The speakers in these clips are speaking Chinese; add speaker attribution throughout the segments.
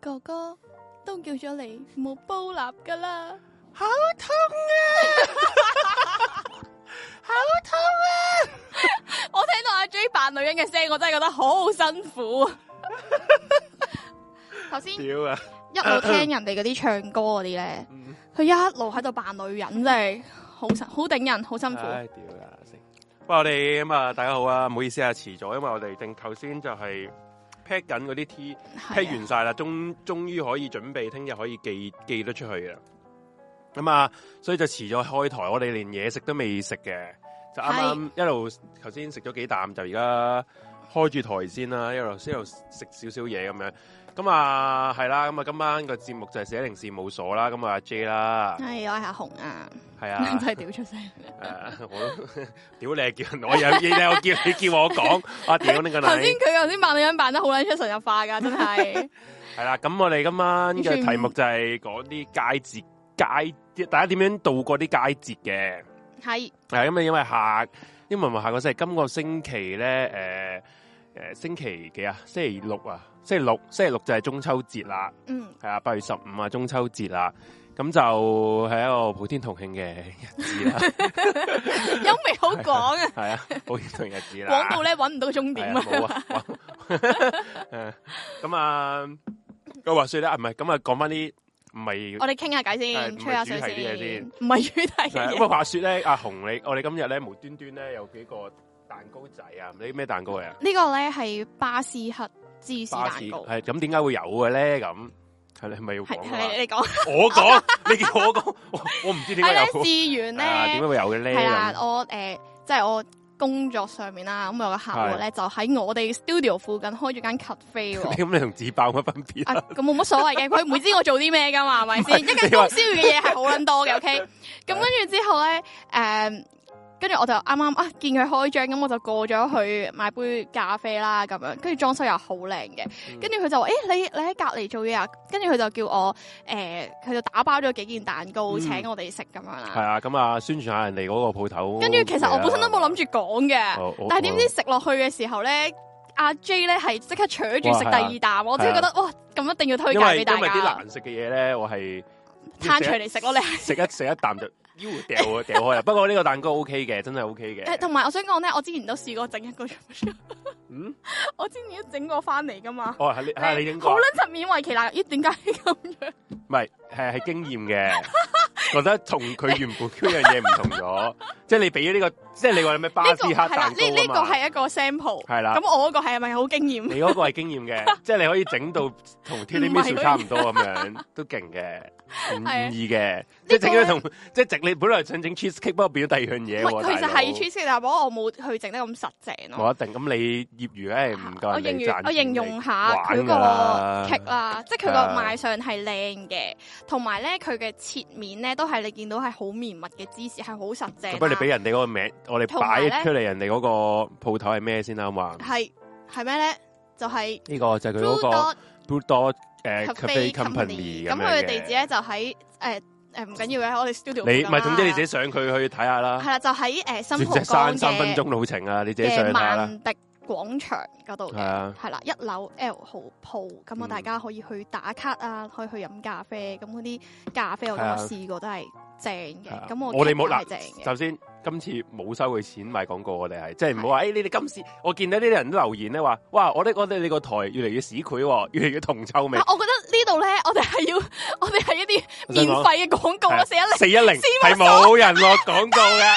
Speaker 1: 哥哥都叫咗你唔好煲蠟噶啦。
Speaker 2: 好痛啊！好痛啊！
Speaker 1: 我聽到阿 J 扮女人嘅聲，我真係覺得好辛 苦。頭先
Speaker 2: 屌啊！
Speaker 1: 一路聽人哋嗰啲唱歌嗰啲咧，
Speaker 2: 嗯
Speaker 1: 佢一路喺度扮女人，真係好辛好頂人，好辛苦。
Speaker 2: 唉，屌啊啦先。喂，我哋咁啊，大家好啊，唔好意思啊，遲咗，因為我哋定頭先就係 pack 緊嗰啲 T
Speaker 1: 係
Speaker 2: pack
Speaker 1: 啊
Speaker 2: 完晒啦，終終於可以準備聽日可以寄寄得出去啦。咁啊，所以就遲咗開台，我哋連嘢食都未食嘅，就啱啱一路頭先食咗幾啖，就而家開住台先啦，一路一路食少少嘢咁樣。咁啊，係啦，咁啊，今晚個節目就係寫零事務所啦，咁啊阿 J 啦，
Speaker 1: 係我係阿紅啊，
Speaker 2: 係
Speaker 1: 真
Speaker 2: 啊。
Speaker 1: 係屌出聲。
Speaker 2: 誒、我都屌你係叫人，我有嘢咧，我叫你叫我講，我屌你個
Speaker 1: 頭先
Speaker 2: 你，
Speaker 1: 佢頭先扮女人扮得好撚出神入化㗎，真 係。
Speaker 2: 係啦，咁我哋今晚嘅題目就係講啲佳節佳，大家點樣度過啲佳節嘅？
Speaker 1: 係
Speaker 2: 係咁啊，因為下，因為唔係下個星期，今個星期咧，誒、誒星期幾啊？星期六啊，星期六，星期六就係中秋節啦，
Speaker 1: 嗯，
Speaker 2: 係啊，八月十五啊，中秋節啦，咁就係一個普天同慶嘅日子啦，
Speaker 1: 有味好講啊！
Speaker 2: 係啊，普天同慶日子啦。
Speaker 1: 廣告咧揾唔到 終點啊！
Speaker 2: 啊係啊，冇 啊，誒，咁啊，咁話說咧，啊唔係，咁啊，講翻啲唔係，
Speaker 1: 我哋傾下偈
Speaker 2: 係唔
Speaker 1: 先，
Speaker 2: 係
Speaker 1: 吹下水
Speaker 2: 主題啲
Speaker 1: 先
Speaker 2: 嘢先，
Speaker 1: 唔係主題嘅
Speaker 2: 係
Speaker 1: 嘢
Speaker 2: 咁啊，話說咧，阿紅你，我哋今日咧無端端咧有幾個蛋糕仔啊，你咩蛋糕嚟啊？
Speaker 1: 呢個咧係巴士克芝士蛋糕，
Speaker 2: 係咁，點解會有嘅咧？咁係你係咪要
Speaker 1: 係
Speaker 2: 講啊
Speaker 1: 係你講。
Speaker 2: 我講，你叫我講，我我唔知點解有
Speaker 1: 係，咧，試
Speaker 2: 啊點
Speaker 1: 完
Speaker 2: 解
Speaker 1: 咧，
Speaker 2: 會有嘅咧？
Speaker 1: 係啦，
Speaker 2: 咁
Speaker 1: 我誒即係我工作上面啦，咁我有個客戶咧就喺我哋 studio 附近開咗間 cafe 喎。
Speaker 2: 咁你同自爆有乜分別
Speaker 1: 啊
Speaker 2: 啊？，
Speaker 1: 咁冇乜所謂嘅，佢唔會知我做啲咩噶嘛，係咪先？一間公司要嘅嘢係好撚 多嘅，OK。咁跟住之後咧，誒、跟住我就啱啱啊見佢開張，咁我就過咗去買杯咖啡啦，咁樣，跟住裝修又好靚嘅，
Speaker 2: 嗯
Speaker 1: 跟住佢就話：，誒、你你喺隔離做嘢啊？跟住佢就叫我，誒、佢就打包咗幾件蛋糕
Speaker 2: 嗯
Speaker 1: 請我哋食咁樣
Speaker 2: 係
Speaker 1: 啦。
Speaker 2: 啊，咁啊，宣傳下人哋嗰個鋪頭。哦
Speaker 1: 跟住其實我本身都冇諗
Speaker 2: 住，
Speaker 1: 住講嘅，
Speaker 2: 我
Speaker 1: 但係點知食落去嘅時候咧，阿 J 咧係即刻扯住食
Speaker 2: 哇
Speaker 1: 第
Speaker 2: 係啊
Speaker 1: 二啖，我真係覺得哇，咁一定要推
Speaker 2: 因
Speaker 1: 介
Speaker 2: 為
Speaker 1: 俾大
Speaker 2: 因為啲
Speaker 1: 家。
Speaker 2: 難食嘅嘢咧，我 係
Speaker 1: 攤除嚟食咯，你係
Speaker 2: 食一食一啖就腰掉 啊掉開啦。不過呢個蛋糕 O K 嘅，真係 O K
Speaker 1: 誒，
Speaker 2: 嘅。
Speaker 1: 同埋我想講咧，我之前都試過整一個出嚟，
Speaker 2: 嗯，
Speaker 1: 我之前都整過翻嚟噶嘛。
Speaker 2: 哦係你係你整過
Speaker 1: 呃好，撚層面為其難，咦？點解咁樣？
Speaker 2: 唔係係係經驗嘅，覺得同佢原本嗰樣嘢唔同 咗。即係你俾咗呢個，即係你話咩巴
Speaker 1: 呢
Speaker 2: 斯
Speaker 1: 個
Speaker 2: 克
Speaker 1: 係啦，
Speaker 2: 蛋
Speaker 1: 呢呢
Speaker 2: 糕
Speaker 1: 個
Speaker 2: 啊嘛。
Speaker 1: 係一個 sample。
Speaker 2: 係啊啦
Speaker 1: 咁我嗰個係咪好經驗？
Speaker 2: 你嗰個係經驗 嘅，即係你可以整到同 t i l i m i s
Speaker 1: 唔
Speaker 2: u
Speaker 1: 係
Speaker 2: 差唔多咁樣，都勁嘅，唔
Speaker 1: 係啊
Speaker 2: 易嘅。即
Speaker 1: 呢個
Speaker 2: 係整咗同即係整你本來想整 cheesecake，不過變咗第二樣嘢
Speaker 1: 唔係，
Speaker 2: 喎。
Speaker 1: 其實係
Speaker 2: 大佬
Speaker 1: cheese 但係我冇佢整得咁實正咯。
Speaker 2: 我一定咁，你業餘梗係唔夠
Speaker 1: 我形
Speaker 2: 人哋
Speaker 1: 容
Speaker 2: 賺
Speaker 1: 我形容下佢
Speaker 2: 玩㗎
Speaker 1: 個
Speaker 2: 啦
Speaker 1: cake 啦，即係佢
Speaker 2: 係
Speaker 1: 個
Speaker 2: 啊
Speaker 1: 賣相係靚嘅，同埋咧佢嘅切面咧都係你見到係好綿密嘅芝士，係好實啊正
Speaker 2: 咁
Speaker 1: 啦。
Speaker 2: 不如你俾人哋嗰個名，我哋
Speaker 1: 同埋
Speaker 2: 擺
Speaker 1: 咧
Speaker 2: 出嚟人哋嗰個鋪頭係咩先啦，好嘛？
Speaker 1: 係係咩咧？就係
Speaker 2: 呢個就係佢
Speaker 1: Blue
Speaker 2: 嗰個
Speaker 1: Dot
Speaker 2: Blue Dot 誒
Speaker 1: Cafe
Speaker 2: Cafe
Speaker 1: 咁
Speaker 2: Company 咁樣
Speaker 1: 佢
Speaker 2: 嘅啊
Speaker 1: 嘅地址咧就喺誒誒唔緊要嘅，我哋 studio
Speaker 2: 你唔係
Speaker 1: 係
Speaker 2: 總之你自己上佢去睇下啦
Speaker 1: 係，啦，就喺誒
Speaker 2: 即
Speaker 1: 新蒲
Speaker 2: 係三
Speaker 1: 崗
Speaker 2: 三分
Speaker 1: 嘅
Speaker 2: 鐘路程啊，你自己上去
Speaker 1: 嘅
Speaker 2: 睇下啦。
Speaker 1: 萬迪廣場嗰度
Speaker 2: 係
Speaker 1: 嘅。
Speaker 2: 啊，
Speaker 1: 係啦，一樓 L 號鋪，咁啊
Speaker 2: 嗯
Speaker 1: 大家可以去打卡啊，可以去飲咖啡，咁嗰啲咖啡我都
Speaker 2: 係啊
Speaker 1: 試過都係正
Speaker 2: 係啊
Speaker 1: 嘅，咁
Speaker 2: 我哋
Speaker 1: 係
Speaker 2: 冇嗱
Speaker 1: 正嘅，
Speaker 2: 首先今次冇收佢錢賣廣告，我哋係即係唔好話誒，哎你哋今次我見到呢啲人都留言咧話，哇！我哋我哋你個台越嚟越市儈喎，越嚟越銅臭味
Speaker 1: 但。啊我覺得呢度咧，我哋係要， 我哋係一啲
Speaker 2: 我想
Speaker 1: 免
Speaker 2: 講
Speaker 1: 費嘅廣告
Speaker 2: 係
Speaker 1: 咯，
Speaker 2: 啊
Speaker 1: 四一零
Speaker 2: 四一零係冇人落廣告 嘅，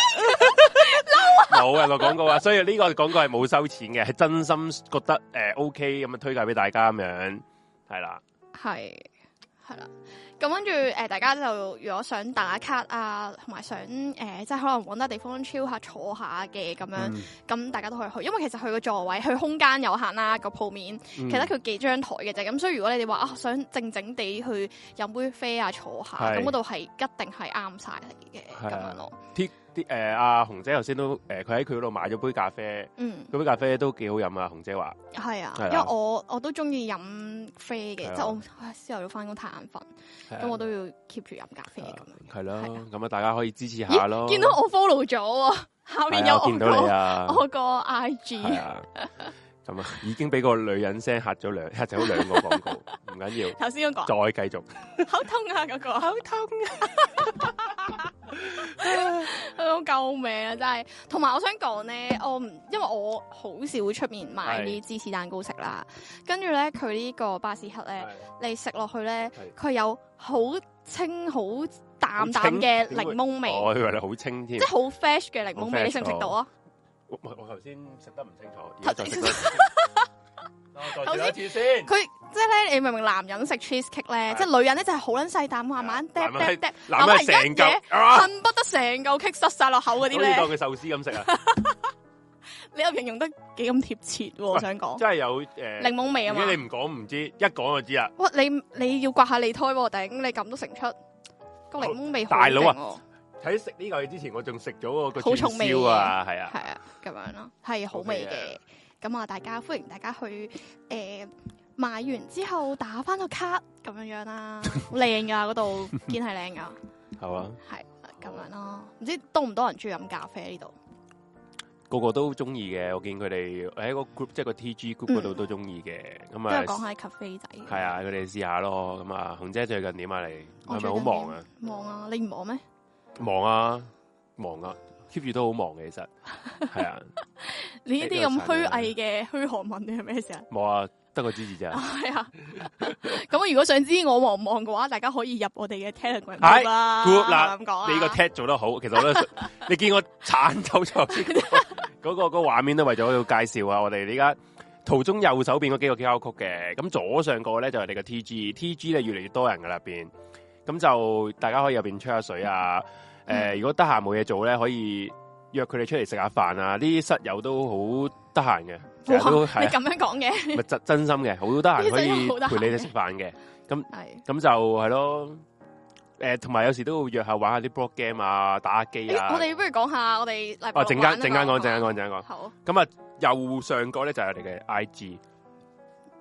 Speaker 2: 冇人落廣告啊！所以呢個廣告係冇收錢嘅，係真心覺得诶 OK 咁啊推介俾大家咁樣，係啦，
Speaker 1: 係係啦，咁跟住誒，大家就如果想打卡啊，同埋想誒、呃即係可能揾得地方 chill 下、坐下嘅咁樣，
Speaker 2: 嗯
Speaker 1: 咁、大家都可以去，因為其實佢個座位、佢空間有限啦，個鋪面，
Speaker 2: 嗯
Speaker 1: 其實佢幾張台嘅啫，咁所以如果你哋話啊，想靜靜地去飲杯啡啊、坐下，
Speaker 2: 係
Speaker 1: 咁嗰度係一定係啱晒你嘅
Speaker 2: 係
Speaker 1: 咁
Speaker 2: 啊
Speaker 1: 樣咯，
Speaker 2: 啲啲诶阿紅姐頭先都诶佢喺佢嗰度買咗杯咖啡，
Speaker 1: 嗯，
Speaker 2: 嗰杯咖啡都幾好飲啊！紅姐話
Speaker 1: 係啊，
Speaker 2: 係啊
Speaker 1: 因為我我都中意飲啡
Speaker 2: 係
Speaker 1: 嘅，
Speaker 2: 啊
Speaker 1: 即係我唉朝頭早翻工太眼瞓，
Speaker 2: 係啊
Speaker 1: 咁我都要 keep 住飲咖啡咁樣。
Speaker 2: 係咯
Speaker 1: 係啊，
Speaker 2: 咁啊大家可以支持下咯。
Speaker 1: 咦，見到我 follow 咗喎，下面
Speaker 2: 哦係
Speaker 1: 有
Speaker 2: 啊，我
Speaker 1: 我個我
Speaker 2: 見到你啊，
Speaker 1: 個 IG，
Speaker 2: 係啊。咁啊，已經俾個女人聲嚇咗兩嚇咗兩個廣告，唔 緊要，
Speaker 1: 頭先嗰個
Speaker 2: 再繼續。
Speaker 1: 口痛啊，嗰個口痛 啊，救命啊！真係。同埋我想講咧，我唔因為我好少會出面買啲芝士蛋糕食啦，跟住咧佢呢個巴士克咧，
Speaker 2: 哦
Speaker 1: 你食落去咧，佢有好清好淡淡嘅檸檬味，
Speaker 2: 我以為你好清添
Speaker 1: 即係。好 fresh 嘅檸檬
Speaker 2: 哦好
Speaker 1: 味，你
Speaker 2: fresh
Speaker 1: 食唔食到啊？
Speaker 2: 我我頭先食得唔清楚，而家再食多一次我
Speaker 1: 頭先
Speaker 2: 再食多一次先。
Speaker 1: 佢即係咧，你明唔明男人食 cheese cake 咧，
Speaker 2: 係啊
Speaker 1: 即係女人咧就係好撚細啖，慢慢嗒嗒
Speaker 2: 男人
Speaker 1: 嗒，
Speaker 2: 男人係成嚿啊，
Speaker 1: 恨不得成嚿 cake 塞晒落口嗰
Speaker 2: 好
Speaker 1: 啲
Speaker 2: 似當
Speaker 1: 咧，
Speaker 2: 佢壽司咁食啊！
Speaker 1: 你又形容得幾咁貼切喎，我想講
Speaker 2: 真係有誒，
Speaker 1: 檸檬味啊
Speaker 2: 而
Speaker 1: 嘛
Speaker 2: 家。你唔講唔知，一講就知啦。
Speaker 1: 哇！你你要刮下你胎喎，頂你咁都成出個檸檬味好
Speaker 2: 大佬啊
Speaker 1: 勁喎，
Speaker 2: 喺食呢個嘢之前，我仲食咗嗰個
Speaker 1: 好重味嘅
Speaker 2: 串燒啊，係啊，
Speaker 1: 係啊，咁樣咯，係好味
Speaker 2: OK
Speaker 1: 嘅。咁啊，大家歡迎大家去誒買完之後打翻個卡咁樣樣啦，好靚噶嗰 度，堅係靚噶。
Speaker 2: 係啊，
Speaker 1: 系咁樣咯，唔知多唔多人中意飲咖啡呢度？
Speaker 2: 個個都中意嘅。我見佢哋喺個 group，即係個 TG group 嗰度都中意嘅。咁
Speaker 1: 嗯都有講
Speaker 2: 啊，
Speaker 1: 下咖啡仔。
Speaker 2: 係，啊，佢哋試下咯。咁啊，紅姐最近點啊？你
Speaker 1: 我
Speaker 2: 係咪
Speaker 1: 最
Speaker 2: 好
Speaker 1: 近
Speaker 2: 忙啊？
Speaker 1: 望啊，你唔望咩？
Speaker 2: 忙啊，忙啊，keep 住都好忙嘅，其實 係啊，
Speaker 1: 你呢啲咁虛偽嘅虛寒問你係咩事啊？
Speaker 2: 冇啊，得個支持咋。
Speaker 1: 係啊，咁如果想知我望唔望嘅話，大家可以入我哋嘅 Telegram group 啦
Speaker 2: group 啦
Speaker 1: 係咪咁講啊，
Speaker 2: 你個 tag 做得好，其實我都 你見我鏟走咗嗰個嗰個畫面都為咗要介紹啊！我哋而家圖中右手邊嗰幾個 QR code 嘅，咁左上角咧就係你個 TG，TG 咧越嚟越多人噶啦入邊，咁就大家可以入邊吹下水啊！誒、
Speaker 1: 嗯
Speaker 2: 如果得閒冇嘢做咧，可以約佢哋出嚟食下飯啊！呢啲室友都好得閒嘅，成日 都
Speaker 1: 哇，你
Speaker 2: 係啊
Speaker 1: 咁樣講嘅
Speaker 2: 咪真真心嘅，好得閒可以
Speaker 1: 呢啲室友好得閒嘅
Speaker 2: 陪你哋食飯嘅。
Speaker 1: 係。
Speaker 2: 咁就係咯。诶、同埋有時都會約下玩下啲 board game 啊，打下機
Speaker 1: 咦
Speaker 2: 啊。
Speaker 1: 哎我哋不如講下我哋禮拜六
Speaker 2: 哦，陣間
Speaker 1: 玩啊
Speaker 2: 陣間講，
Speaker 1: 嘛
Speaker 2: 陣間講，陣間講。
Speaker 1: 好，
Speaker 2: 咁啊，右上角咧就係我哋嘅 I G，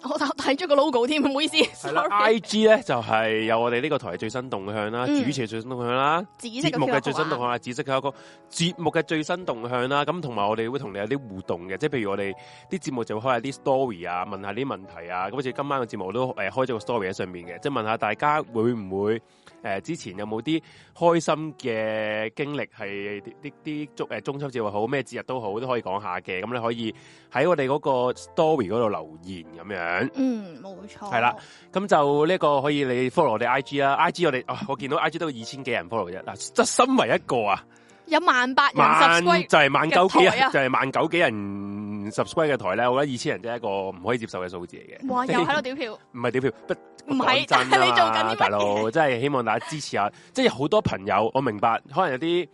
Speaker 1: 我睇咗個 logo 添，唔好意思
Speaker 2: 係 啦
Speaker 1: ，sorry。
Speaker 2: I G 咧就係、有我哋呢個台嘅最新動向啦，
Speaker 1: 嗯
Speaker 2: 主持嘅最新動向啦，
Speaker 1: 紫色
Speaker 2: 節目嘅最新動
Speaker 1: 動
Speaker 2: 向啦，紫色嘅一個節目嘅最新動向啦。咁同埋我哋會同你有啲互動嘅，即係譬如我哋啲節目就會開下啲 story 啊，問下啲問題啊。咁好似今晚嘅節目我都呃誒、開咗個 story 喺上面嘅，即係問下大家會唔會誒、之前有冇啲開心嘅經歷係啲啲啲中誒中秋節又好咩節日都好都可以講下嘅。咁你可以喺我哋嗰個 story 嗰度留言咁樣。
Speaker 1: 嗯，冇錯。
Speaker 2: 係啦，咁就呢個可以你 follow 我哋 I G 啦，I G 我哋、哦我見到 I G 都二千幾人 follow 嘅啫。嗱，即身為一個啊，
Speaker 1: 有萬八人
Speaker 2: 萬
Speaker 1: subscribe
Speaker 2: 就係萬九幾
Speaker 1: 嘅台啊
Speaker 2: 人，就係萬九幾人 subscribe 嘅台咧，我覺得二千人真係一個唔可以接受嘅數字嚟嘅。
Speaker 1: 哇！又喺度屌票，
Speaker 2: 唔係屌票，不
Speaker 1: 唔係
Speaker 2: 講真啊
Speaker 1: 但係 你做緊啲乜嘢
Speaker 2: 大佬真係希望大家支持下，即係好多朋友，我明白，可能有啲。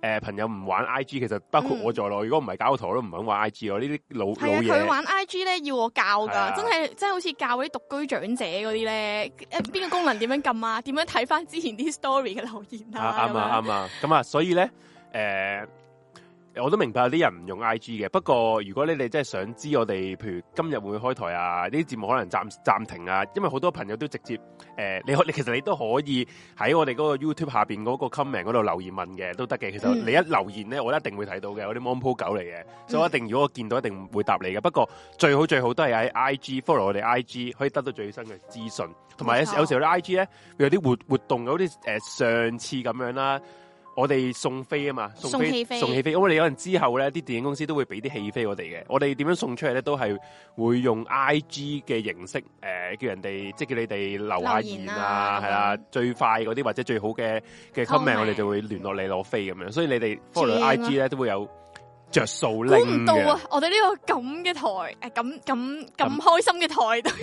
Speaker 2: 誒、呃朋友唔玩 I G，其實包括我在內，如果唔係搞台都唔肯玩 I G 我呢啲老
Speaker 1: 嗯係
Speaker 2: 老
Speaker 1: 啊，佢
Speaker 2: 嘢，
Speaker 1: 玩 I G 咧要我教
Speaker 2: 係
Speaker 1: 噶
Speaker 2: 啊，
Speaker 1: 真係真係好似教嗰啲獨居長者嗰啲咧，誒邊個功能點樣撳啊？點樣睇翻之前啲 story 嘅留言啊？
Speaker 2: 啊啱啊
Speaker 1: 咁樣
Speaker 2: 啱啊，咁啊，所以咧，誒、我都明白有啲人唔用 I G 嘅，不過如果你哋真係想知我哋，譬如今日會唔會開台啊，呢啲節目可能暫暫停啊，因為好多朋友都直接誒、呃你可你其實你都可以喺我哋嗰個 YouTube 下邊嗰個 comment 嗰度留言問嘅都得嘅。其實
Speaker 1: 嗯
Speaker 2: 你一留言咧，我一定會睇到嘅，我啲 mon 鋪狗嚟嘅，所以我一定如果我見到一定會答你嘅。不過最好最好都係喺 IG follow 我哋 IG，可以得到最新嘅資訊，同埋有
Speaker 1: 冇錯
Speaker 2: 有時候啲 IG 咧會有啲活活動，有啲誒、呃上次咁樣啦。我哋送飛啊嘛，送
Speaker 1: 送
Speaker 2: 飛
Speaker 1: 戲飛
Speaker 2: 送戲飛，因為你可能之後咧，啲電影公司都會俾啲戲飛我哋嘅。我哋點樣送出去咧，都係會用 I G 嘅形式，誒、呃叫人哋即係叫你哋留下言啊，
Speaker 1: 留言啊
Speaker 2: 係啦、
Speaker 1: 咁
Speaker 2: 最快嗰啲或者最好嘅嘅
Speaker 1: Comment
Speaker 2: comment，我哋就會聯絡你攞飛咁樣。所以你哋 follow
Speaker 1: 正啊
Speaker 2: I G 咧都會有着數
Speaker 1: 估唔
Speaker 2: 拎
Speaker 1: 到
Speaker 2: 嘅
Speaker 1: 啊，！我哋呢個咁嘅台，誒呃咁咁咁開心嘅台都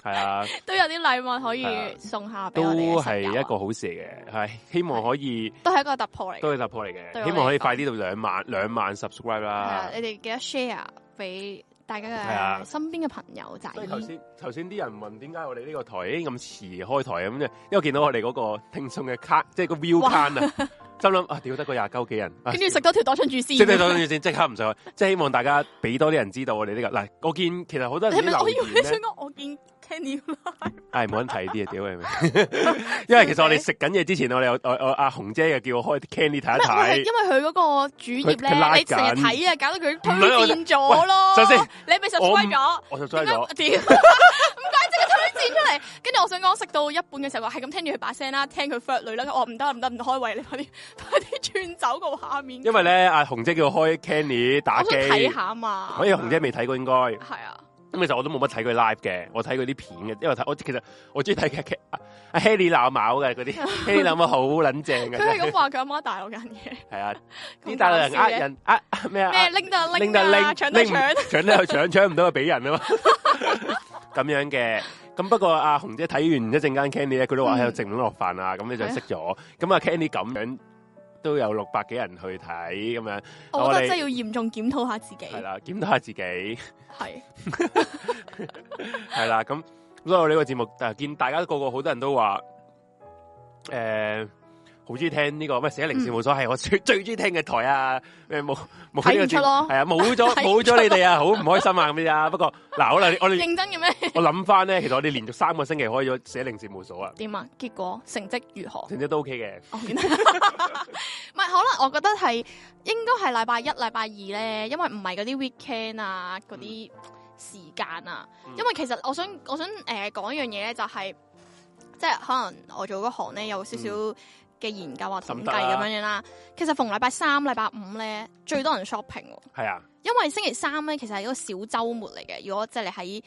Speaker 2: 係啊，
Speaker 1: 都有啲禮物可
Speaker 2: 係啊
Speaker 1: 以送下俾
Speaker 2: 都
Speaker 1: 我哋嘅
Speaker 2: 係
Speaker 1: 室友啊
Speaker 2: 一個好事嚟嘅，係希望可以
Speaker 1: 都係一個突破嚟嘅。
Speaker 2: 都係突破嚟
Speaker 1: 對我
Speaker 2: 嘅，
Speaker 1: 嚟
Speaker 2: 希望可以
Speaker 1: 講
Speaker 2: 快啲到兩萬兩萬 subscribe
Speaker 1: 係
Speaker 2: 啦
Speaker 1: 啊，。你哋記得 share 俾大家
Speaker 2: 係啊
Speaker 1: 嘅身邊嘅朋友仔。
Speaker 2: 所以頭先頭先啲人問點解我哋呢個台已經咁遲開台咁啫，因為我見到我哋嗰個聽眾嘅卡，即係個 view 卡啊，心諗啊，屌得個廿鳩幾人，啊
Speaker 1: 跟住食多條袋春住先。
Speaker 2: 即係等陣先，即刻唔上去，即係希望大家俾多啲人知道我哋呢個嗱，我見其實好 多
Speaker 1: 你
Speaker 2: 人
Speaker 1: 係
Speaker 2: 啲
Speaker 1: 咪？我
Speaker 2: 留
Speaker 1: 以為
Speaker 2: 言
Speaker 1: 你想
Speaker 2: 咧，
Speaker 1: 講我見聽你啦。
Speaker 2: 唉，冇人睇啲啊，屌你咪！ 因為其實我哋食緊嘢之前，我哋有我我阿紅姐又叫我開 Candy 睇
Speaker 1: 唔
Speaker 2: 一
Speaker 1: 係，我係因
Speaker 2: 睇。
Speaker 1: 為佢嗰個主頁
Speaker 2: 佢佢拉
Speaker 1: 咧，你成日睇啊，搞到佢
Speaker 2: 唔係我
Speaker 1: 推薦咗咯。
Speaker 2: 喂首先
Speaker 1: 你咪就
Speaker 2: 我唔
Speaker 1: 推咗。
Speaker 2: 我就追
Speaker 1: 點解？屌，唔
Speaker 2: 咗
Speaker 1: 怪，即係佢推薦出嚟。跟住我想講，食到一半嘅時候，我係咁聽住佢把聲啦，聽佢 flirt 女啦。我話唔得唔得唔得開胃，你快啲快啲轉走個畫面。
Speaker 2: 因為，咧阿紅姐叫我開 Candy 打
Speaker 1: 我
Speaker 2: 機，
Speaker 1: 想睇下嘛。
Speaker 2: 可以紅姐未睇過應該。
Speaker 1: 係啊，
Speaker 2: 咁其實我都冇乜睇佢 live 嘅，我睇佢啲片嘅，因為睇我其實我中意睇嘅阿阿 Haley 鬧矛嘅 嗰啲，Haley 鬧矛好撚正嘅，
Speaker 1: 佢
Speaker 2: 真
Speaker 1: 係
Speaker 2: 係
Speaker 1: 咁話佢阿媽大陸人嘢，
Speaker 2: 係啊！
Speaker 1: 咁
Speaker 2: 啲大陸人
Speaker 1: 搞笑
Speaker 2: 呃
Speaker 1: 嘅
Speaker 2: 人呃咩啊？
Speaker 1: 咩拎得拎
Speaker 2: 得
Speaker 1: 啊，搶得
Speaker 2: 拎唔
Speaker 1: 搶。
Speaker 2: 搶得又搶，搶唔到就俾人啊 嘛。咁樣嘅，咁不過阿紅姐睇完一陣間 Candy 咧，佢都
Speaker 1: 嗯
Speaker 2: 話喺度食唔落飯啊，咁你就
Speaker 1: 係啊
Speaker 2: 識咗。咁啊 Candy 咁樣都有六百幾人去睇，咁樣
Speaker 1: 我覺
Speaker 2: 我
Speaker 1: 得
Speaker 2: 哋
Speaker 1: 真係要嚴重檢討下自己。
Speaker 2: 係啦，檢討下自己係
Speaker 1: 係
Speaker 2: 啦。咁所以我呢個節目啊，見大家個個好多人都話，誒好中意聽呢個咩寫零事務所係我最 最中意聽嘅台啊！誒冇冇
Speaker 1: 睇
Speaker 2: 呢個
Speaker 1: 唔出
Speaker 2: 節目
Speaker 1: 咯
Speaker 2: 係啊冇 咗
Speaker 1: 睇唔
Speaker 2: 冇咗你哋啊，好唔開心啊咁啲啊。不過嗱，好啦，我哋
Speaker 1: 認真嘅咩？
Speaker 2: 我諗翻咧，其實我哋連續三個星期開咗寫零事務所啊，
Speaker 1: 點啊？結果成績如何？
Speaker 2: 成績都 OK 嘅。
Speaker 1: 哦，原來唔係，可能我覺得係應該係禮拜一、禮拜二咧，因為唔係嗰啲 weekend 啊，嗰啲時間啊。
Speaker 2: 嗯
Speaker 1: 因為其實我想我想誒講一樣嘢咧，就係即係可能我做嗰行咧有少少嘅研究啊、統
Speaker 2: 嗯心
Speaker 1: 計
Speaker 2: 得
Speaker 1: 咁
Speaker 2: 啊
Speaker 1: 樣樣啦。其實逢禮拜三、禮拜五咧最多人 shopping 喎。
Speaker 2: 係啊，
Speaker 1: 因為星期三咧，其實係一個小週末嚟嘅。如果即係你喺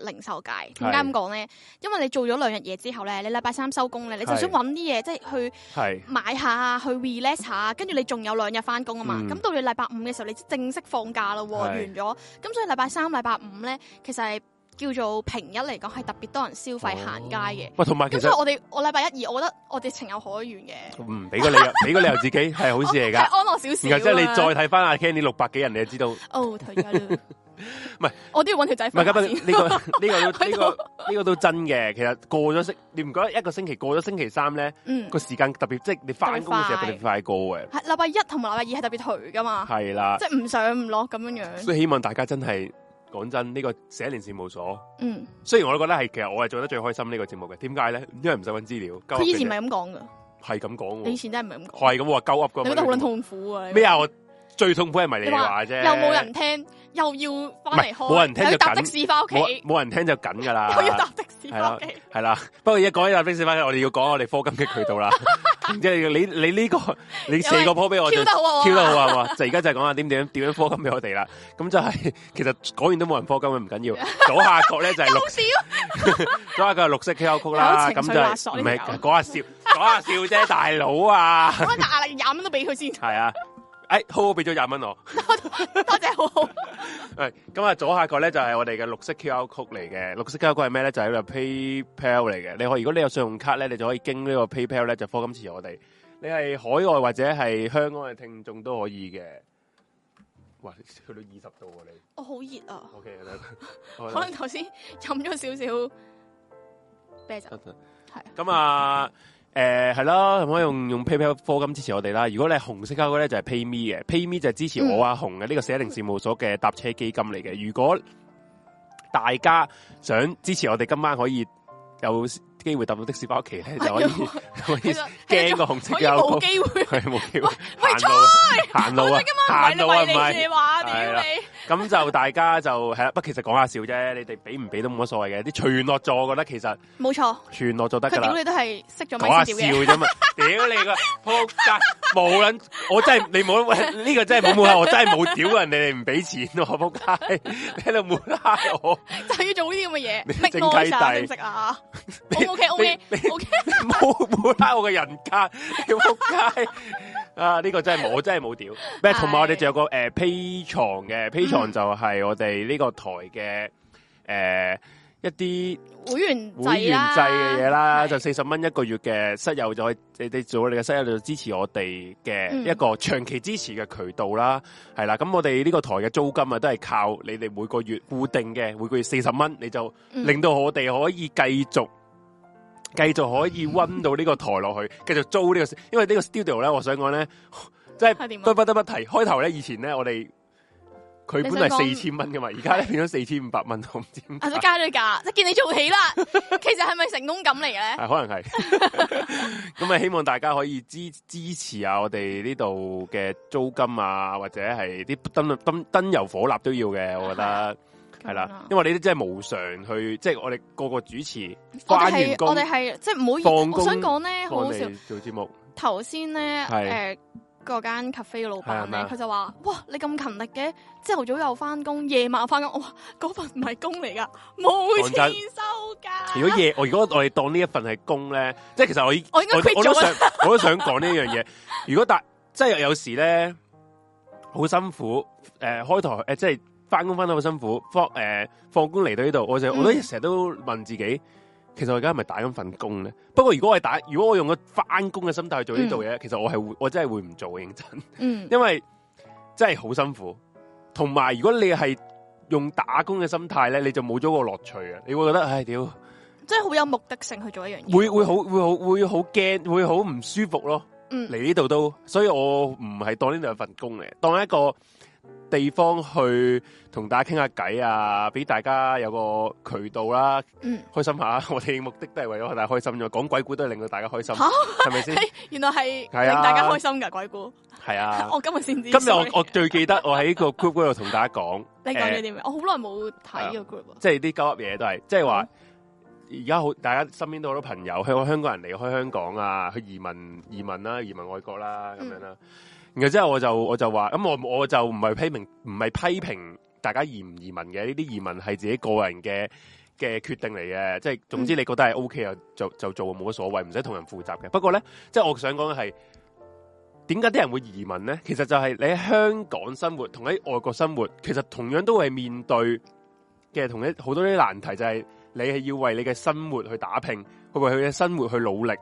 Speaker 1: 誒誒零售界，點解咁講咧？因為你做咗兩日嘢之後咧，你禮拜三收工咧，你就
Speaker 2: 係
Speaker 1: 想揾啲嘢即係去
Speaker 2: 係
Speaker 1: 買下、去 relax 下，跟住你仲有兩日翻工啊嘛。
Speaker 2: 嗯
Speaker 1: 咁、到你禮拜五嘅時候，你正式放假咯喎，
Speaker 2: 係
Speaker 1: 完咗。咁所以禮拜三、禮拜五咧，其實係叫做平日嚟講係特別多人消費行街嘅。
Speaker 2: 哦喂，同埋其
Speaker 1: 咁所以
Speaker 2: 實
Speaker 1: 我哋我禮拜一二，我覺得我哋情有可原嘅，
Speaker 2: 唔嗯俾個理由，俾個理由自己係好 事嚟
Speaker 1: 係
Speaker 2: 噶。
Speaker 1: 安樂少啊少。
Speaker 2: 然後之後你再睇翻阿 Candy 六百幾人，你就知道唔
Speaker 1: 哦，退休 啦。唔
Speaker 2: 係，
Speaker 1: 我都要揾 條仔
Speaker 2: 係
Speaker 1: 分
Speaker 2: 咁
Speaker 1: 下
Speaker 2: 不
Speaker 1: 先。
Speaker 2: 呢個呢個
Speaker 1: 喺
Speaker 2: 呢
Speaker 1: 度
Speaker 2: 個呢個都真嘅。其實過咗星，你唔覺得一個星期過咗星期三咧
Speaker 1: 嗯，
Speaker 2: 個時間特別，即係你翻工嘅時候特別快過嘅。
Speaker 1: 係禮拜一同埋禮拜二係特別頹噶嘛，
Speaker 2: 係啦，
Speaker 1: 即係唔上唔落咁樣樣。
Speaker 2: 啊所以希望大家真係講真，呢個寫年事務所，
Speaker 1: 嗯，
Speaker 2: 雖然我都覺得係其實我係做得最開心呢個節目嘅。點解咧？因為唔使揾資料，鳩
Speaker 1: 佢以前
Speaker 2: 噏嘅
Speaker 1: 咪咁講噶，
Speaker 2: 啫係咁講喎
Speaker 1: 你以。前真係唔係咁講，
Speaker 2: 係咁我話鳩噏噶嘛，
Speaker 1: 你覺得好撚痛苦啊？你
Speaker 2: 咩啊？我最痛苦係迷你
Speaker 1: 你話
Speaker 2: 話啫，
Speaker 1: 又冇人聽，又要翻嚟開，
Speaker 2: 唔係冇人聽就
Speaker 1: 又要搭
Speaker 2: 緊
Speaker 1: 的士翻屋企，
Speaker 2: 冇冇人聽就緊噶啦
Speaker 1: 又，要搭的士翻屋企。
Speaker 2: 係啦。不過而家講起搭的士翻，我哋要講我哋科金嘅渠 道啦。即係你你呢個你四個波俾我就
Speaker 1: Q 得好啊我啊
Speaker 2: ，Q 得好啊係嘛？就而家就係講下點點點樣科金俾我哋啦。咁 就係其實講完都冇人科金嘅，唔緊要。左下角咧就係綠
Speaker 1: 好少，
Speaker 2: 左下角係綠色 QR code 啦。
Speaker 1: 有
Speaker 2: 咁
Speaker 1: 情緒
Speaker 2: 就
Speaker 1: 勒索
Speaker 2: 係
Speaker 1: 呢
Speaker 2: 唔
Speaker 1: 條友
Speaker 2: 係講下笑講下笑啫，大佬啊，
Speaker 1: 我壓力廿蚊都俾佢先，
Speaker 2: 係啊。哎，好好俾咗廿蚊我。
Speaker 1: 多謝好好。
Speaker 2: 係咁啊，左下角咧就係我哋嘅綠色 QR code 嚟嘅，綠色 QR code 係咩咧？就係、呢個 PayPal 嚟嘅。你可以如果你有信用卡咧，你就可以經呢個 PayPal 咧就科金支持我哋。你係海外或者係香港嘅聽眾都可以嘅。哇，去到二十度喎、你
Speaker 1: 我好熱啊，
Speaker 2: ，OK
Speaker 1: 可
Speaker 2: 啦
Speaker 1: 能頭先飲咗少少啤 酒，係
Speaker 2: 咁啊，誒係啦，咁可以用用 PayPal 科金支持我哋啦。如果你係紅色 QR code 咧，就係 PayMe 嘅，PayMe 就係支持我啊紅嘅呢個社零事務所嘅搭車基金嚟嘅。如果大家想支持我哋，今晚可以
Speaker 1: 哦
Speaker 2: 有機會搭到的士翻屋企咧，就
Speaker 1: 啊
Speaker 2: 可以可以
Speaker 1: 其實
Speaker 2: 驚個紅色
Speaker 1: 可以
Speaker 2: QR
Speaker 1: 冇
Speaker 2: code，
Speaker 1: 機會。
Speaker 2: 係冇機會
Speaker 1: 喂
Speaker 2: 行路啊 行路
Speaker 1: 唔
Speaker 2: 啊
Speaker 1: 係
Speaker 2: 行
Speaker 1: 你
Speaker 2: 路啊唔
Speaker 1: 為你
Speaker 2: 係
Speaker 1: 借。話，屌
Speaker 2: 係啦
Speaker 1: 你！
Speaker 2: 咁就大家就係啦，不過其實講下笑啫，你哋俾唔俾都冇乜所謂嘅。啲全落座，我覺得其實
Speaker 1: 冇錯，
Speaker 2: 全落座得
Speaker 1: 佢
Speaker 2: 㗎啦
Speaker 1: 屌。你都係識咗
Speaker 2: 講下
Speaker 1: 咪
Speaker 2: 笑
Speaker 1: 先屌嘅，
Speaker 2: 啫嘛，屌你個仆街，冇捻，我真係你冇喂呢個真係冇冇啦，我真係冇屌人哋，你唔俾錢喎，仆街，你喺度冇拉我，
Speaker 1: 就要做呢啲咁嘅嘢
Speaker 2: 你，
Speaker 1: make noise 啊，
Speaker 2: 正
Speaker 1: 識唔
Speaker 2: 契弟
Speaker 1: 識 啊？O OK OK OK，
Speaker 2: 你冇冇拉我嘅人家，你仆街啊！呢個真係冇，我真係冇屌。咩？同埋我哋仲有個誒 P 床嘅 P 床就係我哋呢個台嘅誒一 啲。
Speaker 1: 會員制啦
Speaker 2: 會員制嘅嘢啦，
Speaker 1: 係
Speaker 2: 就四十蚊一個月嘅室友就可以，你哋做你嘅室友就支持我哋嘅
Speaker 1: 嗯
Speaker 2: 一個長期支持嘅渠道啦，係啦。咁我哋呢個台嘅租金啊，都係靠你哋每個月固定嘅，每個月四十蚊，你就
Speaker 1: 嗯
Speaker 2: 令到我哋可以繼續。繼續可以温到呢個台落去，繼續租呢、個，因為呢個 studio 咧，我想講咧，即
Speaker 1: 係點
Speaker 2: 係
Speaker 1: 啊
Speaker 2: 都不得不提。開頭咧，以前咧，我哋佢
Speaker 1: 你
Speaker 2: 本來
Speaker 1: 想講
Speaker 2: 四千蚊噶嘛，而家咧變咗四千五百蚊，我唔知點解
Speaker 1: 啊，都加咗價，即係見你做起啦。 其實係咪成功感嚟嘅咧？
Speaker 2: 係可能係。 咁啊，希望大家可以支支持下我哋呢度嘅租金啊，或者係啲燈燈燈油火蠟都要嘅，我覺得係
Speaker 1: 咁樣啊
Speaker 2: 啦，因為呢啲真係無償去，即係我哋個個主持
Speaker 1: 我
Speaker 2: 翻
Speaker 1: 哋
Speaker 2: 完
Speaker 1: 係
Speaker 2: 工
Speaker 1: 我哋係即係唔好意
Speaker 2: 放
Speaker 1: 思，
Speaker 2: 工
Speaker 1: 我想講咧，好
Speaker 2: 幫
Speaker 1: 好笑。
Speaker 2: 你做節目，
Speaker 1: 頭先咧，
Speaker 2: 係
Speaker 1: 誒嗰間 cafe 嘅老闆
Speaker 2: 係咪
Speaker 1: 咧，
Speaker 2: 啊
Speaker 1: 佢就話：哇，你咁勤力嘅，朝頭早又翻工，夜晚翻工，我話嗰份唔係工嚟噶，冇
Speaker 2: 講真
Speaker 1: 錢收㗎。
Speaker 2: 如果夜我如果我哋當呢一份係工咧，即係其實我已
Speaker 1: 我應該
Speaker 2: 我都
Speaker 1: quit
Speaker 2: 我都
Speaker 1: 咗啊
Speaker 2: 想我都想講呢樣嘢。 如果大即係有時咧好辛苦，誒、開台誒、即係翻工翻得好辛苦，放誒、放工嚟到呢度，我就、
Speaker 1: 嗯
Speaker 2: 我都成日都問自己，其實我而家係咪打緊份工咧？不過如果我係打，如果我用個翻工嘅心態去做呢度嘢，其實我係會我真係會唔做嘅認真。
Speaker 1: 嗯，
Speaker 2: 因为真系好辛苦，同埋如果你系用打工嘅心态咧，你就冇咗个乐趣啊！你会觉得唉屌，
Speaker 1: 即係好有目的性去做一樣嘢。
Speaker 2: 会会好会好会好惊，会好唔舒服咯。
Speaker 1: 嗯
Speaker 2: 嚟呢度都，所以我唔系当呢度系份工嚟，当一个地方去同大家倾下偈啊，俾大家有个渠道啦，
Speaker 1: 嗯，
Speaker 2: 开心下。我哋目的都系为咗大家开心啫，讲鬼故都系令到大家开心，
Speaker 1: 嚇
Speaker 2: 系咪先？
Speaker 1: 原來係令
Speaker 2: 係啊
Speaker 1: 大家開心㗎鬼故。
Speaker 2: 系啊。
Speaker 1: 我今日先知。
Speaker 2: 今日我
Speaker 1: sorry
Speaker 2: 我最記得我喺個 group 嗰度同大家講，
Speaker 1: 你講咗啲咩？我好耐冇睇呢個 group 啊。
Speaker 2: 即係啲鳩噏嘢都係，即係話而家好，大家身邊都好多朋友，香香港人離開香港啊，去移民移民啦，移民外國啦咁樣啦。然後之後我就我就話，咁我我就唔係批評，唔係批評大家移唔移民嘅，呢啲移民係自己個人嘅。嘅決定嚟嘅，即係總之你覺得係 O K 啊，就就做冇乜所謂，唔使同人負責嘅。不過咧，即係我想講嘅係點解啲人會移民咧？其實就係你喺香港生活同喺外國生活，其實同樣都係面對嘅同一好多啲難題，就係你係要為你嘅生活去打拼，去為佢嘅生活去努力，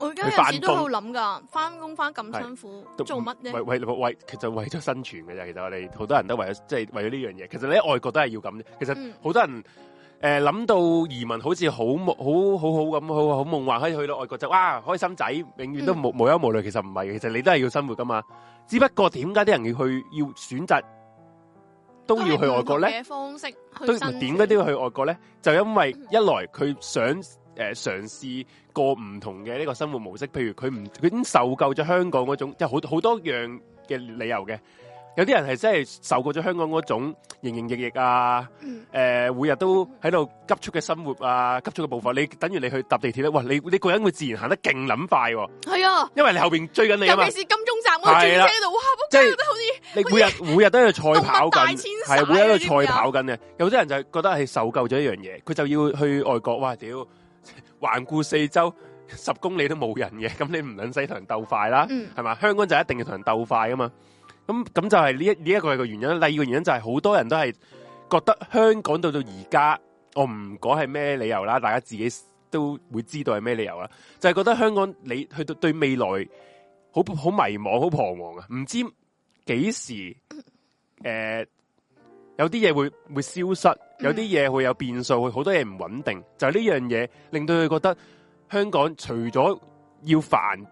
Speaker 1: 我而家有陣時都喺度諗㗎，翻工翻咁辛苦，
Speaker 2: 都
Speaker 1: 做乜
Speaker 2: 為
Speaker 1: 啫？
Speaker 2: 為為其實為咗生存嘅啫。其實我哋好多人都為咗即係為咗呢樣嘢。其實你喺外國都係要咁啫。其實
Speaker 1: 嗯
Speaker 2: 好多人诶諗、到移民好似好夢好好好咁，好好夢幻，可以去到外國就哇開心仔，永遠都
Speaker 1: 嗯
Speaker 2: 無、無憂無慮。其實唔係嘅，其實你都係要生活噶嘛。只不過點解啲人要去要選擇都要去外國咧？
Speaker 1: 嘅方式去
Speaker 2: 都
Speaker 1: 生
Speaker 2: 點
Speaker 1: 存
Speaker 2: 解都要去外國咧？就因為一來佢想诶尝试过唔同嘅呢個生活模式，譬如佢唔佢已經受夠咗香港嗰種，即係好好多樣嘅理由嘅。有啲人係真係受夠咗香港嗰種營營役役啊，
Speaker 1: 嗯
Speaker 2: 诶、每日都喺度急促嘅生活啊，急促嘅步伐。你等於你去搭地鐵咧，哇！你你個人會自然行得勁撚快、喎，
Speaker 1: 係啊，
Speaker 2: 因為你後边追緊你啊
Speaker 1: 尤
Speaker 2: 嘛
Speaker 1: 其。是金鐘站嗰個轉車度，哇！仆街
Speaker 2: 即係
Speaker 1: 覺得好 似
Speaker 2: 你每日每日都喺度賽跑
Speaker 1: 動物大
Speaker 2: 緊，
Speaker 1: 遷徙
Speaker 2: 係每日都喺度賽跑緊嘅。有啲人就係覺得係受夠咗一樣嘢，佢就要去外國。哇屌！環顧四周，十公里都冇人嘅，咁你唔撚使同人鬥快啦，
Speaker 1: 嗯
Speaker 2: 係嘛、香港就一定要同人鬥快啊嘛。咁咁就係呢一呢一個係個原因。第二個原因就係好多人都係覺得香港到到而家，我唔講係咩理由啦，大家自己都會知道係咩理由啦。就係、覺得香港你去到對未來好好迷茫、好彷徨啊，唔知幾時诶、有啲嘢會会消失，有啲嘢會有變數，會好多嘢唔穩定，就係呢樣嘢令到佢覺得香港除咗要煩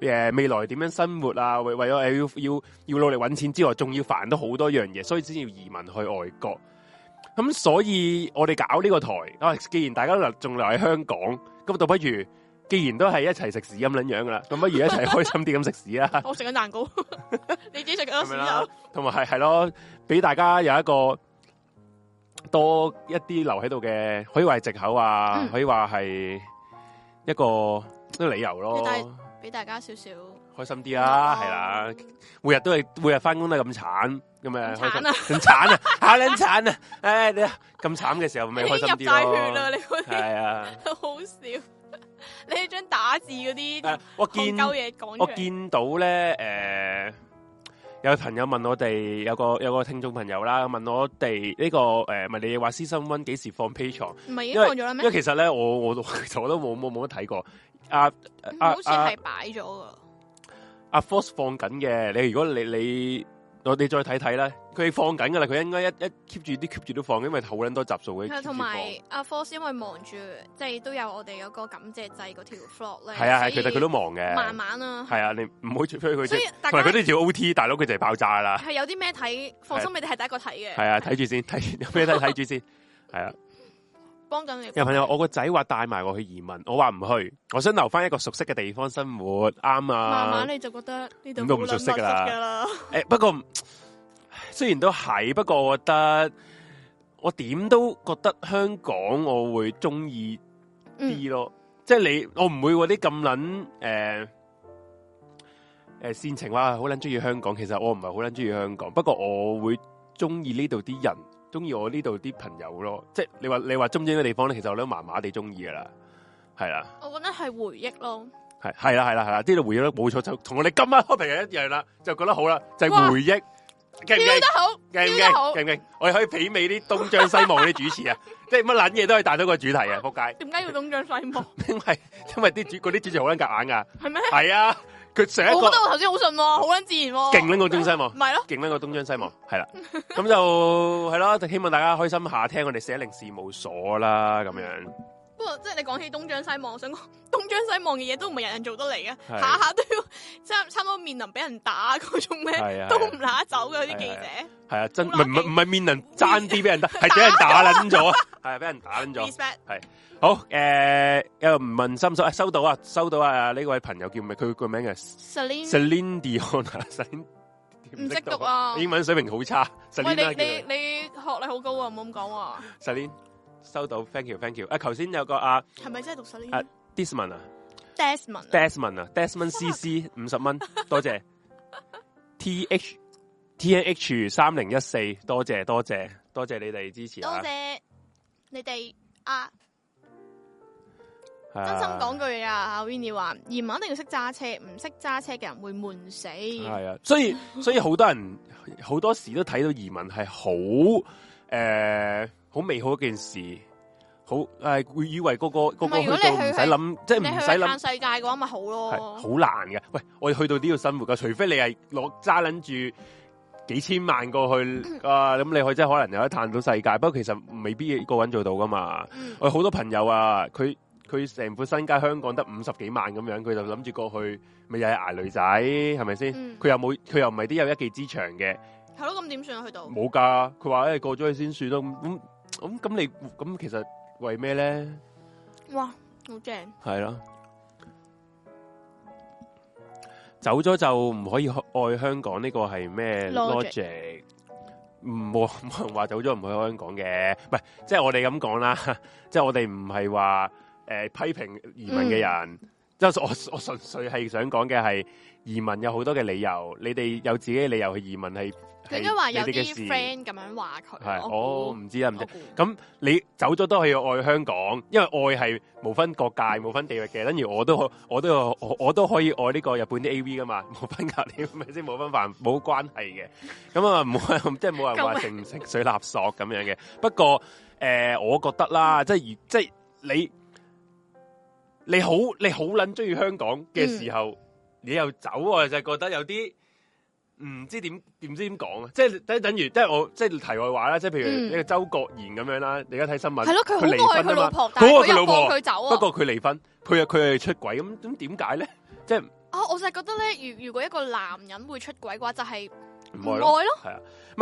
Speaker 2: 诶、呃未來點樣生活啊，為为咗诶要要要努力揾錢之外，仲要煩到好多樣嘢，所以先要移民去外國。咁所以我哋搞呢個台啊，既然大家都留仲留喺香港，咁倒不如既然都係一齊食屎咁撚樣噶啦，咁不如一齊開心啲咁食屎 啦。
Speaker 1: 我食緊蛋糕，你自己食緊多
Speaker 2: 咁
Speaker 1: 少
Speaker 2: 樣啦，同埋係係咯，俾大家有一個多一啲留喺度嘅，可以話係藉口啊，
Speaker 1: 嗯
Speaker 2: 可以話係一個一個理由咯
Speaker 1: 你，帶俾大家少少
Speaker 2: 開心啲啦，
Speaker 1: 哦
Speaker 2: 係啦，每日都係每日翻工都係咁慘，咁
Speaker 1: 咁慘啊
Speaker 2: 咪開心，咁慘啊，下撚慘啊，唉，你咁慘嘅時候咪開心
Speaker 1: 已經入
Speaker 2: 啲
Speaker 1: 晒血啦！
Speaker 2: 咯，
Speaker 1: 你嗰啲
Speaker 2: 係啊，
Speaker 1: 好笑， 你係將打字嗰啲
Speaker 2: 誒啊我
Speaker 1: 戇
Speaker 2: 見。
Speaker 1: 鳩嘢講
Speaker 2: 我
Speaker 1: 出嚟，
Speaker 2: 見到咧，诶、有朋友問我哋，有個有個聽眾朋友啦，問我哋呢、個个诶，咪、你話《私生温》幾時放 P 床？
Speaker 1: 唔係已
Speaker 2: 因
Speaker 1: 經
Speaker 2: 為
Speaker 1: 講咗啦
Speaker 2: 因
Speaker 1: 咩
Speaker 2: 為？其實咧，我我都其實我都冇冇冇乜睇過。阿啊
Speaker 1: 嗯好似係擺咗噶，
Speaker 2: 阿 Force 放緊嘅，你如果你你我哋再睇睇啦。佢放緊噶啦，佢應該一一 keep 住啲 keep 住都放，因為好撚多集數嘅。
Speaker 1: 係啊同埋阿 Force 因為忙住，即係都有我哋嗰個感謝祭嗰條 flog 咧。
Speaker 2: 係啊係，其
Speaker 1: 所以
Speaker 2: 實佢都忙嘅。
Speaker 1: 慢慢啊，
Speaker 2: 係啊，你唔好吹佢
Speaker 1: 所以
Speaker 2: 啫。
Speaker 1: 大
Speaker 2: 同
Speaker 1: 家
Speaker 2: 埋佢都要 O T，大佬佢就係爆炸啦。
Speaker 1: 係有啲咩睇，放心你哋係第一個睇嘅。
Speaker 2: 係啊，睇住先，睇住有 咩睇睇住先。係啊，
Speaker 1: 幫緊你。
Speaker 2: 有朋友，我個仔話帶埋我去移民，我話唔去，我想留翻一個熟悉嘅地方生活，啱啊。
Speaker 1: 慢慢你就覺得呢度
Speaker 2: 咁都唔
Speaker 1: 好撚
Speaker 2: 熟悉㗎啦
Speaker 1: 密㗎啦。
Speaker 2: 诶、不过唉虽然都系，不过我觉得我点都觉得香港我会中意
Speaker 1: 嗯
Speaker 2: 啲咯，即系你我唔会嗰啲咁捻诶诶煽情话好捻中意香港，其实我唔系好捻中意香港，不过我会中意呢度啲人，中意我呢度啲朋友咯，即系你话你话中唔中意呢個地方咧，其实我都麻麻地中意噶啦，系啦。
Speaker 1: 我覺得係回憶咯。
Speaker 2: 系系啦系啦系啦，呢度回憶咯，冇錯，就同我哋今晚開屏一樣啦，就覺得好啦，就係
Speaker 1: 哇
Speaker 2: 回憶，勁唔
Speaker 1: 飆
Speaker 2: 勁？
Speaker 1: 得好，
Speaker 2: 勁
Speaker 1: 飆
Speaker 2: 唔勁
Speaker 1: 得好？。
Speaker 2: 勁唔勁？我哋可以媲美啲東張西望嗰啲主持啊，即係乜撚嘢都可以帶到個主題啊！仆街，
Speaker 1: 點解要東張西望？
Speaker 2: 因為因為啲主嗰啲主持好撚夾硬噶，
Speaker 1: 係咩？
Speaker 2: 係啊，佢上
Speaker 1: 我
Speaker 2: 一
Speaker 1: 覺
Speaker 2: 個
Speaker 1: 得我頭先好順喎，好撚自然喎。
Speaker 2: 勁撚過東西望。
Speaker 1: 唔係咯？
Speaker 2: 勁啦個東張西望，係啦，咁就係啦，就希望大家開心下，聽我哋寫零事務所啦，咁樣
Speaker 1: 不過即係你講起東張西望，我想講 東張西望嘅嘢都唔係人人做得嚟嘅，
Speaker 2: 係
Speaker 1: 下下都要差差唔多面臨俾人打嗰種
Speaker 2: 係
Speaker 1: 咧
Speaker 2: 啊，
Speaker 1: 都唔拿走嘅啲記
Speaker 2: 係
Speaker 1: 者。
Speaker 2: 係啊，真唔
Speaker 1: 好啦
Speaker 2: 係唔係唔係面能爭啲俾人打，係俾人打撚咗啊，係啊俾人打撚咗。
Speaker 1: respect
Speaker 2: 好，诶、有人問心水、啊，收到啊，收到啊，呢位朋友叫咩？佢個名係
Speaker 1: Selin，
Speaker 2: Celine Dion 啊，Celine
Speaker 1: 唔識讀，啊。
Speaker 2: 英文水平好差。
Speaker 1: 喂，
Speaker 2: 啊 Celine
Speaker 1: 你
Speaker 2: 啦叫
Speaker 1: 你
Speaker 2: 佢
Speaker 1: 你學歷好高啊，唔好咁講喎。
Speaker 2: ，Celine 收到，thank you，thank you。啊，頭先有個啊
Speaker 1: 係咪真係讀
Speaker 2: 啊
Speaker 1: Selin？Desmond
Speaker 2: Desmond 啊
Speaker 1: Desmond 啊
Speaker 2: ，Desmond 啊，Desmond CC 五十蚊，多謝 T H T N H 三零一四，多謝多謝多謝你哋支持
Speaker 1: 多
Speaker 2: 啊！
Speaker 1: 謝你哋啊！
Speaker 2: 真
Speaker 1: 真心講句啊，阿 Winnie 話：移民一定要識揸車，唔識揸車嘅人會悶死。
Speaker 2: 系啊， 所以所以好多人好多時都睇到移民係好诶好美好一件事，好诶會以為嗰、個嗰、個
Speaker 1: 唔係如果
Speaker 2: 去到
Speaker 1: 你去
Speaker 2: 唔使諗，即係
Speaker 1: 你
Speaker 2: 唔
Speaker 1: 去
Speaker 2: 使諗
Speaker 1: 嘆世界嘅話，咪好
Speaker 2: 係
Speaker 1: 咯。
Speaker 2: 好難嘅。喂，我哋去到呢度生活噶，除非你係攞揸撚住幾千萬過去
Speaker 1: 嗯
Speaker 2: 啊，咁你去真係可能有得探到世界。不過其實未必個人做到噶嘛。
Speaker 1: 嗯，
Speaker 2: 我好多朋友啊，佢佢成副身家香港得五十幾萬咁樣，佢就諗住過去，咪又係捱女仔，係咪先？
Speaker 1: 嗯
Speaker 2: 佢又冇，佢又唔係啲有一技之長嘅，
Speaker 1: 係咯，咁點算啊？去到
Speaker 2: 冇噶。佢話誒過咗去先算咯。咁咁咁咁你咁其實為咩咧？
Speaker 1: 哇，好正！
Speaker 2: 係咯，走咗就唔可以愛香港呢個係咩
Speaker 1: Logic
Speaker 2: logic？唔冇 冇人話走咗唔可以愛香港嘅，唔係即係我哋咁講啦， 即係我哋唔係話誒批評移民
Speaker 1: 嗯
Speaker 2: 嘅人，即係、我我純粹係想講嘅係移民有好多嘅理由，你哋有自己嘅理由去移民係
Speaker 1: 佢
Speaker 2: 係
Speaker 1: 應該話有
Speaker 2: 你哋嘅
Speaker 1: 啲
Speaker 2: 事
Speaker 1: friend 咁樣話佢。
Speaker 2: 係
Speaker 1: 我
Speaker 2: 我
Speaker 1: 估
Speaker 2: 唔知啊唔知
Speaker 1: 我。估
Speaker 2: 咁你走咗都係要愛香港，因為愛係無分國界、無分地域嘅。等於我都可我都有我我都可以愛呢個日本啲 A V 噶嘛， 冇分隔離，咪先冇分範冇關係嘅。咁啊，冇人 即係冇人話
Speaker 1: 救
Speaker 2: 成成水垃圾咁樣嘅。不過誒、呃我覺得啦，即係如即係你你好你好撚中意香港嘅時候，你又走，我就覺得有啲。唔知點點知點講啊！即係等等於即係我即係題外話啦，即係譬如
Speaker 1: 嗯
Speaker 2: 呢個周國賢咁樣啦，你而家睇新聞
Speaker 1: 係咯，佢好
Speaker 2: 離
Speaker 1: 愛
Speaker 2: 婚
Speaker 1: 佢
Speaker 2: 啊
Speaker 1: 老
Speaker 2: 嘛，
Speaker 1: 婆，但係
Speaker 2: 好愛
Speaker 1: 佢
Speaker 2: 佢
Speaker 1: 又
Speaker 2: 老
Speaker 1: 放
Speaker 2: 婆，
Speaker 1: 佢走
Speaker 2: 不
Speaker 1: 啊。
Speaker 2: 過佢離婚，佢又佢係出軌咁，咁點解咧？即係
Speaker 1: 啊，我就係覺得咧，如如果一個男人會出軌嘅話，就係
Speaker 2: 唔
Speaker 1: 唔
Speaker 2: 愛
Speaker 1: 愛
Speaker 2: 咯。
Speaker 1: 咯。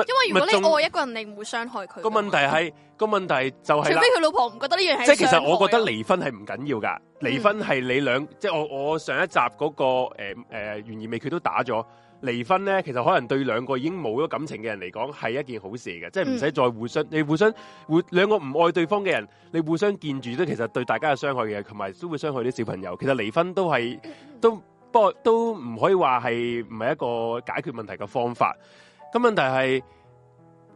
Speaker 1: 因為如果你愛一個人，你唔會傷害佢㗎嘛。
Speaker 2: 個問題係個問題就
Speaker 1: 除
Speaker 2: 係
Speaker 1: 非
Speaker 2: 啦，
Speaker 1: 佢老婆唔覺得呢樣係
Speaker 2: 即係其
Speaker 1: 傷
Speaker 2: 實
Speaker 1: 害
Speaker 2: 我覺得
Speaker 1: 啊
Speaker 2: 離婚係唔緊要噶，離婚係你兩即係我我上一集嗰、個誒誒懸而未決都打咗。離婚咧，其實可能對兩個已經冇咗感情嘅人嚟講係一件好事嘅，即係唔使再互相，你互相互兩個唔愛對方嘅人，你互相見住都其實對大家有傷害嘅，同埋都會傷害啲小朋友。其實離婚都係都不過都唔可以話係唔係一個解決問題嘅方法。咁問題係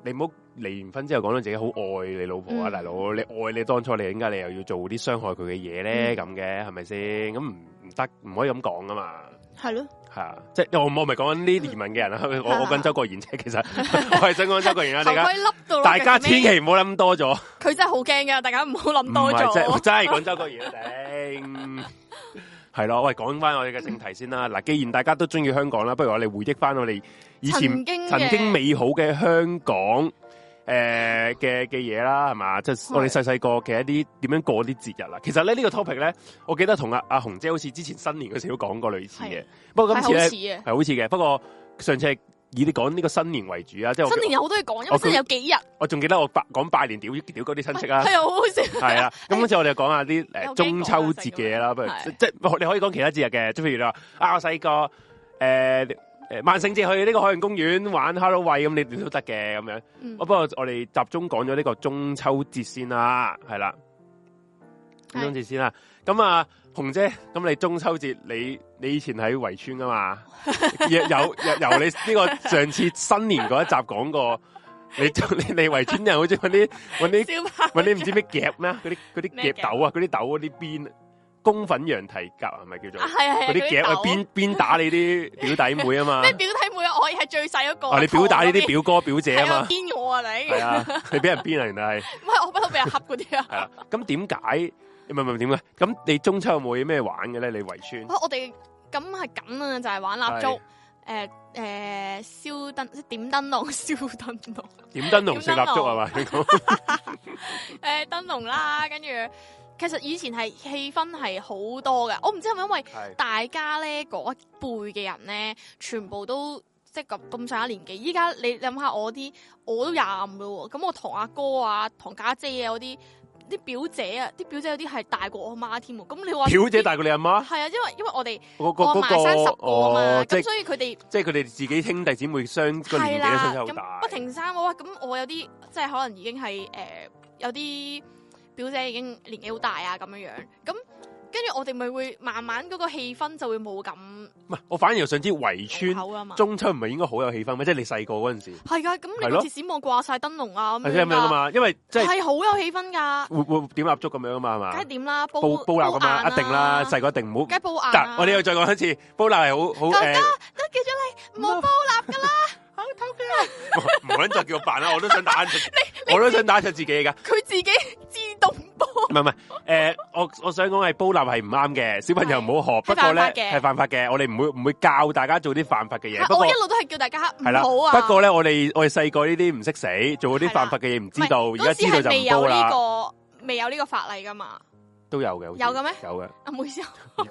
Speaker 2: 你唔好離完婚之後講到自己好愛你老婆啊，
Speaker 1: 嗯
Speaker 2: 大佬，你愛你當初你點解你又要做啲傷害佢嘅嘢咧？
Speaker 1: 嗯
Speaker 2: 咁嘅係咪先？咁唔唔得，唔可以咁講噶嘛。
Speaker 1: 係咯。
Speaker 2: 係啊，即係我我唔係講緊呢移民嘅 人啊，我我講周國賢啫，其實我係想講周國賢啊，
Speaker 1: 頭
Speaker 2: 大家
Speaker 1: 盔笠到咯
Speaker 2: 大家
Speaker 1: 其實
Speaker 2: 千
Speaker 1: 咩
Speaker 2: 祈唔好諗多咗，
Speaker 1: 佢真係好驚㗎，大家唔好
Speaker 2: 唔
Speaker 1: 諗多
Speaker 2: 係即係
Speaker 1: 咗
Speaker 2: 我。真係講周國賢啊，頂係咯，喂，講翻我哋嘅正題先啦。嗱，既然大家都中意香港啦，不如我哋回憶翻我哋以前
Speaker 1: 曾經嘅
Speaker 2: 曾經美好嘅香港诶嘅嘅嘢啦，係嘛？即係我哋細細個嘅一啲點樣過啲節日啦。其實咧呢、呢個 topic 咧，我記得同阿阿紅姐好似之前新年嗰時都講過類似嘅
Speaker 1: 係，
Speaker 2: 不過今次
Speaker 1: 係好
Speaker 2: 咧
Speaker 1: 似嘅
Speaker 2: 係好似嘅，不過上次係以你講呢個新年為主啊，即係我
Speaker 1: 新年有好多嘢講，因
Speaker 2: 我
Speaker 1: 為新年有幾日，
Speaker 2: 我仲記得我拜講拜年屌屌嗰啲親戚啊。
Speaker 1: 係啊，好好笑。
Speaker 2: 系 啦，咁跟住我哋講下啲诶
Speaker 1: 有
Speaker 2: 中
Speaker 1: 經
Speaker 2: 秋
Speaker 1: 過啦
Speaker 2: 節嘅嘢啦，不如
Speaker 1: 細個
Speaker 2: 即即你可以講其他節日嘅，即譬如你話啊，我細個诶诶萬聖節去呢個海洋公園玩 Halloween 咁，你哋都得嘅咁樣。
Speaker 1: 嗯
Speaker 2: 不過我哋集中講咗呢個中秋節先啦，係啦，中
Speaker 1: 係
Speaker 2: 秋節先啦。咁啊，紅姐，咁你中秋節你你以前喺圍村噶 嘛？由由由你呢個上次新年嗰一集講過，你 你你圍村人好似搵啲搵啲。
Speaker 1: 小朋友
Speaker 2: 搵啲唔知咩夾咩啊，嗰啲嗰
Speaker 1: 咩
Speaker 2: 啲夾
Speaker 1: 夾
Speaker 2: 豆啊，嗰啲豆嗰啲邊公粉羊蹄甲係咪叫做
Speaker 1: 啊，？係係
Speaker 2: 嗰啲夾
Speaker 1: 啊
Speaker 2: 啊，邊邊打 你啲表弟妹啊嘛
Speaker 1: 咩，表弟妹啊，我係最細嗰個。
Speaker 2: 啊你表打呢啲
Speaker 1: 堂
Speaker 2: 表哥表
Speaker 1: 嗰
Speaker 2: 姐
Speaker 1: 邊
Speaker 2: 啊嘛，
Speaker 1: 係啊邊我啊你？
Speaker 2: 係啊，你俾人邊啊，原來係
Speaker 1: 唔係我不嬲俾人恰嗰啲啊。
Speaker 2: 係啦。咁點解？唔係唔係點解？咁你中秋有冇咩玩嘅咧？你圍村
Speaker 1: 我我哋咁係咁啊，就係玩蠟燭，誒誒燒燈，即係點燈籠、 燒燈籠。
Speaker 2: 點燈籠食蠟燭係嘛？你 講
Speaker 1: 誒燈籠啦，跟住其實以前係氣氛係好多嘅，我唔知係咪因為
Speaker 2: 係
Speaker 1: 大家咧嗰一輩嘅人咧，全部都即係咁咁上下年紀。依家你諗下我啲，我都廿五咯喎，咁我堂阿哥啊、堂家姐啊嗰啲。啲表姐啊，啲表姐有啲係大過我媽添喎，咁你話
Speaker 2: 表姐大過你阿媽，
Speaker 1: 係啊，因為因為我哋
Speaker 2: 嗰個
Speaker 1: 我
Speaker 2: 嗰
Speaker 1: 埋生十
Speaker 2: 個
Speaker 1: 個啊嘛，
Speaker 2: 哦，即
Speaker 1: 咁
Speaker 2: 係
Speaker 1: 所以佢哋
Speaker 2: 即係佢哋自己兄弟姊妹相個
Speaker 1: 係
Speaker 2: 年紀都
Speaker 1: 啦
Speaker 2: 相，差好
Speaker 1: 咁
Speaker 2: 大，
Speaker 1: 不停生我哇，咁我有啲即係可能已經係诶、呃有啲表姐已經年紀好大啊咁樣樣，咁跟住我哋咪會慢慢嗰個氣氛就會冇咁
Speaker 2: 唔係，我反而又想知圍村
Speaker 1: 濃。厚啊嘛。
Speaker 2: 中秋唔係應該好有氣氛咩？即係你細個嗰陣時
Speaker 1: 係㗎，咁
Speaker 2: 係
Speaker 1: 你
Speaker 2: 咯
Speaker 1: 好似閃網掛晒燈籠啊咁
Speaker 2: 係即係咁
Speaker 1: 樣
Speaker 2: 樣啊
Speaker 1: 㗎，
Speaker 2: 嘛，因為即係
Speaker 1: 係好有氣氛㗎，
Speaker 2: 會會點蠟燭咁樣啊嘛，係
Speaker 1: 梗係
Speaker 2: 嘛？
Speaker 1: 點啦，煲
Speaker 2: 煲煲
Speaker 1: 煲
Speaker 2: 蠟咁嘛，
Speaker 1: 眼啊
Speaker 2: 一定啦，細個一定唔好。
Speaker 1: 梗係煲硬
Speaker 2: 但
Speaker 1: 啊。
Speaker 2: 我哋又再講一次，煲蠟係好好
Speaker 1: 大
Speaker 2: 誒，
Speaker 1: 得記咗你，冇煲
Speaker 2: 唔 唔好再叫我扮啦，我都想 打一隻，我都想打一隻自己㗎。
Speaker 1: 佢自己自動煲。
Speaker 2: 唔係唔係，誒，我我想講係煲蠟係唔啱嘅，小朋友唔好學。不
Speaker 1: 係
Speaker 2: 過
Speaker 1: 犯
Speaker 2: 咧
Speaker 1: 法嘅
Speaker 2: 係犯法嘅，我哋唔會唔會教大家做啲犯法嘅嘢。不
Speaker 1: 我
Speaker 2: 過
Speaker 1: 一路都係叫大家唔
Speaker 2: 係啦，
Speaker 1: 好啊。
Speaker 2: 不過咧，我哋我哋細個呢啲唔識死，做嗰啲
Speaker 1: 係啦
Speaker 2: 犯法嘅嘢唔
Speaker 1: 唔
Speaker 2: 知
Speaker 1: 係
Speaker 2: 道，而家
Speaker 1: 嗰時
Speaker 2: 知道
Speaker 1: 係
Speaker 2: 就
Speaker 1: 未
Speaker 2: 唔
Speaker 1: 有
Speaker 2: 煲
Speaker 1: 呢
Speaker 2: 啦。
Speaker 1: 個未有呢個法例㗎嘛？
Speaker 2: 都有嘅，好似
Speaker 1: 有嘅咩
Speaker 2: 有嘅。
Speaker 1: 啊，唔好意思，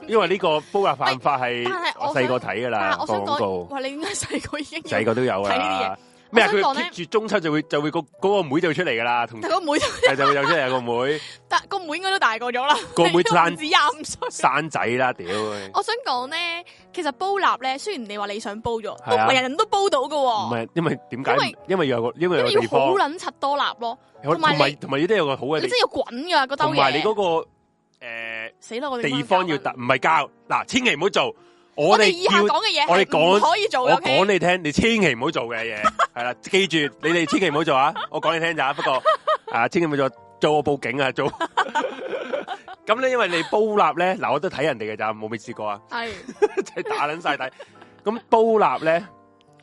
Speaker 2: 因为呢个煲蠟犯法系
Speaker 1: 但係
Speaker 2: 我
Speaker 1: 我想
Speaker 2: 细个睇噶
Speaker 1: 但
Speaker 2: 啦，
Speaker 1: 係啊我想
Speaker 2: 廣
Speaker 1: 講，
Speaker 2: 告
Speaker 1: 哇！你應該細個已經
Speaker 2: 细
Speaker 1: 有，
Speaker 2: 个都有
Speaker 1: 睇呢啲
Speaker 2: 啦
Speaker 1: 嘢。
Speaker 2: 咩啊？
Speaker 1: 我想
Speaker 2: 佢
Speaker 1: 講呢
Speaker 2: keep 住中秋就會就會個嗰個妹就會出嚟噶啦， 同
Speaker 1: 但個妹
Speaker 2: 係就會有出嚟有個妹
Speaker 1: 但個妹應該都大個咗啦，
Speaker 2: 個妹
Speaker 1: 都唔
Speaker 2: 生
Speaker 1: 止廿五歲。
Speaker 2: 生仔啦，屌！唔
Speaker 1: 我想講咧，其實煲蠟咧，雖然你話你想煲咗，
Speaker 2: 係啊
Speaker 1: 都人人都煲到㗎喎，
Speaker 2: 係因為點解
Speaker 1: 因為？
Speaker 2: 因為有個因為
Speaker 1: 因為
Speaker 2: 有個
Speaker 1: 要
Speaker 2: 地
Speaker 1: 好
Speaker 2: 方，
Speaker 1: 撚柒多蠟咯，
Speaker 2: 同
Speaker 1: 同埋
Speaker 2: 埋
Speaker 1: 你
Speaker 2: 同埋呢啲有個好嘅
Speaker 1: 你
Speaker 2: 地
Speaker 1: 真，係要滾㗎嗰兜
Speaker 2: 同埋你
Speaker 1: 嘢。
Speaker 2: 嗰個诶
Speaker 1: 死啦！我哋
Speaker 2: 地方要
Speaker 1: 突
Speaker 2: 特，唔係教嗱，千祈唔好做。我
Speaker 1: 我
Speaker 2: 哋
Speaker 1: 哋以下
Speaker 2: 要
Speaker 1: 講嘅嘢
Speaker 2: 我哋
Speaker 1: 係唔
Speaker 2: 講
Speaker 1: 可以做
Speaker 2: 我
Speaker 1: 嘅。
Speaker 2: 講
Speaker 1: OK？
Speaker 2: 你聽，你千祈唔好做嘅 嘢，係啦，記住你哋千祈唔好做啊！我講你聽咋，不過啊，千祈唔好做，做我報警啊，做。 咁咧，因為你煲蠟咧，嗱，我都睇人哋嘅咋，冇未試過啊，
Speaker 1: 係
Speaker 2: 即係打撚晒底。咁煲蠟咧，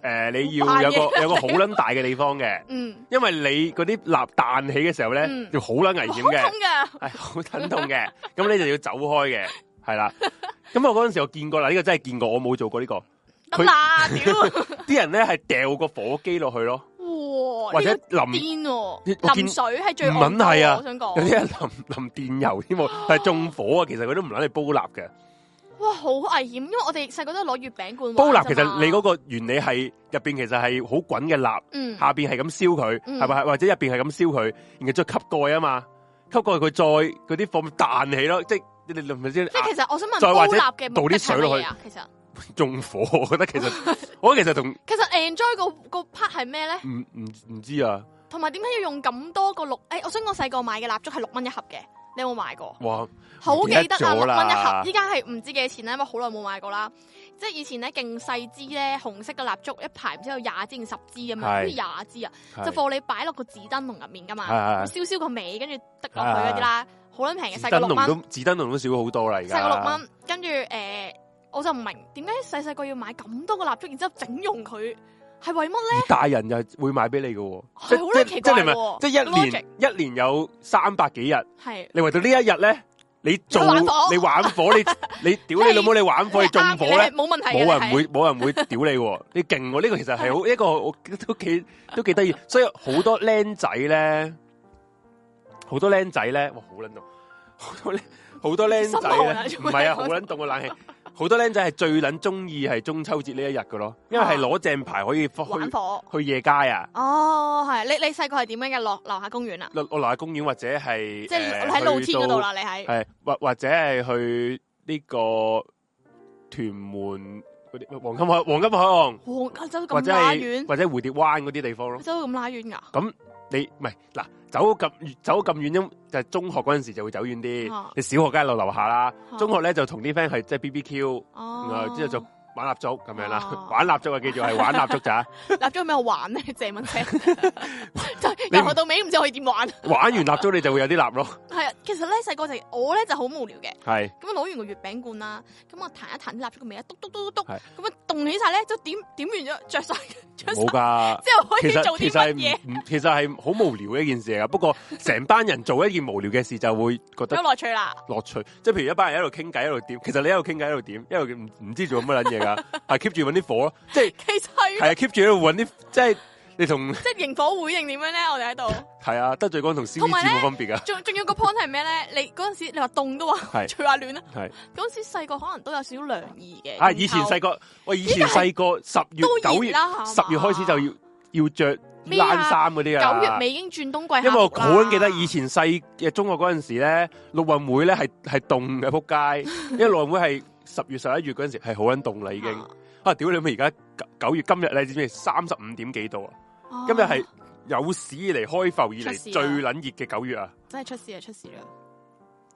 Speaker 2: 诶、你要有個有個好撚大嘅地方嘅，
Speaker 1: 嗯，
Speaker 2: 因為你嗰啲蠟彈起嘅時候咧，
Speaker 1: 嗯
Speaker 2: 要好撚危
Speaker 1: 好
Speaker 2: 險
Speaker 1: 痛
Speaker 2: 嘅。
Speaker 1: 㗎，
Speaker 2: 系好疼痛嘅，咁你就要走開嘅，係啦。咁我嗰阵时我見過啦，呢、個真係見過，我冇做過呢、個。
Speaker 1: 得啦，屌！
Speaker 2: 啲人咧係掉個火機落去咯，
Speaker 1: 哇！
Speaker 2: 或者
Speaker 1: 呢個
Speaker 2: 淋
Speaker 1: 癲
Speaker 2: 呢我
Speaker 1: 喎，
Speaker 2: 見
Speaker 1: 淋水係最
Speaker 2: 唔
Speaker 1: 戇鳩
Speaker 2: 撚係啊
Speaker 1: 我想
Speaker 2: 有啲
Speaker 1: 講，
Speaker 2: 人淋淋電油添喎，但係縱火啊，其實佢都唔撚係煲蠟嘅。
Speaker 1: 哇，好危險，因為我哋細個都係攞月餅罐玩
Speaker 2: 煲蠟
Speaker 1: 啫
Speaker 2: 其
Speaker 1: 嘛
Speaker 2: 實你嗰個原理係入邊其實係好滾嘅蠟，
Speaker 1: 嗯
Speaker 2: 下邊係咁燒佢，
Speaker 1: 嗯
Speaker 2: 係咪、或者入邊係咁燒佢，然後再吸蓋啊嘛，吸蓋佢再嗰啲火咪彈起咯，即係你你咪知
Speaker 1: 即係其實我想問
Speaker 2: 再
Speaker 1: 煲
Speaker 2: 或者
Speaker 1: 蠟嘅目的係
Speaker 2: 倒啲水落
Speaker 1: 乜
Speaker 2: 去
Speaker 1: 嘢啊？其實
Speaker 2: 縱 火，我覺得其實我覺得其實同
Speaker 1: 其實 enjoy 個個 part 係咩咧？
Speaker 2: 唔唔唔知啊，
Speaker 1: 同埋點解要用咁多個六？誒，我想我細個買嘅蠟燭係六蚊一盒嘅，你有冇買過？
Speaker 2: 哇！
Speaker 1: 好
Speaker 2: 唔記
Speaker 1: 記
Speaker 2: 得
Speaker 1: 得
Speaker 2: 咗
Speaker 1: 啊，六蚊一
Speaker 2: 啦
Speaker 1: 盒，依家係唔知幾多錢啦，因為好耐冇買過啦。即係以前咧勁細支咧紅色嘅蠟燭，一排唔知有廿支定十支咁樣，好
Speaker 2: 係
Speaker 1: 似廿支啊，
Speaker 2: 係
Speaker 1: 就放你擺落個紙燈籠入面噶嘛。
Speaker 2: 係係
Speaker 1: 燒燒個尾，跟住滴落去嗰啲啦，好撚平嘅，
Speaker 2: 係，
Speaker 1: 細
Speaker 2: 紙
Speaker 1: 個
Speaker 2: 燈
Speaker 1: 六
Speaker 2: 籠都
Speaker 1: 蚊，
Speaker 2: 紙燈籠都少好多啦，而家
Speaker 1: 細個六蚊，跟住誒，我就唔明點解細細個要買咁多個蠟燭，然之後整容佢係為乜咧？
Speaker 2: 而大人又會買俾你嘅喎，
Speaker 1: 係好撚
Speaker 2: 即
Speaker 1: 奇
Speaker 2: 即
Speaker 1: 怪
Speaker 2: 你明
Speaker 1: 喎
Speaker 2: 即係一
Speaker 1: logic
Speaker 2: 年一年有三百幾日。
Speaker 1: 係
Speaker 2: 你為到呢一日咧，你做
Speaker 1: 你玩火
Speaker 2: 你玩火， 你你屌你老母，你玩火你縱火咧，
Speaker 1: 冇问题嘅，
Speaker 2: 冇人
Speaker 1: 你係
Speaker 2: 會冇人會屌你喎，你勁喎！呢個其實係好一個我都幾都幾得意，所以好多僆仔咧，好多僆仔咧，哇好撚凍，好多僆好多僆仔
Speaker 1: 心寒啊
Speaker 2: 咧，唔
Speaker 1: 做咩
Speaker 2: 係啊，好撚凍個冷氣，好多僆仔係最撚中意係中秋節呢一日嘅咯，因為係攞正牌可以
Speaker 1: 玩
Speaker 2: 去
Speaker 1: 火。
Speaker 2: 去夜街啊，
Speaker 1: 哦，係你你細個係點樣嘅？落樓下公園啊，
Speaker 2: 落我樓下公園或者係
Speaker 1: 即係
Speaker 2: 呃
Speaker 1: 喺露
Speaker 2: 去
Speaker 1: 天嗰度
Speaker 2: 到
Speaker 1: 啦，你係
Speaker 2: 系或或者係去呢個屯門嗰啲黃金海黃金海岸，
Speaker 1: 哇，走
Speaker 2: 或
Speaker 1: 咁
Speaker 2: 者
Speaker 1: 拉
Speaker 2: 係
Speaker 1: 遠，
Speaker 2: 或者蝴蝶灣嗰啲地方咯。
Speaker 1: 走咁拉遠㗎。
Speaker 2: 你唔係嗱，走咁走咁遠，因就係中學嗰陣時就會走遠啲。
Speaker 1: 啊
Speaker 2: 你小學梗係落樓下啦，
Speaker 1: 啊
Speaker 2: 中學咧就同啲 friend 係即係 BBQ，然
Speaker 1: 哦
Speaker 2: 後之後就玩蠟燭咁樣啦。
Speaker 1: 啊
Speaker 2: 玩蠟燭啊，記住係玩蠟 燭咋。
Speaker 1: 立咗有咩玩 咧？借問車，
Speaker 2: 你
Speaker 1: 由
Speaker 2: 唔
Speaker 1: 頭到尾都唔知可以點玩。
Speaker 2: 玩完蠟燭你就會有啲蠟咯。
Speaker 1: 係啊，其實咧細個就我咧就好無聊嘅，
Speaker 2: 係
Speaker 1: 咁啊我攞完個月餅罐啦，咁我彈一彈啲蠟燭個尾啊，篤篤篤篤篤，
Speaker 2: 係
Speaker 1: 咁啊動起晒咧，就點點完咗着晒，着晒
Speaker 2: 冇㗎。
Speaker 1: 之 後可
Speaker 2: 其
Speaker 1: 以
Speaker 2: 實
Speaker 1: 做
Speaker 2: 其
Speaker 1: 啲
Speaker 2: 實係
Speaker 1: 乜
Speaker 2: 唔
Speaker 1: 嘢？
Speaker 2: 唔其實係好無聊嘅一件事嚟啊噶。不過成班人做一件無聊嘅事就會覺得
Speaker 1: 有樂趣啦，
Speaker 2: 樂趣，即係譬如一班人喺度傾偈，喺度點，其實你喺度傾偈，喺度點，一路唔唔知做乜撚嘢 㗎，係 keep 住搵啲火咯，即係
Speaker 1: 其實係
Speaker 2: 係啊 keep 住喺度搵啲，即係你同
Speaker 1: 即係營火會定點樣咧？我哋喺度，
Speaker 2: 係啊得罪光同燒
Speaker 1: 同
Speaker 2: 衣
Speaker 1: 埋
Speaker 2: 紙
Speaker 1: 呢
Speaker 2: 冇分別㗎，
Speaker 1: 仲仲有個 point 係咩咧？你嗰陣時你話凍都話
Speaker 2: 係
Speaker 1: 除下暖啦，
Speaker 2: 係
Speaker 1: 嗰陣時細個可能都有少少涼意嘅。
Speaker 2: 啊
Speaker 1: 然後
Speaker 2: 以前細個，我以前細個十月
Speaker 1: 都
Speaker 2: 九月
Speaker 1: 熱啦，
Speaker 2: 十月開始就
Speaker 1: 要
Speaker 2: 要要着
Speaker 1: 咩啊
Speaker 2: 冷衫嗰啲
Speaker 1: 九
Speaker 2: 啊，
Speaker 1: 月尾已經轉冬季，
Speaker 2: 因為我好撚記得以。前細嘅中學嗰陣時咧，陸運會咧係係凍嘅 仆街，因為陸運會係十月十一月嗰陣時係好撚凍啦已經。啊！屌你咪而家九九月今日你知唔知三十五點幾度啊？
Speaker 1: 啊
Speaker 2: 今日係有史以嚟開埠以
Speaker 1: 出
Speaker 2: 嚟
Speaker 1: 事啊
Speaker 2: 最
Speaker 1: 啦
Speaker 2: 撚熱嘅九月啊！
Speaker 1: 真係出事啊！出事啦！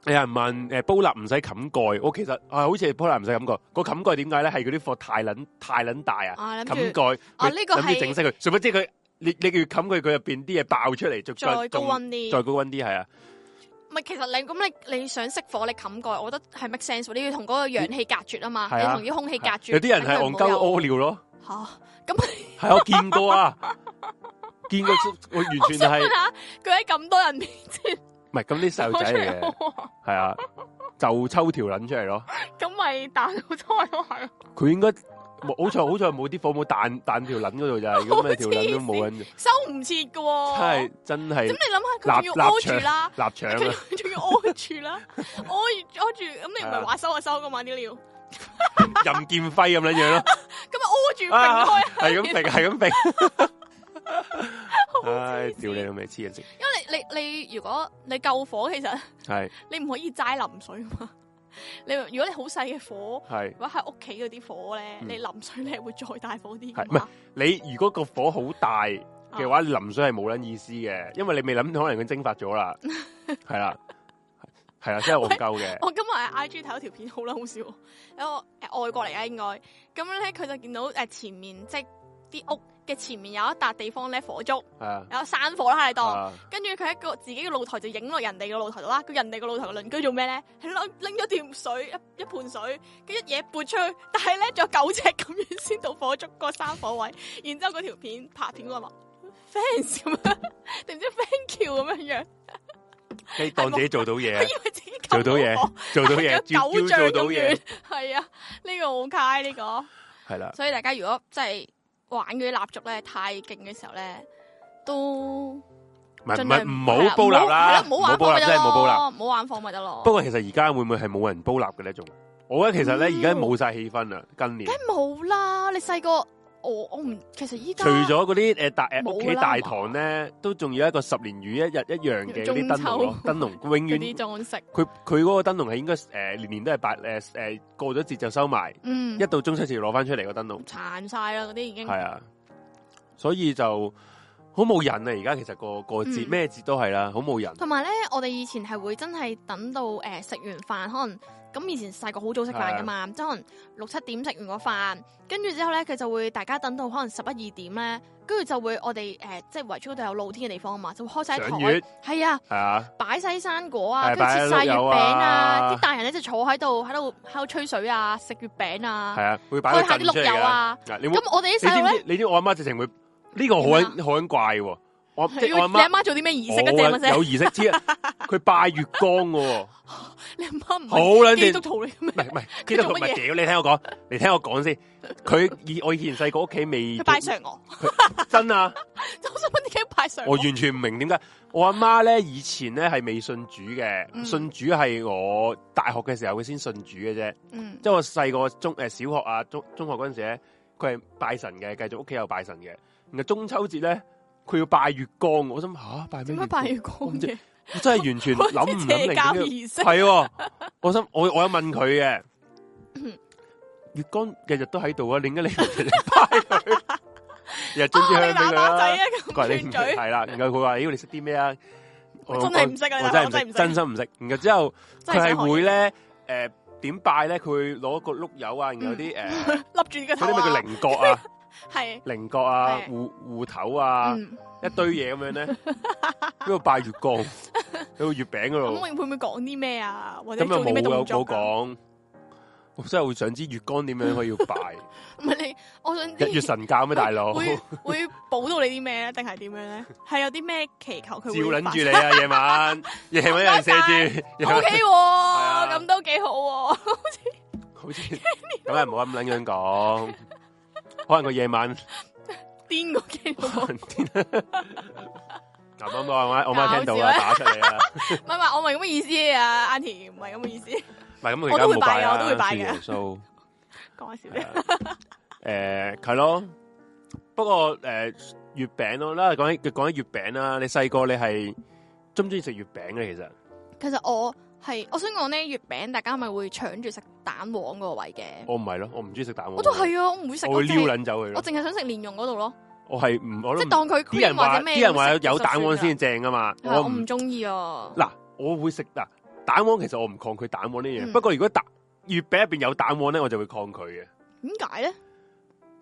Speaker 2: 有人問誒、煲蠟唔使冚蓋，我其實啊好似係煲蠟唔使冚蓋，個冚蓋點解咧？係嗰啲貨太撚太撚大啊！
Speaker 1: 啊，
Speaker 2: 冚
Speaker 1: 諗住
Speaker 2: 蓋
Speaker 1: 啊
Speaker 2: 佢
Speaker 1: 呢個
Speaker 2: 諗
Speaker 1: 係
Speaker 2: 住整死佢，誰不知佢你你越冚佢，佢入邊啲嘢爆出嚟，就
Speaker 1: 再高
Speaker 2: 仲
Speaker 1: 温啲，
Speaker 2: 再高温啲係啊！
Speaker 1: 唔係，其實你咁你你想熄火，你冚蓋，我覺得係 make sense 喎。你要同嗰個氧氣隔絕啊嘛，
Speaker 2: 係
Speaker 1: 你
Speaker 2: 啊
Speaker 1: 同啲空氣隔絕。
Speaker 2: 有啲人係戇鳩屙尿咯，
Speaker 1: 嚇，咁
Speaker 2: 係我見過 啊，見過我完全係
Speaker 1: 佢喺咁多人面
Speaker 2: 唔係咁啲細路
Speaker 1: 攞
Speaker 2: 仔
Speaker 1: 出
Speaker 2: 嚟
Speaker 1: 嚟
Speaker 2: 嘅，
Speaker 1: 屙，
Speaker 2: 係啊，就抽條撚出嚟咯。
Speaker 1: 咁咪彈到周圍都係。
Speaker 2: 佢應該冇好彩，好彩冇啲火冇彈彈條撚嗰度咋，如果咩條撚都冇撚，
Speaker 1: 收唔切嘅喎。
Speaker 2: 真係
Speaker 1: 咁你
Speaker 2: 真係立
Speaker 1: 諗下，佢仲哦要屙
Speaker 2: 立
Speaker 1: 住啦，
Speaker 2: 立場啊！
Speaker 1: 佢仲要屙住啦，屙住屙住，咁你唔
Speaker 2: 係
Speaker 1: 係
Speaker 2: 啊
Speaker 1: 話收就收嘅嘛啲尿，咁咪
Speaker 2: 任劍輝咁樣 樣咯，
Speaker 1: 屙住揈
Speaker 2: 啊
Speaker 1: 開。
Speaker 2: 係咁揈，係咁揈。唉，屌你老味，黐人線，
Speaker 1: 因為你你你如果你救火，其實
Speaker 2: 係
Speaker 1: 你唔可以齋淋水啊嘛。你如果你好細嘅火。
Speaker 2: 係
Speaker 1: 如果喺屋企嗰啲火咧，
Speaker 2: 嗯
Speaker 1: 你淋水你係會再大火啲㗎
Speaker 2: 係唔係
Speaker 1: 嘛？
Speaker 2: 你如果個火好大嘅話，你淋水係冇撚意思嘅，因為你未諗到可能佢蒸發咗 啦，係啦，係啦，真係戇鳩嘅，
Speaker 1: 我今日喺 I G 睇到條片好啦，好笑，有個誒外國嚟嘅應該，咁咧佢就見到誒前面即係啲屋嘅前面有一笪地方咧火燭，
Speaker 2: 係啊
Speaker 1: 有山火啦喺度，
Speaker 2: 啊，
Speaker 1: 跟住佢喺個自己嘅露台就影落人哋嘅露台度啦，佢人哋嘅露台嘅鄰居做咩咧？係攞拎咗條水一一盆水，跟一嘢潑出去，但係咧仲有九隻咁樣先到火燭個山火位，然之後嗰條片拍片嗰個話 fans 咁樣，定唔知 thank you 咁樣樣。
Speaker 2: 你當自己做到嘢
Speaker 1: 佢。以為自己
Speaker 2: 做到嘢，做到嘢，
Speaker 1: 有
Speaker 2: 照
Speaker 1: 狗像
Speaker 2: 照做
Speaker 1: 咁
Speaker 2: 到嘢
Speaker 1: 遠，係啊，呢個好卡呢個。
Speaker 2: 係啦。
Speaker 1: 所以大家如果真係玩嗰啲蠟燭咧太勁嘅時候咧，都
Speaker 2: 唔係
Speaker 1: 盡
Speaker 2: 唔
Speaker 1: 量
Speaker 2: 係唔好煲蠟啦，
Speaker 1: 係咯唔好玩
Speaker 2: 煲
Speaker 1: 火咪
Speaker 2: 蠟
Speaker 1: 得
Speaker 2: 真係冇煲蠟。
Speaker 1: 咯，唔好玩火咪得咯。
Speaker 2: 不過其實而家會唔會係冇人煲蠟嘅呢？仲我覺得其實咧
Speaker 1: 嗯
Speaker 2: 而家冇晒氣氛啦。近年
Speaker 1: 梗係冇啦，你細個我我唔，其實依家
Speaker 2: 除咗嗰啲誒大誒
Speaker 1: 冇
Speaker 2: 屋企
Speaker 1: 啦
Speaker 2: 大堂咧，都仲有一個十年如一日一樣嘅嗰啲燈
Speaker 1: 中秋
Speaker 2: 籠咯，燈籠 永
Speaker 1: 嗰
Speaker 2: 遠
Speaker 1: 啲裝飾，
Speaker 2: 佢佢嗰個燈籠係應該誒年年都係八誒誒過咗節就收埋，
Speaker 1: 嗯
Speaker 2: 一，到中秋節攞翻出嚟個燈籠
Speaker 1: 殘晒啦嗰啲已經。
Speaker 2: 係啊，所以就好冇人啊！而家其實個個節
Speaker 1: 嗯
Speaker 2: 咩節都係啦，好冇人。
Speaker 1: 同埋咧，我哋以前係會真係等到誒食、完飯，可能咁以前細個好早食飯噶嘛，即係可能六七點食完個飯，跟住之後咧佢就會大家等到可能十一二點咧，跟住就會我哋誒、呃即係圍村嗰度有露天嘅地方啊嘛，就會開晒
Speaker 2: 賞月
Speaker 1: 台，係啊，
Speaker 2: 係啊，
Speaker 1: 擺晒啲生果
Speaker 2: 係
Speaker 1: 啊，跟住
Speaker 2: 擺
Speaker 1: 切
Speaker 2: 啲
Speaker 1: 晒月
Speaker 2: 碌柚
Speaker 1: 餅
Speaker 2: 啊
Speaker 1: 啊，啲大人咧就坐喺度喺度喺度吹水啊，食月餅
Speaker 2: 係
Speaker 1: 啊，
Speaker 2: 啊，會擺個
Speaker 1: 開下
Speaker 2: 陣
Speaker 1: 啲碌
Speaker 2: 出嚟
Speaker 1: 柚
Speaker 2: 噶。
Speaker 1: 啊，
Speaker 2: 嗱，你會
Speaker 1: 咁我哋啲
Speaker 2: 你
Speaker 1: 細
Speaker 2: 知
Speaker 1: 路
Speaker 2: 唔
Speaker 1: 咧。
Speaker 2: 知？你知我阿媽直情會呢、個好
Speaker 1: 點
Speaker 2: 撚
Speaker 1: 啊
Speaker 2: 好撚怪喎！我即係我
Speaker 1: 你
Speaker 2: 阿
Speaker 1: 阿
Speaker 2: 媽
Speaker 1: 媽做啲咩儀式啊？
Speaker 2: 冇
Speaker 1: 正
Speaker 2: 啊
Speaker 1: 乜啫？
Speaker 2: 有儀式之，佢拜月光嘅喎，
Speaker 1: 你阿媽唔
Speaker 2: 好啊
Speaker 1: 係
Speaker 2: 撚
Speaker 1: 基
Speaker 2: 正
Speaker 1: 督。徒嚟嘅
Speaker 2: 唔係
Speaker 1: 咩？
Speaker 2: 唔係，基督徒唔
Speaker 1: 佢做乜嘢
Speaker 2: 係屌你聽我講，你聽我講先。佢以我以前細個屋企未
Speaker 1: 佢拜嫦娥，
Speaker 2: 真啊，
Speaker 1: 我想問點解拜嫦
Speaker 2: 我
Speaker 1: 娥？
Speaker 2: 完全唔明點解。我阿媽咧以前咧係未信主嘅，
Speaker 1: 嗯
Speaker 2: 信主係我大學嘅時候佢先信主嘅啫。
Speaker 1: 嗯
Speaker 2: 即係我細個中诶小學啊中中學嗰阵时咧，佢係拜神嘅，繼續屋企有拜神嘅。然後中秋節咧，佢要拜月光，我心吓、拜咩
Speaker 1: 點
Speaker 2: 月
Speaker 1: 解
Speaker 2: 光？
Speaker 1: 拜月光
Speaker 2: 我唔知
Speaker 1: 嘅？
Speaker 2: 我真係完全
Speaker 1: 好似
Speaker 2: 諗唔
Speaker 1: 邪
Speaker 2: 諗嚟
Speaker 1: 教
Speaker 2: 點解
Speaker 1: 儀式
Speaker 2: 係喎，我心我我有問佢 嘅，月光日日都喺度啊，點解你唔日日拜佢？ 日日
Speaker 1: 啊
Speaker 2: 中意
Speaker 1: 你
Speaker 2: 香俾
Speaker 1: 喇
Speaker 2: 佢
Speaker 1: 叭
Speaker 2: 啦
Speaker 1: 仔。啊！ 咁
Speaker 2: 佢話你
Speaker 1: 串
Speaker 2: 唔
Speaker 1: 嘴
Speaker 2: 係啦，然後佢話：，妖你識啲咩啊？
Speaker 1: 我真係唔識啊
Speaker 2: 我
Speaker 1: 你話
Speaker 2: 真
Speaker 1: 我真係
Speaker 2: 係唔
Speaker 1: 唔
Speaker 2: 識，
Speaker 1: 識
Speaker 2: 真心唔識。然後之後
Speaker 1: 真
Speaker 2: 佢
Speaker 1: 係
Speaker 2: 係
Speaker 1: 想學
Speaker 2: 會咧，誒點拜咧？佢會攞個碌柚啊，然後有啲誒
Speaker 1: 笠住呢個
Speaker 2: 嗰
Speaker 1: 頭
Speaker 2: 啲
Speaker 1: 啊，
Speaker 2: 咩叫菱角啊、
Speaker 1: 係
Speaker 2: 菱角啊、
Speaker 1: 係
Speaker 2: 護護頭啊，
Speaker 1: 嗯
Speaker 2: 一堆嘢咁樣咧，喺度拜月光，喺個月餅嗰
Speaker 1: 咁
Speaker 2: 度
Speaker 1: 會，會唔會講啲咩啊？或者
Speaker 2: 咁
Speaker 1: 做
Speaker 2: 又
Speaker 1: 啲
Speaker 2: 冇
Speaker 1: 咩
Speaker 2: 有
Speaker 1: 動
Speaker 2: 冇
Speaker 1: 作㗎？
Speaker 2: 講。我真係會想知月光點樣可以拜
Speaker 1: 唔係你，我想知
Speaker 2: 日月神教咩大佬？
Speaker 1: 會
Speaker 2: 照
Speaker 1: 會補到你啲咩咧？定係點樣咧？係有啲咩祈求佢會
Speaker 2: 撚
Speaker 1: 發
Speaker 2: 住你啊！夜晚，夜晚有人射住，夜晚
Speaker 1: O K
Speaker 2: 啊
Speaker 1: 喎，咁都幾好喎。
Speaker 2: 好似咁啊，唔好咁捻樣講。可能個夜 晚
Speaker 1: 癲過幾好 喎，
Speaker 2: 可能天啱啱我阿媽我媽聽到
Speaker 1: 搞
Speaker 2: 啦，
Speaker 1: 笑
Speaker 2: 打出嚟啦。
Speaker 1: 唔係唔係，我唔係咁嘅意思啊，阿田唔係咁嘅意思，
Speaker 2: 唔係咁，佢
Speaker 1: 我
Speaker 2: 而家
Speaker 1: 都會
Speaker 2: 冇拜
Speaker 1: 拜
Speaker 2: 啦，
Speaker 1: 嘅我都會拜嘅
Speaker 2: 信耶穌
Speaker 1: 講下笑
Speaker 2: 係
Speaker 1: 啫。
Speaker 2: 啊誒，係咯。不過誒，月餅咯啦，講起講起月餅啦，你細個你係中唔中意食月餅嘅？其實
Speaker 1: 其實我係我想講咧，月餅大家咪會搶住食蛋黃嗰個位嘅，
Speaker 2: 我唔係咯，我唔中意食蛋黃。
Speaker 1: 我都，係啊，我唔會食，
Speaker 2: 哦我會
Speaker 1: 我
Speaker 2: 撩
Speaker 1: 淨係
Speaker 2: 撚走佢
Speaker 1: 我
Speaker 2: 咯。
Speaker 1: 淨係想食蓮蓉嗰度咯，
Speaker 2: 我係唔，我
Speaker 1: 即係
Speaker 2: 都唔
Speaker 1: 當佢
Speaker 2: 啲
Speaker 1: cream
Speaker 2: 人
Speaker 1: 或
Speaker 2: 話
Speaker 1: 者咩，
Speaker 2: 啲人話有有
Speaker 1: 就算
Speaker 2: 蛋黃先
Speaker 1: 啦，
Speaker 2: 正啊嘛，
Speaker 1: 係啊
Speaker 2: 我
Speaker 1: 我
Speaker 2: 唔
Speaker 1: 唔中意啊。
Speaker 2: 嗱，我會食嗱蛋黃，其實我唔抗拒蛋黃呢樣嘢。
Speaker 1: 嗯
Speaker 2: 不過如果蛋月餅入邊有蛋黃咧，我就會抗拒嘅，
Speaker 1: 點解咧？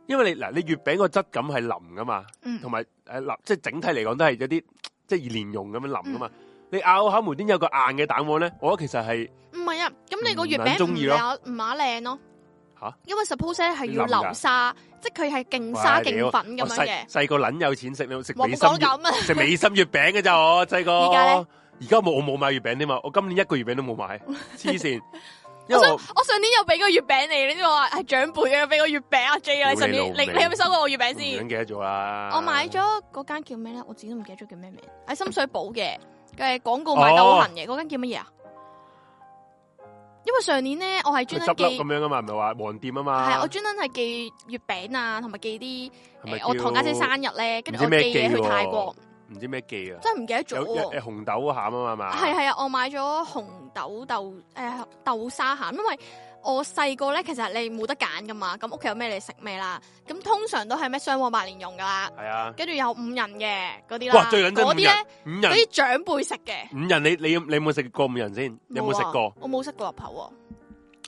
Speaker 2: 因為你嗱，你月餅個質感係腍噶嘛，
Speaker 1: 嗯
Speaker 2: 同埋誒腍，即係整體嚟講都係有啲即係蓮蓉咁樣腍噶
Speaker 1: 嗯
Speaker 2: 嘛。你咬下無端有個硬嘅蛋黃咧，我覺得其實係
Speaker 1: 唔係啊，咁你個月
Speaker 2: 唔撚
Speaker 1: 餅唔
Speaker 2: 鍾意咯
Speaker 1: 乸唔乸靚咯。
Speaker 2: 吓
Speaker 1: 因為 suppose 咧係
Speaker 2: 淋㗎
Speaker 1: 要流沙，即係佢係勁沙
Speaker 2: 哇屌
Speaker 1: 勁粉咁
Speaker 2: 我
Speaker 1: 樣
Speaker 2: 細
Speaker 1: 嘅。
Speaker 2: 細個撚有錢食，你食
Speaker 1: 我
Speaker 2: 美
Speaker 1: 冇
Speaker 2: 心
Speaker 1: 講咁啊，
Speaker 2: 月食美心月餅嘅咋我細個。
Speaker 1: 而家呢
Speaker 2: 而家冇我冇買月餅添嘛，啊我今年一個月餅都冇 買，黐線。因
Speaker 1: 我
Speaker 2: 為
Speaker 1: 想
Speaker 2: 我
Speaker 1: 我上年有俾個月餅你，你知我話係長輩嘅，俾個月餅阿 J 啊，你
Speaker 2: 屌
Speaker 1: 上
Speaker 2: 你
Speaker 1: 年
Speaker 2: 老
Speaker 1: 你
Speaker 2: 味
Speaker 1: 你有冇收過我月餅
Speaker 2: 唔記
Speaker 1: 先？
Speaker 2: 得咗啦。
Speaker 1: 我買咗嗰間叫咩咧？我自己都唔記得咗叫咩名，喺深水埗嘅嘅廣告
Speaker 2: 哦
Speaker 1: 賣得好痕嘅，嗰間叫乜嘢啊？因為上年咧，我係
Speaker 2: 佢
Speaker 1: 專
Speaker 2: 執
Speaker 1: 登
Speaker 2: 笠
Speaker 1: 寄
Speaker 2: 咁，樣啊嘛，唔係話黃店啊嘛。
Speaker 1: 係我專登係寄月餅啊，同埋寄啲
Speaker 2: 係咪
Speaker 1: 誒我
Speaker 2: 叫
Speaker 1: 堂家姐生日咧，跟住
Speaker 2: 唔
Speaker 1: 我寄
Speaker 2: 知咩
Speaker 1: 嘢
Speaker 2: 寄
Speaker 1: 去
Speaker 2: 喎
Speaker 1: 泰國，
Speaker 2: 唔知咩記啊，
Speaker 1: 真係唔記得咗
Speaker 2: 有
Speaker 1: 喎
Speaker 2: 有。有紅豆餡啊嘛係嘛，
Speaker 1: 系系啊，我買咗紅豆豆诶、豆沙餡，因為我細個咧，其實你冇得揀噶嘛，咁屋企有咩你食咩啦，咁通常都係咩雙黃白蓮蓉噶啦，
Speaker 2: 係啊，
Speaker 1: 跟住有五仁嘅嗰啲啦，
Speaker 2: 哇最撚憎
Speaker 1: 嗰啲咧，
Speaker 2: 五
Speaker 1: 嗰
Speaker 2: 人
Speaker 1: 啲長輩食嘅，
Speaker 2: 五人，你你有你有冇食過五人先？有冇食
Speaker 1: 啊
Speaker 2: 過？？
Speaker 1: 我冇食過入口喎，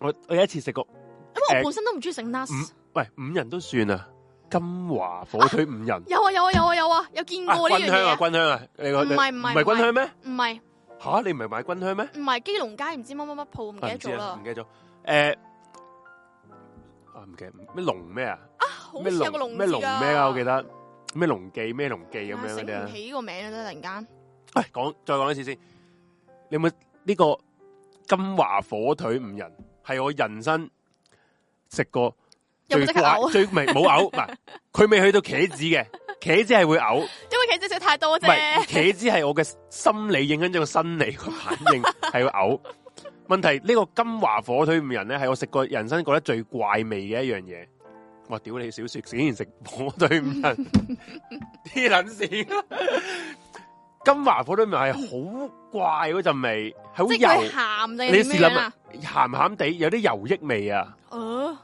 Speaker 2: 我我有一次食過，
Speaker 1: 因為
Speaker 2: 誒嗯
Speaker 1: 我本身都唔中意食 nuts。
Speaker 2: 喂五人都算啊，金華火腿五 人
Speaker 1: 有啊有啊有啊有啊，有見
Speaker 2: 啊，
Speaker 1: 過呢
Speaker 2: 軍
Speaker 1: 樣
Speaker 2: 香
Speaker 1: 嘢
Speaker 2: 啊
Speaker 1: 啊，
Speaker 2: 軍香啊，你個
Speaker 1: 唔係唔係
Speaker 2: 唔係軍香咩？
Speaker 1: 唔係
Speaker 2: 吓你唔係買軍香咩？
Speaker 1: 唔係基隆街唔知乜乜乜鋪唔記
Speaker 2: 啊
Speaker 1: 得
Speaker 2: 唔知
Speaker 1: 咗
Speaker 2: 啊
Speaker 1: 啦
Speaker 2: 唔，記得咗誒。啊唔記得咩龍咩啊？
Speaker 1: 好
Speaker 2: 咩
Speaker 1: 似有個龍
Speaker 2: 龍咩龍
Speaker 1: 龍
Speaker 2: 咩啊？我記得咩龍記咩龍記咁樣嗰啲
Speaker 1: 醒唔
Speaker 2: 啊。嗯
Speaker 1: 起個名啦，突然間。
Speaker 2: 喂，讲再讲一次先，你有冇呢个金华火腿五仁系我人生食过
Speaker 1: 有冇
Speaker 2: 最
Speaker 1: 即刻
Speaker 2: 怪
Speaker 1: 嘔啊
Speaker 2: 最唔系冇呕，嗱佢未去到茄子嘅，茄子系会呕，唔
Speaker 1: 因為其實食太多
Speaker 2: 系
Speaker 1: 啫。
Speaker 2: 茄子系我嘅心理影响咗个生理个反 应系会呕。问题呢、個个金华火腿五仁咧，系我食过人生觉得最怪味嘅一样嘢。哇！屌你小雪，竟然食火腿五 仁，啲撚線！啊金華火腿五仁係好怪嗰陣味，係好
Speaker 1: 即系佢
Speaker 2: 油
Speaker 1: 咸定
Speaker 2: 你
Speaker 1: 係
Speaker 2: 試
Speaker 1: 點樣
Speaker 2: 諗
Speaker 1: 啊
Speaker 2: 啊？鹹鹹地，有啲油益味啊！
Speaker 1: 哦，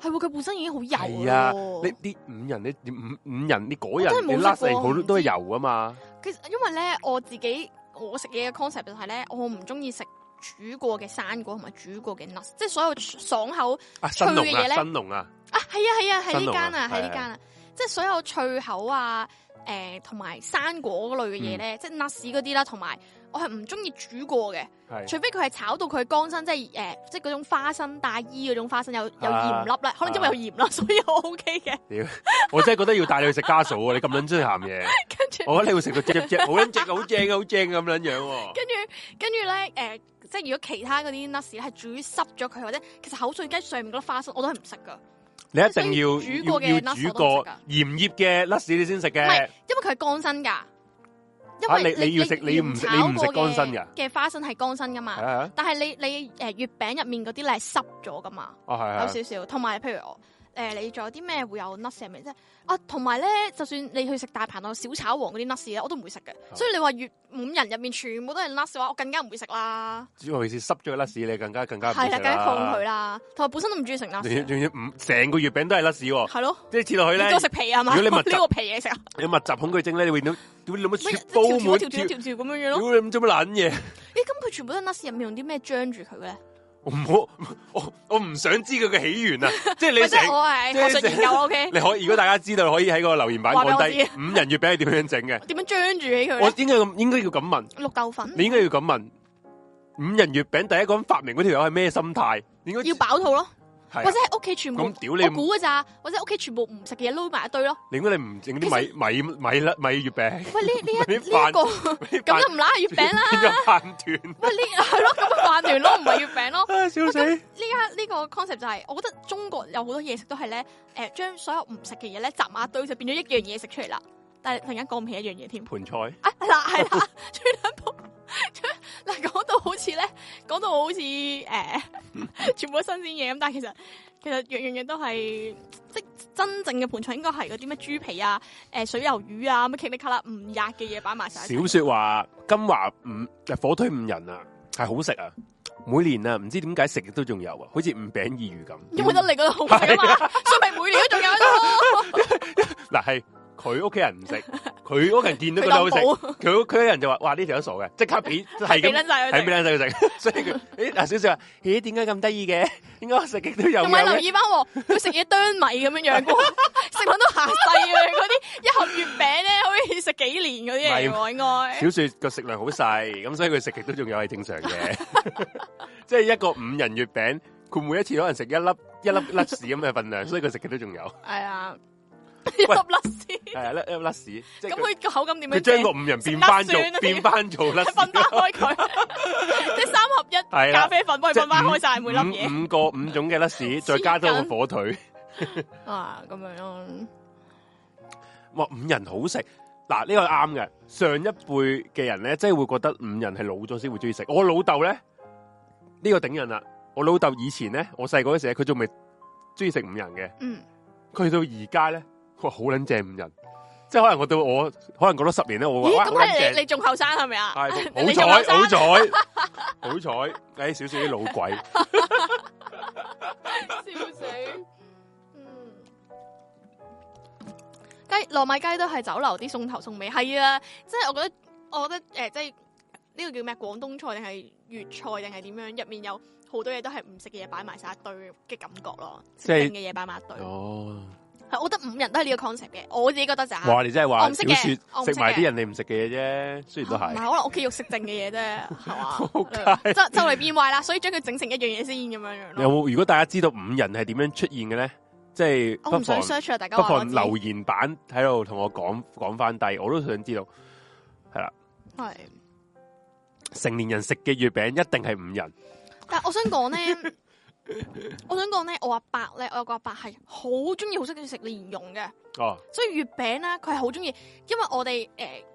Speaker 1: 係喎，佢本身已經好油
Speaker 2: 係
Speaker 1: 啦
Speaker 2: 啊
Speaker 1: 喎。
Speaker 2: 你啲五仁，你五五仁，你嗰
Speaker 1: 哦我真
Speaker 2: 人
Speaker 1: 係冇
Speaker 2: 你
Speaker 1: 食
Speaker 2: 拉嚟
Speaker 1: 過我
Speaker 2: 好
Speaker 1: 唔
Speaker 2: 多
Speaker 1: 知
Speaker 2: 都係油啊嘛！
Speaker 1: 其實因為咧，我自己我食嘢嘅 concept 就係咧，我唔中意食煮過嘅生果同埋煮過嘅 nuts，即係所有爽口
Speaker 2: 啊，新龍
Speaker 1: 脆嘅嘢
Speaker 2: 啊，
Speaker 1: 呢
Speaker 2: 新龍啊，
Speaker 1: 啊，係啊係啊，係
Speaker 2: 新
Speaker 1: 呢
Speaker 2: 龍啊
Speaker 1: 間啊，係呢間啊，即係所有脆口啊，誒同埋生果嗰類嘅嘢
Speaker 2: 嗯
Speaker 1: 咧，即係 nuts 嗰啲啦，同埋我係唔中意煮過嘅，
Speaker 2: 係
Speaker 1: 除非佢係炒到佢乾身，即係誒、呃即係嗰種花生大衣嗰種花生有有
Speaker 2: 啊
Speaker 1: 鹽粒啦，可能因為有鹽粒，所以我 OK 嘅。
Speaker 2: 我真係覺得要帶你去食家嫂啊！你咁撚中意鹹嘢，
Speaker 1: 跟住
Speaker 2: 我覺得你會食到隻隻好撚正，好正，好正咁撚樣喎。
Speaker 1: 跟住跟住咧誒，即係如果其他嗰啲 nuts 咧係煮濕咗佢，或者其實口水雞上面嗰粒花生我都係唔食噶，
Speaker 2: 你一定要
Speaker 1: 所以煮過嘅
Speaker 2: 要要
Speaker 1: nuts
Speaker 2: 煮
Speaker 1: 我都唔
Speaker 2: 過
Speaker 1: 食㗎
Speaker 2: 鹽醃嘅 nuts 你先食
Speaker 1: 唔係
Speaker 2: 嘅。
Speaker 1: 因為佢係乾身㗎。因
Speaker 2: 啊
Speaker 1: 為
Speaker 2: 你你要食你唔食
Speaker 1: 炒
Speaker 2: 你唔食
Speaker 1: 過嘅
Speaker 2: 乾身㗎
Speaker 1: 嘅花生係乾身㗎嘛
Speaker 2: 係。啊，
Speaker 1: 但係你你誒月餅入面嗰啲你係濕咗噶嘛，
Speaker 2: 哦係
Speaker 1: 有
Speaker 2: 係
Speaker 1: 少少。同埋譬如我誒、呃你仲有啲咩會有 nuts 入面啫？啊，同埋咧，就算你去食大排檔小炒王嗰啲 nuts 咧，我都唔會食嘅。
Speaker 2: 啊
Speaker 1: 所以你話月五人入面全部都係 nuts 嘅話，我更加唔會食啦。
Speaker 2: 主要是濕咗嘅 nuts 你更加更加唔會
Speaker 1: 係
Speaker 2: 食
Speaker 1: 啦，梗係抗拒啦。同埋本身都唔中意食
Speaker 2: 仲要
Speaker 1: nuts，
Speaker 2: 仲要五成個月餅都係 nuts 喎，
Speaker 1: 係咯，
Speaker 2: 即係切落去
Speaker 1: 你
Speaker 2: 哦咧
Speaker 1: 都，食皮啊嘛？
Speaker 2: 如
Speaker 1: 呢
Speaker 2: 果你密集
Speaker 1: 個皮嘢食啊，
Speaker 2: 有密集恐懼症咧，你會到屌你老母
Speaker 1: 咪
Speaker 2: 雪
Speaker 1: 條
Speaker 2: 煲
Speaker 1: 條
Speaker 2: 滿
Speaker 1: 條條條條咁樣樣
Speaker 2: 屌
Speaker 1: 咯。
Speaker 2: 你咁做乜撚
Speaker 1: 咦，
Speaker 2: 嘢？
Speaker 1: 咁佢全部都係 nuts 入面用啲咩將住佢嘅咧？
Speaker 2: 我唔好，我我唔想知佢嘅起源啊！即係
Speaker 1: 喂
Speaker 2: 你
Speaker 1: 即
Speaker 2: 成
Speaker 1: 係，我係學術研究啊 OK，
Speaker 2: 你可以如果大家知道，可以喺個留言板講
Speaker 1: 話俾
Speaker 2: 低
Speaker 1: 我
Speaker 2: 五人月餅係點樣整嘅。
Speaker 1: 點樣將住起佢
Speaker 2: 我
Speaker 1: 咧？
Speaker 2: 應該咁，應該要咁問，
Speaker 1: 綠豆粉
Speaker 2: 你應該要咁問。五人月餅第一個人發明嗰條友係咩心態？應該
Speaker 1: 要飽肚咯。
Speaker 2: 係
Speaker 1: 或
Speaker 2: 啊
Speaker 1: 者係屋企全部
Speaker 2: 咁屌你
Speaker 1: 我估嘅咋，或者屋企全部唔食嘅嘢撈埋一堆咯。
Speaker 2: 你應該你唔整啲
Speaker 1: 其實
Speaker 2: 米米米粒米月 餅，
Speaker 1: 喂，呢呢一
Speaker 2: 你
Speaker 1: 呢
Speaker 2: 飯
Speaker 1: 一個哦咁
Speaker 2: 咁
Speaker 1: 就唔揦係月餅 啦。
Speaker 2: 變咗飯 團，
Speaker 1: 喂，呢啊係咯，咁咪飯團咯，唔係月餅咯。
Speaker 2: 啊笑死！
Speaker 1: 呢家呢個 concept 就係，我覺得中國有好多嘢食都係咧，誒將所有唔食嘅嘢咧集埋一堆，就變咗一樣嘢食出嚟啦。但係突然間講唔起一樣嘢添。
Speaker 2: 盤菜
Speaker 1: 啊係啦係啦， 最兩鋪嗱講到好似咧，講到好似誒、呃全部都新鮮嘢咁，但係其實其實樣樣嘢都係即真正嘅盤菜應該係嗰啲咩豬皮啊、誒、水魷魚啊、乜茄哩卡啦唔壓嘅嘢擺埋晒一齊。
Speaker 2: 小說話金華五呃火腿五仁啊，係好食啊！每年啊，唔知點解食都仲有啊，好似五餅二魚咁。嗯
Speaker 1: 因為得你覺得好食啊嘛，所以咪每年都仲有 咯。
Speaker 2: 嗱係佢屋企人唔 食，佢屋企人見到覺得好食，
Speaker 1: 佢
Speaker 2: 佢屋企人就話：哇呢條友傻嘅，即刻俾係
Speaker 1: 俾
Speaker 2: 咁
Speaker 1: 撚晒
Speaker 2: 係
Speaker 1: 佢
Speaker 2: 俾
Speaker 1: 哋。
Speaker 2: 靚仔佢食。所以佢咦嗱小說話：咦點解咁得意嘅？應該我食極都有
Speaker 1: 同埋留
Speaker 2: 嘅。
Speaker 1: 意翻，佢食嘢啄米咁樣樣 喎，食到都下細嘅嗰啲一盒月餅咧，可以食幾年嗰啲嚟喎，應該。
Speaker 2: 小說個食量好細，咁所以佢食極都仲有係正常嘅。即係一個五仁月餅，佢每一次可能食一粒一粒粒屎咁嘅份量，所以佢食極都仲有。
Speaker 1: 係啊， 一粒粒先。
Speaker 2: 係啊，粒一粒屎，即係
Speaker 1: 咁
Speaker 2: 佢
Speaker 1: 佢個口感點樣
Speaker 2: 佢
Speaker 1: 整？
Speaker 2: 將個五人變翻做
Speaker 1: 食粒蒜啊
Speaker 2: 變翻做甩
Speaker 1: 係分翻 開佢，即係三合
Speaker 2: 係
Speaker 1: 一
Speaker 2: 啦
Speaker 1: 咖啡粉幫佢分翻開晒每粒嘢
Speaker 2: 五五個五種嘅甩屎，再加多個火腿，
Speaker 1: 啊，咁樣咯。
Speaker 2: 哇！五人好食，嗱呢個啱嘅。上一輩嘅人咧，即係會覺得五人係老咗先會中意食。我老豆咧呢個頂人啦，我老豆以前咧，我細個嗰時呢佢仲未中意食五人嘅，
Speaker 1: 嗯，
Speaker 2: 佢到而家咧，佢話好撚正五人，即係可能我到我可能過咗十年咧，我話
Speaker 1: 咦？
Speaker 2: 哇
Speaker 1: 咁
Speaker 2: 好撚
Speaker 1: 係
Speaker 2: 正
Speaker 1: 你。你仲後生係咪啊？ 你
Speaker 2: 係
Speaker 1: 仲啊
Speaker 2: 好
Speaker 1: 後
Speaker 2: 彩，好
Speaker 1: 生，
Speaker 2: 彩，好彩！唉，少少啲老 鬼。
Speaker 1: 笑死。嗯，雞糯米雞都係酒樓啲送頭送尾，係啊，即係我覺得，我覺得誒，即係呢個叫咩？廣東菜定係粵菜定係點樣？入面有好多嘢都係唔食嘅嘢擺埋晒一堆嘅感覺咯，
Speaker 2: 即係
Speaker 1: 食嘅嘢擺埋一堆。
Speaker 2: 哦，
Speaker 1: 係，我覺得五人都係呢個 concept 嘅，我自己覺得就係。
Speaker 2: 哇！你真係
Speaker 1: 我
Speaker 2: 話
Speaker 1: 唔
Speaker 2: 小
Speaker 1: 識
Speaker 2: 說
Speaker 1: 嘅我唔識嘅
Speaker 2: 食埋啲人你唔食嘅嘢啫，雖然都
Speaker 1: 唔係
Speaker 2: 係
Speaker 1: 可能屋企肉食剩嘅嘢啫，係嘛嗯
Speaker 2: 仆？街
Speaker 1: 就就嚟變壞啦，所以將佢整成一樣嘢先咁樣樣
Speaker 2: 有
Speaker 1: 咯。
Speaker 2: 冇？如果大家知道五人係點樣出現嘅咧，即係
Speaker 1: 我
Speaker 2: 不
Speaker 1: 唔想
Speaker 2: 妨
Speaker 1: search 啊，大家
Speaker 2: 不
Speaker 1: 話我
Speaker 2: 妨
Speaker 1: 知
Speaker 2: 留言版喺度同我講講翻低，我都想知道
Speaker 1: 係，
Speaker 2: 成年人食嘅月餅一定係五人，
Speaker 1: 但係我想講咧， 我想講咧，我阿伯咧，我有個阿伯係好中意好中意食蓮蓉嘅，
Speaker 2: 哦，
Speaker 1: 所以月餅咧佢係好中意，因為我哋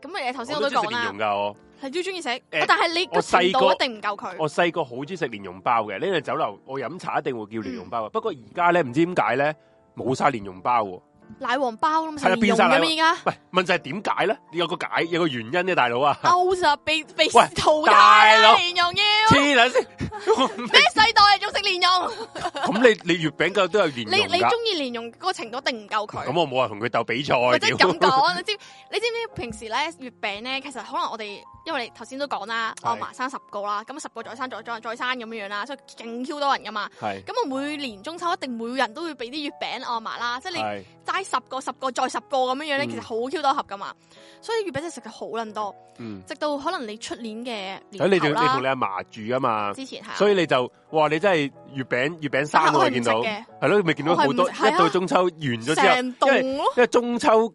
Speaker 1: 誒咁誒頭先
Speaker 2: 我
Speaker 1: 我
Speaker 2: 都
Speaker 1: 都
Speaker 2: 中意
Speaker 1: 講
Speaker 2: 食
Speaker 1: 啦
Speaker 2: 蓮蓉，噶我，
Speaker 1: 係都中意食，
Speaker 2: 誒
Speaker 1: 但係你個
Speaker 2: 我
Speaker 1: 程
Speaker 2: 細個
Speaker 1: 度一定唔夠佢。
Speaker 2: 我細個好中意食蓮蓉包嘅，呢度酒樓我飲茶一定會叫蓮蓉包嘅，不過而家咧唔知點解咧冇晒蓮蓉包喎。
Speaker 1: 奶黃包咁
Speaker 2: 係
Speaker 1: 成
Speaker 2: 啦
Speaker 1: 蓮
Speaker 2: 變
Speaker 1: 蓉
Speaker 2: 晒
Speaker 1: 咁
Speaker 2: 奶
Speaker 1: 樣而家，
Speaker 2: 喂，問就係點解咧？你有個 解，有個原因咧，大佬啊！
Speaker 1: 勾咋被被
Speaker 2: 喂
Speaker 1: 淘汰
Speaker 2: 大佬
Speaker 1: 啦，蓮蓉要。
Speaker 2: 黐撚線，
Speaker 1: 咩世代仲食蓮蓉？
Speaker 2: 咁你你月餅嘅都有蓮
Speaker 1: 你
Speaker 2: 蓉
Speaker 1: 你
Speaker 2: 㗎
Speaker 1: 中意蓮蓉嗰個程度一定唔夠佢。
Speaker 2: 咁我冇話同佢鬥比賽，
Speaker 1: 或者
Speaker 2: 屌
Speaker 1: 咁講，你 知你知唔知平時咧月餅咧，其實可能我哋因為你頭先都講啦，我
Speaker 2: 係
Speaker 1: 阿嫲生十個啦，咁十個再生再再再生咁樣樣啦，所以勁 Q 多人噶嘛。
Speaker 2: 係
Speaker 1: 咁我每年中秋一定每人都會俾啲月餅我阿嫲啦，即係你
Speaker 2: 係
Speaker 1: 齋十個十個再十個咁樣樣咧，
Speaker 2: 嗯
Speaker 1: 其實好 Q 多盒噶嘛。所以月餅真係食得好撚多，
Speaker 2: 嗯，
Speaker 1: 直到可能你出年嘅
Speaker 2: 咁你
Speaker 1: 年
Speaker 2: 就
Speaker 1: 頭
Speaker 2: 你同你
Speaker 1: 啦，
Speaker 2: 阿嫲住啊嘛，
Speaker 1: 之前係
Speaker 2: 所以你就哇你真係月餅月餅生
Speaker 1: 但係我
Speaker 2: 喎，
Speaker 1: 係唔
Speaker 2: 見
Speaker 1: 食
Speaker 2: 到
Speaker 1: 嘅
Speaker 2: 係咯，咪見到好
Speaker 1: 我
Speaker 2: 多
Speaker 1: 係唔食係啊
Speaker 2: 一到中秋完咗之後，
Speaker 1: 成
Speaker 2: 因為
Speaker 1: 棟咯，
Speaker 2: 因為中秋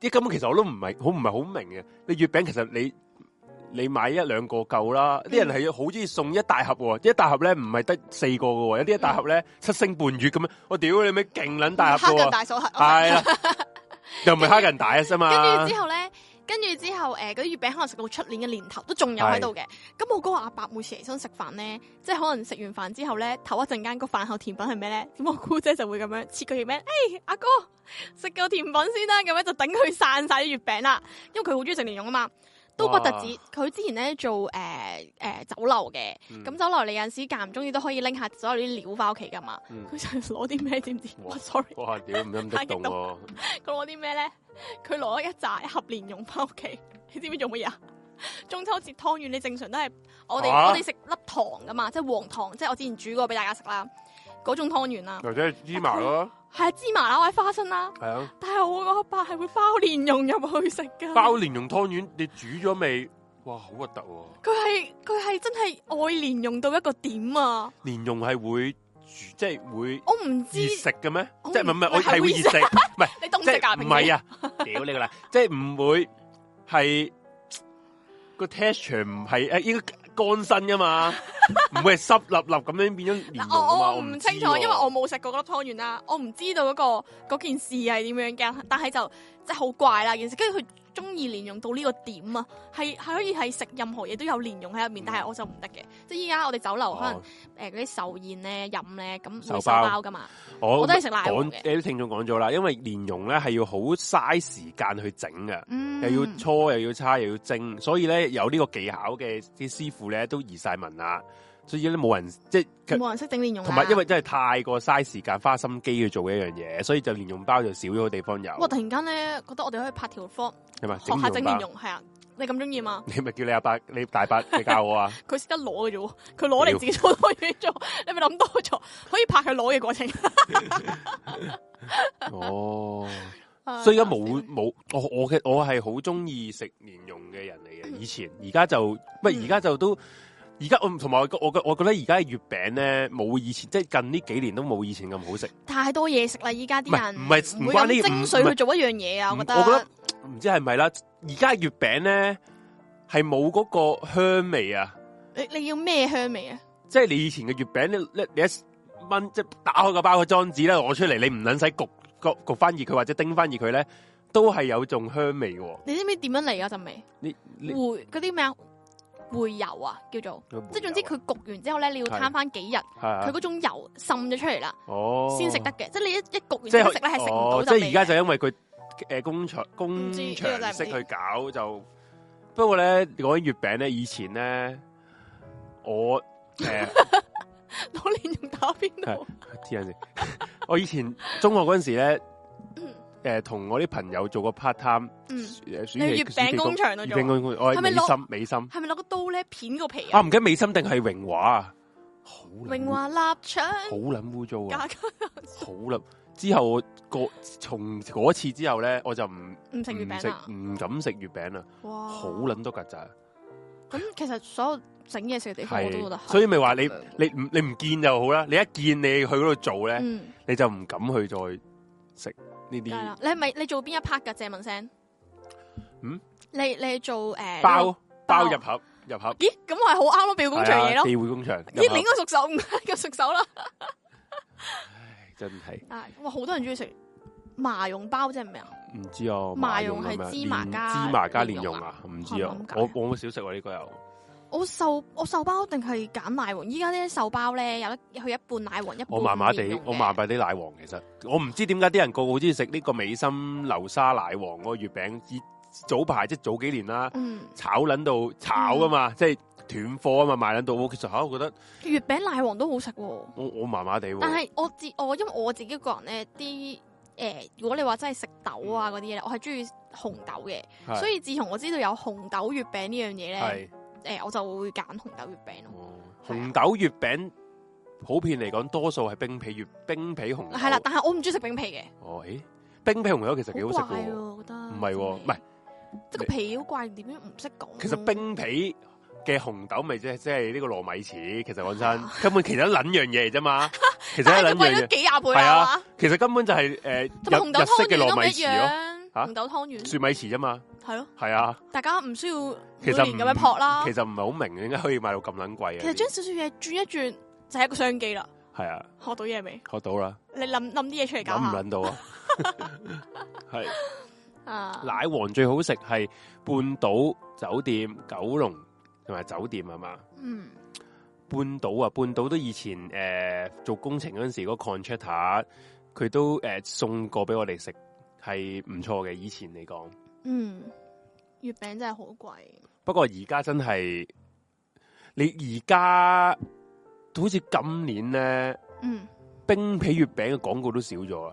Speaker 2: 啲根本其實我都唔係好唔係好明嘅，你月餅其實你。你買一兩個夠啦，啲人係好中意送一大盒喎，一大盒咧唔係得四個嘅喎，有啲一大盒咧七星半月咁樣，我屌你咪勁撚大盒
Speaker 1: 黑
Speaker 2: 嘅
Speaker 1: 人
Speaker 2: 喎，
Speaker 1: 大手黑。
Speaker 2: 係啊，又唔係黑人大啊嘛，
Speaker 1: 跟住之後咧，跟住之後誒呃嗰啲月餅可能食到出年嘅年頭都仲有喺度嘅。咁我嗰個阿伯每次嚟身食飯咧，即係可能食完飯之後咧，頭一陣間個飯後甜品係咩咧？ 咁我姑姐就會咁樣切個月餅，誒、哎阿哥食個甜品先啦，咁樣就等佢散晒啲月餅啦。因為佢好中意食蓮蓉啊嘛，都不特止。佢之前咧做誒誒、呃酒樓嘅，
Speaker 2: 嗯
Speaker 1: 咁、酒樓你有陣時間唔中意都可以拎下所有啲料翻屋企噶嘛。
Speaker 2: 嗯
Speaker 1: 佢、就攞啲咩知唔知？
Speaker 2: 哇
Speaker 1: 哇，sorry。
Speaker 2: 哇！屌唔飲得凍喎，
Speaker 1: 佢攞啲咩咧？佢攞一扎一盒蓮蓉翻屋企， 你知唔知做乜嘢啊？中秋節湯圓你正常都係我哋、
Speaker 2: 啊
Speaker 1: 我哋食粒糖噶嘛，即係黃糖，即係我之前煮過俾大家食啦，嗰種湯圓啦，啊
Speaker 2: 或者芝麻咯，
Speaker 1: 係芝麻啦或者花生啦，
Speaker 2: 係啊，
Speaker 1: 但係我個阿伯係會包蓮蓉入去食噶，
Speaker 2: 包蓮蓉湯圓你煮咗未？哇，好核突喎！
Speaker 1: 佢係佢係真係愛蓮蓉到一個點啊！
Speaker 2: 蓮蓉係會煮，即係會
Speaker 1: 我唔知
Speaker 2: 熱食嘅咩？
Speaker 1: 我唔
Speaker 2: 即係唔係唔係我
Speaker 1: 係會
Speaker 2: 係會熱食，唔係
Speaker 1: 你凍
Speaker 2: 即
Speaker 1: 食噶，
Speaker 2: 係唔係啊？屌你個啦！即係唔會係個 texture 唔係誒，應該乾身 噶嘛，唔會係濕立立咁樣變咗蓮蓉
Speaker 1: 明顯？
Speaker 2: 㗎啊嘛
Speaker 1: 我我
Speaker 2: 我
Speaker 1: 哦唔
Speaker 2: 知
Speaker 1: 清楚，
Speaker 2: 喎
Speaker 1: 因為我冇食過嗰粒湯圓啦，我唔知道嗰、個嗰件事係點樣嘅，但係就即係好怪啦件事。跟住佢中意蓮蓉到呢個點啊，係係可以係食任何嘢都有蓮蓉喺入面，但
Speaker 2: 嗯
Speaker 1: 係我就唔得嘅。即係依家我哋酒樓可能
Speaker 2: 哦
Speaker 1: 誒嗰啲壽宴咧飲咧，咁
Speaker 2: 手包
Speaker 1: 會手包噶嘛，
Speaker 2: 哦我
Speaker 1: 我都係食奶黃
Speaker 2: 講
Speaker 1: 嘅
Speaker 2: 有啲聽眾講咗啦，因為蓮蓉咧係要好嘥時間去整嘅。
Speaker 1: 嗯，
Speaker 2: 又要搓又要叉又要蒸，所以咧有呢個技巧嘅啲師傅咧都移晒文啦，所以咧冇人即係
Speaker 1: 冇人識整蓮蓉啦啊
Speaker 2: 同埋因為真係太過嘥時間花心機去做一樣嘢，所以就蓮蓉包就少咗個地方有，
Speaker 1: 哇！突然間咧，覺得我哋可以拍條 f
Speaker 2: 係咪？
Speaker 1: 學下整蓮
Speaker 2: 包，
Speaker 1: 蓉，係啊，你咁中意嘛？
Speaker 2: 你咪叫你阿伯，你大伯你教我啊，
Speaker 1: 佢識得攞嘅啫喎，佢攞嚟自己做多嘢做，你咪諗多咗，可以拍佢攞嘅過程。
Speaker 2: 哦，
Speaker 1: 啊
Speaker 2: 所以而家冇冇我我嘅我係好中意食蓮蓉嘅人嚟 嘅，以前而家就乜
Speaker 1: 嗯
Speaker 2: 而家就都。而家我唔同埋我覺我覺我覺得而家嘅月餅咧冇以前，即係近呢幾年都冇以前咁好食。
Speaker 1: 太多嘢食啦！依家啲人
Speaker 2: 唔係唔係
Speaker 1: 會
Speaker 2: 唔關呢
Speaker 1: 咁精髓去做一樣嘢啊！我
Speaker 2: 唔
Speaker 1: 覺得，
Speaker 2: 我覺得唔知係咪啦。而家月餅咧係冇嗰個香味啊，
Speaker 1: 你你要咩香味啊？
Speaker 2: 即係你以前嘅月餅咧，你你一蚊即係打開個包嘅裝紙咧，攞出嚟你唔撚使焗焗焗翻熱佢或者叮翻熱佢咧，都係有種香味嘅喎。
Speaker 1: 你知唔知點樣嚟嗰啊陣味？
Speaker 2: 呢呢
Speaker 1: 回嗰啲咩啊？回油啊，叫做即係總之佢焗完之後咧，你要攤翻幾日，
Speaker 2: 係啊
Speaker 1: 佢嗰種油滲咗出嚟啦，
Speaker 2: 哦
Speaker 1: 先食得嘅。即係你一一焗完
Speaker 2: 即
Speaker 1: 之
Speaker 2: 係
Speaker 1: 後食咧，係食唔
Speaker 2: 哦
Speaker 1: 到陣
Speaker 2: 即係而
Speaker 1: 味
Speaker 2: 家
Speaker 1: 嘅。
Speaker 2: 就因為佢誒工廠工
Speaker 1: 唔知呢個真係
Speaker 2: 場
Speaker 1: 唔知
Speaker 2: 式去搞就，不過咧講起月餅咧，以前咧我誒。呃
Speaker 1: 攞蓮蓉打邊
Speaker 2: 係
Speaker 1: 度？
Speaker 2: 黐人線啊 我以前中學嗰陣時咧，诶、同我啲朋友做過 part time，
Speaker 1: 嗯，
Speaker 2: 诶、暑
Speaker 1: 你去
Speaker 2: 期
Speaker 1: 月
Speaker 2: 暑期
Speaker 1: 餅工場度
Speaker 2: 月
Speaker 1: 做
Speaker 2: 餅
Speaker 1: 啊，
Speaker 2: 工我係
Speaker 1: 係咪
Speaker 2: 美
Speaker 1: 落
Speaker 2: 心美心
Speaker 1: 係咪攞個刀咧片個皮
Speaker 2: 啊，
Speaker 1: 啊？
Speaker 2: 唔記得美心定係榮華啊，好撚
Speaker 1: 榮華臘腸
Speaker 2: 好撚污糟啊
Speaker 1: 加，
Speaker 2: 好撚之後我個從嗰次之後咧，我就唔
Speaker 1: 唔食月
Speaker 2: 唔
Speaker 1: 餅啊哦
Speaker 2: 食
Speaker 1: 啦！
Speaker 2: 唔敢食月餅啦，
Speaker 1: 哇，
Speaker 2: 好撚多曱甴，
Speaker 1: 咁其實所有整嘢食嘅地方我都覺得
Speaker 2: 係
Speaker 1: 係，
Speaker 2: 所以咪話你你唔你唔見就好啦，你一見你去嗰度做咧，
Speaker 1: 嗯。
Speaker 2: 你就唔敢去再食
Speaker 1: 梗
Speaker 2: 呢
Speaker 1: 係
Speaker 2: 啲
Speaker 1: 啦，你係咪你做邊一 part 噶？借問聲，
Speaker 2: 嗯，
Speaker 1: 你你係做诶
Speaker 2: 包包
Speaker 1: 包
Speaker 2: 入盒入盒。
Speaker 1: 咦，咁我係好啱咯，表工場嘢
Speaker 2: 係啊
Speaker 1: 咯。
Speaker 2: 地會工場，
Speaker 1: 咦，
Speaker 2: 入
Speaker 1: 你
Speaker 2: 口
Speaker 1: 應該熟手，唔咁熟手啦。
Speaker 2: 唉真係
Speaker 1: 啊，哇，好多人中意食麻蓉包啫，係咪啊？
Speaker 2: 唔知哦。
Speaker 1: 麻
Speaker 2: 蓉
Speaker 1: 蓉係
Speaker 2: 係咪
Speaker 1: 芝麻加
Speaker 2: 連芝麻加
Speaker 1: 蓮
Speaker 2: 蓮
Speaker 1: 蓉
Speaker 2: 蓉
Speaker 1: 啊
Speaker 2: 啊？唔知啊
Speaker 1: 係咪，咁解
Speaker 2: 我我好少食喎呢個又。
Speaker 1: 我瘦我瘦包定係揀奶黃？依家啲瘦包咧，有得去一半奶黃，一半
Speaker 2: 我麻麻
Speaker 1: 蓮
Speaker 2: 地
Speaker 1: 蓉，嘅
Speaker 2: 我麻麻地奶黃其實，我唔知點解啲人個個好中意食呢個美心流沙奶黃嗰個月餅。以早排即係早幾年啦，
Speaker 1: 嗯
Speaker 2: 炒撚到炒噶嘛，即係斷貨啊嘛，賣撚到，其實嚇我覺得
Speaker 1: 月餅奶黃都好食喎。
Speaker 2: 我我麻麻地喎。
Speaker 1: 但係我自我因為我自己個人咧啲誒，如果你話真係食豆啊嗰啲咧，我係中意紅豆嘅，
Speaker 2: 係
Speaker 1: 所以自從我知道有紅豆月餅呢樣嘢咧，啊
Speaker 2: 係
Speaker 1: 誒我就會揀紅豆月餅咯。
Speaker 2: 哦紅豆月餅普遍嚟講，多數係冰皮月冰皮紅豆。
Speaker 1: 係啦，但係我唔中意食餅皮嘅，
Speaker 2: 哦，咦，冰皮紅豆其實幾好
Speaker 1: 好
Speaker 2: 食
Speaker 1: 怪
Speaker 2: 嘅
Speaker 1: 喎，
Speaker 2: 喎。
Speaker 1: 我覺得
Speaker 2: 唔係喎，唔係，
Speaker 1: 即係個皮好怪，點樣唔識講？
Speaker 2: 其實冰皮嘅紅豆咪即係即係呢個糯米糍。其實講真，根本其實一撚樣嘢嚟 啫嘛。其實
Speaker 1: 但
Speaker 2: 一
Speaker 1: 係佢
Speaker 2: 撚
Speaker 1: 貴
Speaker 2: 樣
Speaker 1: 咗
Speaker 2: 嘢，
Speaker 1: 幾廿倍
Speaker 2: 係
Speaker 1: 啦，係
Speaker 2: 啊
Speaker 1: 嘛
Speaker 2: 其實根本就係誒
Speaker 1: 同埋紅豆
Speaker 2: 日日式
Speaker 1: 湯圓
Speaker 2: 嘅
Speaker 1: 都
Speaker 2: 糯
Speaker 1: 唔
Speaker 2: 米
Speaker 1: 一
Speaker 2: 糍咯，
Speaker 1: 樣，
Speaker 2: 嚇
Speaker 1: 紅豆湯圓
Speaker 2: 雪米糍啫嘛。
Speaker 1: 係咯，
Speaker 2: 係啊，
Speaker 1: 大家唔需要
Speaker 2: 其
Speaker 1: 每
Speaker 2: 實
Speaker 1: 年咁樣撲啦
Speaker 2: 其。實唔係好明點解可以賣到咁撚貴啊。
Speaker 1: 其實將少少嘢轉一轉就係一個商機啦。
Speaker 2: 係啊，
Speaker 1: 學到嘢未？
Speaker 2: 學到啦，
Speaker 1: 你諗諗啲嘢出嚟
Speaker 2: 諗
Speaker 1: 搞
Speaker 2: 唔
Speaker 1: 下
Speaker 2: 撚 到啊？係。
Speaker 1: 啊！
Speaker 2: 奶黃最好食係半島酒店、九龍同埋酒店啊嘛。
Speaker 1: 嗯，
Speaker 2: 半島啊，半島都以前诶、呃做工程嗰阵时，嗰個 contractor 佢都诶、呃送過俾我哋食，係唔錯嘅。以前嚟講，
Speaker 1: 嗯，月餅真係好貴。
Speaker 2: 不過而家真係你而家好似今年咧，
Speaker 1: 嗯，
Speaker 2: 冰皮月餅嘅廣告都少咗啦。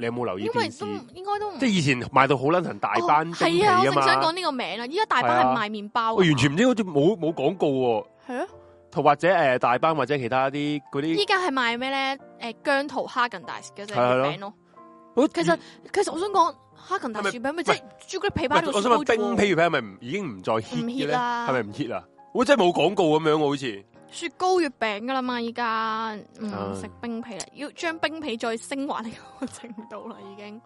Speaker 2: 你有冇留意
Speaker 1: 因為
Speaker 2: 電視
Speaker 1: 都？應該都唔
Speaker 2: 即係以前賣到好撚層大班冰皮
Speaker 1: 係啊！我
Speaker 2: 啊
Speaker 1: 正想
Speaker 2: 嘛
Speaker 1: 講，呢個名啦。依家大班
Speaker 2: 係啊
Speaker 1: 係賣麵包㗎嘛，
Speaker 2: 我完全唔知好似冇冇廣告喎、
Speaker 1: 係啊！
Speaker 2: 同或者诶、呃大班或者其他啲嗰
Speaker 1: 依
Speaker 2: 啲，
Speaker 1: 家係賣咩咧？誒姜桃哈根達斯嗰隻月
Speaker 2: 係啊
Speaker 1: 餅咯。
Speaker 2: 我
Speaker 1: 其實其實我想講哈根達斯
Speaker 2: 係
Speaker 1: 月餅咪即係朱古力皮包到
Speaker 2: 我想
Speaker 1: 雪糕
Speaker 2: 問
Speaker 1: 啫
Speaker 2: 冰
Speaker 1: 喎
Speaker 2: 皮月餅係咪唔已經唔再 hit
Speaker 1: 唔
Speaker 2: 嘅
Speaker 1: hit
Speaker 2: 咧？
Speaker 1: 啦
Speaker 2: 係咪唔 hit 啊？我真係冇廣告咁樣喎，好似
Speaker 1: 雪糕月餅噶啦嘛，依家唔
Speaker 2: 唉
Speaker 1: 食冰皮啦，要將冰皮再升華呢個程度啦，已經。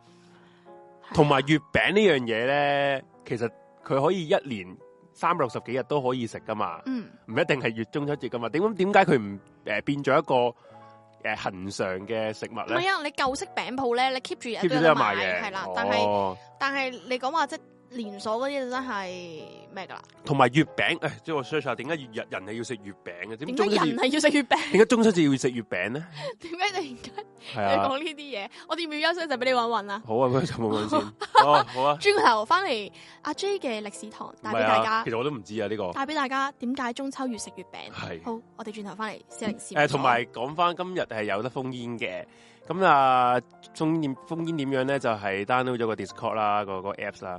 Speaker 1: 係
Speaker 2: 同埋月餅呢樣嘢咧，其實佢可以一年三百六十幾日都可以食噶嘛，
Speaker 1: 嗯，
Speaker 2: 唔一定係月中秋節噶嘛。點點解佢唔诶變咗一個诶恒常嘅食物
Speaker 1: 唔係
Speaker 2: 咧
Speaker 1: 啊，你舊式餅鋪咧，你 keep 住
Speaker 2: ？keep
Speaker 1: 日
Speaker 2: 住
Speaker 1: 都
Speaker 2: 都
Speaker 1: 有
Speaker 2: 有
Speaker 1: 得賣
Speaker 2: 賣嘅，
Speaker 1: 係啦，但係
Speaker 2: 哦，
Speaker 1: 但係你講話即係連鎖嗰啲就真係咩噶啦？
Speaker 2: 同埋月餅诶，即係我 search 下點解月人係要食月餅嘅？點
Speaker 1: 點
Speaker 2: 中秋
Speaker 1: 解
Speaker 2: 節
Speaker 1: 人係要食月餅？
Speaker 2: 點解中秋節要食月餅咧？
Speaker 1: 點解突然間
Speaker 2: 係
Speaker 1: 你
Speaker 2: 啊。
Speaker 1: 講呢啲嘢？我哋要休息一陣俾你揾揾啦。
Speaker 2: 好啊，咁就冇 問先。哦，好啊，
Speaker 1: 轉個頭翻嚟阿 J 嘅歷史堂，帶俾
Speaker 2: 唔係
Speaker 1: 大
Speaker 2: 啊
Speaker 1: 家
Speaker 2: 其，實我都唔知啊呢個。
Speaker 1: 帶俾大家點解中秋要食月餅？
Speaker 2: 係
Speaker 1: 好，我哋轉頭翻嚟試零試。
Speaker 2: 誒，同埋講翻今日係有得封煙嘅。咁啊，封煙封煙點樣咧？就係 download 咗個 Discord 啦，個個 Apps 啦。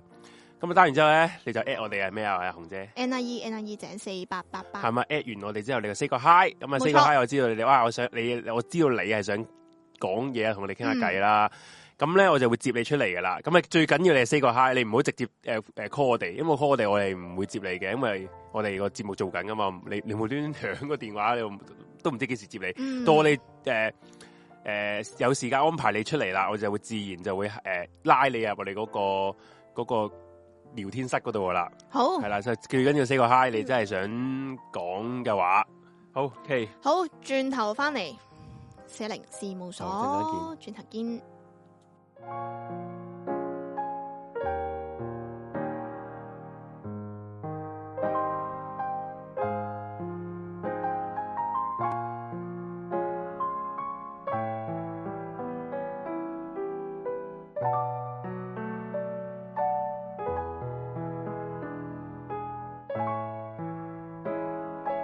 Speaker 2: 咁啊，down 完之後咧，你就 at 我哋係咩啊？係啊紅姐。
Speaker 1: NIE NIE E，井四八八八
Speaker 2: 係。咪 at 完我哋之後，你就 say 個 hi，咁啊
Speaker 1: 啊冇
Speaker 2: say 個
Speaker 1: 錯
Speaker 2: hi，我知道你哋哇，我想你，我知道你係想講嘢啊，同我哋傾下偈啦。
Speaker 1: 嗯
Speaker 2: 咁咧，我就會接你出嚟噶啦。咁啊，最緊要你係 say 個 hi，你唔好直接誒誒 call 我哋，因為 call 我哋我哋唔會接你嘅，因為我哋個節目做緊噶嘛。你你無端端響個電話，你又唔都唔知幾時接你。
Speaker 1: 嗯
Speaker 2: 到你誒誒呃有時間安排你出嚟啦，我就會自然就會誒、呃拉你入我哋嗰、個嗰、個聊天室嗰度噶啦。
Speaker 1: 好
Speaker 2: 系啦，就最緊要 say 個 hi，你真係想講嘅話，好，K，
Speaker 1: 好轉頭翻嚟寫零事務所
Speaker 2: 好，
Speaker 1: 轉頭見。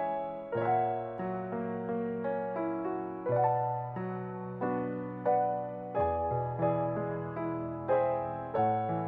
Speaker 3: Hãy subscribe cho kênh Ghiền Mì Gõ Để không bỏ lỡ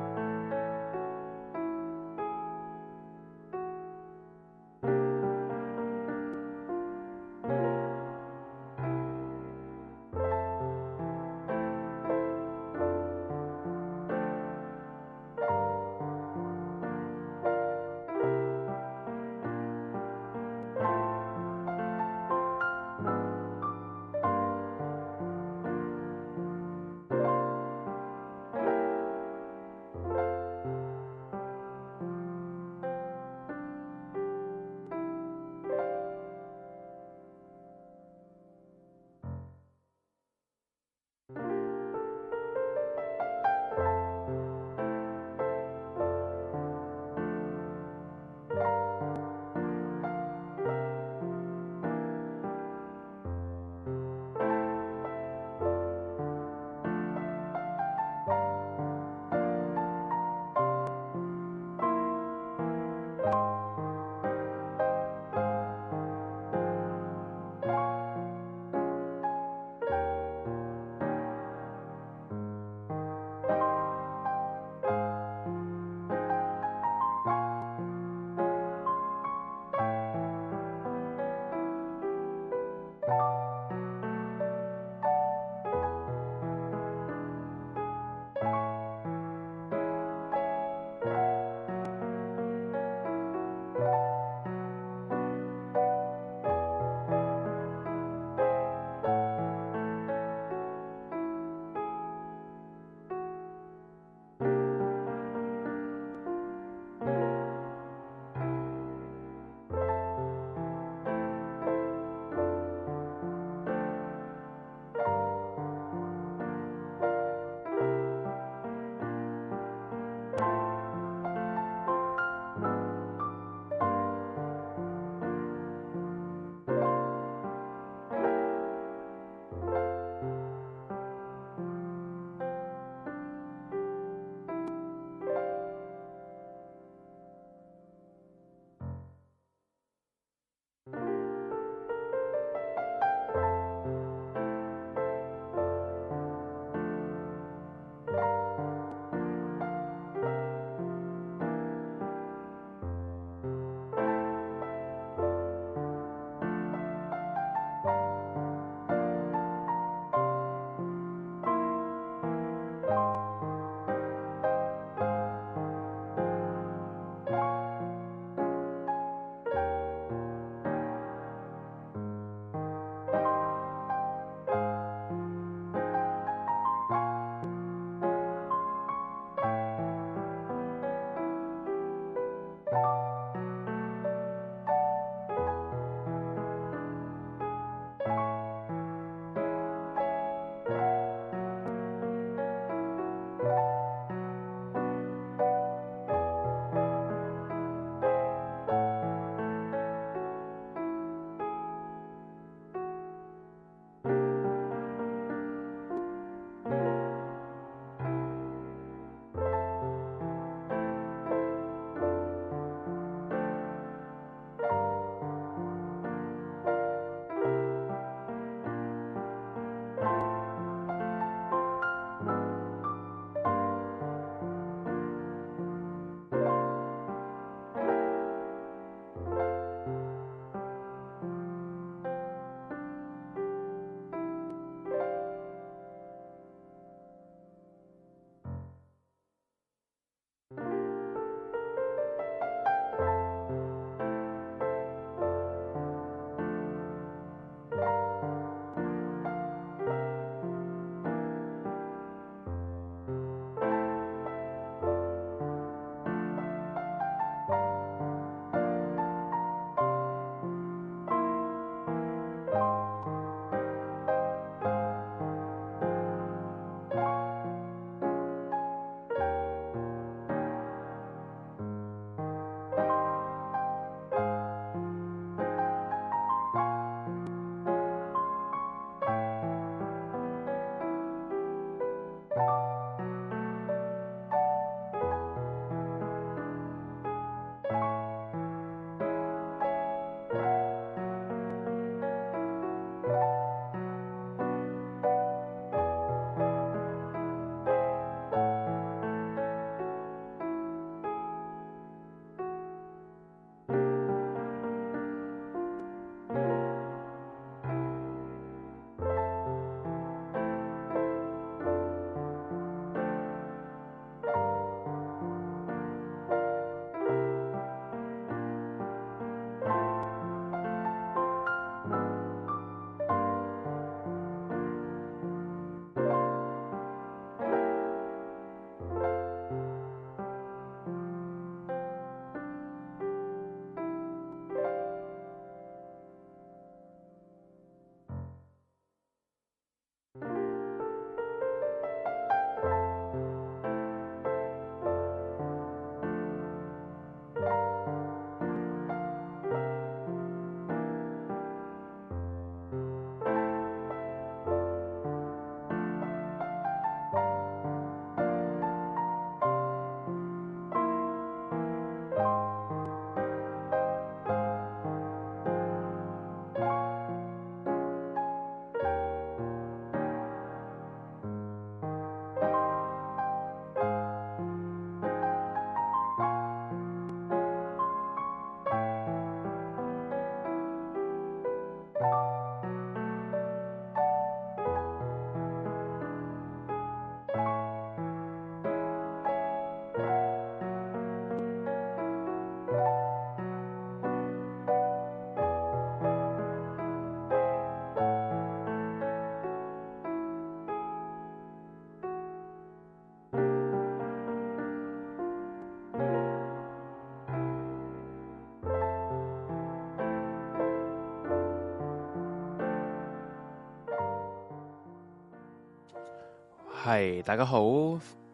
Speaker 2: 系大家好，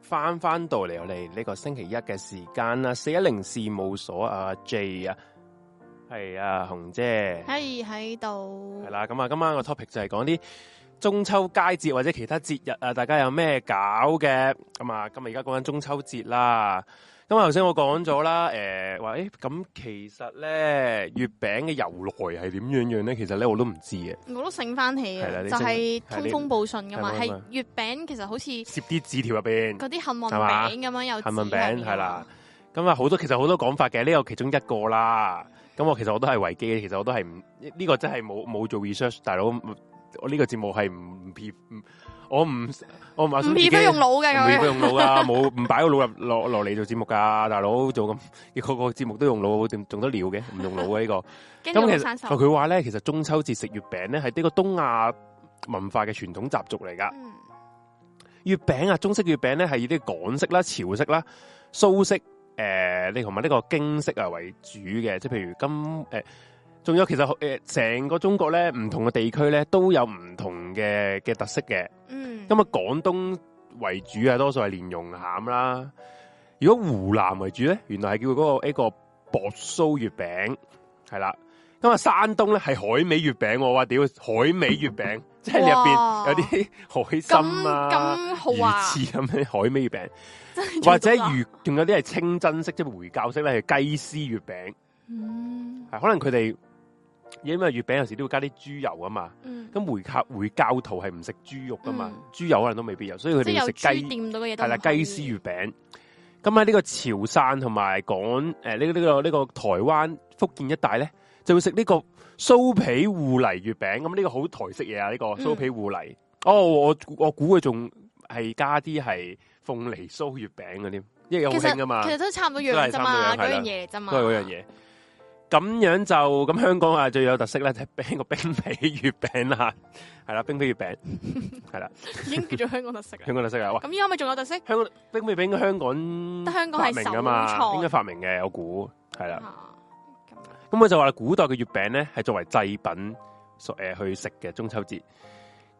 Speaker 2: 翻翻到嚟我哋呢個星期一嘅時間啦，四一零事務所啊 J 啊，係啊紅姐，
Speaker 1: 喺喺度
Speaker 2: 係，啦，咁啊，今晚個 topic 就係講啲中秋佳節或者其他節日啊，大家有咩搞嘅？咁啊，今日而家講緊中秋節啦。咁啊，頭先我講咗啦，誒、話誒，咁、其實咧月餅嘅由來係點樣樣咧？其實咧我都唔知嘅，
Speaker 1: 我都醒翻起啊
Speaker 2: 係啦，你
Speaker 1: 就係通
Speaker 2: 醒係
Speaker 1: 風報信噶嘛，
Speaker 2: 係
Speaker 1: 係
Speaker 2: 嘛啊
Speaker 1: 月餅其實好似嗰
Speaker 2: 攝啲紙條入邊。
Speaker 1: 啲幸運餅咁樣有
Speaker 2: 幸運
Speaker 1: 紙喺
Speaker 2: 餅
Speaker 1: 面
Speaker 2: 係啦，咁啊好多其實好多講法嘅，呢個其中一個啦。咁我其實我都係維基嘅，其實我都係唔呢呢個真係冇冇做 research，大佬我呢個節目係唔唔撇唔我唔我唔
Speaker 1: 唔撇不用腦嘅
Speaker 2: 唔撇
Speaker 1: 佢
Speaker 2: 不。用腦噶，冇唔擺個腦入落落嚟做節目噶，大佬做咁個個節目都用腦，點仲得了嘅？唔用腦啊嘅呢個。
Speaker 1: 跟住
Speaker 2: 咁
Speaker 1: 好
Speaker 2: 其
Speaker 1: 生
Speaker 2: 實
Speaker 1: 手。
Speaker 2: 佢話咧，其實中秋節食月餅咧係呢個東亞文化嘅傳統習俗嚟噶。
Speaker 1: 嗯
Speaker 2: 月餅啊，中式月餅咧係以啲港式啦、潮式啦、蘇式誒，你同埋呢個京式啊為主嘅，即係譬如今誒，呃仲、有其實誒成、個中國咧唔同嘅地區咧都有唔同嘅嘅特色嘅。
Speaker 1: 嗯，
Speaker 2: 咁啊，廣東為主啊，多數係蓮蓉餡啦。如果湖南為主咧，原來係叫嗰、個一個薄酥月餅，係啦。咁啊，山東咧係海味月餅喎，哇屌海味月餅，即係入邊
Speaker 1: 哇
Speaker 2: 有啲海
Speaker 1: 咁
Speaker 2: 參啊。
Speaker 1: 咁豪華，
Speaker 2: 魚翅咁樣海 味月餅，
Speaker 1: 真係
Speaker 2: 或者
Speaker 1: 做到啦啊
Speaker 2: 魚，仲有啲係清真式，即係回教式咧，係雞絲月餅。
Speaker 1: 嗯
Speaker 2: 係可能佢哋因為月餅有時都會加啲豬油啊嘛，
Speaker 1: 嗯，
Speaker 2: 咁回教回教徒係唔食豬肉噶嘛
Speaker 1: 嗯，
Speaker 2: 豬、油可能都未必有，所以佢
Speaker 1: 即
Speaker 2: 哋
Speaker 1: 係
Speaker 2: 要
Speaker 1: 有
Speaker 2: 食
Speaker 1: 豬
Speaker 2: 雞
Speaker 1: 掂到嘅嘢都
Speaker 2: 係啦
Speaker 1: 唔
Speaker 2: 雞
Speaker 1: 可以
Speaker 2: 絲月餅。咁喺呢個潮汕同埋廣誒呢呢個呢、個台灣福建一帶咧，就會食呢個酥皮芋泥月餅。咁呢個好台式嘢啊！呢、個
Speaker 1: 嗯
Speaker 2: 酥皮芋泥，哦，我我估佢仲係加啲係鳳梨酥月餅嗰啲，因為好
Speaker 1: 其
Speaker 2: 興啊嘛，
Speaker 1: 實其
Speaker 2: 都
Speaker 1: 實都差唔多樣
Speaker 2: 都係
Speaker 1: 啫
Speaker 2: 差唔多樣
Speaker 1: 嘛，
Speaker 2: 係啦
Speaker 1: 嗰樣嘢啫嘛，
Speaker 2: 係嗰樣嘢。咁樣就咁香港啊，最有特色咧就係冰個 冰皮月餅啦，係啦，冰皮月餅係啦，
Speaker 1: 已經叫做香港特色 啦。
Speaker 2: 香港特色啊！哇
Speaker 1: 咁依家咪仲有特色？
Speaker 2: 香港冰皮餅應該香港
Speaker 1: 得香港
Speaker 2: 發
Speaker 1: 係
Speaker 2: 明
Speaker 1: 手
Speaker 2: 噶嘛，
Speaker 1: 創
Speaker 2: 應該發明嘅，我估係啦。
Speaker 1: 啊咁樣
Speaker 2: 咁佢就話古代嘅月餅咧係作為祭品所誒、呃去食嘅中秋節，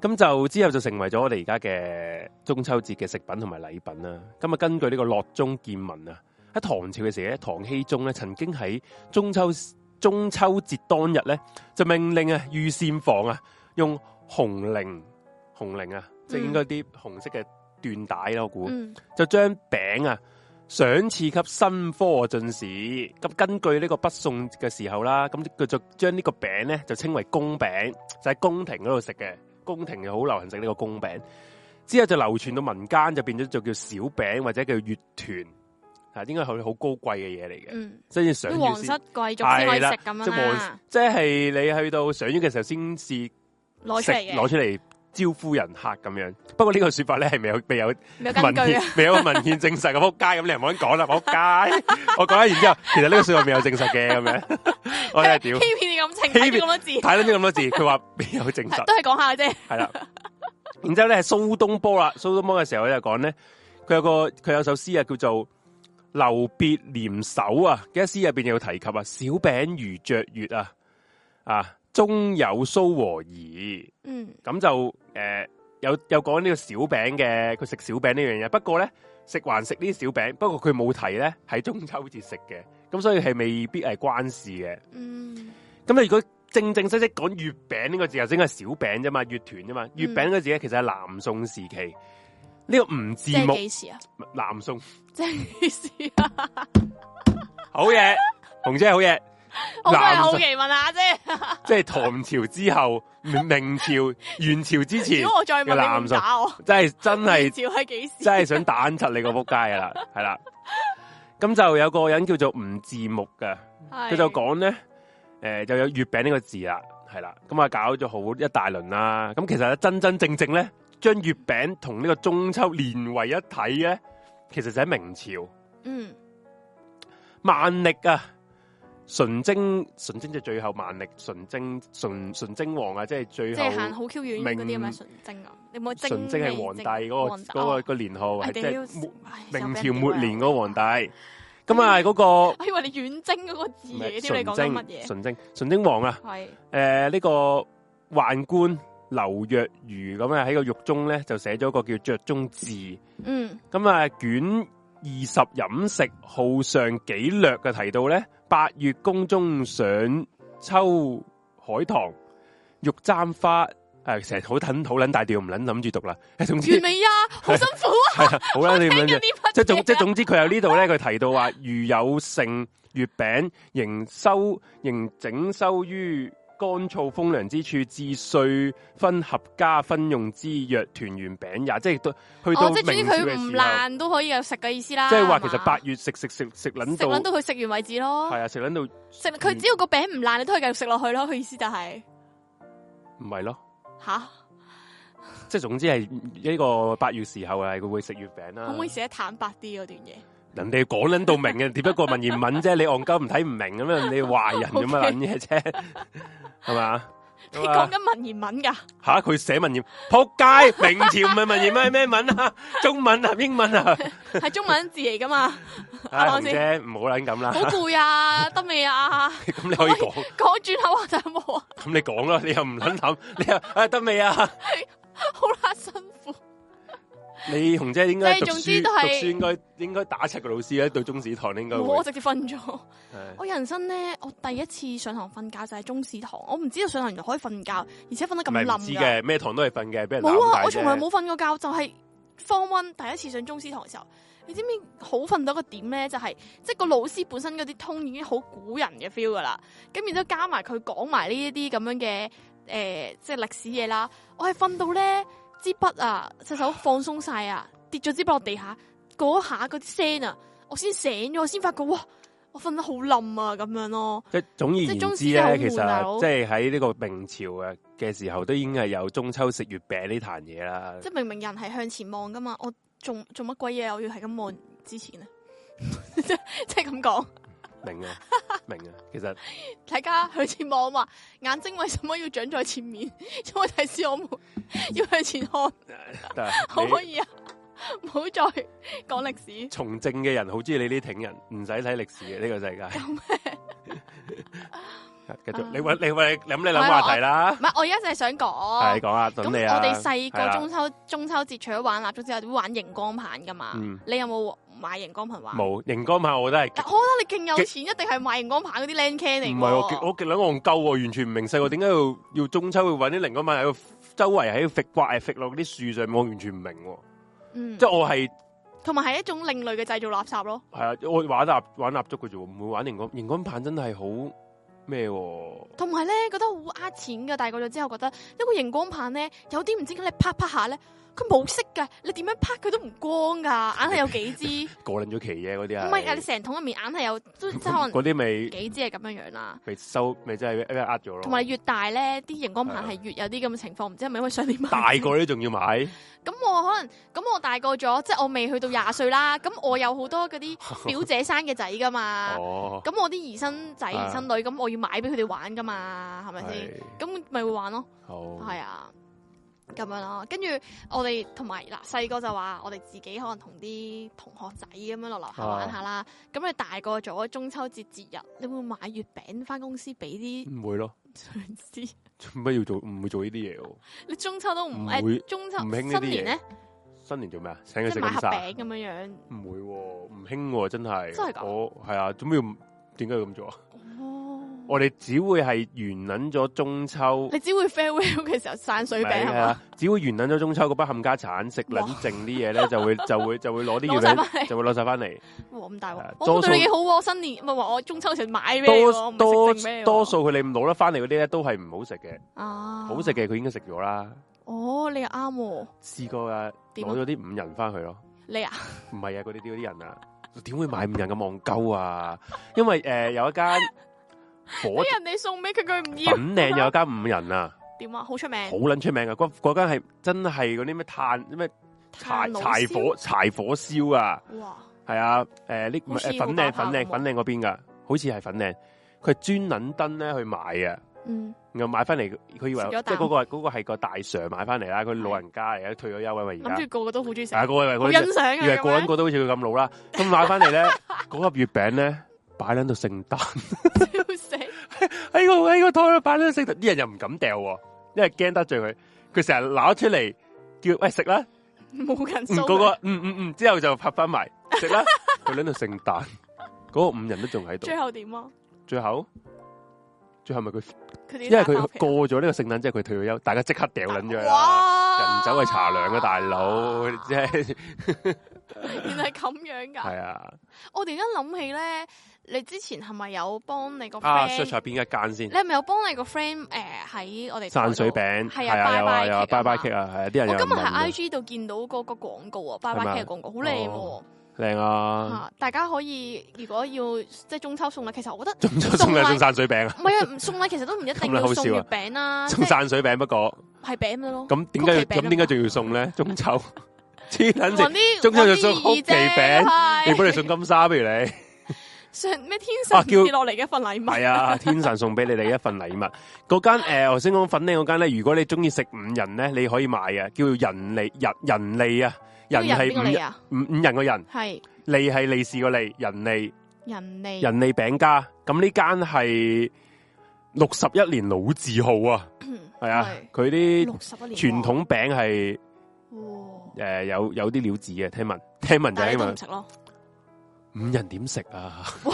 Speaker 2: 咁就之後就成為咗我哋而家嘅中秋節嘅食品同埋禮品啦。咁啊，根據呢個《洛中見聞》啊，喺唐朝嘅時候咧，唐僖宗咧曾經喺中秋中秋節當日咧就命令啊御膳房啊用紅绫紅绫啊，即係應該啲紅色嘅緞帶啦，我估。
Speaker 1: 嗯，
Speaker 2: 就將餅啊賞賜給新科進士。咁根據呢個北宋嘅時候啦，咁佢就將呢個餅咧就稱為公餅，就喺宮廷嗰度食嘅。宮廷就好流行食呢個公餅，之後就流傳到民間就變咗就叫小餅或者叫月團，啊，應該係好高貴嘅嘢嚟嘅，
Speaker 1: 嗯，
Speaker 2: 即係上
Speaker 1: 啲
Speaker 2: 月
Speaker 1: 皇室
Speaker 2: 先，
Speaker 1: 貴族先可以
Speaker 2: 係啦
Speaker 1: 食咁樣啊
Speaker 2: 即係
Speaker 1: 啦
Speaker 2: 皇，，即係你去到上月嘅時候先至
Speaker 1: 攞
Speaker 2: 食
Speaker 1: 出嚟
Speaker 2: 攞
Speaker 1: 嘅，
Speaker 2: 出嚟招呼人客咁樣。不過呢個說法咧係未有未有
Speaker 1: 有根
Speaker 2: 文
Speaker 1: 據
Speaker 2: 獻
Speaker 1: 啊。
Speaker 2: 未有文獻證實嘅，仆街咁你唔好講啦，仆街！我講完之後，其實呢個說話未有證實嘅 咁樣，我真係哎屌
Speaker 1: 欺，騙你感情，
Speaker 2: 欺
Speaker 1: 睇咗
Speaker 2: 騙
Speaker 1: 咁多字，
Speaker 2: 睇到啲咁多字，佢話未有證實，
Speaker 1: 都係講下啫。
Speaker 2: 係啦。然之後咧，蘇東坡啦，蘇東坡嘅時候咧就講咧，佢有個佢有首詩啊，叫做《留別廉手》啊，嘅詩入邊有提及啊，小餅如雀月啊，啊，中有蘇和兒。
Speaker 1: 嗯，
Speaker 2: 咁就誒、呃有有講呢個小餅嘅，佢食小餅呢樣嘢。不過咧，食還食呢啲小餅，不過佢冇提咧係中秋節食嘅，咁所以係未必係關事嘅。
Speaker 1: 嗯，
Speaker 2: 咁你如果正正式式講月餅呢個字，頭先係小餅啫嘛，月團啫嘛，月餅呢個字咧其實係南宋時期呢、個吳
Speaker 1: 即
Speaker 2: 字
Speaker 1: 係
Speaker 2: 木
Speaker 1: 幾時啊？
Speaker 2: 南宋
Speaker 1: 即係幾時 啊？
Speaker 2: 好嘢，紅姐好嘢，
Speaker 1: 我都係
Speaker 2: 南宋
Speaker 1: 好奇問下啫。
Speaker 2: 即係唐朝之後、明明朝、元朝之 前
Speaker 1: 如，果我再
Speaker 2: 嘅
Speaker 1: 問，
Speaker 2: 男
Speaker 1: 你唔打我。
Speaker 2: 真係真係
Speaker 1: 明朝係幾時？
Speaker 2: 真係想打柒你個仆 街啦，係啦。咁就有個人叫做吳志木嘅，
Speaker 1: 佢
Speaker 2: 佢就講咧，诶、就有月餅呢個字啦，係啦。咁啊，搞咗好一大輪啦。咁其實咧，真真正正咧，將月餅同呢個中秋連為一體咧，其實就喺明朝
Speaker 1: 嗯
Speaker 2: 萬歷啊。純精純精就最後萬歷純精純純精王啊，即係最
Speaker 1: 即
Speaker 2: 後
Speaker 1: 係行好 Q 遠嗰啲係咪
Speaker 2: 明
Speaker 1: 純正啊？你冇精
Speaker 2: 純精係
Speaker 1: 味
Speaker 2: 皇帝
Speaker 1: 精
Speaker 2: 嗰、
Speaker 1: 皇帝
Speaker 2: 個嗰、個
Speaker 1: 哦
Speaker 2: 個年號係
Speaker 1: 哎
Speaker 2: 即
Speaker 1: 屌
Speaker 2: 係末
Speaker 1: 唉
Speaker 2: 明
Speaker 1: 又
Speaker 2: 朝
Speaker 1: 俾人屌
Speaker 2: 末
Speaker 1: 啊
Speaker 2: 年嗰個皇帝。咁啊，嗰個
Speaker 1: 我以為你遠征嗰個字
Speaker 2: 唔係
Speaker 1: 嚟添，你講緊乜嘢？
Speaker 2: 純正純正王啊，
Speaker 1: 係
Speaker 2: 诶、呢、個宦官劉若愚咁啊喺個獄中咧就寫咗個叫《酌中志》。
Speaker 1: 嗯，
Speaker 2: 咁啊，卷二十飲食好上紀略嘅提到咧，八月宮中賞秋海棠玉簪花，誒、成日好撚好撚大調，唔撚諗住讀啦。 誒總之
Speaker 1: 完未啊？好辛苦啊！
Speaker 2: 係啊，好撚你
Speaker 1: 聽
Speaker 2: 唔撚
Speaker 1: 緊
Speaker 2: 住
Speaker 1: 啲。乜嘢啊？
Speaker 2: 即係總即係總之，佢有呢度咧，佢提到話，如有剩月餅，仍收仍整收於乾燥風涼之處，至碎分合家分用之，若團圓餅也，即係到去到
Speaker 1: 哦，即係總之
Speaker 2: 明朝嘅
Speaker 1: 佢唔
Speaker 2: 時候，
Speaker 1: 爛都可以有食嘅意思啦。
Speaker 2: 即係話其
Speaker 1: 係嘛
Speaker 2: 實八月食食食食撚
Speaker 1: 食撚到
Speaker 2: 到，
Speaker 1: 佢食完為止咯。
Speaker 2: 係啊，嗯食撚到
Speaker 1: 食佢只要個餅唔爛，你都可以繼續食落去咯。佢意思就係
Speaker 2: 唔係咯，
Speaker 1: 吓，
Speaker 2: 即係總之係呢個八月時候係佢會食月餅啦
Speaker 1: 可。唔可以寫得坦白啲嗰段嘢？
Speaker 2: 人哋講撚到明嘅，只不過文言文啫，你戇鳩唔睇唔明咁樣，你壞人咁 啊樣撚嘢啫，係嘛？
Speaker 1: 你
Speaker 2: 咁啊
Speaker 1: 講緊文言文 㗎？
Speaker 2: 吓佢寫文言，扑街！明朝唔係文言咩咩文 啊？中文啊，英文啊？
Speaker 1: 係中文字嚟㗎 嘛？
Speaker 2: 唉，
Speaker 1: 我
Speaker 2: 紅
Speaker 1: 先
Speaker 2: 姐唔好撚咁啦
Speaker 1: 好，攰啊，得未啊？
Speaker 2: 咁你可以講，
Speaker 1: 講轉口話就冇啊，
Speaker 2: 咁你講啦，你又唔撚諗，你又唉得未啊？
Speaker 1: 好啦，辛苦。
Speaker 2: 你紅姐應該
Speaker 1: 即係
Speaker 2: 讀
Speaker 1: 總之
Speaker 2: 書，讀
Speaker 1: 都係
Speaker 2: 書應該應該打柒個老師喺對中史堂應該會
Speaker 1: 我，直接瞓咗。
Speaker 2: 係
Speaker 1: 啊我人生咧，我第一次上堂瞓覺就係中史堂，我唔知道上堂原來可以瞓覺，而且瞓得
Speaker 2: 唔
Speaker 1: 咁
Speaker 2: 係
Speaker 1: 冧
Speaker 2: 唔知
Speaker 1: 㗎。
Speaker 2: 嘅，咩堂都係瞓嘅，俾人
Speaker 1: 冇啊！
Speaker 2: 攬
Speaker 1: 我
Speaker 2: 大
Speaker 1: 從
Speaker 2: 啫
Speaker 1: 來冇瞓過覺，就係 form one 第一次上中史堂嘅時候，你知唔知好瞓到一個點咧？就係、即係個老師本身嗰啲通已經好古人嘅 feel 噶啦，咁然之後加埋佢講埋呢一啲咁樣嘅誒、呃即係歷史嘢啦。我係瞓到咧支筆啊，隻手放鬆晒啊，跌咗支筆落地下嗰下嗰啲聲啊，我先醒咗，我先發覺哇，我瞓得好冧啊咁樣咯。
Speaker 2: 即係總而言之
Speaker 1: 即係中史真係好
Speaker 2: 咧，其
Speaker 1: 悶啊大佬
Speaker 2: 實即係喺呢個明朝嘅嘅時候，都已經係有中秋食月餅呢壇嘢啦。
Speaker 1: 即係明明人係向前望噶嘛，我做做乜鬼嘢？我要係咁望之前啊， 即即係咁講，
Speaker 2: 明啊，明啊，其實
Speaker 1: 大家向前望嘛，眼睛為什麼要長在前面？ 因為提示我們 要向前看，
Speaker 2: 但
Speaker 1: 可唔
Speaker 2: 係
Speaker 1: 可
Speaker 2: 你
Speaker 1: 以啊？唔好再講歷史，
Speaker 2: 從政嘅人好中意你呢挺人，唔使睇歷史嘅呢、 個世界。 繼續，你搵你搵你諗你諗話題啦
Speaker 1: 唔，係我而家就係想
Speaker 2: 係
Speaker 1: 講。
Speaker 2: 講啊，
Speaker 1: 咁
Speaker 2: 等你啊。
Speaker 1: 我哋細
Speaker 2: 係
Speaker 1: 個
Speaker 2: 啦
Speaker 1: 中秋中秋節除咗玩蠟燭之外，都會玩熒光棒噶嘛？
Speaker 2: 嗯
Speaker 1: 你有冇買熒光棒玩？
Speaker 2: 冇熒光棒，我覺得係
Speaker 1: 但我覺得你勁有錢，一定係買熒光棒嗰啲靚 can 嚟
Speaker 2: 唔
Speaker 1: 㗎
Speaker 2: 係我極我極兩戇鳩喎，完全唔明細個點解要要中秋會搵啲熒光棒喺度周圍喺度揈刮係揈落啲樹上，我完全唔明喎。
Speaker 1: 嗯
Speaker 2: 即，係我係
Speaker 1: 同埋係一種另類嘅製造垃圾咯。
Speaker 2: 係啊，我玩蠟玩蠟燭嘅啫喎，唔會玩熒光熒光棒，真係好咩喎？
Speaker 1: 同埋咧，覺得好呃錢噶。大個咗之後，覺得一個熒光棒咧，有啲唔知點解你啪啪下咧，佢冇色噶，你點樣啪佢都唔 光噶，硬係有幾支。
Speaker 2: 過撚咗期啫，嗰啲
Speaker 1: 唔
Speaker 2: 啊。
Speaker 1: 係啊，你成桶入面硬係有，都即係可能
Speaker 2: 嗰啲咪
Speaker 1: 幾支係咁樣樣啦。
Speaker 2: 咪收咪真係俾人呃咗咯。
Speaker 1: 同埋越大咧，啲熒光棒
Speaker 2: 係
Speaker 1: 係越有啲咁嘅情況，唔知係咪因為上年買
Speaker 2: 大個呢仲要買，
Speaker 1: 咁我可能咁我大個咗，即係我未去到廿歲啦。咁我有好多嗰啲表姐生嘅仔噶嘛。
Speaker 2: 哦，
Speaker 1: 咁我啲姨甥仔、姨
Speaker 2: 係啊
Speaker 1: 甥女，咁我要買俾佢哋玩噶嘛，係咪先？
Speaker 2: 係
Speaker 1: 咁咪會玩咯。
Speaker 2: 好
Speaker 1: 係啊，咁樣咯。跟住我哋同埋嗱，細個就話我哋自己可能同啲同學仔咁樣落樓下玩下啦。咁你大個咗，中秋節節日，你會買月餅翻公司俾 啲
Speaker 2: 唔會咯，
Speaker 1: 上司？
Speaker 2: 做乜要做唔會做呢啲嘢喎？
Speaker 1: 你中秋都唔
Speaker 2: 唔
Speaker 1: 誒、
Speaker 2: 會
Speaker 1: 中秋
Speaker 2: 唔興呢啲
Speaker 1: 新年咧，
Speaker 2: 新年做咩啊？請
Speaker 1: 即
Speaker 2: 佢
Speaker 1: 係
Speaker 2: 食
Speaker 1: 買
Speaker 2: 咁
Speaker 1: 盒
Speaker 2: 晒？
Speaker 1: 餅咁樣樣。
Speaker 2: 唔會喎，唔興喎，真係。
Speaker 1: 真係㗎
Speaker 2: 我係啊，做咩要點解要咁做啊？
Speaker 1: 哦，
Speaker 2: 我哋只會係完撚咗中秋。
Speaker 1: 你只會 farewell 嘅時候散水餅係
Speaker 2: 係
Speaker 1: 嘛？
Speaker 2: 啊，只會完撚咗中秋嗰班冚家產食
Speaker 1: 哇
Speaker 2: 撚剩啲嘢咧， 就會就會就會攞啲
Speaker 1: 攞晒翻
Speaker 2: 嘢嚟，
Speaker 1: 嚟，
Speaker 2: 就會攞晒翻嚟。
Speaker 1: 哇咁大
Speaker 2: 係啊
Speaker 1: 鑊！我對
Speaker 2: 多數
Speaker 1: 你幾好喎，新年唔係話我中秋時買俾你喎，
Speaker 2: 多
Speaker 1: 啊唔
Speaker 2: 多
Speaker 1: 係食剩咩喎？
Speaker 2: 多數佢哋攞得翻嚟嗰啲咧，都係唔好食嘅。
Speaker 1: 啊，
Speaker 2: 好食嘅佢應該食咗啦。
Speaker 1: 哦，你又啱喎，
Speaker 2: 試過啊，
Speaker 1: 點啊
Speaker 2: 攞咗啲五人翻去咯。
Speaker 1: 你啊，
Speaker 2: 唔係啊，嗰啲啲嗰啲人啊，點會買五人嘅戇鳩啊？因為诶、呃有一間 火
Speaker 1: 俾人哋哎送俾佢，佢唔要。
Speaker 2: 粉嶺有一間五 人啊，
Speaker 1: 点啊？好出名
Speaker 2: 好，撚出名嘅，嗰嗰間係真係嗰啲咩炭咩柴
Speaker 1: 炭佬
Speaker 2: 柴
Speaker 1: 燒
Speaker 2: 火柴火燒啊，
Speaker 1: 哇！
Speaker 2: 係啊，诶呢
Speaker 1: 好似
Speaker 2: 誒
Speaker 1: 冇
Speaker 2: 粉嶺
Speaker 1: 爆下
Speaker 2: 粉嶺
Speaker 1: 咁喎
Speaker 2: 粉嶺嗰邊噶，好似係粉嶺，佢係專撚登咧去買啊。
Speaker 1: 嗯，
Speaker 2: 然後買翻嚟，佢以為
Speaker 1: 食咗
Speaker 2: 即係
Speaker 1: 啖
Speaker 2: 嗰個係嗰個係個大 Sir 買翻嚟啦，佢老人家嚟嘅，退咗休啊嘛而家
Speaker 1: 諗。住個個都好中意食，
Speaker 2: 啊，
Speaker 1: 好
Speaker 2: 嗰位嗰位
Speaker 1: 欣賞啊！
Speaker 2: 以為
Speaker 1: 咁
Speaker 2: 個撚
Speaker 1: 樣
Speaker 2: 個都好似佢咁老啦，咁買翻嚟咧，嗰盒月餅咧擺撚到聖誕，
Speaker 1: 笑死，
Speaker 2: 哎喺個喺個台度擺撚到聖誕，啲人又唔敢掉喎，因為驚得罪佢。佢成日攞出嚟叫喂食啦，
Speaker 1: 冇人啊
Speaker 2: 嗯
Speaker 1: 收。
Speaker 2: 嗰、個嗯嗯嗯，之後就拍翻埋食啦，佢拎到聖誕，嗰、個五人都仲喺度
Speaker 1: 最，後點啊？
Speaker 2: 最後最後咪佢，
Speaker 1: 佢哋
Speaker 2: 因為佢過咗呢個聖誕之後佢退咗休，大家即刻掉撚咗佢啦。人
Speaker 1: 啊哇！
Speaker 2: 走係茶涼嘅大佬，即係
Speaker 1: 原來係咁樣㗎。
Speaker 2: 係啊，
Speaker 1: 我哋而家諗起咧，你之前係咪有幫你個
Speaker 2: 啊 search
Speaker 1: friend？
Speaker 2: 下邊一間先
Speaker 1: 你，係咪有幫你個 friend 誒喺我哋
Speaker 2: 散水
Speaker 1: 台
Speaker 2: 餅
Speaker 1: 係
Speaker 2: 係
Speaker 1: 啊
Speaker 2: 啊，有啊
Speaker 1: bye bye
Speaker 2: 有
Speaker 1: cake
Speaker 2: 啊
Speaker 1: 啊
Speaker 2: 拜拜
Speaker 1: 嘛
Speaker 2: cake 啊，係啊，啲
Speaker 1: 度？
Speaker 2: 人有
Speaker 1: 我
Speaker 2: 人
Speaker 1: 今日
Speaker 2: 問
Speaker 1: 喺
Speaker 2: 嘅
Speaker 1: IG 度見到嗰個廣告啊，拜
Speaker 2: 係
Speaker 1: 拜
Speaker 2: 咪
Speaker 1: K 嘅廣告好靚喎
Speaker 2: 哦。靚啊，
Speaker 1: 啊！大家可以如果要即係中秋送禮，其實我覺 得
Speaker 2: 中咗送
Speaker 1: 送
Speaker 2: 兩
Speaker 1: 禮
Speaker 2: 送散水餅啊，
Speaker 1: 唔係啊，唔送禮其實都唔一定
Speaker 2: 咁你
Speaker 1: 要
Speaker 2: 好
Speaker 1: 送
Speaker 2: 笑啊
Speaker 1: 月餅啦，即
Speaker 2: 送
Speaker 1: 係
Speaker 2: 散水餅不過。
Speaker 1: 係餅咪咯。
Speaker 2: 咁點解要
Speaker 1: 曲奇餅啊嘛
Speaker 2: 咁點解仲要送咧？中秋黐撚
Speaker 1: 搵
Speaker 2: 線，
Speaker 1: 啲
Speaker 2: 中秋就送
Speaker 1: 搵啲意義啫
Speaker 2: 曲奇餅
Speaker 1: 係
Speaker 2: 你不如送金沙，不如你
Speaker 1: 上咩天
Speaker 2: 啊
Speaker 1: 神
Speaker 2: 叫
Speaker 1: 跌落嚟嘅一份禮物
Speaker 2: 係啊！天神送俾你哋一份禮物。嗰間诶，呃我先講粉嶺嗰間咧，如果你中意食五仁咧，你可以買嘅，叫人利人人利啊，人
Speaker 1: 呢個
Speaker 2: 係
Speaker 1: 邊個
Speaker 2: 五
Speaker 1: 嚟
Speaker 2: 人
Speaker 1: 啊？
Speaker 2: 五五人個人，
Speaker 1: 係
Speaker 2: 利係利是個利，人利
Speaker 1: 人嚟
Speaker 2: 人利餅家。咁呢間係六十一年老字號啊，係
Speaker 1: 嗯
Speaker 2: 啊
Speaker 1: 係，
Speaker 2: 佢啲
Speaker 1: 六十一年
Speaker 2: 傳統餅係
Speaker 1: 統，
Speaker 2: 诶有有啲料子嘅，聽聞聽聞就
Speaker 1: 但係你
Speaker 2: 係因
Speaker 1: 都哦
Speaker 2: 為
Speaker 1: 唔。食咯。
Speaker 2: 五人點食啊？
Speaker 1: 喂，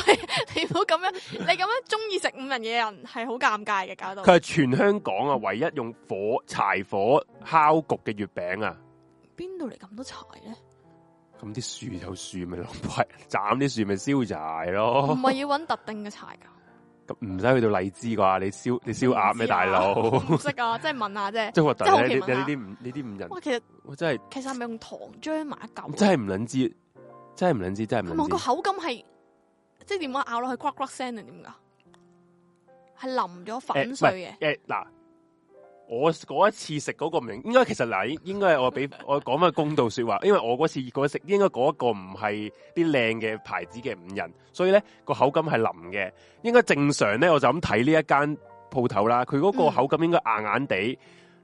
Speaker 1: 你唔好咁樣，你咁樣中意食五仁嘅人係好尷尬嘅，搞到
Speaker 2: 佢係全香港啊唯一用火柴火烤焗嘅月餅啊！
Speaker 1: 邊度嚟咁多柴咧？
Speaker 2: 咁啲樹有樹咪攞嚟 斬啲樹咪燒柴
Speaker 1: 唔
Speaker 2: 咯，
Speaker 1: 係要揾特定嘅柴㗎。
Speaker 2: 咁唔使去到荔枝啩？你燒你燒鴨咩大 佬？
Speaker 1: 唔識啊，即係問下 啫。
Speaker 2: 真係核突
Speaker 1: 真係好
Speaker 2: 咧！
Speaker 1: 奇
Speaker 2: 呢
Speaker 1: 問啊
Speaker 2: 呢啲五呢啲五人
Speaker 1: 哇，其實
Speaker 2: 我真係
Speaker 1: 其實係咪用糖漿埋一嚿
Speaker 2: 我
Speaker 1: 啊？
Speaker 2: 真係唔撚知，真係唔撚知，真係
Speaker 1: 係
Speaker 2: 唔
Speaker 1: 咪個
Speaker 2: 撚知。
Speaker 1: 口感係即係點啊？咬落去呱呱聲定點㗎？係淋咗粉碎嘅。
Speaker 2: 誒嗱，我嗰一次食嗰個唔應該其實嗱，應應該係 我俾我講翻公道説話，因為我嗰次嗰食應該嗰一個唔係啲靚嘅牌子嘅五仁，所以咧個口感係腍嘅。應該正常咧，我就咁睇呢一間鋪頭啦，佢嗰個
Speaker 1: 嗯
Speaker 2: 口感應該硬硬地，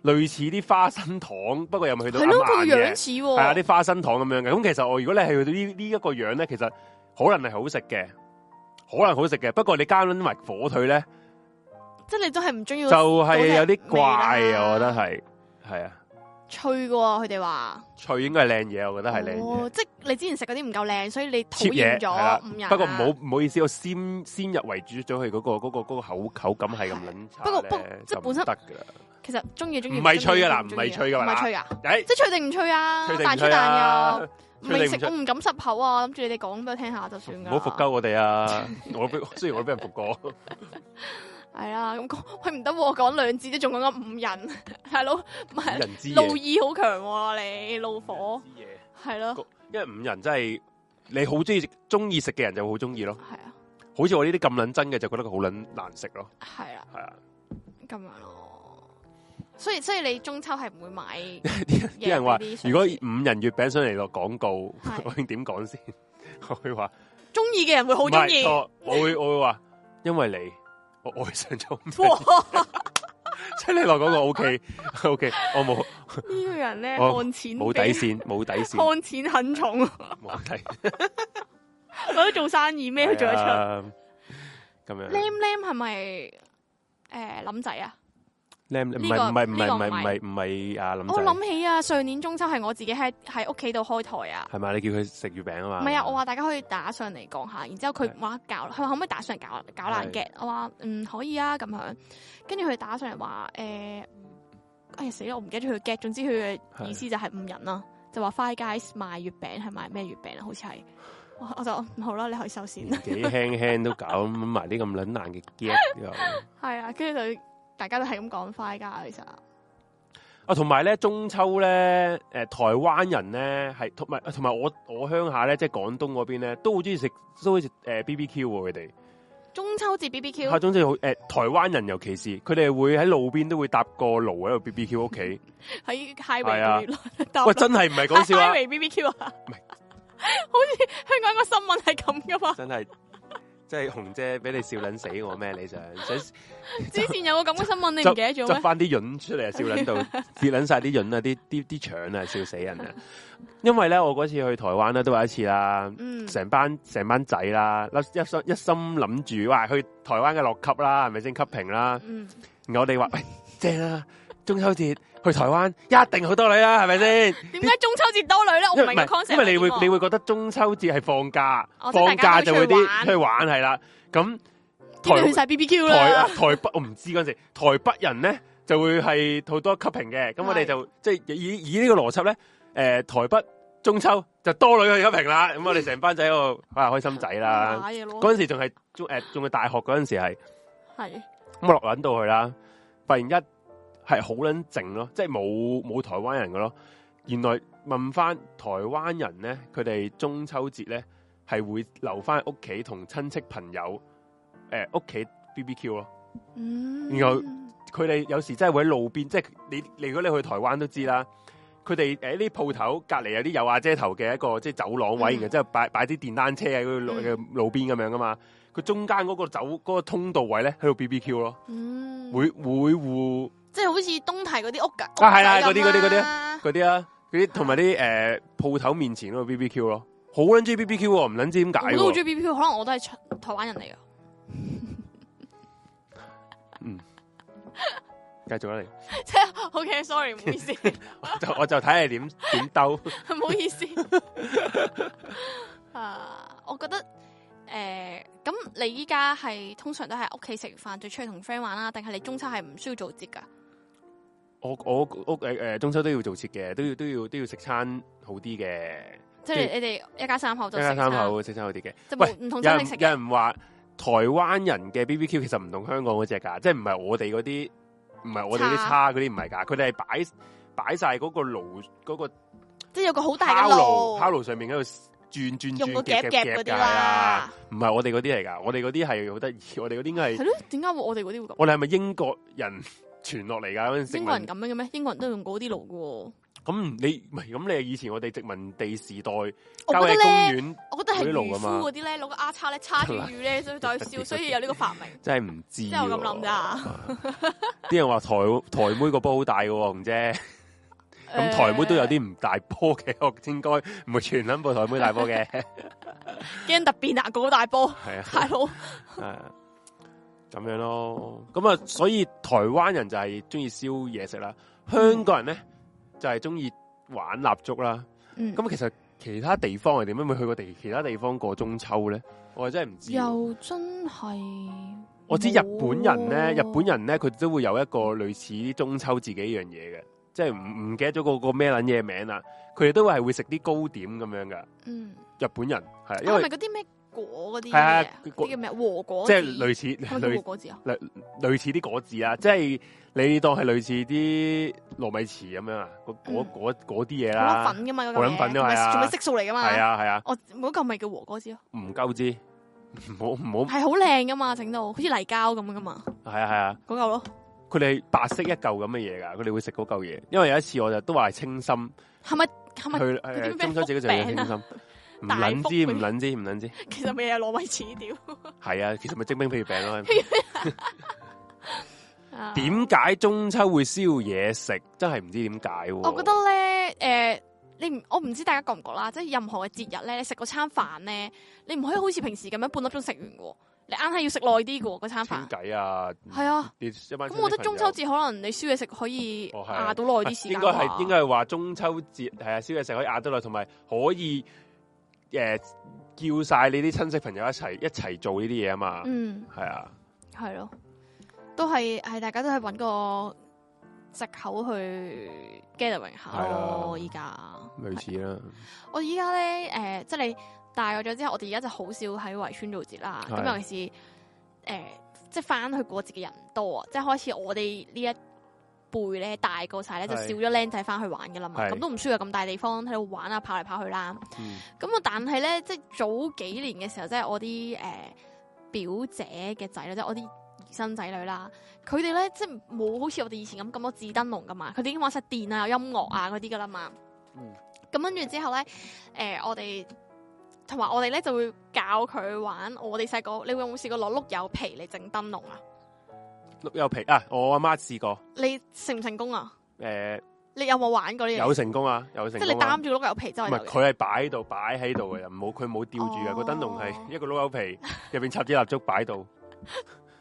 Speaker 2: 類似啲花生糖，不過又未去到
Speaker 1: 係
Speaker 2: 硬
Speaker 1: 咯，佢
Speaker 2: 硬
Speaker 1: 個樣
Speaker 2: 嘅，
Speaker 1: 似
Speaker 2: 係啊
Speaker 1: 喎。
Speaker 2: 啲花生糖咁樣嘅。咁其實我如果你係去到呢呢一個樣咧，其實可能係好食嘅，可能好食嘅。不過你加撚埋火腿咧。
Speaker 1: 即係你都係唔中意
Speaker 2: 就係有啲怪
Speaker 1: 味啦
Speaker 2: 啊，我覺得係係啊，
Speaker 1: 脆嘅喎，佢哋話。
Speaker 2: 脆應該係靚嘢，我覺得係靚
Speaker 1: 哦
Speaker 2: 嘢，
Speaker 1: 即係你之前食嗰啲唔夠靚，所以你討
Speaker 2: cheap 嘢
Speaker 1: 厭
Speaker 2: 係啦
Speaker 1: 咗五仁。啊
Speaker 2: 不過唔好唔好意思，我先先入為主咗佢嗰個嗰個嗰個口口感係咁撚差
Speaker 1: 不過
Speaker 2: 過
Speaker 1: 不過即係本身
Speaker 2: 得㗎啦。
Speaker 1: 其實中意中意
Speaker 2: 唔係脆㗎啦
Speaker 1: 唔中意
Speaker 2: 唔係脆㗎啦
Speaker 1: 唔係脆㗎，
Speaker 2: 誒，
Speaker 1: 即係脆定唔脆啊？
Speaker 2: 脆定
Speaker 1: 蛋
Speaker 2: 哎
Speaker 1: 出
Speaker 2: 唔脆
Speaker 1: 蛋
Speaker 2: 啊
Speaker 1: 又？
Speaker 2: 脆
Speaker 1: 未
Speaker 2: 定
Speaker 1: 食
Speaker 2: 唔，
Speaker 1: 我
Speaker 2: 脆？
Speaker 1: 唔敢濕口啊！諗住你哋講俾我聽下就算
Speaker 2: 唔
Speaker 1: 噶。
Speaker 2: 好復鳩我哋啊！ 我俾雖然我都俾人復過，
Speaker 1: 係啦，咁講喂唔得喎，講兩字都仲講緊五 人，大佬唔
Speaker 2: 五
Speaker 1: 係
Speaker 2: 人之
Speaker 1: 怒
Speaker 2: 夜，
Speaker 1: 意好強喎，你怒火
Speaker 2: 之夜
Speaker 1: 係咯，
Speaker 2: 因為五人真係你好中意食中意食嘅人就會好中意咯。
Speaker 1: 係啊，
Speaker 2: 好似我呢啲咁撚真嘅就覺得佢好撚難食咯，
Speaker 1: 係啦，
Speaker 2: 係啊！
Speaker 1: 咁樣咯。所以所以你中秋係唔會買
Speaker 2: 啲人啲人話
Speaker 1: 嘢俾啲上，司
Speaker 2: 如果五仁月餅上嚟落廣告
Speaker 1: 係，
Speaker 2: 我應點講先？我會話
Speaker 1: 中意嘅人會好中意
Speaker 2: 唔係。錯我會我會話，因為你我愛上咗五仁，
Speaker 1: 哇！
Speaker 2: 即係你落廣告 OK OK，我冇
Speaker 1: 呢個人咧
Speaker 2: 我
Speaker 1: 看錢
Speaker 2: 冇底
Speaker 1: 比
Speaker 2: 線，冇底線，
Speaker 1: 看錢很重，
Speaker 2: 冇底
Speaker 1: 我都做生意咩都做得出。
Speaker 2: 係啊咁
Speaker 1: Lam
Speaker 2: 樣
Speaker 1: Lam 係咪诶諗仔啊？
Speaker 2: Lam- 唔
Speaker 1: 呢個
Speaker 2: 係唔係唔
Speaker 1: 呢個
Speaker 2: 係
Speaker 1: 唔
Speaker 2: 唔係唔
Speaker 1: 係
Speaker 2: 係唔係啊林
Speaker 1: 我
Speaker 2: 仔
Speaker 1: 諗起啊，上年中秋係我自己喺喺屋企度開台啊。
Speaker 2: 係咪？你叫佢食月餅啊嘛？
Speaker 1: 唔係啊，我話大家可以打上嚟講下，然之後佢
Speaker 2: 係
Speaker 1: 話搞，佢話可唔可以打上嚟搞搞爛
Speaker 2: 係
Speaker 1: get？我話嗯可以啊咁樣，跟住佢打上嚟話誒，哎呀死啦，我唔記得咗佢 get，總之佢嘅意思就係誤人啦，就話 Five Guys 賣月餅係賣咩月餅啊？好似係，我我就嗯好啦，你可以收線啦，
Speaker 2: 幾輕輕都搞埋啲咁撚難嘅 g 又。嗯
Speaker 1: 係啊，跟住就大家都係咁講 Five Guys 啊，
Speaker 2: 啊，同埋咧中秋咧，誒、台灣人咧係同埋啊同埋我我鄉下咧，即係廣東嗰邊咧，都好中意食都好似誒 B B Q 喎，佢哋
Speaker 1: 中秋節
Speaker 2: 下
Speaker 1: BBQ
Speaker 2: 中秋好誒、台灣人尤其是佢哋會喺路邊都會搭個爐喺度 B B Q 屋企，
Speaker 1: 喺
Speaker 2: 係啊
Speaker 1: Highway 搭
Speaker 2: 喂真係 唔係講笑 啊，
Speaker 1: Highway BBQ 啊，
Speaker 2: 唔
Speaker 1: 好
Speaker 2: 係
Speaker 1: 似香港個新聞係咁噶嘛。
Speaker 2: 真係即係紅姐俾你笑撚死我咩？你想想
Speaker 1: 之前有個咁嘅新聞，你唔記得咗
Speaker 2: 執
Speaker 1: 咩？
Speaker 2: 翻啲潤出嚟啊，笑撚 到跌撚晒啲潤啊，啲啲啲腸啊，笑死人啊！因為咧，我嗰次去台灣咧都有一次啦。
Speaker 1: 嗯，
Speaker 2: 成班成班仔啦，一一心一心諗住，哇，去台灣嘅落級啦，係咪先級評啦？
Speaker 1: 嗯，
Speaker 2: 然後我哋話喂正啦、啊中秋節去台灣一定好多女啦，係 咪先？
Speaker 1: 點解中秋節多女咧？哦我唔明個 concept
Speaker 2: 因為你會
Speaker 1: 係點喎
Speaker 2: 你會覺得中秋節係放假，
Speaker 1: 哦即係
Speaker 2: 放假就會
Speaker 1: 大
Speaker 2: 啲
Speaker 1: 家都出去玩
Speaker 2: 出去玩係啦。咁
Speaker 1: 知唔知去
Speaker 2: 台
Speaker 1: 晒 BBQ
Speaker 2: 台啊
Speaker 1: 啦，
Speaker 2: 台北我唔知嗰陣時，台北人咧就會係好多 cupping 嘅。咁我哋
Speaker 1: 係
Speaker 2: 就即係以以呢個邏輯咧，誒、台北中秋就多女去 cupping 啦。咁我 哋成班仔喺度啊開心仔啦。
Speaker 1: 嗯買嘢咯，
Speaker 2: 嗰陣時仲係中誒仲係大學嗰陣時係。
Speaker 1: 係
Speaker 2: 咁我落撚到去啦，發現一係好撚靜咯，即係冇冇台灣人嘅咯。原來問翻台灣人咧，佢哋中秋節咧係會留翻屋企同親戚朋友誒屋企 BBQ 咯。
Speaker 1: 嗯，
Speaker 2: 然後佢哋有時真係會喺路邊，即係你你如果你去台灣都知啦。佢哋誒啲鋪頭隔離有啲有瓦遮頭嘅一個即係走廊位，
Speaker 1: 嗯
Speaker 2: 然後之後擺擺啲電單車喺嗰路嘅路邊咁樣噶嘛。佢中間嗰個走嗰、個通道位咧喺度 BBQ 咯，
Speaker 1: 嗯，
Speaker 2: 每每戶。
Speaker 1: 即係好似東堤嗰啲屋㗎，
Speaker 2: 啊係啦
Speaker 1: 屋仔咁
Speaker 2: 嗰啲嗰啲嗰啲
Speaker 1: 啦
Speaker 2: 嗰啲啊，嗰啲同埋啲诶鋪頭面前嗰個 B B Q 咯，好撚中意 B B Q 喎，唔撚知點解
Speaker 1: 我都好中
Speaker 2: 喎。
Speaker 1: 意 BBQ，可能我都係台灣人嚟㗎。
Speaker 2: 繼續啦，
Speaker 1: 即係 OK，sorry，唔好意思，唔
Speaker 2: 你就我就睇你點點兜。
Speaker 1: 好意思。 啊，我覺得誒，咁、你依家係通常都喺屋企食完飯，再出去同 friend 玩啦，定係你中秋係唔需要做節㗎？
Speaker 2: 我我屋诶诶中秋都要做節嘅，都要都要都要食餐好啲嘅，
Speaker 1: 即係你哋一家三口
Speaker 2: 一
Speaker 1: 就食
Speaker 2: 家三
Speaker 1: 餐，
Speaker 2: 口食餐好啲嘅。
Speaker 1: 就
Speaker 2: 喂
Speaker 1: 冇唔同
Speaker 2: 有
Speaker 1: 餐
Speaker 2: 人
Speaker 1: 廳食
Speaker 2: 有
Speaker 1: 嘅。
Speaker 2: 人話台灣人嘅 B B Q 其實唔同香港嗰只㗎，即係唔係我哋嗰啲，唔係我哋啲
Speaker 1: 叉
Speaker 2: 叉嗰啲唔係㗎，佢哋係擺擺晒嗰個爐嗰個
Speaker 1: 即係有個好大
Speaker 2: 烤
Speaker 1: 嘅
Speaker 2: 爐
Speaker 1: 爐，
Speaker 2: 烤爐上面喺度轉轉轉
Speaker 1: 用個
Speaker 2: 夾
Speaker 1: 夾夾
Speaker 2: 夾
Speaker 1: 嗰
Speaker 2: 㗎
Speaker 1: 啲
Speaker 2: 係啊
Speaker 1: 啦。
Speaker 2: 唔係我哋嗰啲嚟噶，我哋嗰啲係好得意， 我哋嗰啲應該係
Speaker 1: 係咯，點解會我哋嗰啲會咁？
Speaker 2: 我哋係咪英國人傳落嚟噶？嗰陣殖
Speaker 1: 英國人
Speaker 2: 民
Speaker 1: 咁樣嘅咩？英國人都用嗰啲爐嘅喎。
Speaker 2: 咁你唔係咁你以前我哋殖民地時代
Speaker 1: 我
Speaker 2: 郊
Speaker 1: 覺
Speaker 2: 野
Speaker 1: 得
Speaker 2: 公
Speaker 1: 咧，
Speaker 2: 園
Speaker 1: 我覺得係
Speaker 2: 嗰
Speaker 1: 漁
Speaker 2: 啲爐
Speaker 1: 夫
Speaker 2: 㗎嘛
Speaker 1: 嗰啲咧，攞個丫叉咧叉住魚咧，所以就去 笑，所以有呢個發明。
Speaker 2: 真係唔知喎。
Speaker 1: 即係我咁諗咋。
Speaker 2: 啲人話台台妹個波好大嘅喎，唔啫。咁台妹都有啲唔大波嘅， 我應該唔會全撚部台妹大波嘅。
Speaker 1: 惊特別啊，個個大波，
Speaker 2: 係啊。
Speaker 1: 大佬
Speaker 2: 诶，咁樣咯。咁啊，所以台灣人就係中意燒嘢食啦，香港人咧就係中意玩蠟燭啦。
Speaker 1: 嗯
Speaker 2: 咁其實其他地方係點樣？有冇去過地其他地方過中秋咧？我真係唔知喎。
Speaker 1: 又真係啊
Speaker 2: 我知日本人咧，日
Speaker 1: 冇
Speaker 2: 本人咧佢都會有一個類似中秋自己一樣嘢嘅，即係唔唔記得咗個個咩撚嘢名啦。佢哋都係會食啲糕點咁樣噶。
Speaker 1: 嗯，
Speaker 2: 日本人係啊因
Speaker 1: 因
Speaker 2: 為
Speaker 1: 為嗰啲咩果嗰啲
Speaker 2: 係啊
Speaker 1: 嘢嗰啲叫咩和果
Speaker 2: 即
Speaker 1: 子，
Speaker 2: 係類似
Speaker 1: 係 咪叫
Speaker 2: 類
Speaker 1: 和果子啊？
Speaker 2: 類似啲果子啊，即係你當係類似啲糯米糍咁樣啊，嗰嗰
Speaker 1: 嗯
Speaker 2: 嗰嗰啲嘢
Speaker 1: 冇得
Speaker 2: 啦，
Speaker 1: 粉噶嘛，嗰嚿
Speaker 2: 啊冇撚粉㗎嘛
Speaker 1: 嘢
Speaker 2: 係啊
Speaker 1: 仲係色素嚟噶嘛？
Speaker 2: 係，啊係啊，
Speaker 1: 我嗰嚿咪叫和果子咯，
Speaker 2: 唔夠知，唔好唔好，
Speaker 1: 係好靚噶
Speaker 2: 嗯
Speaker 1: 嘛，整到好似泥膠咁噶嘛，
Speaker 2: 係啊係啊，
Speaker 1: 嗰嚿咯，
Speaker 2: 佢哋係白色一嚿咁嘅嘢㗎，佢哋會食嗰嚿嘢，因為有一次我就都話係清心，
Speaker 1: 係咪係
Speaker 2: 去
Speaker 1: 咪？啲
Speaker 2: 誒
Speaker 1: 咩
Speaker 2: 中秋節嗰陣有
Speaker 1: 福餅
Speaker 2: 清
Speaker 1: 啊
Speaker 2: 心，唔
Speaker 1: 大
Speaker 2: 撚
Speaker 1: 福
Speaker 2: 知
Speaker 1: 嗰啲
Speaker 2: 唔撚知唔撚知，
Speaker 1: 其實咪又係糯米糍屌
Speaker 2: 係啊，其實咪蒸冰皮月 餅咯。
Speaker 1: 哎啊
Speaker 2: 點解中秋會燒嘢食？真係唔知點解喎。
Speaker 1: 啊我覺得咧，诶、你唔，我唔知大家覺唔覺啦，即係任何嘅節日咧，你食嗰餐飯咧，你唔可以好似平時咁樣半粒鐘食完嘅喎，你硬係要食耐啲嘅喎嗰餐
Speaker 2: 點
Speaker 1: 飯。
Speaker 2: 解啊？
Speaker 1: 係啊，
Speaker 2: 你一班
Speaker 1: 咁我覺得
Speaker 2: 朋友啊
Speaker 1: 中秋節可能你燒嘢食可以
Speaker 2: 哦係啊
Speaker 1: 壓到耐啲時間
Speaker 2: 應
Speaker 1: 啩。
Speaker 2: 該係應該係話中秋節係啊，燒嘢食可以壓得耐，同埋可以诶、呃叫晒你啲親戚朋友一齊一齊做呢啲嘢啊嘛，係
Speaker 1: 嗯，
Speaker 2: 啊，
Speaker 1: 係咯，都係係大家都係揾個藉口去 gathering 下
Speaker 2: 係
Speaker 1: 咯，
Speaker 2: 啦
Speaker 1: 依家。
Speaker 2: 類似啦，
Speaker 1: 我依家咧，誒、即係你大個咗之後，我哋而家就好少喺圍村做節啦。
Speaker 2: 係
Speaker 1: 咁尤其是誒、呃即係翻去過節嘅人唔多啊，即係開始我哋呢一輩咧大個晒咧，就
Speaker 2: 係
Speaker 1: 少咗僆仔翻去玩噶啦嘛。
Speaker 2: 係
Speaker 1: 咁都唔需要有咁大地方喺度玩啊，跑嚟跑去啦。
Speaker 2: 嗯
Speaker 1: 咁啊，但係咧，即係早幾年嘅時候，即係我啲誒、呃表姐嘅仔女，即係我啲。兒生仔女啦，佢哋咧即係冇好似我哋以前咁咁多紙燈籠噶嘛，佢哋已經玩晒電啊、有音樂啊嗰啲噶啦嘛。
Speaker 2: 嗯
Speaker 1: 咁跟住之後咧，誒、呃我哋同埋我哋咧就會教佢玩。我哋細個，你會有冇試過攞碌柚皮嚟整燈籠啊？
Speaker 2: 碌柚皮啊，我阿媽試過，
Speaker 1: 你成唔成功啊？
Speaker 2: 诶、
Speaker 1: 你有冇玩過呢樣嘢？
Speaker 2: 有成功啊，有成
Speaker 1: 即係你
Speaker 2: 功啊
Speaker 1: 擔，住碌柚皮周
Speaker 2: 唔
Speaker 1: 圍
Speaker 2: 係
Speaker 1: 走嘅。
Speaker 2: 佢係擺喺度擺喺度嘅，冇佢冇吊住嘅，
Speaker 1: 哦
Speaker 2: 個燈籠係一個碌柚皮入边插支蠟燭 擺到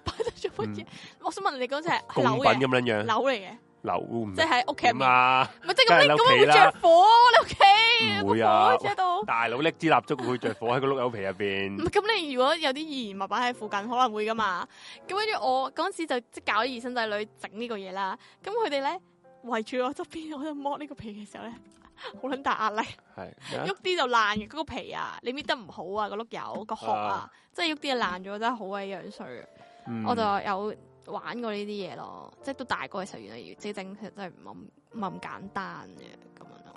Speaker 1: 擺得做乜嘢？我想問你嗰只係
Speaker 2: 供
Speaker 1: 扭
Speaker 2: 嗯品咁
Speaker 1: 嘅，
Speaker 2: 樣樣，
Speaker 1: 扭嚟嘅。
Speaker 2: 留唔
Speaker 1: 即係喺屋企入
Speaker 2: 點
Speaker 1: 面，
Speaker 2: 啊？
Speaker 1: 唔係即係咁你
Speaker 2: 梗
Speaker 1: 咁
Speaker 2: 係
Speaker 1: 樣
Speaker 2: 喺屋企
Speaker 1: 會
Speaker 2: 啦
Speaker 1: 着火，你屋企
Speaker 2: 唔
Speaker 1: 個
Speaker 2: 會啊
Speaker 1: 火着到。
Speaker 2: 大佬拎支蠟燭會着火喺個碌柚皮入边
Speaker 1: 唔，係咁你如果有啲易燃物品喺附近，可能會噶嘛。咁跟住我嗰陣時就即係搞啲姨甥仔女整呢個嘢啦。咁佢哋咧圍住我側邊，我就剝呢個皮嘅時候咧，好撚大壓力，
Speaker 2: 係
Speaker 1: 喐啲就爛嘅嗰個皮啊，你搣得唔好啊，個碌油個殼啊
Speaker 2: 啊，
Speaker 1: 即係喐啲就爛咗，真係好鬼樣衰啊！
Speaker 2: 嗯
Speaker 1: 我就有玩過呢啲嘢咯，即係都大個嘅時候，原來要自己整其實真係唔係咁唔係咁簡單嘅咁樣咯。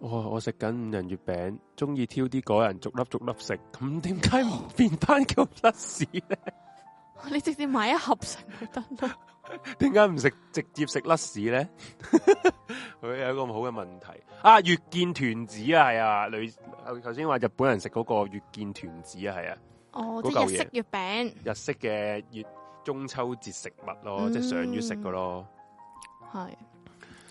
Speaker 2: 哦我我食緊五仁月餅，中意挑啲嗰人逐粒逐粒食，咁點解唔變翻叫甩屎咧？
Speaker 1: 你直接買一盒食咪得咯。
Speaker 2: 點解唔食直接食甩屎咧？ 佢有一個咁好嘅問題啊！月見團子啊，係啊，你頭先話日本人食嗰個月見團子啊，係啊，
Speaker 1: 哦，即
Speaker 2: 嗰
Speaker 1: 係
Speaker 2: 嚿
Speaker 1: 日式
Speaker 2: 嘢
Speaker 1: 月餅
Speaker 2: 日式嘅月中秋節食物咯，即係上月食嘅咯。
Speaker 1: 係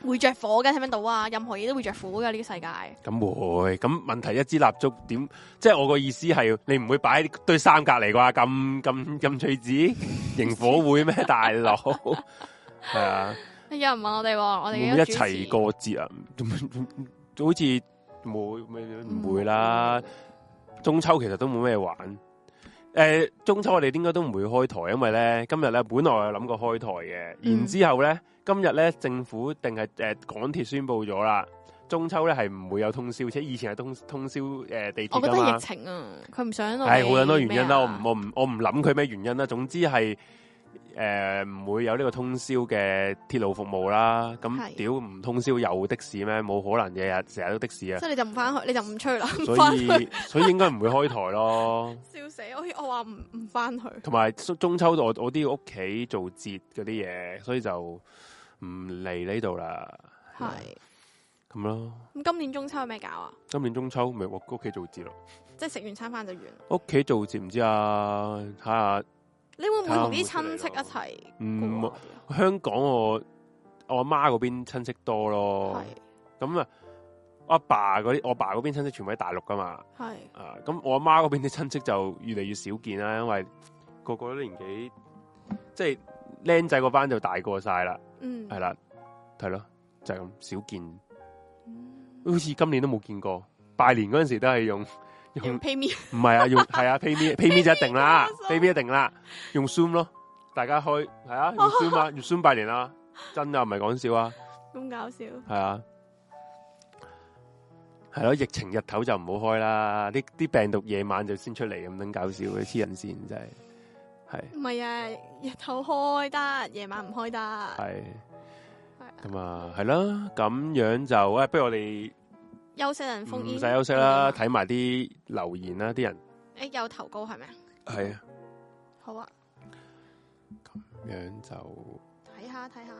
Speaker 1: 會着火嘅，聽唔聽到啊？任何嘢都會着火嘅呢個世界。
Speaker 2: 咁會咁問題一支蠟燭點？即係我個意思係，你唔會擺喺堆衫隔離啩？咁咁咁趣子，營火 會咩大佬？係啊，
Speaker 1: 有人問我哋喎，我哋
Speaker 2: 會唔
Speaker 1: 嘅
Speaker 2: 會一
Speaker 1: 主持
Speaker 2: 齊過節啊？好似冇唔會啦。中秋其實都冇咩玩。诶、中秋我哋應該都唔會開台，因為咧今日咧本來我有諗過開台嘅，然之后咧、今日咧政府定係诶港鐵宣布咗啦，中秋咧係唔會有通宵車，以前係通通宵诶、呃地
Speaker 1: 我
Speaker 2: 鐵
Speaker 1: 覺
Speaker 2: 噶
Speaker 1: 得係
Speaker 2: 嘛
Speaker 1: 疫，情啊，佢唔想我哋
Speaker 2: 係好撚多原因啦，我
Speaker 1: 咩
Speaker 2: 唔
Speaker 1: 啊
Speaker 2: 我唔我唔諗佢咩原因啦，總之係诶唔會有呢個通宵嘅鐵路服務啦，
Speaker 1: 係
Speaker 2: 咁屌唔通宵有的士咩？冇可能日日成日都的士啊
Speaker 1: 即，係你就唔翻去，你就唔出去啦，唔
Speaker 2: 所
Speaker 1: 翻去，
Speaker 2: 以所以應該唔會開台咯。
Speaker 1: 笑死我！我話唔唔翻去，
Speaker 2: 同埋中中秋我我都要屋企做節嗰啲嘢，所以就唔嚟呢度啦。
Speaker 1: 係
Speaker 2: 咁咯，
Speaker 1: 咁今年中秋有咩搞啊？
Speaker 2: 今年中秋咪我屋企做節咯，
Speaker 1: 即係食完餐飯就完。
Speaker 2: 屋企做節唔知啊，睇下
Speaker 1: 你會唔會同啲親戚一齊
Speaker 2: 嗯
Speaker 1: 過啊？
Speaker 2: 香港我我阿媽嗰邊親戚多咯
Speaker 1: 係，
Speaker 2: 咁啊我阿爸嗰啲我阿爸嗰邊親戚全部喺大陸噶嘛，
Speaker 1: 係
Speaker 2: 啊咁我阿媽嗰邊啲親戚就越嚟越少見啦，因為個個都年紀即係僆仔嗰班就大個晒啦。
Speaker 1: 嗯
Speaker 2: 系
Speaker 1: 係
Speaker 2: 啦，系咯，就係咁少見，
Speaker 1: 嗯
Speaker 2: 好似今年都冇見過。拜年嗰阵时都係 用用
Speaker 1: 用 PayMe
Speaker 2: 唔係啊，用係啊 PayMe PayMe 就一定啦
Speaker 1: 嗰個數
Speaker 2: ，PayMe 一定啦，用 Zoom 咯，大家開係啊， 用 Zoom 啊，用 Zoom 拜年啦，真啊，唔係講笑啊，
Speaker 1: 咁搞笑，
Speaker 2: 係啊，係咯，疫情日頭就唔好開啦，啲啲病毒夜晚就先出嚟咁樣搞笑嘅，黐人線真係，
Speaker 1: 唔
Speaker 2: 係
Speaker 1: 係啊，日頭開得，夜晚唔開得，
Speaker 2: 係
Speaker 1: 係啊
Speaker 2: 咁啊，係啦，咁樣就诶，不如我哋。
Speaker 1: 休息人封
Speaker 2: 唔
Speaker 1: 煙，啊
Speaker 2: 使嗯休息啦，睇埋啲留言啦，啲人
Speaker 1: 誒有投稿係咪啊？
Speaker 2: 系啊，
Speaker 1: 好啊，
Speaker 2: 咁样就
Speaker 1: 睇下睇下，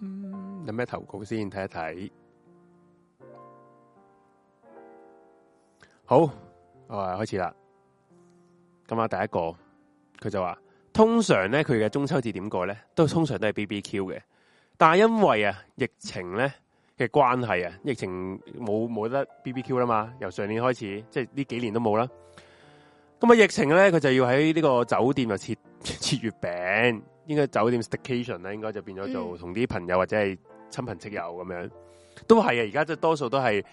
Speaker 2: 嗯有咩投稿先睇一睇。好，我話開始啦。咁啊，第一個佢就話，通常咧佢嘅中秋節點過咧，都通常都係 B B Q 嘅，但係因為啊疫情咧嘅關係啊，疫情冇冇得 B B Q 啦嘛，由上年開始，即係呢幾年都冇啦。咁啊，疫情咧佢就要喺呢個酒店就切 切月餅，應該酒店 station 咧，應該就變咗做
Speaker 1: 嗯
Speaker 2: 同啲朋友或者係親朋戚友咁樣，都係啊。而家即係多數都係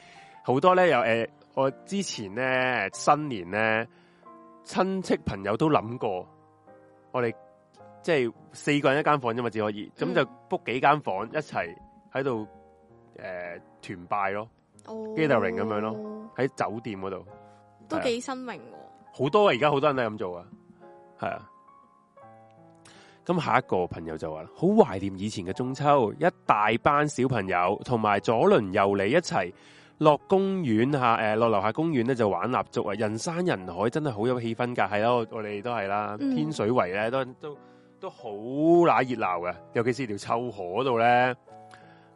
Speaker 2: 好多咧，有誒、呃我之前咧新年咧親戚朋友都諗過，我哋即係四個人一間房啫嘛，只可以咁
Speaker 1: 嗯
Speaker 2: 就 book 幾間房一齊喺度誒團拜咯，
Speaker 1: 哦
Speaker 2: Gathering 咁樣咯，喺酒店嗰度
Speaker 1: 都
Speaker 2: 係啊
Speaker 1: 幾新穎喎。
Speaker 2: 好多啊！而家好多人都係咁做啊，係啊。咁下一個朋友就話啦，好懷念以前嘅中秋，一大班小朋友同埋左鄰右里一齊落公園下，诶、落樓下公園咧就玩蠟燭啊，人山人海，真係好有氣氛㗎。係咯、我哋都係啦，
Speaker 1: 嗯
Speaker 2: 天水圍咧都都都好乸熱鬧嘅，尤其是條臭河嗰度咧，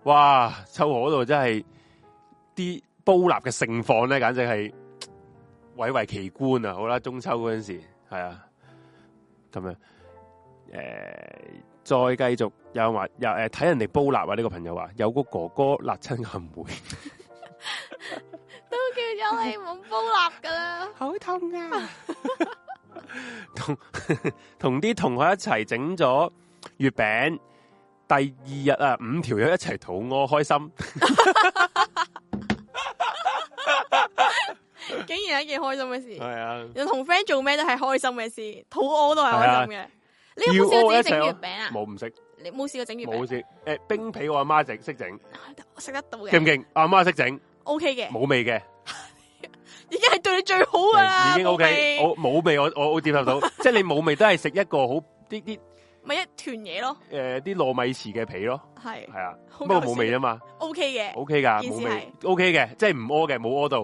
Speaker 2: 哇！臭河嗰度真係啲煲蠟嘅盛況咧，簡直係蔚為奇觀啊！好啦，中秋嗰陣時係啊，咁樣诶、再繼續有人話又诶睇人哋煲蠟啊！呢、個朋友話有個哥哥辣親個阿妹。
Speaker 1: 我哋冇煲立噶 啦，
Speaker 2: 好痛啊！同 同啲同學一齊整咗月餅，第二日啊，五條友一齊肚屙，開心。
Speaker 1: 竟然係一件開心嘅事。
Speaker 2: 係啊，
Speaker 1: 又同 friend 做咩都係開心嘅事，肚屙都係開心嘅。你有冇試
Speaker 2: 啊要
Speaker 1: 過
Speaker 2: 屙
Speaker 1: 自
Speaker 2: 一
Speaker 1: 己整
Speaker 2: 齊
Speaker 1: 月
Speaker 2: 屙
Speaker 1: 餅啊？
Speaker 2: 冇唔識，
Speaker 1: 你冇試過整月
Speaker 2: 冇
Speaker 1: 餅，
Speaker 2: 識。誒，冰皮我阿媽整識整，
Speaker 1: 食得到
Speaker 2: 勁唔
Speaker 1: 嘅
Speaker 2: 勁？阿媽識整，
Speaker 1: ，OK 嘅，
Speaker 2: 冇味嘅，
Speaker 1: 已經係對你最好噶啦。
Speaker 2: 已經
Speaker 1: 冇
Speaker 2: OK。
Speaker 1: 味
Speaker 2: 我冇味，我我我接受到， 即係你冇味都係食一個好啲啲
Speaker 1: 咪一團嘢咯，
Speaker 2: 誒啲糯米糍嘅皮咯，
Speaker 1: 係
Speaker 2: 係啊，
Speaker 1: 好
Speaker 2: 不過
Speaker 1: 搞笑
Speaker 2: 冇味啊嘛。
Speaker 1: OK 嘅，
Speaker 2: O K 噶，
Speaker 1: 件
Speaker 2: 冇
Speaker 1: 事
Speaker 2: 味，O K 嘅，即係唔屙嘅，冇 屙到。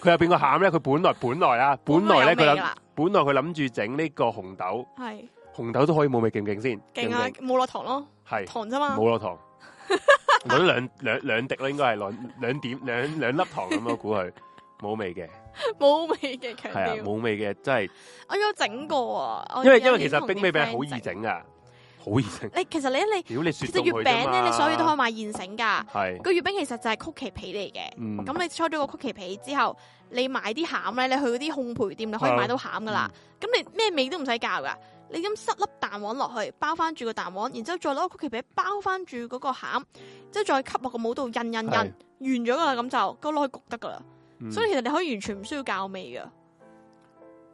Speaker 2: 佢入邊個餡咧，佢本來本來啊，本來咧佢
Speaker 1: 本來有味㗎
Speaker 2: 諗
Speaker 1: 啦，
Speaker 2: 本來佢諗住整呢個紅豆，
Speaker 1: 係
Speaker 2: 紅豆都可以冇味，勁唔勁先？
Speaker 1: 勁啊
Speaker 2: 勁唔勁！
Speaker 1: 冇落糖咯，
Speaker 2: 係
Speaker 1: 糖啫嘛
Speaker 2: 冇，落 糖，攞咗兩兩兩滴啦，應該係兩兩點兩兩粒糖咁，我估佢冇味嘅，
Speaker 1: 冇味嘅強
Speaker 2: 係啊，
Speaker 1: 調。
Speaker 2: 冇味嘅，真係，
Speaker 1: 我有整過啊，我
Speaker 2: 因為因
Speaker 1: 有
Speaker 2: 為
Speaker 1: 年
Speaker 2: 其實
Speaker 1: 同
Speaker 2: 冰
Speaker 1: 啲
Speaker 2: 味餅
Speaker 1: friend
Speaker 2: 好易。整啊，好易整。
Speaker 1: 你其實你你
Speaker 2: 屌你雪
Speaker 1: 其實
Speaker 2: 凍
Speaker 1: 月
Speaker 2: 佢啫
Speaker 1: 餅咧，
Speaker 2: 嘛，
Speaker 1: 你所有都可以買現成㗎。
Speaker 2: 係，
Speaker 1: 個月餅其實就係曲奇皮嚟嘅。
Speaker 2: 嗯，
Speaker 1: 咁你搓咗個曲奇皮之後，你買啲餡咧，你去嗰啲烘焙店你可以買到餡噶啦。咁你咩味都唔使教噶，你咁塞粒蛋黃落去，包翻住個蛋黃，然之後再攞個曲奇皮包翻住嗰個餡，之後再吸落個模度印印印，
Speaker 2: 係
Speaker 1: 完咗噶啦，咁就個攞去焗得噶啦。
Speaker 2: 嗯
Speaker 1: 所以其實你可以完全唔需要教味噶，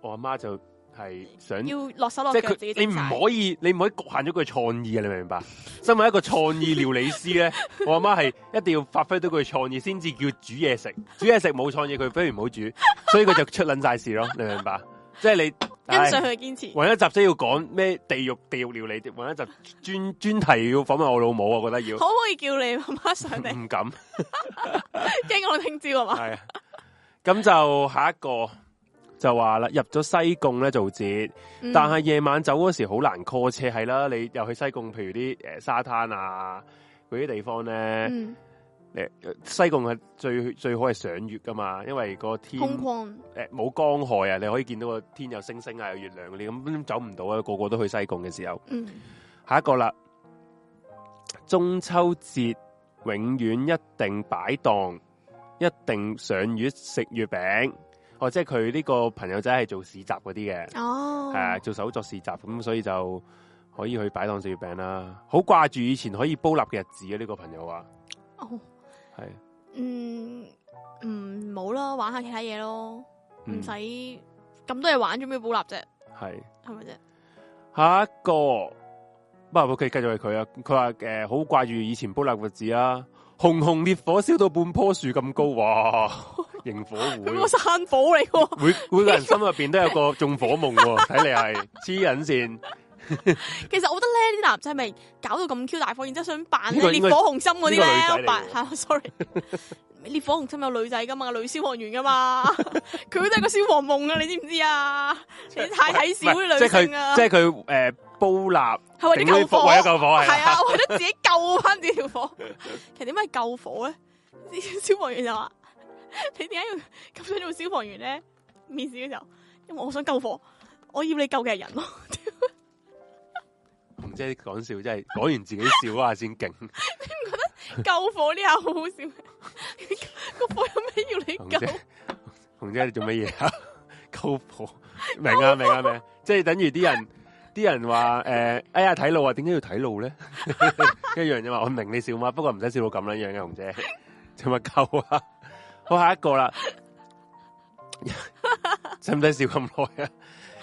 Speaker 2: 我阿媽就係想
Speaker 1: 要落手落
Speaker 2: 嗯即
Speaker 1: 腳
Speaker 2: 係
Speaker 1: 自己
Speaker 2: 佢，你
Speaker 1: 整
Speaker 2: 唔
Speaker 1: 晒。
Speaker 2: 可以，你唔可以局限咗佢創意啊！你明唔明白？身為一個創意料理 師咧，我阿媽係一定要發揮到佢創意，先至叫煮嘢食。煮嘢食冇創意，佢不如唔好煮，所以佢就出撚晒事咯。你明唔明白？即係你
Speaker 1: 欣賞
Speaker 2: 唉
Speaker 1: 佢嘅堅持，
Speaker 2: 揾一集即係要講咩地獄地獄料理，揾一集專專題要訪問我老母，我覺得要
Speaker 1: 可唔可以叫你媽媽上嚟？
Speaker 2: 唔敢
Speaker 1: 驚我聽朝啊 嘛？
Speaker 2: 係啊。咁就下一個就話啦，入咗西貢咧做節。
Speaker 1: 嗯
Speaker 2: 但係夜晚走嗰時好難 call 車，係啦，你又去西貢，譬如啲誒、呃沙灘啊嗰啲地方咧，
Speaker 1: 嗯
Speaker 2: 誒、西貢係最最好係賞月噶嘛，因為個天
Speaker 1: 空
Speaker 2: 誒
Speaker 1: 曠
Speaker 2: 冇光害啊，你可以見到個天有星星啊，有月亮嗰啲，咁走唔到啊，個個都去西貢嘅時候，
Speaker 1: 嗯
Speaker 2: 下一個啦，中秋節永遠一定擺檔，一定賞月食月餅，哦，即係佢呢個朋友仔係做市集嗰啲嘅。
Speaker 1: 哦
Speaker 2: 係啊，做手作市集咁，所以就可以去擺檔食月餅啦。好掛住以前可以煲立嘅日子啊！呢、個朋友話
Speaker 1: 哦。
Speaker 2: 係
Speaker 1: 嗯，唔冇啦，玩下其他嘢咯，唔
Speaker 2: 嗯
Speaker 1: 使咁多嘢玩，做咩要補立啫？
Speaker 2: 係
Speaker 1: 係咪啫？
Speaker 2: 下一個，不過佢繼續係佢啊。佢話誒，好掛住以前煲立嘅日子啊！熊熊烈火燒到半棵樹咁高， 哇！營火
Speaker 1: 佢
Speaker 2: 會
Speaker 1: 個散步嚟嘅喎，
Speaker 2: 每每個人心入邊都有個縱火夢喎、 睇嚟係黐人線。
Speaker 1: 其實我覺得咧，啲男仔咪搞到咁 Q 大火，然之後想扮
Speaker 2: 呢
Speaker 1: 咧
Speaker 2: 個
Speaker 1: 烈
Speaker 2: 應該
Speaker 1: 火雄心嗰啲
Speaker 2: 呢個
Speaker 1: 咧，
Speaker 2: 女仔嚟嘅
Speaker 1: 扮係 sorry，烈火雄心有女仔噶嘛，女消防員噶嘛， 佢都係個消防夢啊，你知唔知啊？你太睇小
Speaker 2: 唔
Speaker 1: 啲
Speaker 2: 係即
Speaker 1: 女
Speaker 2: 係佢
Speaker 1: 性啊
Speaker 2: 即，係佢誒煲
Speaker 1: 係為
Speaker 2: 立，
Speaker 1: 咗
Speaker 2: 整啲
Speaker 1: 救
Speaker 2: 火
Speaker 1: 火，
Speaker 2: 為咗救火係
Speaker 1: 係
Speaker 2: 啊
Speaker 1: 啊，為咗自己救翻呢條火。 其實點解救火咧？啲消防員就話：你點解要 咁想做消防員咧？面試嘅時候，因為我想救火，我要你救嘅係人咯。
Speaker 2: 紅姐講笑真係講完自己笑嗰下先勁。
Speaker 1: 救火呢下好好笑，個火有咩要
Speaker 2: 紅
Speaker 1: 你救
Speaker 2: 姐？，紅姐你做乜嘢啊？ 溝婆，明啊明啊明啊，即係等於啲人，啲人話誒，哎呀睇路啊，點解要睇路咧？ 一樣啫嘛，我明你笑嘛，不過唔使笑到咁撚樣嘅，紅姐， 做乜溝啊？ 好下一個啦， 使唔使笑咁耐啊？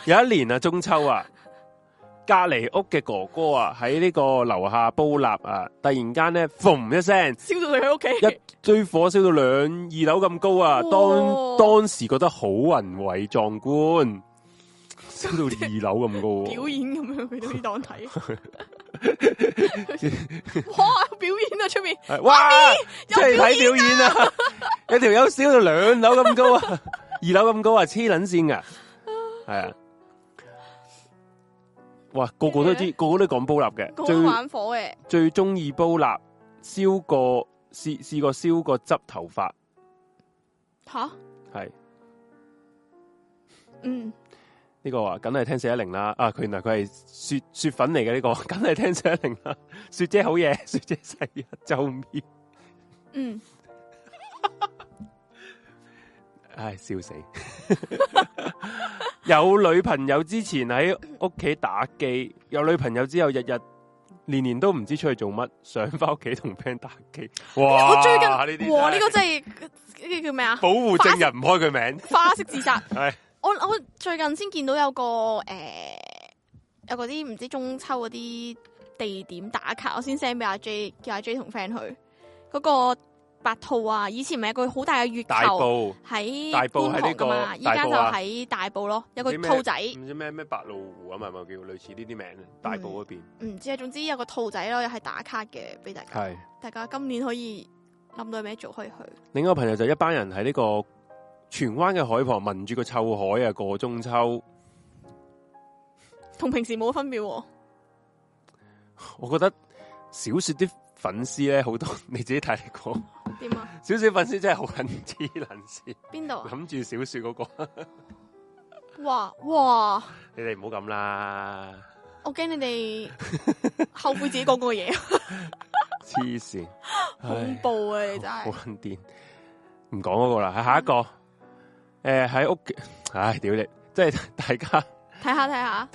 Speaker 2: 有一年啊，中秋啊。隔離屋嘅哥哥啊，喺呢個樓下煲蠟啊，突然間咧，嘣一聲，
Speaker 1: 燒到佢喺屋企
Speaker 2: 一，堆火燒到兩二樓咁高啊！當
Speaker 1: 哇
Speaker 2: 當時覺得好宏偉壯觀，燒到二樓咁 高
Speaker 1: 表
Speaker 2: 喎，
Speaker 1: 演咁樣去到呢檔睇。 哇！表演啊，出面
Speaker 2: 係哇！即
Speaker 1: 有
Speaker 2: 係睇表演啊！ 有條友燒到兩樓咁高啊， 二樓咁高啊，黐撚線噶，係啊！哇，個個都知，個個都講煲蠟嘅，
Speaker 1: 個
Speaker 2: 最
Speaker 1: 個玩火欸嘅，
Speaker 2: 最中意煲蠟，燒過試試過燒過執頭髮，
Speaker 1: 吓，
Speaker 2: 係。
Speaker 1: 嗯，
Speaker 2: 呢、個啊，梗係聽四一零啦。啊，佢原來佢係雪雪粉嚟嘅呢個， 梗係聽四一零啦。 雪姐好嘢，雪姐細一周面。
Speaker 1: 嗯，
Speaker 2: 誒、唉，笑死！ 有女朋友之前喺屋企打機，有女朋友之後日日年年都唔知出去做乜，想翻屋企同 friend 打機。哇！
Speaker 1: 我最
Speaker 2: 呢
Speaker 1: 近
Speaker 2: 啲
Speaker 1: 哇呢
Speaker 2: 真係
Speaker 1: 個真係呢個叫咩啊？
Speaker 2: 保護證人唔開佢名，
Speaker 1: 花式自殺。
Speaker 2: 係
Speaker 1: 我我最近先見到有個诶、有嗰啲唔知中秋嗰啲地點打卡，我先 send 俾阿 J，叫阿 J 同 friend 去嗰、個白兔啊！以前咪有個好大嘅月
Speaker 2: 大
Speaker 1: 球
Speaker 2: 埔
Speaker 1: 喺
Speaker 2: 大埔
Speaker 1: 觀
Speaker 2: 喺呢
Speaker 1: 塘
Speaker 2: 個
Speaker 1: 噶嘛，依家
Speaker 2: 大
Speaker 1: 就
Speaker 2: 埔啊
Speaker 1: 喺大埔咯，有個
Speaker 2: 唔知咩
Speaker 1: 兔仔，
Speaker 2: 唔知咩咩白鷺湖啊嘛，咪叫類似呢啲名，大埔嗰邊
Speaker 1: 唔知啊，總之有個兔仔咯，又係打卡嘅俾大家，
Speaker 2: 嗯係。
Speaker 1: 大家今年可以諗到有咩做可以去。
Speaker 2: 另一個朋友就一班人喺呢個荃灣嘅海旁聞住個臭海啊，過中秋。
Speaker 1: 同平時冇分別喎，
Speaker 2: 我覺得小雪啲粉絲咧好多， 你自己睇過。
Speaker 1: 點 啊？
Speaker 2: 小雪粉絲真係好撚黐撚 線，
Speaker 1: 邊度啊？
Speaker 2: 諗住小雪嗰、個，
Speaker 1: 哇哇！
Speaker 2: 你哋唔好咁啦，
Speaker 1: 我驚你哋後悔自己講過嘅嘢，
Speaker 2: 黐 線，
Speaker 1: 恐
Speaker 2: 唉
Speaker 1: 怖啊！你真
Speaker 2: 哎好
Speaker 1: 係
Speaker 2: 撚癲。唔講嗰個啦，下一個，诶喺屋企，唉屌你，即係 大家
Speaker 1: 睇下睇下，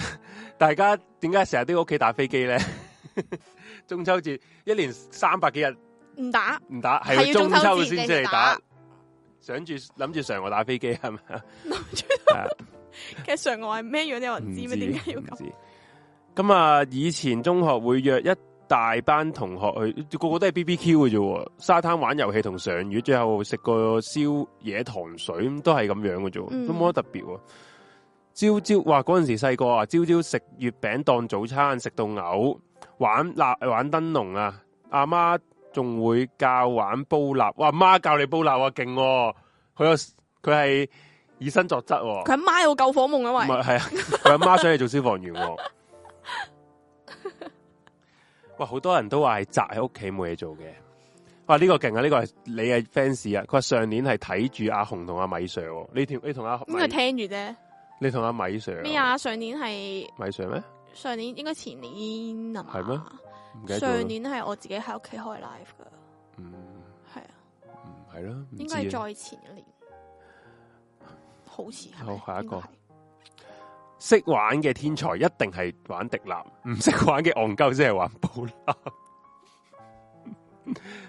Speaker 2: 大家點解成日都喺屋企打飛機咧？ 中秋節一年三百幾日
Speaker 1: 唔打
Speaker 2: 唔打，
Speaker 1: 係
Speaker 2: 係
Speaker 1: 要
Speaker 2: 要中
Speaker 1: 中秋
Speaker 2: 秋
Speaker 1: 節你
Speaker 2: 先至
Speaker 1: 先
Speaker 2: 嚟
Speaker 1: 打
Speaker 2: 打，想住諗住常我打飛機係咪啊？係啊
Speaker 1: 嘅常我係咩樣，你有人知咩？點解要
Speaker 2: 唔
Speaker 1: 咁？
Speaker 2: 知咁啊，以前中學會約一大班同學去，個個都係 B B Q 嘅啫喎，沙灘玩遊戲同上魚，最後食個宵夜糖水，都係咁樣嘅啫喎，
Speaker 1: 嗯
Speaker 2: 都冇乜特別喎。朝朝哇，嗰陣時細個啊，朝朝食月餅當早餐，食到嘔，玩辣玩燈籠啊，阿媽仲會教玩煲蠟，哇，媽教你煲蠟啊，勁喎！佢有佢係以身作則喎。
Speaker 1: 佢阿媽有救火夢
Speaker 2: 唔
Speaker 1: 啊！
Speaker 2: 係係啊，佢阿媽想你做消防 員喎。哇，好多人都話係宅喺屋企冇嘢做嘅。哇，呢、個勁啊！呢、個係你係 fans 啊！佢話上年係睇住阿紅同阿米 Sir，喎你同你同阿
Speaker 1: 喂，應該
Speaker 2: 米
Speaker 1: 聽住啫。
Speaker 2: 你同阿米 Sir
Speaker 1: 咩？啊？上年係
Speaker 2: 米 Sir 咩？
Speaker 1: 上年應該前年啊嘛？
Speaker 2: 係咩唔記得咗啦
Speaker 1: 上。年係我自己喺屋企開 live 噶，
Speaker 2: 嗯，
Speaker 1: 係啊，
Speaker 2: 嗯係咯，唔
Speaker 1: 應
Speaker 2: 知
Speaker 1: 該係
Speaker 2: 啊
Speaker 1: 再前一年，好似係咪。
Speaker 2: 好下一個
Speaker 1: 應該係
Speaker 2: 識玩嘅天才一定係玩迪立，唔識玩嘅戇鳩先係玩布立。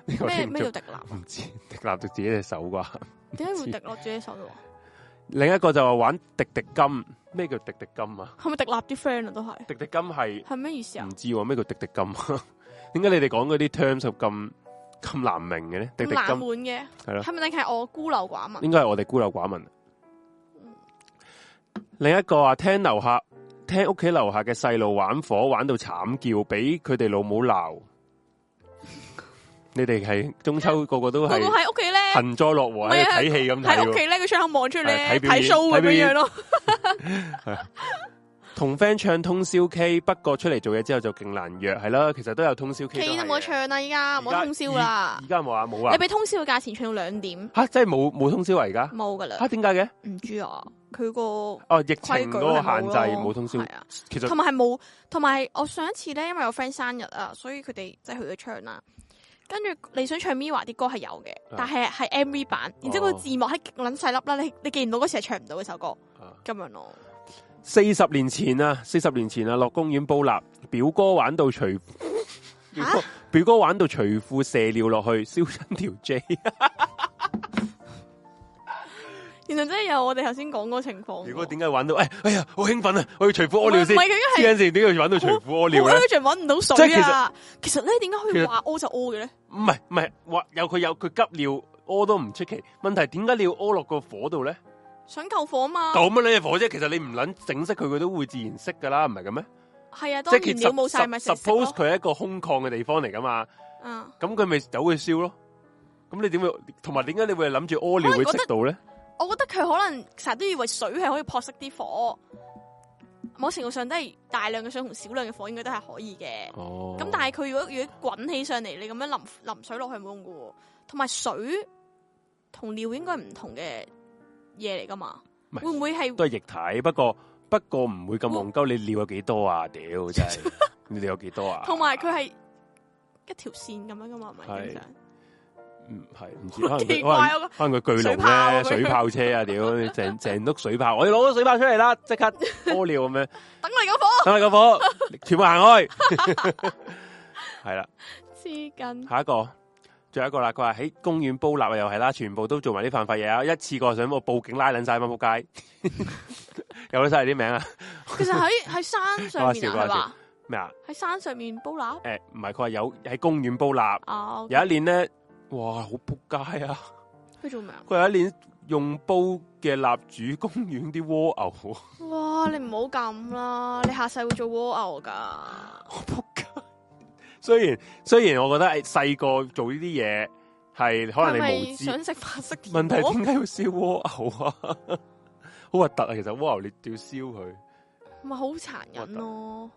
Speaker 2: 呢個
Speaker 1: 咩
Speaker 2: 聽
Speaker 1: 咩
Speaker 2: 眾
Speaker 1: 叫迪立？啊
Speaker 2: 唔知迪立到自己隻手啩？
Speaker 1: 點解會滴落自己手度啊？
Speaker 2: 另一個就話玩滴滴金，咩叫滴滴金啊？
Speaker 1: 係咪滴立啲 friend 啊？都係
Speaker 2: 滴滴金係
Speaker 1: 係咩意思啊
Speaker 2: 唔？知喎，咩叫滴滴金 啊？點解你哋講嗰啲 terms 就咁咁難明嘅咧？滴
Speaker 1: 咁
Speaker 2: 滴
Speaker 1: 冷
Speaker 2: 金
Speaker 1: 門嘅
Speaker 2: 係咯
Speaker 1: 係咪定係我孤陋寡聞？
Speaker 2: 應該係我哋孤陋寡聞。另一個啊，聽樓下聽屋企樓下嘅細路玩火，玩到慘叫，俾佢哋老母鬧。你哋係中 秋個個都
Speaker 1: 個
Speaker 2: 係
Speaker 1: 個喺屋企咧，
Speaker 2: 幸災樂禍喺度睇戲咁睇
Speaker 1: 啊喺
Speaker 2: 喎
Speaker 1: 屋企咧，佢窗口望出去
Speaker 2: 啊係
Speaker 1: 咧
Speaker 2: 睇表演
Speaker 1: 睇 show 啊咁
Speaker 2: 睇表
Speaker 1: 樣
Speaker 2: 演
Speaker 1: 樣 咯。
Speaker 2: 同 friend 唱通宵 K，不過出嚟做嘢之後就勁難約，係啦。其實都有通宵 K，
Speaker 1: K 都
Speaker 2: 係嘅啊
Speaker 1: 冇得唱啦，依家
Speaker 2: 而家
Speaker 1: 冇得通宵啦
Speaker 2: 而。家有冇啊，冇
Speaker 1: 啊你
Speaker 2: 啊。
Speaker 1: 俾嗯通宵嘅價錢唱到兩點，
Speaker 2: 吓，真係冇冇通宵啊！而家
Speaker 1: 冇噶啦
Speaker 2: 吓，，點解嘅？
Speaker 1: 唔知啊。佢個
Speaker 2: 哦，疫
Speaker 1: 規矩
Speaker 2: 情嗰個限制
Speaker 1: 係
Speaker 2: 冇通宵
Speaker 1: 係。啊。
Speaker 2: 其實
Speaker 1: 同埋係冇，同埋我上一次咧，因為我 friend 生日啊，所以佢哋即係去咗唱啦。跟住你想唱 Miwa 啲歌係有嘅，
Speaker 2: 啊
Speaker 1: 但係係 MV 版，然之後佢
Speaker 2: 哦
Speaker 1: 字幕係極撚細粒啦，你你見唔到嗰時係唱唔到嗰首歌
Speaker 2: 啊
Speaker 1: 咁樣咯。
Speaker 2: 四十年前啊，四十年前啊，落公園煲蠟，表哥玩到除表哥表哥玩到除褲射尿落去，燒親條 J。
Speaker 1: 原來真係有我哋頭先講嗰個情況喎。
Speaker 2: 表哥點解玩到？哎哎呀，好興奮啊！我要除褲屙尿先。
Speaker 1: 唔係佢應該係
Speaker 2: 黐緊線，點解要玩到除褲屙尿
Speaker 1: 我
Speaker 2: 咧？
Speaker 1: urgent 揾唔到
Speaker 2: 即
Speaker 1: 水
Speaker 2: 係其
Speaker 1: 啊！其實咧，點解可
Speaker 2: 其
Speaker 1: 以
Speaker 2: 實
Speaker 1: 話屙就屙嘅咧？
Speaker 2: 唔係唔係，話有佢有佢急尿屙都唔出奇。問題點解你要屙落個火度咧？
Speaker 1: 想救火啊嘛，
Speaker 2: 咁乜嘢火啫？其實你唔捻整熄佢，佢都會自然熄噶啦，唔係嘅咩？
Speaker 1: 係啊，
Speaker 2: 即
Speaker 1: 當
Speaker 2: 係其
Speaker 1: 然
Speaker 2: 實
Speaker 1: 料冇晒咪食咯。
Speaker 2: suppose 佢係一個空曠嘅地方嚟噶嘛，
Speaker 1: 嗯，
Speaker 2: 咁佢咪走去燒咯。咁你點會？同埋點解你會諗住屙尿會熄到咧？
Speaker 1: 我覺得佢可能成日都以為水係可以撲熄啲火，某程度上都係大量嘅水同少量嘅火應該都係可以嘅。
Speaker 2: 哦
Speaker 1: 咁、但係佢如果如果滾起上嚟，你咁樣淋淋水落去冇用嘅喎。同埋水同尿應該唔同嘅嘢嚟噶嘛？
Speaker 2: 唔係
Speaker 1: 會唔會係
Speaker 2: 都係液體，不過不過唔會咁戇鳩。你尿有幾多啊？屌 真係，你尿有幾多啊？
Speaker 1: 同埋佢係一條線咁樣噶嘛？係咪
Speaker 2: 係
Speaker 1: 正常？
Speaker 2: 唔係唔知，可能
Speaker 1: 奇
Speaker 2: 佢
Speaker 1: 怪
Speaker 2: 可
Speaker 1: 我
Speaker 2: 能可能佢巨
Speaker 1: 水炮
Speaker 2: 龍
Speaker 1: 咁
Speaker 2: 咧，
Speaker 1: 樣
Speaker 2: 水炮車啊，屌，成成碌水炮，我哋攞咗水炮出嚟啦，即刻屙 尿咁樣，
Speaker 1: 等我哋嗰火
Speaker 2: 等你個火，全部行開，係啦，
Speaker 1: 黐筋，
Speaker 2: 下一個，最後一個啦，佢話喺公園煲蠟又係啦，全部都做埋啲犯法嘢啊，一次過想我報警拉撚晒班仆街， 有得晒啲名啊，
Speaker 1: 其實 喺喺山上面
Speaker 2: 講
Speaker 1: 啊，係
Speaker 2: 下笑
Speaker 1: 嘛？
Speaker 2: 咩啊？
Speaker 1: 喺山上面煲蠟
Speaker 2: 誒，唔係，佢話有喺公園煲蠟，
Speaker 1: 啊？
Speaker 2: 有一年咧，哇，好仆街啊！
Speaker 1: 佢做咩啊？
Speaker 2: 佢有一年用煲嘅蠟煮公園啲蝸牛。
Speaker 1: 哇！你唔好咁啦，你下世會做蝸牛噶。
Speaker 2: 仆街。虽然虽然我覺得係細個做呢啲嘢係可
Speaker 1: 係
Speaker 2: 能你
Speaker 1: 咪
Speaker 2: 無知，
Speaker 1: 想食法式甜
Speaker 2: 問題
Speaker 1: 果
Speaker 2: 點解要燒蝸牛啊？好核突啊！其實蝸牛你都要燒佢，
Speaker 1: 咪好殘忍咯。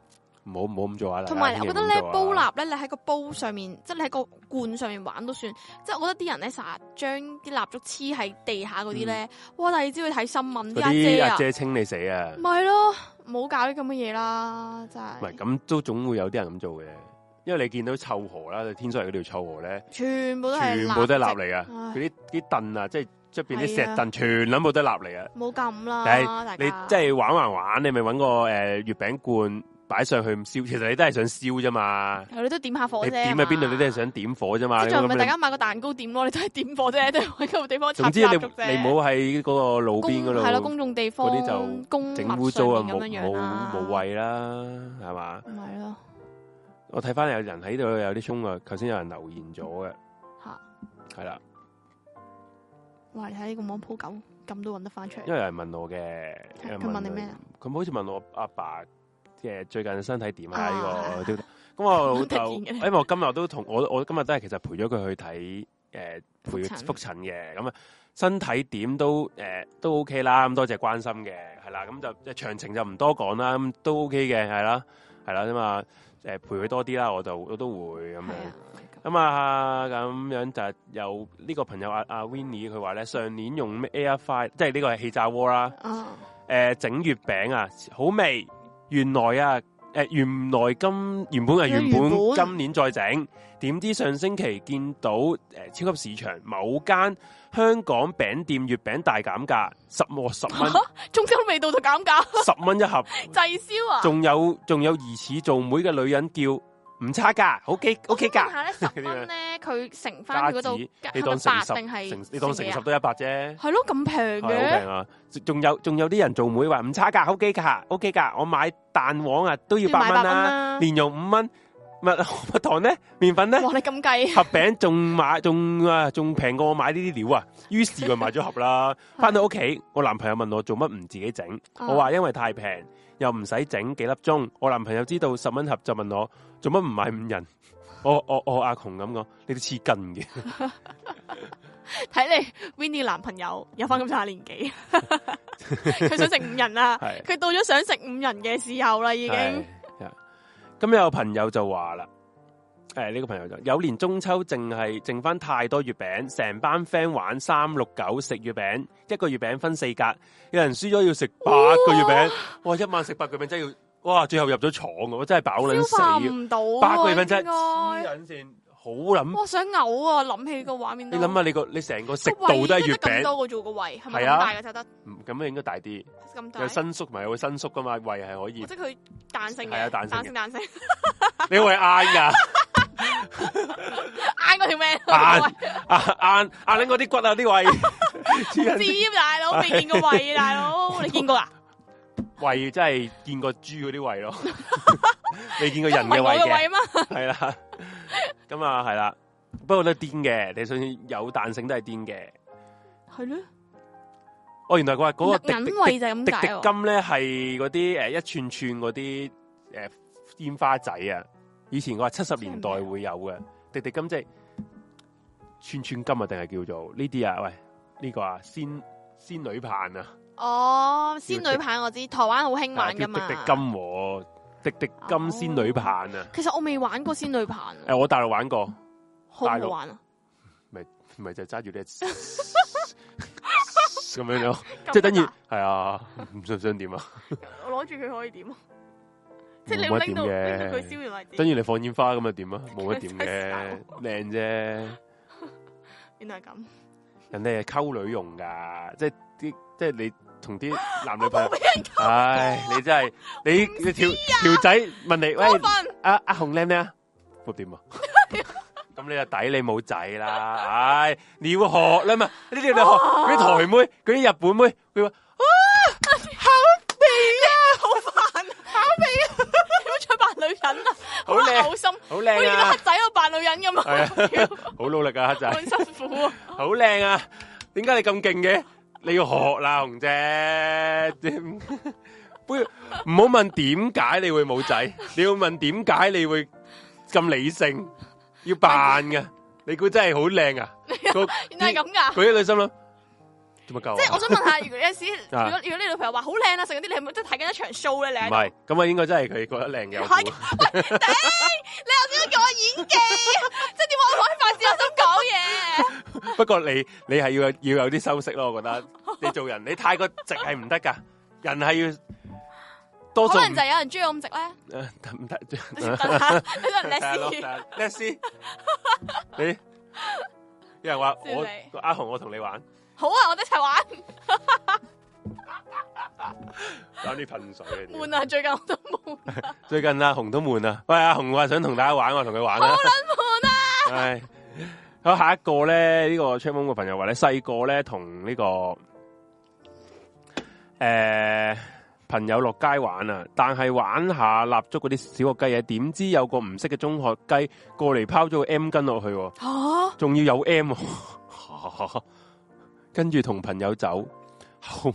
Speaker 2: 唔好唔好咁做啊！
Speaker 1: 同埋
Speaker 2: 大
Speaker 1: 我覺得
Speaker 2: 家千祈唔好
Speaker 1: 咧
Speaker 2: 咁做啊
Speaker 1: 煲蠟咧，你喺個煲上面，即係你喺個罐上面玩都算。即係我覺得啲人咧成日將啲蠟燭黐喺地下嗰啲咧，哇！第二朝去睇新聞，啲
Speaker 2: 嗯嗰
Speaker 1: 阿姐
Speaker 2: 啲阿
Speaker 1: 啊，嗯
Speaker 2: 姐清你死啊！
Speaker 1: 咪係咯，唔好搞啲咁嘅嘢啦，真
Speaker 2: 唔係
Speaker 1: 係。
Speaker 2: 咁都總會有啲人咁做嘅，因為你見到臭河啦，天水圍嗰條臭河咧，
Speaker 1: 全部都係
Speaker 2: 全部都係蠟
Speaker 1: 燭，
Speaker 2: 嚟噶，
Speaker 1: 唉
Speaker 2: 佢啲啲凳啊，即係出邊啲
Speaker 1: 係啊
Speaker 2: 石凳，全撚部都係蠟嚟噶。啊
Speaker 1: 冇咁啦，
Speaker 2: 但
Speaker 1: 大
Speaker 2: 你
Speaker 1: 家。
Speaker 2: 即係玩還玩，你咪揾個诶月餅罐擺上去唔燒，其實你都係想燒啫嘛。
Speaker 1: 係你都點下火啫嘛。
Speaker 2: 你點喺邊度，你都係想點火啫嘛。
Speaker 1: 即
Speaker 2: 你
Speaker 1: 係仲唔係大
Speaker 2: 咁
Speaker 1: 家買個蛋糕點咯？你都係點火啫，都 係揾個地方
Speaker 2: 你
Speaker 1: 插
Speaker 2: 總之你
Speaker 1: 蠟燭啫。
Speaker 2: 你唔好喺嗰個路
Speaker 1: 公
Speaker 2: 邊
Speaker 1: 係
Speaker 2: 嗰
Speaker 1: 咯，
Speaker 2: 度
Speaker 1: 公眾地方
Speaker 2: 嗰啲就
Speaker 1: 公
Speaker 2: 整
Speaker 1: 物
Speaker 2: 污糟
Speaker 1: 上
Speaker 2: 啊，
Speaker 1: 面
Speaker 2: 冇
Speaker 1: 咁樣樣啦
Speaker 2: 冇無，謂啦，係嘛？
Speaker 1: 唔係咯
Speaker 2: 我睇翻有人喺度有啲衝啊，頭先有人留言咗嘅，
Speaker 1: 吓。
Speaker 2: 係啦，
Speaker 1: 哇！你睇呢個網鋪狗咁都揾得翻出
Speaker 2: 因
Speaker 1: 嚟，
Speaker 2: 為有人問我嘅，有人
Speaker 1: 佢問你咩啊？
Speaker 2: 佢好似問我阿爸嘅最近身體點啊？
Speaker 1: 啊
Speaker 2: 呢個咁我老
Speaker 1: 突然
Speaker 2: 豆，
Speaker 1: 嘅
Speaker 2: 因為我今日都同我我今日都係其實陪咗佢去睇誒陪
Speaker 1: 覆診
Speaker 2: 復診嘅，咁啊身體點都誒都 OK 啦，咁多謝關心嘅，係啦，咁就即係詳情就唔多講啦，咁都 OK 嘅，係啦，係啦，咁啊誒陪佢多啲啦，我就我都會咁
Speaker 1: 係
Speaker 2: 樣。
Speaker 1: 啊，
Speaker 2: 咁啊，咁樣就有呢個朋友阿阿 Winnie 佢話咧，上年用咩 Air Fry，即係呢個係氣炸鍋啦。
Speaker 1: 啊
Speaker 2: 诶、呃整月餅啊，好味。原來啊，诶、原來今原本係原
Speaker 1: 原
Speaker 2: 本
Speaker 1: 本
Speaker 2: 今年再整，點知上星期見到诶、誒超級市場某間香港餅店月餅大減價，十我十蚊
Speaker 1: 中秋都未到就減價
Speaker 2: 十蚊一盒，
Speaker 1: 滯銷啊！
Speaker 2: 仲有仲有疑似做妹嘅女人叫唔差價，OK OK
Speaker 1: 我想問
Speaker 2: 價，
Speaker 1: 下咧，十蚊 咧佢乘翻佢嗰度哦
Speaker 2: 加紙，
Speaker 1: 係咪
Speaker 2: 你當成
Speaker 1: 八
Speaker 2: 十
Speaker 1: 定係
Speaker 2: 成你當成
Speaker 1: 幾
Speaker 2: 十
Speaker 1: 啊？
Speaker 2: 都一百啫。
Speaker 1: 係咯，咁平
Speaker 2: 係好
Speaker 1: 嘅
Speaker 2: 平啊！仲有仲有啲人做妹話唔差價，OK 價，OK 價，我買蛋黃啊都要
Speaker 1: 要
Speaker 2: 八
Speaker 1: 買
Speaker 2: 蚊
Speaker 1: 八蚊
Speaker 2: 啦。
Speaker 1: 啦！
Speaker 2: 莲蓉五蚊， 蜜蜜糖咧，麵粉咧，
Speaker 1: 哇！你咁計，
Speaker 2: 盒餅仲買仲啊仲平過我買呢啲料啊，於是佢買咗盒啦。翻到屋企，我男朋友問我做乜唔自己整，
Speaker 1: 啊
Speaker 2: 我話因為太平，又唔使整幾粒鐘。我男朋友知道十蚊盒就問我做乜唔買五人。我我我阿窮咁講，你都黐筋嘅，
Speaker 1: 睇你 Winnie 男朋友有翻咁上下年 紀，佢想食五人啦，
Speaker 2: 係
Speaker 1: 佢到咗想食五人嘅時候啦，已
Speaker 2: 係
Speaker 1: 經。
Speaker 2: 咁有朋友就話啦，诶、呢、個朋友就有年中秋淨係剩翻太多月餅，成班 friend 玩三六九食月餅，一個月餅分四格，有人輸咗要食八個月餅，哇！一晚食八個月餅真係要，哇！最後入咗廠嘅，我真係飽撚
Speaker 1: 消化
Speaker 2: 死，
Speaker 1: 唔到啊
Speaker 2: 八個月餅真係黐
Speaker 1: 應該
Speaker 2: 撚線，好撚。
Speaker 1: 哇想嘔啊！諗起個畫面
Speaker 2: 你
Speaker 1: 都，
Speaker 2: 諗下，你個你成個食道都係月
Speaker 1: 個胃得咁
Speaker 2: 餅，
Speaker 1: 多個做個胃係咪咁
Speaker 2: 係啊
Speaker 1: 大嘅就得
Speaker 2: 嗯咁應該大啲，
Speaker 1: 咁大？
Speaker 2: 有伸縮咪有伸縮噶嘛，胃係可以
Speaker 1: 哦。即係佢彈性
Speaker 2: 係
Speaker 1: 嘅，
Speaker 2: 啊彈性嘅
Speaker 1: 性彈 性，
Speaker 2: 你會嗌㗎。
Speaker 1: 嗌我條命
Speaker 2: 硬硬硬拎嗰啲骨啊，啲位 黐人線
Speaker 1: 知大 佬未見過胃，大佬你見過啊？
Speaker 2: 胃真係見過豬嗰啲胃 咯，未見過
Speaker 1: 都
Speaker 2: 人
Speaker 1: 唔
Speaker 2: 嘅
Speaker 1: 係我
Speaker 2: 胃
Speaker 1: 嘅
Speaker 2: 嘅，
Speaker 1: 胃嘛，
Speaker 2: 係啦，咁啊係啦，不過都癲嘅，你信有彈性都係癲嘅。
Speaker 1: 係咯，
Speaker 2: 哦，原來佢話嗰個滴
Speaker 1: 銀
Speaker 2: 滴
Speaker 1: 胃就係咁
Speaker 2: 滴滴
Speaker 1: 解喎。
Speaker 2: 金咧係嗰啲诶一串串嗰啲诶烟花仔啊，以前我話七十年代會有嘅滴滴金即係串串金啊，定係叫做呢啲啊？喂，呢、個啊仙仙女棒啊！
Speaker 1: 哦，仙女棒我知，台灣好興玩
Speaker 2: 叫
Speaker 1: 噶嘛
Speaker 2: 滴滴。金喎，滴滴金仙女棒啊！
Speaker 1: 其實我未玩過仙女棒啊，
Speaker 2: 诶，我大陸玩過，
Speaker 1: 好唔
Speaker 2: 大
Speaker 1: 好
Speaker 2: 陸
Speaker 1: 玩啊？
Speaker 2: 咪就係揸住呢咁樣咯，即係等於
Speaker 1: 咁得啊
Speaker 2: 係啊，唔信唔想點啊？
Speaker 1: 我攞住佢可以點啊？即係你
Speaker 2: 冇
Speaker 1: 會
Speaker 2: 乜
Speaker 1: 拎到
Speaker 2: 點
Speaker 1: 拎
Speaker 2: 嘅
Speaker 1: 到佢燒完為止。
Speaker 2: 等於你放煙花咁又點啊？冇乜點
Speaker 1: 真係
Speaker 2: 嘅，靚啫。
Speaker 1: 原來係咁，
Speaker 2: 人哋係溝女用噶，即係啲即係你同啲男女朋
Speaker 1: 冇
Speaker 2: 友
Speaker 1: 俾，人溝
Speaker 2: 唉，你真係你你條條仔問你
Speaker 1: 過
Speaker 2: 喂。
Speaker 1: 分，
Speaker 2: 阿阿紅靚唔靚啊？我 點啊？咁你就抵你冇仔啦！唉，你要學啦嘛？呢啲你學嗰啲台妹、嗰啲日本妹，佢話
Speaker 1: 啊好煩，好味啊！點樣再扮女人啊？好
Speaker 2: 好靚
Speaker 1: 嘔心，
Speaker 2: 好
Speaker 1: 好似
Speaker 2: 靚
Speaker 1: 個
Speaker 2: 啊哎
Speaker 1: 黑，仔喺度扮女人咁
Speaker 2: 係
Speaker 1: 啊！
Speaker 2: 好努力 啊，黑
Speaker 1: 好
Speaker 2: 仔，
Speaker 1: 辛苦啊！
Speaker 2: 好靚啊！點解你咁勁嘅？你要學啦， 紅姐。點不如唔好問點解你會冇仔，你要問點解你會咁理性，要扮嘅。你估真係好 靚啊？嗰
Speaker 1: 原來係咁 噶。
Speaker 2: 嗰啲女心諗做乜鳩啊？
Speaker 1: 即係我想問下，如果有時，如
Speaker 2: 啊
Speaker 1: 果如果你女朋友話好靚啊，成嗰啲，你係咪真係睇緊一場 show 咧？
Speaker 2: 唔
Speaker 1: 你喺
Speaker 2: 係，咁啊應該真係佢覺得靚嘅。我
Speaker 1: 係
Speaker 2: 估
Speaker 1: 哎你頭先都叫我演技， 即係點解我可以發自內心講嘢？
Speaker 2: 不過你你係要有要有啲修飾咯，我 覺得你做人你太過直係唔得噶，人係要多數
Speaker 1: 可
Speaker 2: 唔
Speaker 1: 能就係有人中意我咁直 咧。
Speaker 2: 呃唔得。
Speaker 1: 等 下，等陣
Speaker 2: 睇下咯
Speaker 1: 你先。
Speaker 2: 睇下，let's see 你有人話
Speaker 1: 笑你
Speaker 2: 我阿紅，我同你玩
Speaker 1: 好啊，我哋一齊玩。
Speaker 2: 玩啲噴水嘅。
Speaker 1: 悶啊，最近我都悶。
Speaker 2: 最近阿紅都悶啦，喂阿紅話想同大家玩，我同佢玩啦。好撚悶啊！係好下一個咧，呢、個 check 嘅朋友話咧，細個咧同呢個诶、呃朋友落街玩啊，但係玩下蠟燭嗰啲小學雞嘢，點知有個唔識嘅中學雞過嚟拋咗個 M 巾落去喎，
Speaker 1: 嚇！
Speaker 2: 仲要有 M，喎 跟住同朋友走後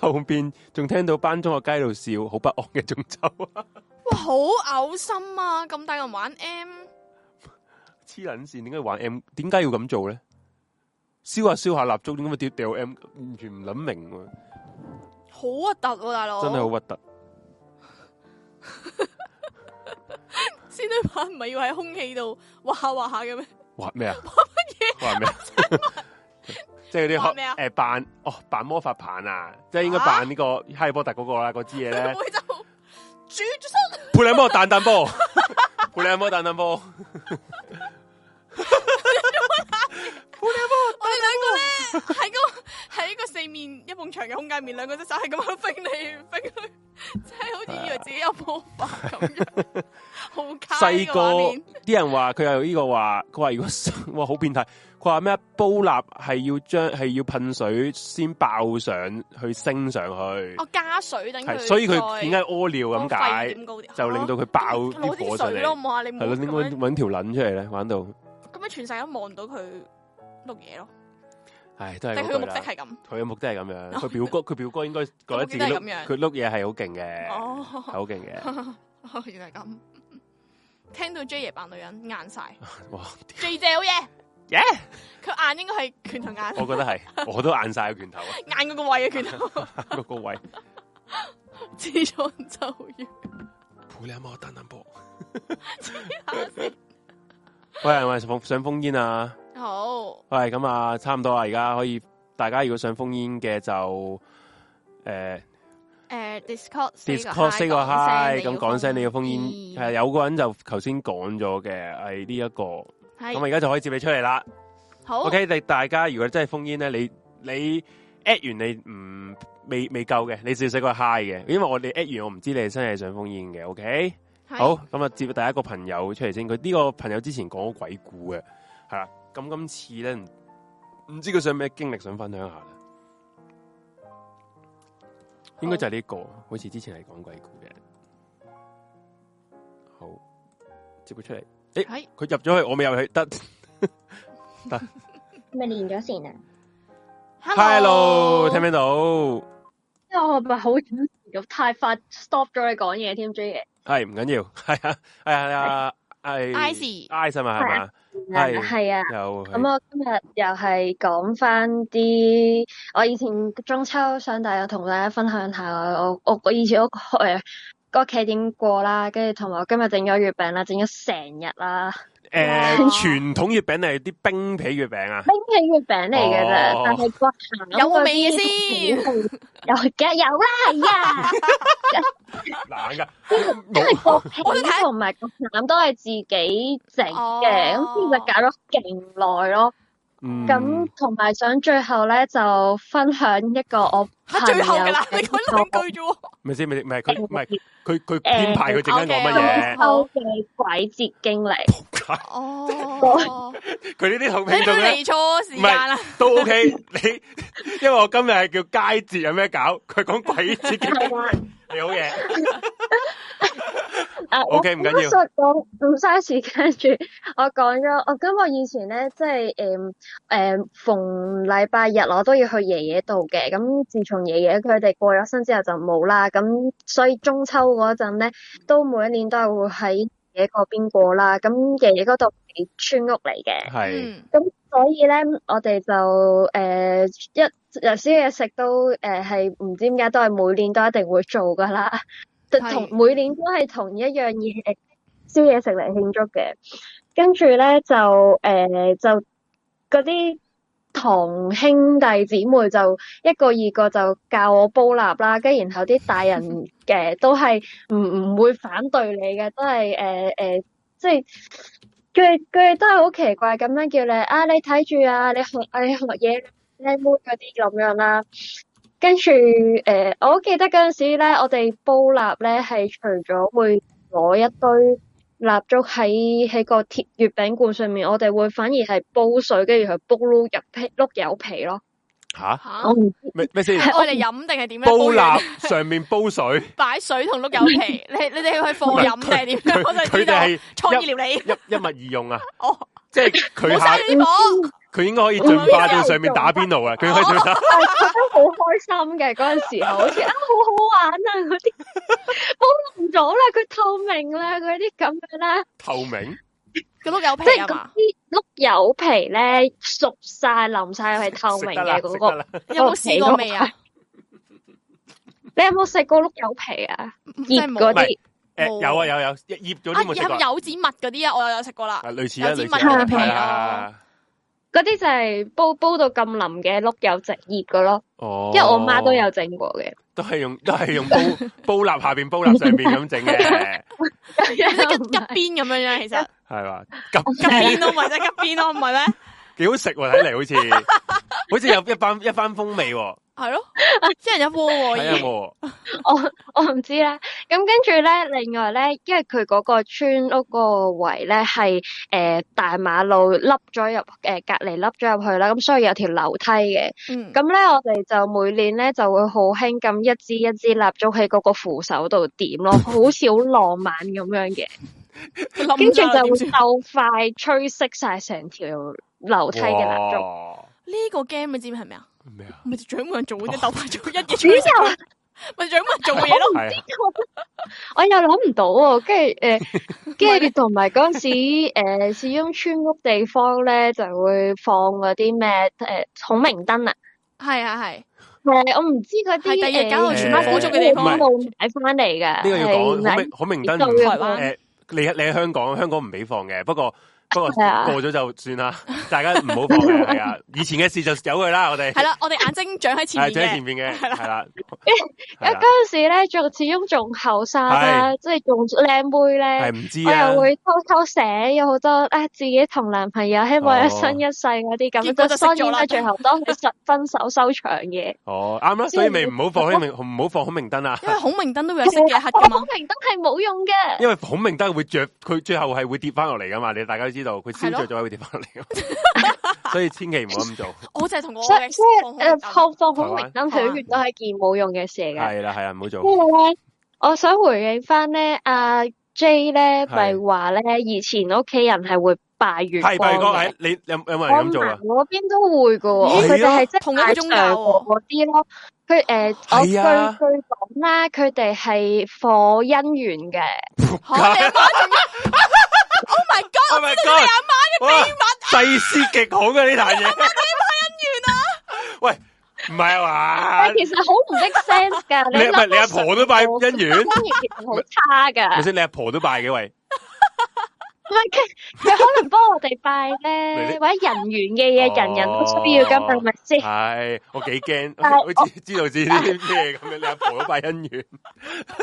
Speaker 2: 後边仲聽到班中學雞喺度笑，好不安嘅中秋啊！
Speaker 1: 哇，好嘔心啊！咁大個人玩 M，
Speaker 2: 黐捻线，点解要玩 M？点解要咁做咧？烧下烧下蜡烛，点解掉掉 M？完全唔捻明喎，
Speaker 1: 好核突喎，大佬。
Speaker 2: 真系好核突。
Speaker 1: 仙女棒唔係要喺空氣度畫下畫下嘅咩？
Speaker 2: 畫咩 啊？畫乜嘢？畫咩？即係嗰
Speaker 1: 畫
Speaker 2: 啲
Speaker 1: 咩啊
Speaker 2: 诶扮哦扮魔法棒啊！即係應該扮呢個哈利波特嗰個啦，嗰支 嘢咧，
Speaker 1: 會就煮咗身，
Speaker 2: 佩里摩彈彈波， 佩里摩彈彈波，
Speaker 1: 我哋兩個 咧喺個喺個四面一埲牆嘅空間面，兩個隻手係咁樣揈 嚟揈去，即係好似以為自己有魔法咁樣， 好卡
Speaker 2: 細
Speaker 1: 個畫
Speaker 2: 個
Speaker 1: 面。
Speaker 2: 啲人話佢有呢個話，佢話如果哇好變態，佢話咩啊煲蠟係要將係要噴水先爆上去升上去。
Speaker 1: 我哦加水等佢
Speaker 2: 系，
Speaker 1: 再，
Speaker 2: 所以佢點解屙尿咁解，就令到
Speaker 1: 佢
Speaker 2: 佢爆啲
Speaker 1: 啊攞
Speaker 2: 火
Speaker 1: 啲
Speaker 2: 上
Speaker 1: 水咯，
Speaker 2: 嚟。
Speaker 1: 冇話你
Speaker 2: 係
Speaker 1: 冇
Speaker 2: 咯，
Speaker 1: 咁
Speaker 2: 應該
Speaker 1: 樣
Speaker 2: 揾條撚出嚟咧，玩到，
Speaker 1: 咁樣全世界都望唔到佢碌嘢咯，
Speaker 2: 唉，都係
Speaker 1: 但係佢
Speaker 2: 嗰
Speaker 1: 嘅
Speaker 2: 句
Speaker 1: 目的
Speaker 2: 啦。
Speaker 1: 係咁。
Speaker 2: 佢嘅目的係咁 樣，佢表哥佢表哥應該覺得自己
Speaker 1: 佢目的係
Speaker 2: 碌
Speaker 1: 咁樣
Speaker 2: 佢碌嘢係好勁嘅，係
Speaker 1: 哦，
Speaker 2: 好勁嘅。
Speaker 1: 原來咁。聽到 J 爺扮女人硬晒
Speaker 2: 哇，
Speaker 1: ，J 姐好嘢，
Speaker 2: 耶！
Speaker 1: 佢硬應該係拳頭
Speaker 2: 我
Speaker 1: 硬，
Speaker 2: 覺得係，我都硬晒個拳頭啊，
Speaker 1: 硬嗰個位嘅拳頭。
Speaker 2: 嗰 個位。
Speaker 1: 自從就完。
Speaker 2: 陪你阿媽等等波。喂，係咪想想封煙啊？
Speaker 1: 好，
Speaker 2: 喂，咁啊，差唔多啦，而家可以，大家如果想封煙嘅就呃诶。
Speaker 1: 诶、d i s c o r d
Speaker 2: Discord say 個 hi，咁講聲你
Speaker 1: 要
Speaker 2: 嘅封煙，係有個人就頭先講咗嘅，係呢一個，咁啊
Speaker 1: 係
Speaker 2: 而家就可以接你出嚟啦。
Speaker 1: 好
Speaker 2: OK，你大家如果真係封煙咧，你你 at 完你唔未未夠嘅，你至少寫個 hi 嘅，因為我哋 at 完我唔知你係真係想封煙嘅。OK，
Speaker 1: 係
Speaker 2: 好，咁啊接第一個朋友出嚟先，佢呢個朋友之前講過鬼故嘅，係啦，咁今次咧唔唔知佢想咩經歷想分享下咧，應該就係呢、個，好似之前係講鬼故嘅，好，接佢出嚟，
Speaker 1: 係
Speaker 2: 佢入咗去，我未入去，得
Speaker 3: 咪連咗線啊！
Speaker 2: ，hello，聽唔聽到？
Speaker 3: 因為我咪好準時咁太快 stop 咗你講嘢添，J
Speaker 2: 係唔緊要，係啊，係啊，係啊
Speaker 1: Icy
Speaker 2: ，ice 啊嘛，係嘛，係
Speaker 3: 爺係啊。
Speaker 2: 有
Speaker 3: 咁我今日又係講翻啲我以前中秋上大又同大家分享下我我我以前屋誒屋企點過啦，跟住同埋我今日整咗月餅啦，整咗成日啦，
Speaker 2: 誒
Speaker 3: 嗯
Speaker 1: 哇
Speaker 2: 傳統月餅定係啲冰皮月餅啊？
Speaker 3: 冰皮月餅嚟嘅
Speaker 2: 哦
Speaker 3: 啫，但係個餡
Speaker 1: 有冇味嘅
Speaker 3: 嘅
Speaker 1: 先，
Speaker 3: 有嘅有啦，係啊，
Speaker 2: 冷噶，
Speaker 3: 因為
Speaker 2: 冇
Speaker 3: 個
Speaker 1: 我都
Speaker 3: 皮
Speaker 1: 睇
Speaker 3: 同埋個餡都係自己整嘅，咁
Speaker 1: 哦
Speaker 3: 所以就搞咗勁耐咯。
Speaker 2: 嗯
Speaker 3: 咁同埋想最後咧就分享一個我
Speaker 1: 吓啊
Speaker 3: 朋
Speaker 1: 最
Speaker 3: 友
Speaker 1: 後噶啦，你
Speaker 3: 嘅
Speaker 1: 講兩句啫喎。
Speaker 2: 咪先咪先唔係佢唔係佢佢
Speaker 3: 誒
Speaker 2: 編排佢陣間講乜 嘢？
Speaker 3: 偷嘅鬼節經歷。
Speaker 1: 哦，
Speaker 2: 佢呢啲好
Speaker 1: 你
Speaker 2: 聽眾
Speaker 1: 都
Speaker 2: 咧
Speaker 1: 嚟錯時間啦。
Speaker 2: 都 OK。你因為我今日係叫佳節有咩搞？佢講鬼節嘅，你好嘢。
Speaker 3: 啊
Speaker 2: 哦 OK，唔緊要
Speaker 3: 講唔嘥時間住，我講咗，我咁我以前咧，即係誒誒，逢禮拜日我都要去爺爺度嘅。咁自從爺爺佢哋過咗身之後就冇啦。咁所以中秋嗰陣咧，都每一年都係會喺爺爺嗰邊過啦。咁爺爺嗰度係村屋嚟嘅。
Speaker 2: 係
Speaker 1: 嗯，
Speaker 3: 咁所以咧，我哋就誒、呃一有宵嘢食都誒係唔知點解都係每年都一定會做噶啦，就
Speaker 1: 係
Speaker 3: 同每年都係同一樣嘢宵夜食嚟慶祝嘅。跟住咧就誒、呃就嗰啲堂兄弟姊妹就一個二個就教我煲蠟啦，跟住然後啲大人嘅都係唔唔會反對你嘅，都係誒誒即係。佢佢哋都係好奇怪咁樣叫你啊，你睇住啊，你學你學嘢啦靚妹嗰啲咁樣啦。跟住誒、呃我好記得嗰陣時咧，我哋煲蠟咧係除咗會攞一堆蠟燭喺喺個鐵月餅罐上面，我哋會反而係煲水，跟住去煲碌入皮碌柚皮咯。
Speaker 2: 吓
Speaker 1: 吓，
Speaker 3: 我唔
Speaker 2: 咩咩先？
Speaker 1: 我哋飲定係點咧？
Speaker 2: 煲
Speaker 1: 完
Speaker 2: 蠟上面煲水，
Speaker 1: 擺水同碌柚 皮，你你哋去放飲定係點樣？
Speaker 2: 佢
Speaker 1: 我就
Speaker 2: 佢
Speaker 1: 知道
Speaker 2: 哋
Speaker 1: 創
Speaker 2: 係
Speaker 1: 意料理。
Speaker 2: 一一物二用啊！
Speaker 1: 哦，
Speaker 2: 即係佢
Speaker 1: 冇
Speaker 2: 下
Speaker 1: 嘥你啲火。
Speaker 2: 佢應該可以進化到上面打邊爐啊！佢可以進化
Speaker 3: 我覺得好開心嘅嗰陣時候，好似啊好好玩啊嗰啲，煲淋咗啦，佢透明啦，嗰啲咁樣啦。
Speaker 2: 透明，
Speaker 1: 個碌柚
Speaker 3: 即
Speaker 1: 皮
Speaker 3: 係
Speaker 1: 啊
Speaker 3: 嗰
Speaker 1: 嘛，
Speaker 3: 啲碌柚皮咧，熟晒淋晒係透
Speaker 2: 食
Speaker 3: 明
Speaker 2: 得啦，
Speaker 3: 嘅
Speaker 2: 食得
Speaker 3: 嗰個。
Speaker 2: 啦。
Speaker 1: 有冇試過未啊？
Speaker 3: 你有冇食過碌柚皮啊？熱
Speaker 1: 真係冇
Speaker 3: 嗰啲
Speaker 2: 誒，有啊有有，醃咗
Speaker 1: 啊！
Speaker 2: 啲冇食
Speaker 1: 有
Speaker 2: 過，
Speaker 1: 柚子蜜嗰啲啊，我又有食過啦。
Speaker 2: 啊類似啊
Speaker 1: 有
Speaker 2: 類
Speaker 1: 支
Speaker 2: 似
Speaker 1: 蜜
Speaker 2: 啊
Speaker 3: 嘅皮
Speaker 2: 係
Speaker 1: 咯
Speaker 2: 啊
Speaker 3: 嗰啲就係煲煲到咁淋嘅碌柚直葉嘅咯，
Speaker 2: 哦，
Speaker 3: 因為我媽都有整過嘅。
Speaker 2: 都係用都係用煲 煲蠟下边煲蠟上边咁整嘅，
Speaker 1: 吉邊咁樣樣，其實
Speaker 2: 係嘛？咁
Speaker 1: 吉邊咯，咪即係吉邊咯，唔係咩？
Speaker 2: 幾好食喎，睇嚟好 似好似有一番一番風味喎，
Speaker 1: 係咯，一人一鍋喎
Speaker 2: 睇
Speaker 1: 已
Speaker 2: 下
Speaker 1: 經。
Speaker 2: 喎，
Speaker 3: 我 我唔知啦。咁跟住咧，另外咧，因為佢嗰個村屋個圍咧係誒大馬路凹咗入誒、呃隔離凹咗入去啦，咁所以有條樓梯嘅。
Speaker 1: 嗯，
Speaker 3: 咁咧，我哋就每年咧就會好興咁一支一支蠟燭喺嗰個扶手度點 咯，好似好浪漫咁樣嘅。
Speaker 1: 跟
Speaker 3: 跟住就
Speaker 1: 會
Speaker 3: 會鬥快吹熄晒成條樓梯嘅蠟燭。
Speaker 2: 燭
Speaker 1: 呢個 game 你知唔知係咩啊？
Speaker 2: 咩啊？
Speaker 1: 咪就掌門人做嗰啲鬥快做一嘢
Speaker 3: 主
Speaker 1: 吹熄
Speaker 3: 要
Speaker 1: 佢，咪掌門人做嘅嘢咯。
Speaker 2: 係啊
Speaker 3: 我又諗唔到喎，跟住誒，跟住同埋嗰陣時誒，始終村屋地方咧就會放嗰啲咩誒孔明燈啊，
Speaker 1: 係啊係，
Speaker 3: 誒我唔知嗰
Speaker 1: 係
Speaker 3: 啲
Speaker 1: 第二日搞到
Speaker 2: 全班火燭嘅地方
Speaker 3: 誒冇買翻嚟㗎，
Speaker 2: 呢個要
Speaker 3: 係
Speaker 2: 講
Speaker 3: 買
Speaker 2: 孔明孔明燈
Speaker 3: 到
Speaker 2: 唔
Speaker 3: 嘅
Speaker 1: 台灣
Speaker 2: 诶，你你喺香港，香港唔俾放嘅，不過不過
Speaker 3: 係啊
Speaker 2: 過咗就算啦，大家唔好放嘅，係 啊，以前嘅事就由佢啦，我哋
Speaker 1: 係啦，我哋眼睛長喺前
Speaker 2: 係喺
Speaker 1: 面
Speaker 2: 前
Speaker 1: 嘅，
Speaker 2: 面嘅，
Speaker 1: 係啦
Speaker 2: 係啦，
Speaker 3: 啊
Speaker 2: 係啦
Speaker 3: 嗰陣時咧，仲始終仲後生啦，即係仲靚妹
Speaker 2: 係
Speaker 3: 咧，
Speaker 2: 唔知
Speaker 3: 我
Speaker 2: 啊，
Speaker 3: 又會偷偷寫有好多啊，自己同男朋友希望
Speaker 2: 哦
Speaker 3: 一生一世嗰啲
Speaker 1: 結
Speaker 3: 咁，
Speaker 1: 果就
Speaker 3: 就當
Speaker 1: 識咗
Speaker 3: 然
Speaker 1: 啦
Speaker 3: 啦，最後都係實分手收場嘅。
Speaker 2: 哦，啱啦，
Speaker 3: 即係哦
Speaker 2: 所以咪唔好放孔明，唔好放孔明燈啊，
Speaker 1: 因為孔明燈都會有熄嘅黑噶
Speaker 3: 我
Speaker 1: 嘛
Speaker 3: 孔。明燈係冇用嘅，
Speaker 2: 因為孔明燈會着，佢最後係會跌翻落嚟噶嘛，你大家都知道，佢燒着咗會跌翻落嚟㗎 嘛，所以千祈唔好咁做，
Speaker 1: 我就係同我
Speaker 3: 所
Speaker 1: 嘅
Speaker 3: 以所以誒
Speaker 1: 放
Speaker 3: 放放孔明燈許願都係件冇用嘅事嚟嘅。
Speaker 2: 係啦係啦，唔好做，
Speaker 3: 跟住咧，我想回應翻咧，阿 J 咧
Speaker 2: 係
Speaker 3: 咪話咧，以前屋企人係會拜月光
Speaker 2: 係拜哥，
Speaker 3: 嘅
Speaker 2: 係。你有有冇
Speaker 3: 我
Speaker 2: 人
Speaker 3: 嫲
Speaker 2: 咁做啊？
Speaker 3: 嗰邊都會噶
Speaker 2: 咦
Speaker 3: 喎，佢哋係即係
Speaker 1: 同一個宗教喎
Speaker 3: 拜上嗰啲咯。佢誒，我據據
Speaker 2: 係啊
Speaker 3: 講啦，佢哋係火姻緣嘅。
Speaker 1: 嚇你阿媽仲？Oh my god！
Speaker 2: Oh my god！哇，祭司極好嘅呢壇嘢， 喂，唔係話
Speaker 3: 但啊係其實好唔 make sense 㗎，
Speaker 2: 你唔係
Speaker 3: 諗
Speaker 2: 你阿婆都拜姻緣，
Speaker 3: 姻緣其實好差
Speaker 2: 咪
Speaker 3: 㗎。
Speaker 2: 先？你阿婆都拜嘅喂，
Speaker 3: 唔係佢，佢可能幫我哋拜咧，
Speaker 2: 你
Speaker 3: 或者人緣嘅嘢，人人都需要
Speaker 2: 哦
Speaker 3: 噶，係咪先？
Speaker 2: 系我几惊，
Speaker 3: 哎但係
Speaker 2: 好似知道自己啲咩咁样，你阿婆都拜姻缘，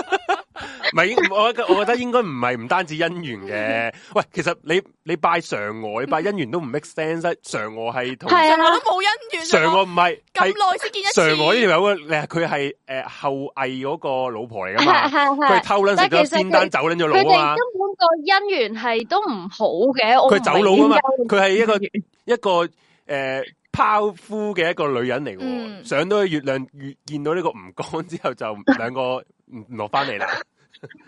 Speaker 2: 唔系我覺得我觉得应该唔系唔单止姻缘嘅，喂，其实你你拜嫦娥，你拜姻缘都唔 make sense，啊嫦娥系同
Speaker 3: 係啊
Speaker 1: 我都冇姻緣。
Speaker 2: 嫦娥唔系
Speaker 1: 咁
Speaker 2: 系
Speaker 1: 耐先見一次，
Speaker 2: 嫦娥呢條友你佢系诶后羿嗰个老婆嚟噶
Speaker 3: 係
Speaker 2: 嘛，
Speaker 3: 係
Speaker 2: 佢係
Speaker 3: 係，
Speaker 2: 偷捻食咗
Speaker 3: 但係其實
Speaker 2: 仙丹走捻咗
Speaker 3: 佢
Speaker 2: 佬
Speaker 3: 哋
Speaker 2: 啊嘛
Speaker 3: 根。本個姻緣係都唔好嘅，我
Speaker 2: 佢走佬啊嘛
Speaker 3: 唔明點解會
Speaker 2: 佢係一個一個诶抛夫嘅一個女人嚟嘅喎，
Speaker 1: 嗯
Speaker 2: 上到去月亮遇見到呢個吳剛之後就 兩個唔唔落翻嚟啦。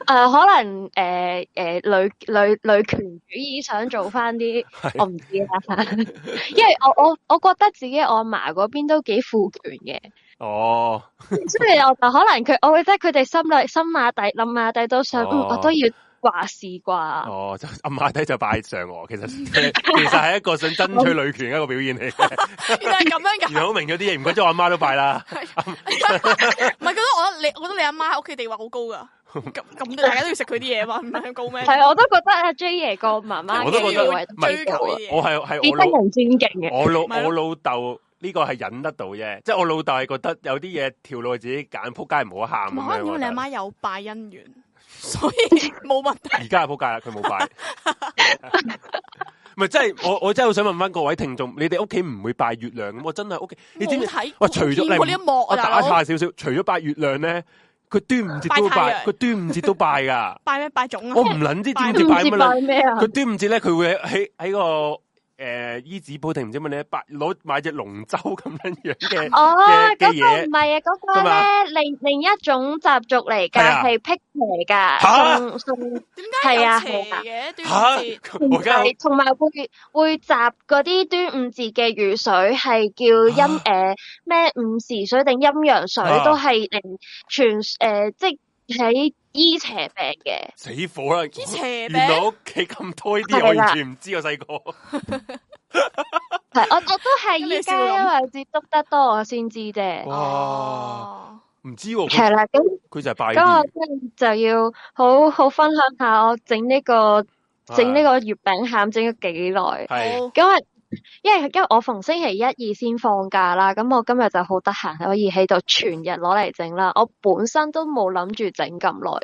Speaker 3: 诶、呃可能诶诶、呃女女女權主義想做翻 啲，我唔知啦。 因為我我我覺得自己我阿嫲嗰邊都幾父權 嘅，
Speaker 2: 哦，
Speaker 3: 所以我就可能佢，我覺得佢哋心裏心下底諗下底都想，嗯，
Speaker 2: 哦
Speaker 3: 我都要話事啩。
Speaker 1: 啊
Speaker 2: 哦，就暗下底就拜嫦娥， 其實其實係一個想爭取女權嘅一個表現嚟嘅。
Speaker 1: 原來係咁樣㗎。
Speaker 2: 原來好明咗啲嘢，唔怪之我阿媽都拜啦。
Speaker 1: 唔係，覺得我覺得你，我覺得你阿媽喺屋企地位好高㗎。咁咁大家都要食佢啲嘢啊嘛，唔係咁高咩？
Speaker 2: 啊
Speaker 3: 係，我都覺得阿 J 爺個媽媽
Speaker 2: 我都
Speaker 3: 嘅
Speaker 2: 覺得
Speaker 3: 地
Speaker 1: 要
Speaker 3: 位
Speaker 2: 唔
Speaker 1: 追
Speaker 2: 係
Speaker 1: 求
Speaker 3: 都
Speaker 1: 嘅
Speaker 3: 幾
Speaker 1: 嘢。
Speaker 2: 我係係
Speaker 3: 幾
Speaker 2: 我
Speaker 3: 得
Speaker 2: 老
Speaker 3: 人尊敬嘅。
Speaker 2: 我老
Speaker 1: 咪咯
Speaker 2: 我老豆呢個係忍得到啫，即係我老豆係覺得有啲嘢條路係自己揀，仆街唔好喊
Speaker 1: 同
Speaker 2: 咁
Speaker 1: 埋可能因為
Speaker 2: 樣。我覺
Speaker 1: 你
Speaker 2: 得
Speaker 1: 阿媽有拜姻緣，所以冇問題。
Speaker 2: 而家係仆街啦，啊佢冇拜。唔係真係，我我真係好想問翻各位聽眾，你哋屋企唔會拜月亮咁？我真係屋企，你知唔
Speaker 1: 冇
Speaker 2: 知？
Speaker 1: 睇，
Speaker 2: 喂除咗
Speaker 1: 冇見過
Speaker 2: 你
Speaker 1: 呢一幕
Speaker 2: 我
Speaker 1: 啊，大
Speaker 2: 打岔
Speaker 1: 佬
Speaker 2: 少少，除咗拜月亮咧，佢端午節都
Speaker 1: 拜太
Speaker 2: 拜，
Speaker 1: 陽
Speaker 2: 佢端午節都拜 噶。
Speaker 1: 拜咩拜種啊
Speaker 2: 我？唔撚知端午節
Speaker 3: 唔
Speaker 2: 拜
Speaker 3: 知
Speaker 2: 乜啦
Speaker 3: 拜。咩啊？
Speaker 2: 佢端午節咧，佢會喺喺個诶衣紙鋪定唔知乜咧，拜攞買隻龍舟咁樣樣嘅。
Speaker 3: 哦，
Speaker 2: 嘅嘅
Speaker 3: 嗰
Speaker 2: 嘢
Speaker 3: 個唔係啊，嗰
Speaker 2: 㗎
Speaker 3: 個
Speaker 2: 嘛
Speaker 3: 咧另另一種習俗嚟
Speaker 2: 係啊
Speaker 3: 㗎，係辟邪
Speaker 2: 嚇
Speaker 3: 㗎，送送。
Speaker 1: 點解有
Speaker 3: 係啊
Speaker 1: 邪
Speaker 3: 係啊
Speaker 1: 嘅端
Speaker 2: 吓
Speaker 1: 午節？，
Speaker 2: 我而家
Speaker 3: 係同埋會會集嗰啲端午節嘅雨水係叫陰誒咩午時水定陰陽水，
Speaker 2: 啊
Speaker 3: 都係誒全誒即係醫邪病嘅。
Speaker 2: 死火啦！
Speaker 1: 啲邪
Speaker 2: 原來
Speaker 1: 病。
Speaker 2: 屋企咁多呢啲嘢，我完全唔知我細個。
Speaker 3: 係我我都係
Speaker 1: 咁你
Speaker 3: 依
Speaker 1: 笑到
Speaker 3: 家因為接觸得多我先知啫。
Speaker 2: 哦哇！
Speaker 1: 哦，
Speaker 2: 唔知喎，佢
Speaker 3: 係啦，咁
Speaker 2: 佢就係拜
Speaker 3: 咁我
Speaker 2: 月，
Speaker 3: 真係就要好好分享下我整呢個
Speaker 2: 啊
Speaker 3: 整呢個月餅餡整咗幾耐。
Speaker 2: 係
Speaker 1: 好
Speaker 3: 咁啊，因為因為我逢星期一二先放假啦，咁我今日就好得閒，可以喺度全日攞嚟整啦。我本身都冇諗住整咁耐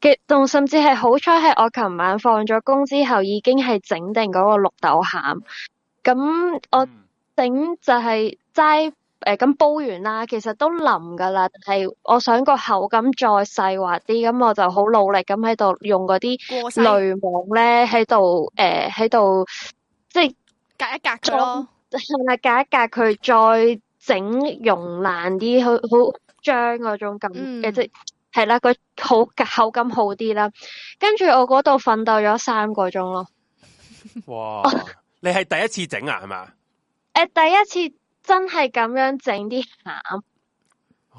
Speaker 3: 嘅，嘅仲甚至係好彩係我琴晚放咗工之後已經係整定嗰個綠豆餡。咁
Speaker 1: 哦
Speaker 3: 我
Speaker 2: 嗯
Speaker 3: 整就係齋誒咁煲完啦，其實都腍噶啦，但係我想個口感再細滑啲，咁我就好努力咁喺度用嗰啲
Speaker 1: 過世
Speaker 3: 濾網咧喺度誒喺度即係。
Speaker 1: 隔一隔佢咯。
Speaker 3: 係啦，隔一隔佢再整溶爛啲，好好漿嗰種感
Speaker 1: 嗯
Speaker 3: 嘅，即係係啦，個好口感好啲啦。跟住我嗰度奮鬥咗三個鐘咯。
Speaker 2: 哇！
Speaker 3: 哦
Speaker 2: 你係第一次整啊，係嘛？
Speaker 3: 誒、第一次真係咁樣整啲餡，
Speaker 1: 哦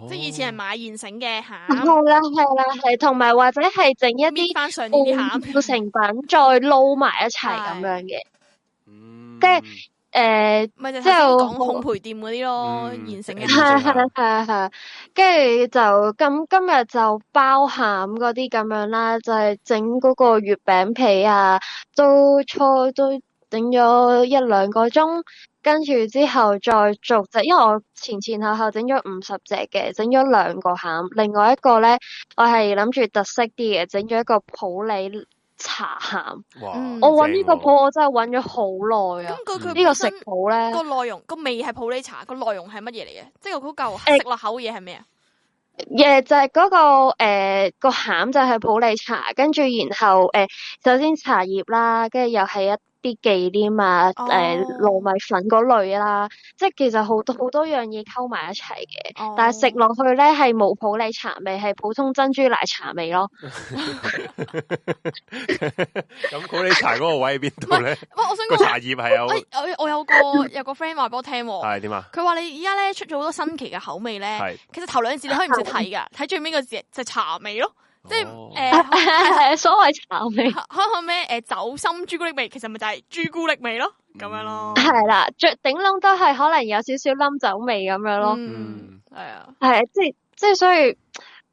Speaker 1: 即系以前係買現成嘅餡，
Speaker 3: 係啦係啦係，同埋或者係整一
Speaker 1: 搣
Speaker 3: 啲
Speaker 1: 翻上面啲
Speaker 3: 半
Speaker 1: 餡，
Speaker 3: 副成品再撈埋一齊咁樣嘅。
Speaker 2: 嗯，
Speaker 3: 即係誒、
Speaker 1: 咪就係
Speaker 3: 之後
Speaker 1: 講烘焙店嗰啲咯，
Speaker 2: 嗯
Speaker 1: 現成嘅
Speaker 2: 嗯
Speaker 1: 餡。
Speaker 3: 係係係係，跟住就咁今日就包餡嗰啲咁樣啦，就係整嗰個月餅皮啊，都初都整咗一兩個鐘，跟住之後再逐隻，因為我前前後後整咗五十隻嘅，整咗兩個餡，另外一個咧我係諗住特色啲嘅，整咗一個普洱茶餡。
Speaker 2: 哇！
Speaker 1: 嗯
Speaker 3: 我揾呢個
Speaker 2: 正
Speaker 3: 鋪我真係揾咗好耐啊！
Speaker 1: 咁佢
Speaker 2: 嗯
Speaker 1: 佢
Speaker 3: 呢個
Speaker 1: 本
Speaker 3: 食
Speaker 1: 身
Speaker 3: 譜咧。
Speaker 1: 個內容個味係普洱茶，個內容係乜嘢嚟嘅？即係嗰嚿
Speaker 3: 誒
Speaker 1: 食落口嘅嘢係咩啊？
Speaker 3: 誒就係嗰、個誒、呃、個餡就係普洱茶，跟住然後誒、呃首先茶葉啦，跟住又係一啲忌廉啊、
Speaker 1: 哦
Speaker 3: 誒、糯米粉嗰類啦，即係其實好多好多樣嘢溝埋一齊嘅。
Speaker 1: 哦
Speaker 3: 但係食落去咧係冇普洱茶味，係普通珍珠奶茶味咯。
Speaker 2: 咁普洱茶嗰個位喺邊度咧？
Speaker 1: 喂，我想
Speaker 2: 個
Speaker 1: 講，
Speaker 2: 茶葉係有
Speaker 1: 喂我我有 個有個 friend 話俾我聽喎，
Speaker 2: 係點啊？
Speaker 1: 佢話你而家咧出咗好多新奇嘅口味咧，
Speaker 2: 係
Speaker 1: 其實頭兩字你可以唔使睇 㗎，睇最尾個字就係茶味咯，即係
Speaker 2: 哦
Speaker 1: 誒。
Speaker 3: 所謂茶味
Speaker 1: 可可咩诶酒心朱古力味，其實咪就係朱古力味咯，咁樣咯。
Speaker 2: 嗯
Speaker 3: 係啦，最頂窿都係
Speaker 1: 嗯
Speaker 2: 嗯
Speaker 3: 可能有少少冧酒味咁樣咯。
Speaker 1: 嗯，係啊，
Speaker 3: 係即係即係所以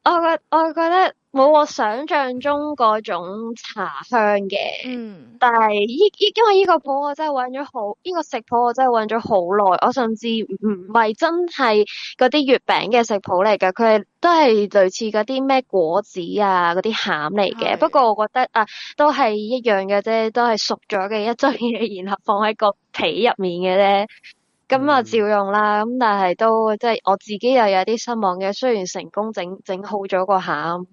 Speaker 3: 我覺我覺得冇我想象中嗰種茶香嘅，
Speaker 1: 嗯，
Speaker 3: 但係依依因為呢個譜我真係揾咗好，呢、個食譜我真係揾咗好耐，我甚至唔係真係嗰啲月餅嘅食譜嚟㗎，佢係都係類似嗰啲咩果子啊嗰啲餡嚟
Speaker 1: 係
Speaker 3: 嘅。不過我覺得啊，都係一樣嘅啫，都係熟咗嘅一樽嘢， 然後放喺個皮入面嘅啫。咁啊，
Speaker 2: 嗯
Speaker 3: 照用啦。咁但係都即係我自己又有啲失望嘅，雖然成功整整好咗個餡。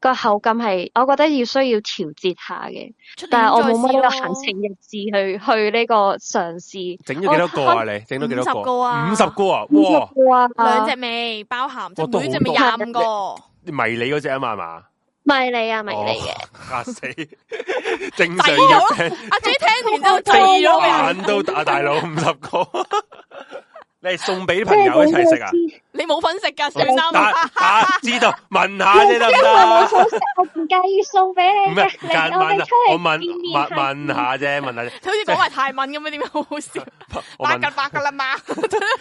Speaker 3: 個口感係，我覺得要需要調節下嘅，
Speaker 1: 出年
Speaker 3: 但係我
Speaker 1: 再
Speaker 3: 冇乜
Speaker 1: 試咯
Speaker 3: 呢個閒情逸致去去呢個嘗試。
Speaker 2: 整咗幾多個
Speaker 3: 我
Speaker 2: 啊？你整咗幾多
Speaker 1: 50個啊
Speaker 2: 五十個啊！哇，
Speaker 3: 哇！
Speaker 1: 兩隻味包含，即
Speaker 2: 哇都
Speaker 1: 係每
Speaker 2: 好
Speaker 1: 隻味
Speaker 2: 多
Speaker 1: 廿五個。
Speaker 2: 迷你嗰只啊嘛係嘛？
Speaker 3: 迷你啊，迷你嘅，
Speaker 2: 嘅，嚇死！ 正
Speaker 1: 滯
Speaker 2: 常
Speaker 1: 咗
Speaker 2: 嘅，
Speaker 1: 阿 J 聽完之 後
Speaker 2: 正
Speaker 1: 滯咗俾人，
Speaker 2: 眼都打大佬五十 個，你係送俾朋友一齊食啊？
Speaker 1: 你冇份食噶，小心。
Speaker 2: 哦
Speaker 1: 啊
Speaker 2: 打打知道問下啫得唔得？
Speaker 3: 好食，我唔介意送俾
Speaker 2: 唔係 唔係問下，我問問問下啫，問下啫。
Speaker 1: 佢好似講埋泰文咁樣，點解好好笑？
Speaker 2: 我
Speaker 1: 八格
Speaker 2: 問
Speaker 1: 八格啦嘛，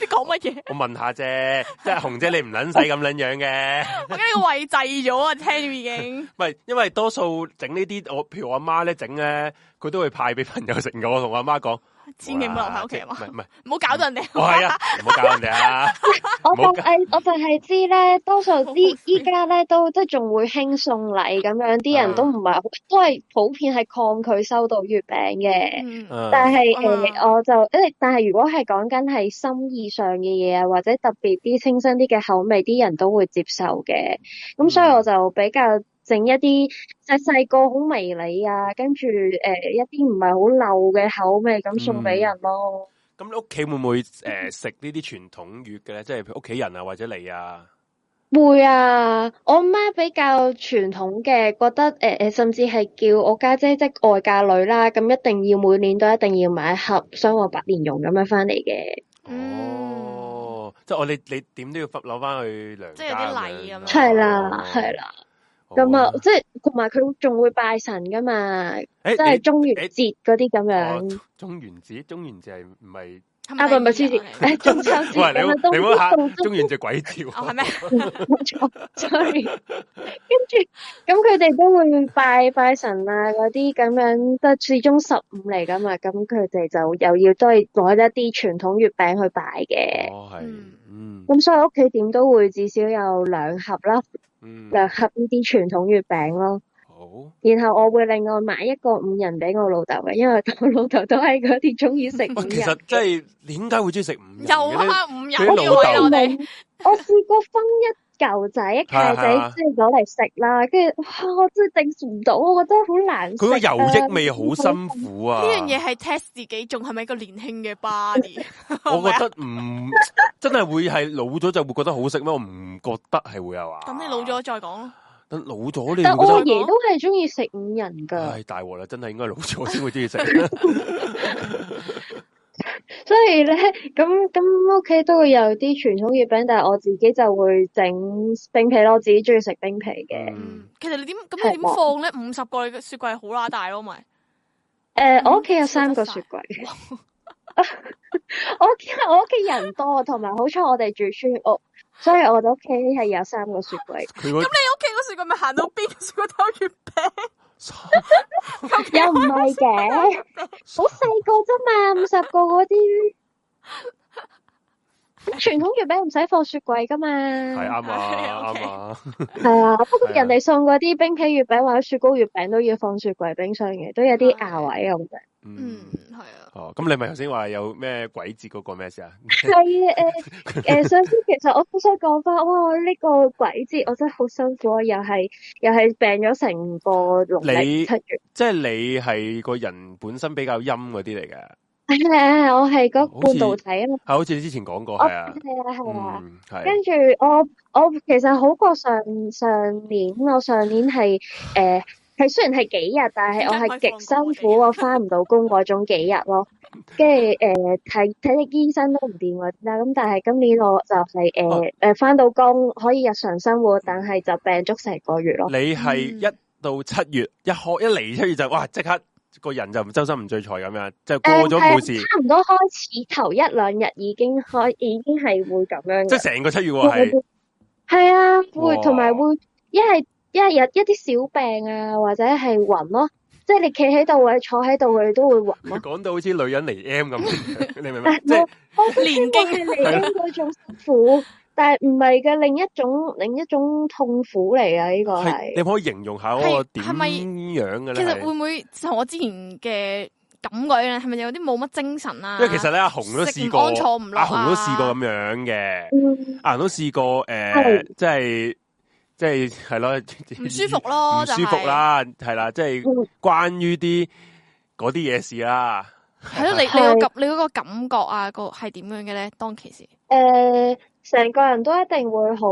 Speaker 1: 你講乜嘢？
Speaker 2: 我問下啫，即係紅姐你唔撚使咁撚樣嘅。
Speaker 1: 我覺得呢個胃滯咗啊，聽已經。
Speaker 2: 唔系，因為多數整呢啲，我譬如我阿媽咧整咧，佢都會派俾朋友食嘅。我同我阿媽講，
Speaker 1: 千祈唔好留喺屋企啊
Speaker 2: 唔
Speaker 1: 嘛，
Speaker 2: 係唔係，
Speaker 1: 唔好搞到人哋。
Speaker 2: 我 係啊，唔好搞人哋啊。
Speaker 3: 我
Speaker 2: 冇
Speaker 3: 就係我就係知咧，多數
Speaker 1: 好
Speaker 3: 依
Speaker 1: 笑
Speaker 3: 依家咧都即係仲會興送禮咁樣，啲
Speaker 2: 嗯
Speaker 3: 人都唔係好都係普遍係抗拒收到月餅嘅。
Speaker 1: 嗯
Speaker 3: 但係
Speaker 1: 嗯
Speaker 3: 誒、呃我就誒，但係如果係講緊係心意上嘅嘢啊，或者特別啲清新啲嘅口味，啲人都會接受嘅。咁所以
Speaker 2: 嗯
Speaker 3: 我就比較整一啲細細個好迷你啊，跟住誒一啲唔係好漏嘅口味咁送俾人咯。
Speaker 2: 咁你屋企會唔會诶食呢啲傳統月嘅咧？即係譬如屋企人啊，或者你啊，
Speaker 3: 會啊，我媽比較傳統嘅，覺得誒誒、呃甚至係叫我家姐即係外嫁女啦，咁一定要每年都一定要買一盒雙黃白蓮蓉咁樣翻嚟嘅。
Speaker 1: 嗯
Speaker 2: 哦，即係我你你點都要攞翻去娘家
Speaker 1: 即係有啲
Speaker 2: 咁
Speaker 1: 禮
Speaker 2: 樣
Speaker 1: 咁樣
Speaker 3: 係啦，係。啦。
Speaker 2: 哦
Speaker 3: 咁啊，，即係同埋佢仲會拜神噶嘛，
Speaker 2: 诶，
Speaker 3: 即
Speaker 2: 誒
Speaker 3: 係中元
Speaker 2: 誒
Speaker 3: 節嗰啲咁
Speaker 2: 哦
Speaker 3: 樣。
Speaker 2: 中元節，中元節係唔係？
Speaker 1: 係咪
Speaker 3: 啊，唔係唔係，
Speaker 1: 第
Speaker 3: 先
Speaker 1: 二
Speaker 3: 至
Speaker 1: 日啊
Speaker 3: 誒中秋節
Speaker 2: 喂，你
Speaker 3: 咁
Speaker 2: 好
Speaker 3: 樣都
Speaker 2: 你好嚇
Speaker 3: 都
Speaker 2: 中元節鬼照
Speaker 1: 哦，
Speaker 2: 啊，
Speaker 1: 係 咩？
Speaker 3: 冇錯，sorry。跟住咁佢哋都會拜拜神啊嗰啲咁樣，都始終十五嚟噶嘛，咁佢哋就又要都係攞一啲傳統月餅去拜嘅。
Speaker 2: 哦係，
Speaker 1: 嗯
Speaker 2: 嗯
Speaker 3: 咁所以屋企點都會至少有兩盒啦，
Speaker 2: 嗯，
Speaker 3: 兩盒呢啲傳統月餅咯。
Speaker 2: 好。
Speaker 3: 然後我會另外買一個五仁俾我老豆嘅，因為我老豆都係嗰啲 中意食
Speaker 2: 喂，
Speaker 3: 五仁
Speaker 2: 其實
Speaker 3: 嘅。
Speaker 2: 真係點解會中意食五仁
Speaker 1: 又
Speaker 2: 嘅咧？
Speaker 1: 啊，五人
Speaker 2: 佢啲
Speaker 1: 呢個位
Speaker 2: 老豆
Speaker 1: 我
Speaker 3: 我
Speaker 1: 哋。
Speaker 3: 試過分一嚿仔一
Speaker 2: 係
Speaker 3: 塊仔
Speaker 2: 係，
Speaker 3: 即係攞嚟食啦，跟住哇，我真係頂唔到，我覺得好難食
Speaker 2: 佢個
Speaker 3: 啊。
Speaker 2: 油益味好辛苦啊！
Speaker 1: 呢樣嘢係 test 自己仲係咪一個年輕嘅 body？ 啊
Speaker 2: 我 覺得唔真係會係老咗就會覺得好食咩？我唔覺得係會啊嘛。
Speaker 1: 等你老咗，再講咯。
Speaker 2: 等老咗你
Speaker 3: 但我阿
Speaker 2: 會覺
Speaker 3: 爺都係中意食五仁
Speaker 2: 得，
Speaker 3: 㗎，
Speaker 2: 唉大鑊啦！真係應該老咗先會中意食。
Speaker 3: 所以咧咁咁屋企都會有啲傳統月餅，但係我自己就會整冰皮咯，我自己中意食冰皮嘅。
Speaker 2: 嗯，
Speaker 1: 其實你點咁你點放咧？五十個你嘅雪櫃好啦大咯，咪
Speaker 3: 誒，呃我屋企
Speaker 1: 嗯
Speaker 3: 有三個雪櫃。 我屋企我屋企人多，同埋好彩我哋住村屋，所以我哋屋企係有三個雪 櫃，
Speaker 2: 佢個
Speaker 1: 你屋企嗰雪櫃咪行到 邊個雪櫃兜月餅？
Speaker 3: 又唔係嘅，好細個啫嘛，五十個嗰 啲。傳統月餅唔使放雪櫃噶嘛，
Speaker 2: 係啱啊，
Speaker 1: OK
Speaker 2: 啱啊。
Speaker 3: 係啊，不過
Speaker 2: 係啊
Speaker 3: 人哋送嗰啲冰皮月餅或者雪糕月餅都要放雪櫃冰箱嘅，都有啲牙位啊咁嘅。
Speaker 1: 嗯
Speaker 2: 嗯，，
Speaker 1: 係啊。
Speaker 2: 哦，咁你咪頭先話有咩鬼節嗰個咩事啊？
Speaker 3: 係誒誒，上次其實我都想講翻，哇！呢個鬼節我真係好辛苦啊，又係又係病咗成個農
Speaker 2: 你
Speaker 3: 曆七月。
Speaker 2: 即係你係個人本身比較陰嗰啲嚟嘅，係
Speaker 3: 係啊，我係嗰
Speaker 2: 好似
Speaker 3: 半導體啊嘛，
Speaker 2: 好似你之前講過
Speaker 3: 我
Speaker 2: 係啊，
Speaker 3: 係啊係啊，
Speaker 2: 嗯係
Speaker 3: 跟住我我其實好過上上年，我上年係誒係雖然係幾日，但係我係極辛苦，我翻唔到工嗰種幾日咯。跟住誒睇睇醫生都唔掂嗰啲啦，咁但係今年我就係誒誒翻到工可以日常生活，但係就病足成個月咯。
Speaker 2: 你係一到七月一開一嚟七月就哇即刻個人就周身唔聚財咁樣，就過咗冇事。
Speaker 3: 差唔多開始頭一兩日已經開已經係會咁樣
Speaker 2: 即
Speaker 3: 嘅
Speaker 2: 系。成個七月喎係，
Speaker 3: 係啊，會
Speaker 2: 哇
Speaker 3: 同埋會一係一係有一啲小病啊，或者係暈咯，即係你企喺度或者坐喺度，佢哋都會暈
Speaker 2: 佢
Speaker 3: 咯。
Speaker 2: 講到好似女人嚟 M 咁， 你明唔明
Speaker 3: 但？
Speaker 2: 即係
Speaker 3: 係我我
Speaker 1: 連
Speaker 3: 我係嚟緊嗰種辛苦，但係唔係嘅另一種另一種痛苦嚟嘅呢個
Speaker 2: 係你
Speaker 3: 係。
Speaker 2: 可唔可以形容下嗰個
Speaker 1: 係
Speaker 2: 點
Speaker 1: 係咪
Speaker 2: 樣嘅
Speaker 1: 其
Speaker 2: 咧？
Speaker 1: 實會唔會同我之前嘅感覺一樣？係咪有啲冇乜精神啊？
Speaker 2: 因為其實咧，阿紅都
Speaker 1: 食
Speaker 2: 試
Speaker 1: 唔
Speaker 2: 過，
Speaker 1: 安坐唔落
Speaker 2: 阿
Speaker 1: 啊
Speaker 2: 紅都試過咁樣嘅，
Speaker 3: 嗯，
Speaker 2: 阿紅都試過誒
Speaker 3: 係，
Speaker 2: 即係即係係咯，
Speaker 1: 唔舒服
Speaker 2: 唔
Speaker 1: 咯，就
Speaker 2: 舒服啦，係啦，即係
Speaker 3: 嗯
Speaker 2: 關於啲嗰啲嘢事啦。
Speaker 1: 係。係咯，你你
Speaker 3: 係
Speaker 1: 個感你嗰個感覺啊，個係點樣嘅咧？當其時
Speaker 3: 誒，成個人都一定會好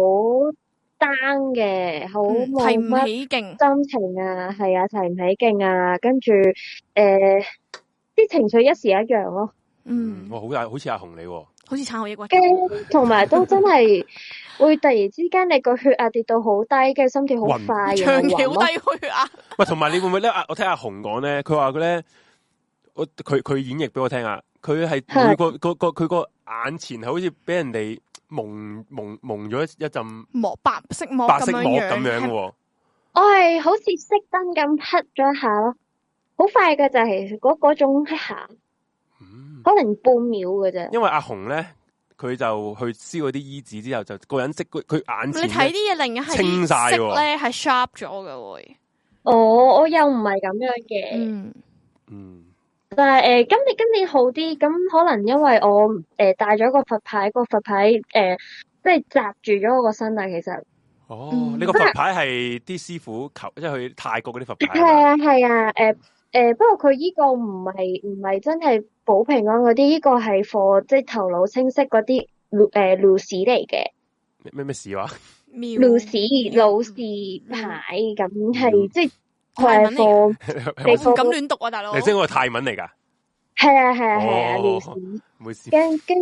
Speaker 3: down 嘅，好
Speaker 1: 嗯提
Speaker 3: 冇
Speaker 1: 唔
Speaker 3: 乜。
Speaker 1: 起勁，
Speaker 3: 心情啊，係啊，提唔起勁啊，跟住誒啲情緒一時一樣咯，
Speaker 2: 嗯，
Speaker 1: 嗯，
Speaker 2: 我好似好似阿紅你喎，
Speaker 1: 好似產後抑鬱
Speaker 3: 跟
Speaker 1: 咁。
Speaker 3: 同埋都真係會突然之間你個血壓跌到好低，跟住心跳好
Speaker 2: 暈
Speaker 3: 快，
Speaker 1: 長
Speaker 3: 然後
Speaker 1: 期
Speaker 3: 暈
Speaker 1: 好
Speaker 3: 咯。
Speaker 1: 低血壓，
Speaker 2: 喂，同埋你會唔會咧？啊我聽阿紅講咧，佢話佢咧，我佢佢演繹俾我聽啊，佢係
Speaker 3: 係
Speaker 2: 每個個個佢個眼前係好似俾人哋蒙蒙蒙咗一一陣
Speaker 1: 膜 白色膜
Speaker 2: 白
Speaker 1: 哦咁
Speaker 2: 色
Speaker 1: 樣
Speaker 2: 膜咁樣
Speaker 1: 係
Speaker 2: 喎。
Speaker 3: 我係好似熄燈咁黑咗一下咯，好快嘅就係嗰嗰種黑下，
Speaker 2: 嗯
Speaker 3: 可能半秒嘅啫。
Speaker 2: 因為阿紅咧，佢就去燒嗰啲衣紙之後，就個人即佢佢眼前
Speaker 1: 你睇
Speaker 2: 呢
Speaker 1: 啲嘢，另一係
Speaker 2: 清晒
Speaker 1: 啲色
Speaker 2: 喎
Speaker 1: 咧係 sharp 咗嘅會，
Speaker 3: 哦我我又唔係咁樣嘅。
Speaker 1: 嗯，
Speaker 2: 嗯，
Speaker 3: 但係誒、呃今年今年好啲，咁可能因為我誒、呃、戴咗個佛牌，個佛牌誒、呃即係擲住咗我個身啊。其實
Speaker 2: 哦，
Speaker 1: 嗯
Speaker 2: 呢個佛牌係啲師傅求，即係去泰國嗰啲佛牌
Speaker 3: 係
Speaker 2: 啊。
Speaker 3: 啊係啊，誒誒、呃不過佢依個唔係唔係真係保平安嗰啲，依、個係課即係頭腦清晰嗰啲誒路士嚟嘅，
Speaker 2: 咩咩咩事啊話？
Speaker 1: 妙
Speaker 3: 路士路士牌咁係即係
Speaker 1: 泰
Speaker 3: 佢
Speaker 1: 嗯文
Speaker 3: 係
Speaker 1: 嚟
Speaker 3: 課
Speaker 1: 我
Speaker 3: 你
Speaker 1: 唔
Speaker 3: 個
Speaker 1: 敢亂讀啊，大佬，
Speaker 2: 你知我係泰文嚟噶，
Speaker 3: 係啊係啊係啊
Speaker 2: 哦
Speaker 3: 路士，
Speaker 2: 唔好意思。
Speaker 3: 跟跟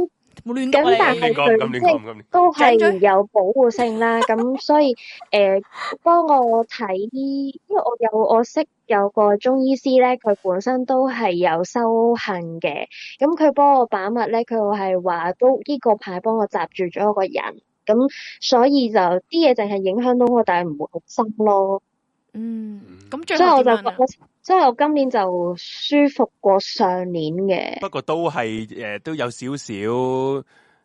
Speaker 1: 冇亂
Speaker 3: 咁但
Speaker 1: 讀
Speaker 2: 咁亂
Speaker 3: 係
Speaker 2: 講，咁亂講，咁亂講。
Speaker 3: 都係
Speaker 1: 張
Speaker 3: 有保護 性啦，咁所以誒，幫、我睇，因為我有我識有個中醫師咧，佢本身都係有修行嘅，咁佢幫我把脈咧，佢係話都呢個牌幫我閘住咗我個人，咁所以就啲嘢淨係影響到我，但係唔會好深咯，
Speaker 1: 嗯，咁最
Speaker 3: 所以
Speaker 1: 後
Speaker 3: 我
Speaker 1: 點
Speaker 3: 就
Speaker 1: 樣
Speaker 3: 覺
Speaker 1: 啊？
Speaker 3: 得，所以我今年就舒服過上年嘅。
Speaker 2: 不過都係誒、呃都有少少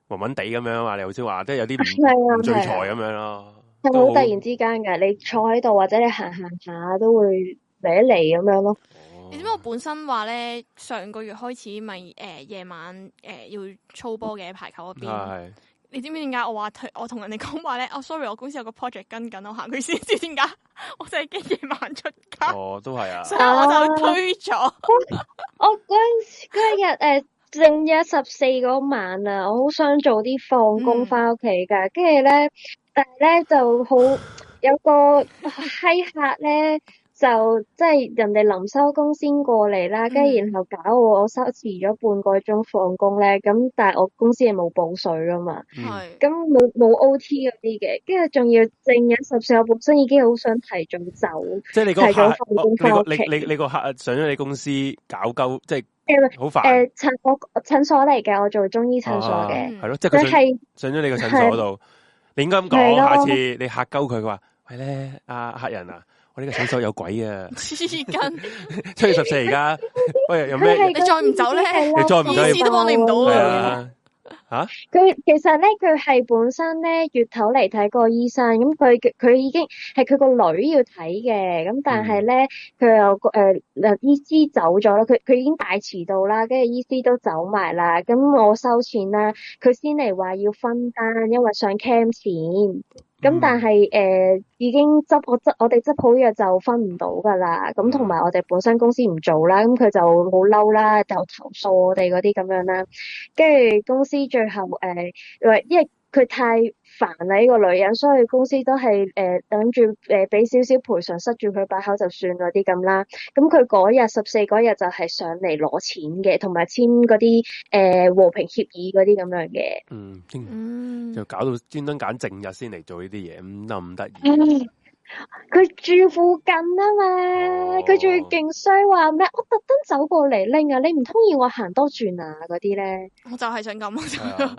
Speaker 2: 暈暈地咁樣嘛。你頭先話即係有啲
Speaker 3: 係啊
Speaker 2: 唔唔聚財
Speaker 3: 係
Speaker 2: 咁樣咯，
Speaker 3: 係
Speaker 2: 都
Speaker 3: 好
Speaker 2: 好
Speaker 3: 突然之間㗎，你坐喺度或者你行行下都會嚟一嚟咁樣咯。
Speaker 2: 哦
Speaker 1: 你知唔知我本身話咧，上個月開始咪诶夜晚诶要操波嘅排球嗰邊，
Speaker 2: 嗯係
Speaker 1: 你知唔知點解我話退我同人哋講話咧？哦，sorry，我公司有個 project 跟緊我啊行，佢先知點解， 我真係驚夜晚出街，
Speaker 2: 哦，都係啊。
Speaker 1: 所以我就推咗。
Speaker 3: 我嗰陣時嗰一日誒正月十四嗰晚啊，我好想早啲放工
Speaker 1: 嗯
Speaker 3: 翻屋企㗎，跟住咧，但係咧就好有個閪客咧，就即係人哋臨收工先過嚟啦，跟住
Speaker 1: 嗯
Speaker 3: 然後搞我，我收遲咗半個鐘放工咧，咁但係我公司係冇補水㗎嘛。
Speaker 2: 嗯
Speaker 1: 係
Speaker 3: 咁冇冇 O.T. 嗰啲嘅，跟住仲要正日十四，我本身已經好想提早走，
Speaker 2: 即係你個
Speaker 3: 提早
Speaker 2: 客，
Speaker 3: 放
Speaker 2: 哦
Speaker 3: 工
Speaker 2: 你
Speaker 3: 返
Speaker 2: 個
Speaker 3: 屋
Speaker 2: 你
Speaker 3: 企
Speaker 2: 你你個客呃上咗你公司搞鳩，即係
Speaker 3: 誒
Speaker 2: 好煩。
Speaker 3: 誒診我診所嚟嘅，我做中醫診
Speaker 2: Ờ.
Speaker 3: 所嘅，
Speaker 2: 係咯，即係
Speaker 3: 佢
Speaker 2: 佢上
Speaker 3: 係
Speaker 2: 上咗你個診所度，你應該咁講。
Speaker 3: 係咯
Speaker 2: 下次你嚇鳩佢，佢話喂咧，阿客人啊，我呢個診所有鬼 啊！
Speaker 1: 黐筋，
Speaker 2: 七月十四而家，喂有
Speaker 3: 佢
Speaker 2: 咩？
Speaker 3: 係
Speaker 1: 你再唔走呢
Speaker 3: 你
Speaker 2: 你再唔走
Speaker 1: 醫師都幫你唔到
Speaker 2: 係
Speaker 1: 啊！
Speaker 2: 啊，
Speaker 3: 佢其實咧，佢係本身咧月頭嚟睇過醫生，咁佢佢佢已經係佢個女要睇嘅，咁
Speaker 2: 嗯
Speaker 3: 但係咧佢又個誒誒醫師走咗啦，佢佢已經大遲到啦，跟住醫師都走埋啦，咁我收錢啦，佢先嚟話要分單，因為上 cam 錢。
Speaker 2: 嗯
Speaker 3: 咁但係誒、呃已經執我執我哋執好藥就分唔到㗎啦，咁同埋我哋本身公司唔做啦，咁佢就好嬲啦，就投訴我哋嗰啲咁樣啦，跟住公司最後誒，呃因為佢太煩啦呢個女人，所以公司都係誒諗住誒俾少少賠償，塞住佢把口就算嗰啲咁啦。咁佢嗰日十四嗰日就係上嚟攞錢嘅，同埋簽嗰啲誒和平協議嗰啲咁樣嘅。
Speaker 2: 嗯，嗯
Speaker 1: 嗯
Speaker 2: 就搞到專登揀正日先嚟做呢啲嘢，咁得唔得意？
Speaker 3: 唉佢住附近啊嘛，佢仲要勁衰話咩？我特登走過嚟拎啊，你唔通要我行多轉啊？嗰啲咧，
Speaker 1: 我就係想咁，
Speaker 2: 係啊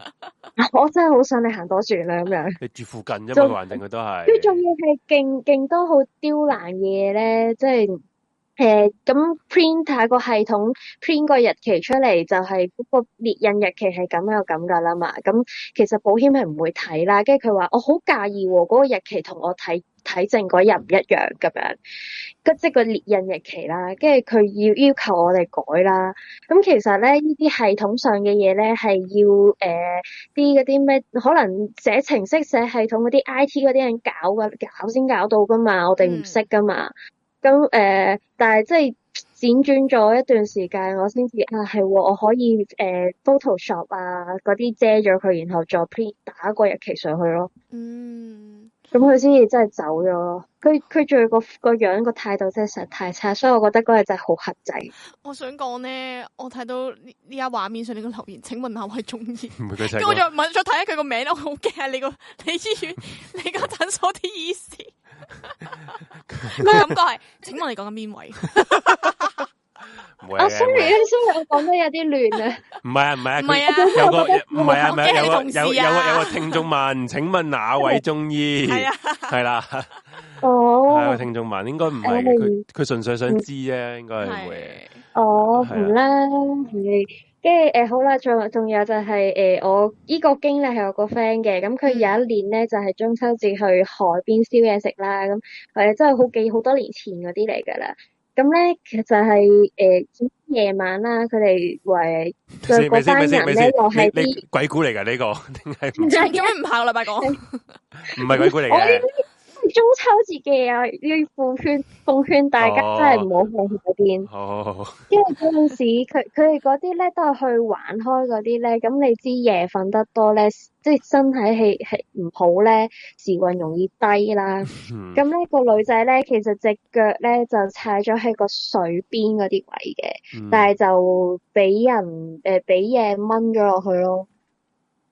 Speaker 3: 我真係好想你行多轉啦啊咁樣。
Speaker 2: 你住附近啫
Speaker 3: 就
Speaker 2: 嘛，環境佢都係。
Speaker 3: 佢仲要係勁勁多好刁難嘢咧，即係誒咁 print 下個系統 print 個日期出嚟，就係嗰個列印日期係咁又咁噶啦嘛。咁其實保險係唔會睇啦，跟住佢話我哦好介意喎，嗰、個日期同我睇睇證嗰日唔一樣咁樣，跟即係個列印日期啦，跟住佢要要求我哋改啦。咁其實咧，呢啲系統上嘅嘢咧係要誒。呃啲嗰啲咩，可能寫程式、寫系統嗰啲 I.T. 嗰啲人搞噶，搞先搞到噶嘛，我哋唔識噶嘛。咁誒、呃但係即係輾轉咗一段時間，我先至啊係喎，我可以誒、呃 Photoshop 啊嗰啲遮咗佢，然後再 print 打個日期上去咯。
Speaker 1: 嗯，
Speaker 3: 咁佢先至真係走咗咯。佢佢仲有個個樣個態度真係實在太差，所以我覺得嗰日真係好黑仔。
Speaker 1: 我想講咧，我睇到呢呢家畫面上你個留言，請問下我係中意？
Speaker 2: 唔會佢
Speaker 1: 跟
Speaker 2: 細
Speaker 1: 住我
Speaker 2: 個
Speaker 1: 再問，再睇下佢個名，我好驚啊！你個你醫院，你個診所啲醫 師，個感覺係，請問你講緊邊位？
Speaker 2: 唔會嘅
Speaker 3: 啊
Speaker 2: 唔
Speaker 3: ，sorry
Speaker 2: 會
Speaker 3: 啊，sorry，我講得有啲亂啊。
Speaker 2: 唔係啊，唔係啊，
Speaker 1: 唔
Speaker 2: 佢
Speaker 1: 係啊，
Speaker 2: 有個唔係啊，唔係啊
Speaker 1: 我驚係
Speaker 2: 有個
Speaker 1: 你同事啊
Speaker 2: 有有個有個聽眾問，請問哪位中醫？
Speaker 1: 係啊，
Speaker 2: 係啦，係有
Speaker 3: 哦
Speaker 2: 個。聽眾問，應該唔係
Speaker 3: 係
Speaker 2: 嘅佢佢純粹想知啫，應該係會。
Speaker 1: 係
Speaker 3: 哦，
Speaker 2: 係啊
Speaker 3: 唔啦，係，跟住誒好啦，仲仲有就係、誒、我依個經歷係我個 friend 嘅，咁佢有一年咧就係、中秋節去海邊燒嘢食啦，咁誒真係好幾好多年前嗰啲嚟㗎啦。咁咧其實係誒夜晚啦，佢哋為
Speaker 2: 咪先咪先咪
Speaker 3: 嗰班
Speaker 2: 先咪
Speaker 3: 人
Speaker 2: 先
Speaker 3: 咧又係
Speaker 2: 你你
Speaker 3: 啲
Speaker 2: 鬼故嚟噶呢個， 定係唔
Speaker 1: 即係點解唔下個禮拜講？
Speaker 2: 唔係鬼故嚟
Speaker 3: 我哦呢
Speaker 2: 嘅？
Speaker 3: 啲中秋節嘅啊，要奉勸奉勸大
Speaker 2: 哦
Speaker 3: 家真係唔好去海邊。
Speaker 2: 好好好好，
Speaker 3: 因為嗰陣時佢佢哋嗰啲咧都係去玩開嗰啲咧，咁你知夜瞓得多咧，即係身體氣係唔好咧，時運容易低啦。
Speaker 2: 嗯
Speaker 3: 咁呢個女仔咧，其實隻腳咧就踩咗喺個水邊嗰啲位嘅，
Speaker 2: 嗯
Speaker 3: 但係就俾人誒俾嘢掹咗落去咯。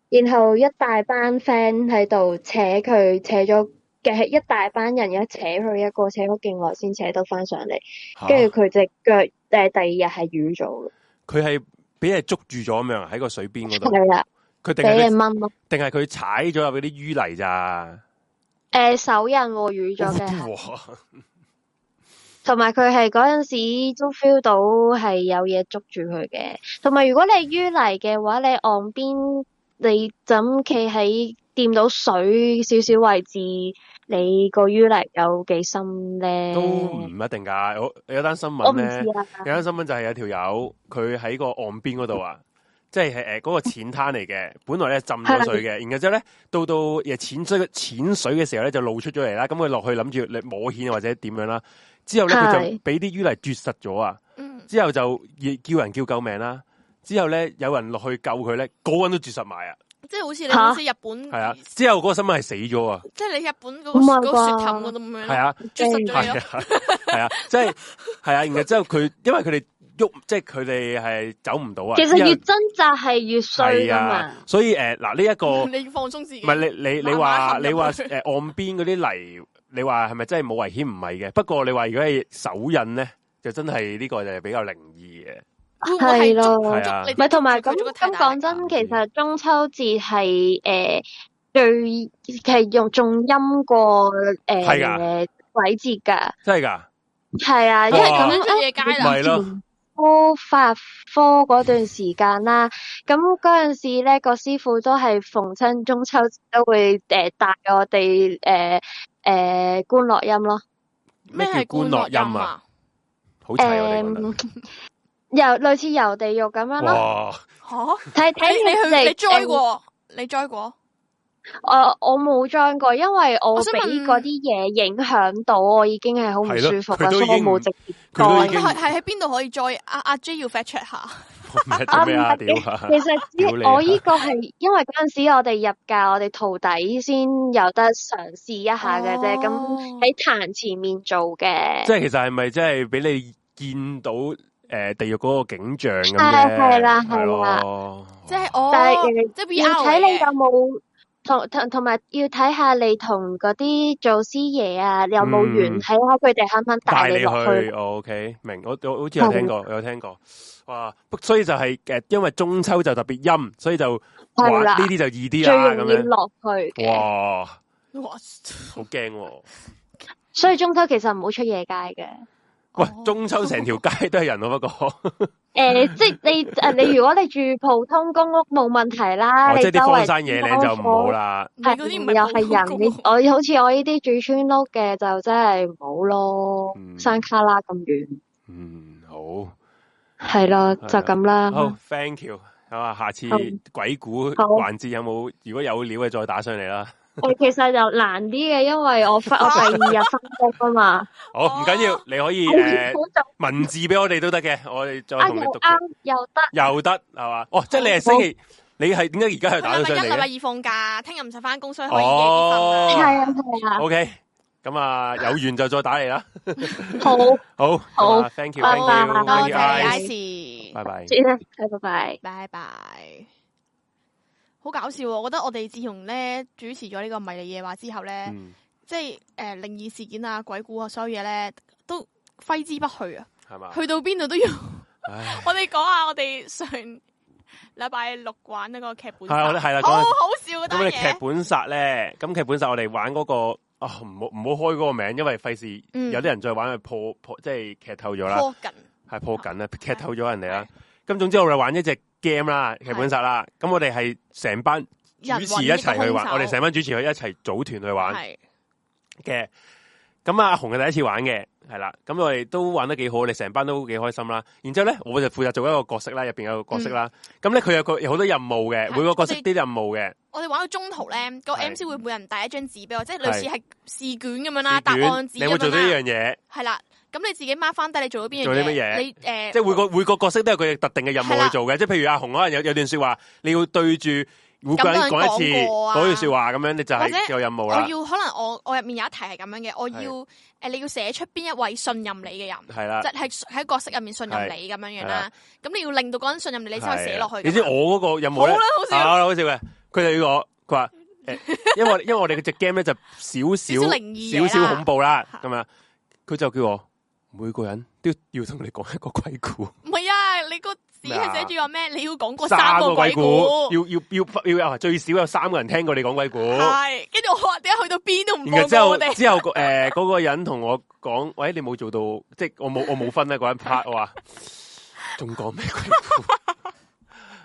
Speaker 3: 然後一大班 friend 喺度扯佢，扯咗嘅一大班人一扯佢一個，扯咗勁耐先扯到翻上嚟。
Speaker 2: 嚇
Speaker 3: 跟住佢只腳誒第二日係瘀咗嘅，
Speaker 2: 佢係俾人捉住咗咁樣喺個水邊嗰度，
Speaker 3: 係啊啦，
Speaker 2: 佢定
Speaker 3: 俾
Speaker 2: 係
Speaker 3: 人
Speaker 2: 佢
Speaker 3: 掹咯。
Speaker 2: 定係佢踩咗入嗰啲淤泥咋？
Speaker 3: 誒手印喎瘀咗嘅，
Speaker 2: 哇！
Speaker 3: 同埋佢係嗰陣時都 feel 到係有嘢捉住佢嘅。同埋如果你淤泥嘅話，你岸邊你就咁企喺掂到水少少位置，你個淤泥有幾深咧？
Speaker 2: 都唔一定噶，我有單新
Speaker 3: 我
Speaker 2: 聞
Speaker 3: 唔
Speaker 2: 咧
Speaker 3: 知，啊。
Speaker 2: 有單新聞就係有條友佢喺個岸邊嗰度啊， 即係誒嗰個淺灘嚟嘅，本來咧浸咗水嘅，然後之後咧到到誒淺水淺水嘅時候咧就露出咗嚟啦，咁佢落去諗住你摸蜆啊或者點樣啦，之後咧佢就
Speaker 3: 係
Speaker 2: 俾啲淤泥啜實咗啊，
Speaker 1: 嗯，
Speaker 2: 之後就要叫人叫救命啦，之後咧有人落去救佢咧，個個人都啜實埋啊，
Speaker 1: 即係好似你
Speaker 3: 嚇
Speaker 1: 好似日本，
Speaker 2: 係啊，之後嗰個新聞係死咗啊。
Speaker 1: 即係你日本嗰個
Speaker 3: 唔係
Speaker 1: 嗰個雪
Speaker 3: 啊啩
Speaker 1: 氹嗰度咁樣，
Speaker 2: 系，啊，
Speaker 1: 啜實咗你
Speaker 2: 係
Speaker 1: 咯。
Speaker 2: 啊， 係啊，即係係啊，然後之後佢，因為佢哋喐，即係佢哋係走唔到啊。
Speaker 3: 其實
Speaker 2: 之後
Speaker 3: 越掙扎係越衰
Speaker 2: 係
Speaker 3: 噶
Speaker 2: 啊
Speaker 3: 嘛，，
Speaker 2: 所以誒嗱呢一個 唔
Speaker 1: 你要放鬆自己。
Speaker 2: 係你你你
Speaker 1: 慢慢
Speaker 2: 話
Speaker 1: 行入
Speaker 2: 你話
Speaker 1: 去
Speaker 2: 誒岸邊嗰啲泥，你話係咪真係冇危險？唔係嘅，不過你話如果係手印咧，就真係呢個就係比較靈異嘅。
Speaker 1: 會唔會係
Speaker 3: 係咯
Speaker 1: 捉
Speaker 2: 係啊
Speaker 1: 捉你
Speaker 3: 唔係同埋
Speaker 1: 捉
Speaker 3: 咁
Speaker 1: 佢捉得太
Speaker 3: 咁
Speaker 1: 大
Speaker 3: 講
Speaker 1: 力
Speaker 3: 真，
Speaker 2: 力
Speaker 3: 其實中秋節係誒最係用重音過
Speaker 2: 係
Speaker 3: 誒鬼節㗎，
Speaker 2: 真係㗎，
Speaker 3: 係啊，因為
Speaker 2: 哇
Speaker 1: 咁
Speaker 3: 咁
Speaker 1: 哦出夜街啦，
Speaker 2: 咪咯，
Speaker 3: 科法科嗰段時間啦，咁嗰陣時咧個師傅都係逢親中秋節都會誒帶我哋誒誒觀落陰咯。
Speaker 1: 咩
Speaker 2: 咩
Speaker 1: 係
Speaker 2: 叫觀落陰啊？？好齊啊我哋講得
Speaker 3: 誒，遊類似遊地獄咁樣咯，
Speaker 2: 哇！
Speaker 1: 吓，
Speaker 2: 啊
Speaker 3: 睇睇
Speaker 1: 你你
Speaker 3: 佢哋
Speaker 1: 去你
Speaker 3: 誒
Speaker 1: join 過，你 join 過？
Speaker 3: 我呃我冇 join 過，因為我
Speaker 1: 我想
Speaker 3: 俾
Speaker 1: 問
Speaker 3: 嗰啲嘢影響到，我已經係好唔
Speaker 2: 係咯
Speaker 3: 舒服
Speaker 2: 佢
Speaker 3: 啦，
Speaker 2: 都
Speaker 3: 所以
Speaker 2: 已
Speaker 3: 我
Speaker 2: 經唔
Speaker 3: 冇直接
Speaker 2: 佢都已
Speaker 3: join。
Speaker 2: 經
Speaker 1: 係哦係喺邊度可以 join？阿阿 J 要 fact check 下。
Speaker 2: 唔係做咩啊？
Speaker 3: 啱
Speaker 2: 屌啊
Speaker 3: 其！實
Speaker 2: 屌你
Speaker 3: 只
Speaker 2: 啊
Speaker 3: 我依個係因為嗰陣時我哋入教，我哋徒弟先有得嘗試一下嘅啫。
Speaker 1: 哦
Speaker 3: 咁喺壇前面做嘅，
Speaker 2: 哦即係其實係咪即係俾你見到誒地獄嗰個景象咁
Speaker 3: 係
Speaker 2: 啫？
Speaker 3: 係啦
Speaker 2: 係咯，
Speaker 1: 即係我哦
Speaker 3: 但係呃
Speaker 1: 即係
Speaker 3: 要
Speaker 1: VR
Speaker 3: 睇你有
Speaker 1: 嚟嘅
Speaker 3: 冇同同同埋要睇下你同嗰啲做師爺啊有冇緣，
Speaker 2: 嗯
Speaker 3: 睇下佢哋肯唔肯帶
Speaker 2: 帶
Speaker 3: 你
Speaker 2: 你
Speaker 3: 落去
Speaker 2: 去。O K，明我我好似有聽過，有聽過。哇，不所以就係誒，因為中秋就特別陰，所以就玩
Speaker 3: 係啦
Speaker 2: 呢啲就易啲
Speaker 3: 最
Speaker 2: 啦
Speaker 3: 容
Speaker 2: 啊咁
Speaker 3: 易
Speaker 2: 樣。
Speaker 3: 落去嘅。
Speaker 2: 哇，
Speaker 1: 哇
Speaker 2: 好驚喎！
Speaker 3: 所以中秋其實唔好出夜街嘅。
Speaker 2: 喂， 哦中秋成條街都係人咯，不 過
Speaker 3: 诶、即係你诶，你如果你住普通公屋冇問題
Speaker 2: 哦
Speaker 3: 啦，你
Speaker 2: 即係
Speaker 3: 周
Speaker 2: 啲
Speaker 3: 圍
Speaker 2: 荒山野嶺就唔好。啦。
Speaker 1: 你
Speaker 3: 係
Speaker 1: 嗰啲唔
Speaker 3: 又
Speaker 1: 係
Speaker 3: 係人，你我好似我呢啲住村屋嘅就真係唔好咯，
Speaker 2: 嗯
Speaker 3: 山卡拉咁遠，
Speaker 2: 嗯，好。
Speaker 3: 係咯，
Speaker 2: 係啊
Speaker 3: 就咁啦。
Speaker 2: 好，thank you。好啊，下次
Speaker 3: 好
Speaker 2: 鬼故
Speaker 3: 好
Speaker 2: 環節有冇？如果有料嘅再打上嚟啦。
Speaker 3: 誒，其實就難啲嘅，因為我 翻我第二日翻工啊嘛，
Speaker 2: 哦好，唔緊要，你可以诶
Speaker 3: 好
Speaker 2: 文字俾我哋都得嘅，我哋再
Speaker 3: 早啊
Speaker 2: 同
Speaker 3: 又
Speaker 2: 你讀。
Speaker 3: 啱又得，
Speaker 2: 又得係嘛？哦，即係你係星期，你係點解而家係打
Speaker 1: 禮
Speaker 2: 到
Speaker 1: 拜
Speaker 2: 上
Speaker 1: 一、禮
Speaker 2: 嚟
Speaker 1: 拜
Speaker 2: 嘅
Speaker 1: 二放假，聽日唔使翻工，所以可以夜啲
Speaker 2: 哦
Speaker 1: 瞓啦。
Speaker 3: 係啊係啊，
Speaker 2: ？OK，咁啊有緣就再打嚟啦。
Speaker 3: 好，
Speaker 2: 好，
Speaker 3: 好
Speaker 2: 咁啊，thank you，thank
Speaker 3: 拜拜
Speaker 2: you，
Speaker 1: 多謝
Speaker 2: thank you，
Speaker 3: 拜
Speaker 2: Ice，
Speaker 1: 你，Ice，
Speaker 2: 拜拜。
Speaker 3: 係拜拜。
Speaker 1: 拜拜。好搞笑喎！我覺得我哋自從咧主持咗呢個迷你夜話之後咧，
Speaker 2: 嗯，
Speaker 1: 即係诶靈異事件啊、鬼故啊，所有嘢咧都揮之不去啊！
Speaker 2: 係嘛？
Speaker 1: 去到邊度都要。
Speaker 2: 唉
Speaker 1: 我哋講下我哋上禮拜六玩嗰個劇本殺，
Speaker 2: 係我哋係啦講
Speaker 1: 好
Speaker 2: 下
Speaker 1: 好笑嗰
Speaker 2: 咁
Speaker 1: 單
Speaker 2: 我哋
Speaker 1: 嘢
Speaker 2: 劇。本殺咧，咁劇本殺我哋玩嗰個，哦唔好唔好開嗰個名，因為費事
Speaker 1: 嗯
Speaker 2: 有啲人再玩去破破，即係劇透咗啦。
Speaker 1: 拖緊
Speaker 2: 系破緊啦，劇透咗人哋啦。咁總之我哋玩一隻 game 啦，劇本殺啦。咁我哋係成班主
Speaker 1: 人
Speaker 2: 持一齊
Speaker 1: 揾一
Speaker 2: 去
Speaker 1: 個兇
Speaker 2: 玩，
Speaker 1: 手
Speaker 2: 我哋成班主持去一齊組團去玩
Speaker 1: 係
Speaker 2: 嘅。咁啊，阿紅係第一次玩嘅，係啦。咁我哋都玩得幾好，我哋成班都幾開心啦。然之后咧，我就負責做一個角色啦，入边有個角色啦。
Speaker 1: 嗯
Speaker 2: 咁咧佢有個有好多任務嘅，
Speaker 1: 係
Speaker 2: 每個角色啲任務嘅。
Speaker 1: 我哋玩到中途咧，個
Speaker 2: 係
Speaker 1: MC 會每人遞一張紙俾我，即係類似係試卷咁樣啦，答
Speaker 2: 試卷
Speaker 1: 案紙
Speaker 2: 你
Speaker 1: 咁
Speaker 2: 會做
Speaker 1: 樣
Speaker 2: 到呢
Speaker 1: 啦，
Speaker 2: 樣嘢，
Speaker 1: 係啦。咁你自己 mark 翻低你做咗邊樣
Speaker 2: 做啲乜嘢
Speaker 1: 你呃诶，
Speaker 2: 即係每個每個角色都有佢哋特定嘅任
Speaker 1: 嗯係
Speaker 2: 務
Speaker 1: 啦
Speaker 2: 去做嘅。即係譬如阿紅可能有有段说話，你要對住每個人
Speaker 1: 咁多人
Speaker 2: 講一次
Speaker 1: 講過啊
Speaker 2: 嗰段说話咁樣，你就
Speaker 1: 或者
Speaker 2: 係有任務
Speaker 1: 我
Speaker 2: 啦。
Speaker 1: 要可能我我入面有一題係咁樣嘅，我要诶你要寫出邊一位信任你嘅人，
Speaker 2: 係啦
Speaker 1: 即。係喺角色入面信任你咁樣樣
Speaker 2: 係
Speaker 1: 啦。咁你要令到嗰個人信任你，你先可以寫落去㗎嘛。
Speaker 2: 啊你知我嗰個任務
Speaker 1: 好
Speaker 2: 咧
Speaker 1: 啦，，好
Speaker 2: 啊
Speaker 1: 笑，
Speaker 2: 好笑嘅，佢就要我，佢話 誒，因為因為我哋嗰只 game 咧就少
Speaker 1: 少少靈異嘢
Speaker 2: 少
Speaker 1: 啦
Speaker 2: 少恐怖啦，
Speaker 1: 嚇
Speaker 2: 咁樣，佢就叫我每個人都要同你講一個鬼故，
Speaker 1: 唔係啊，你個紙
Speaker 2: 咩啊
Speaker 1: 係寫住話咩？你要講過三個鬼
Speaker 2: 故，
Speaker 1: 故。
Speaker 2: 要要要要啊最少有三個人聽過你講鬼故。
Speaker 1: 系，跟住我話點解去到邊都唔
Speaker 2: 然後
Speaker 1: 放
Speaker 2: 之
Speaker 1: 過我
Speaker 2: 後
Speaker 1: 哋，
Speaker 2: 之後個誒嗰個人同我講：，喂，你冇做到，即係我冇我冇分啦啊嗰一 part。我話仲講咩鬼故？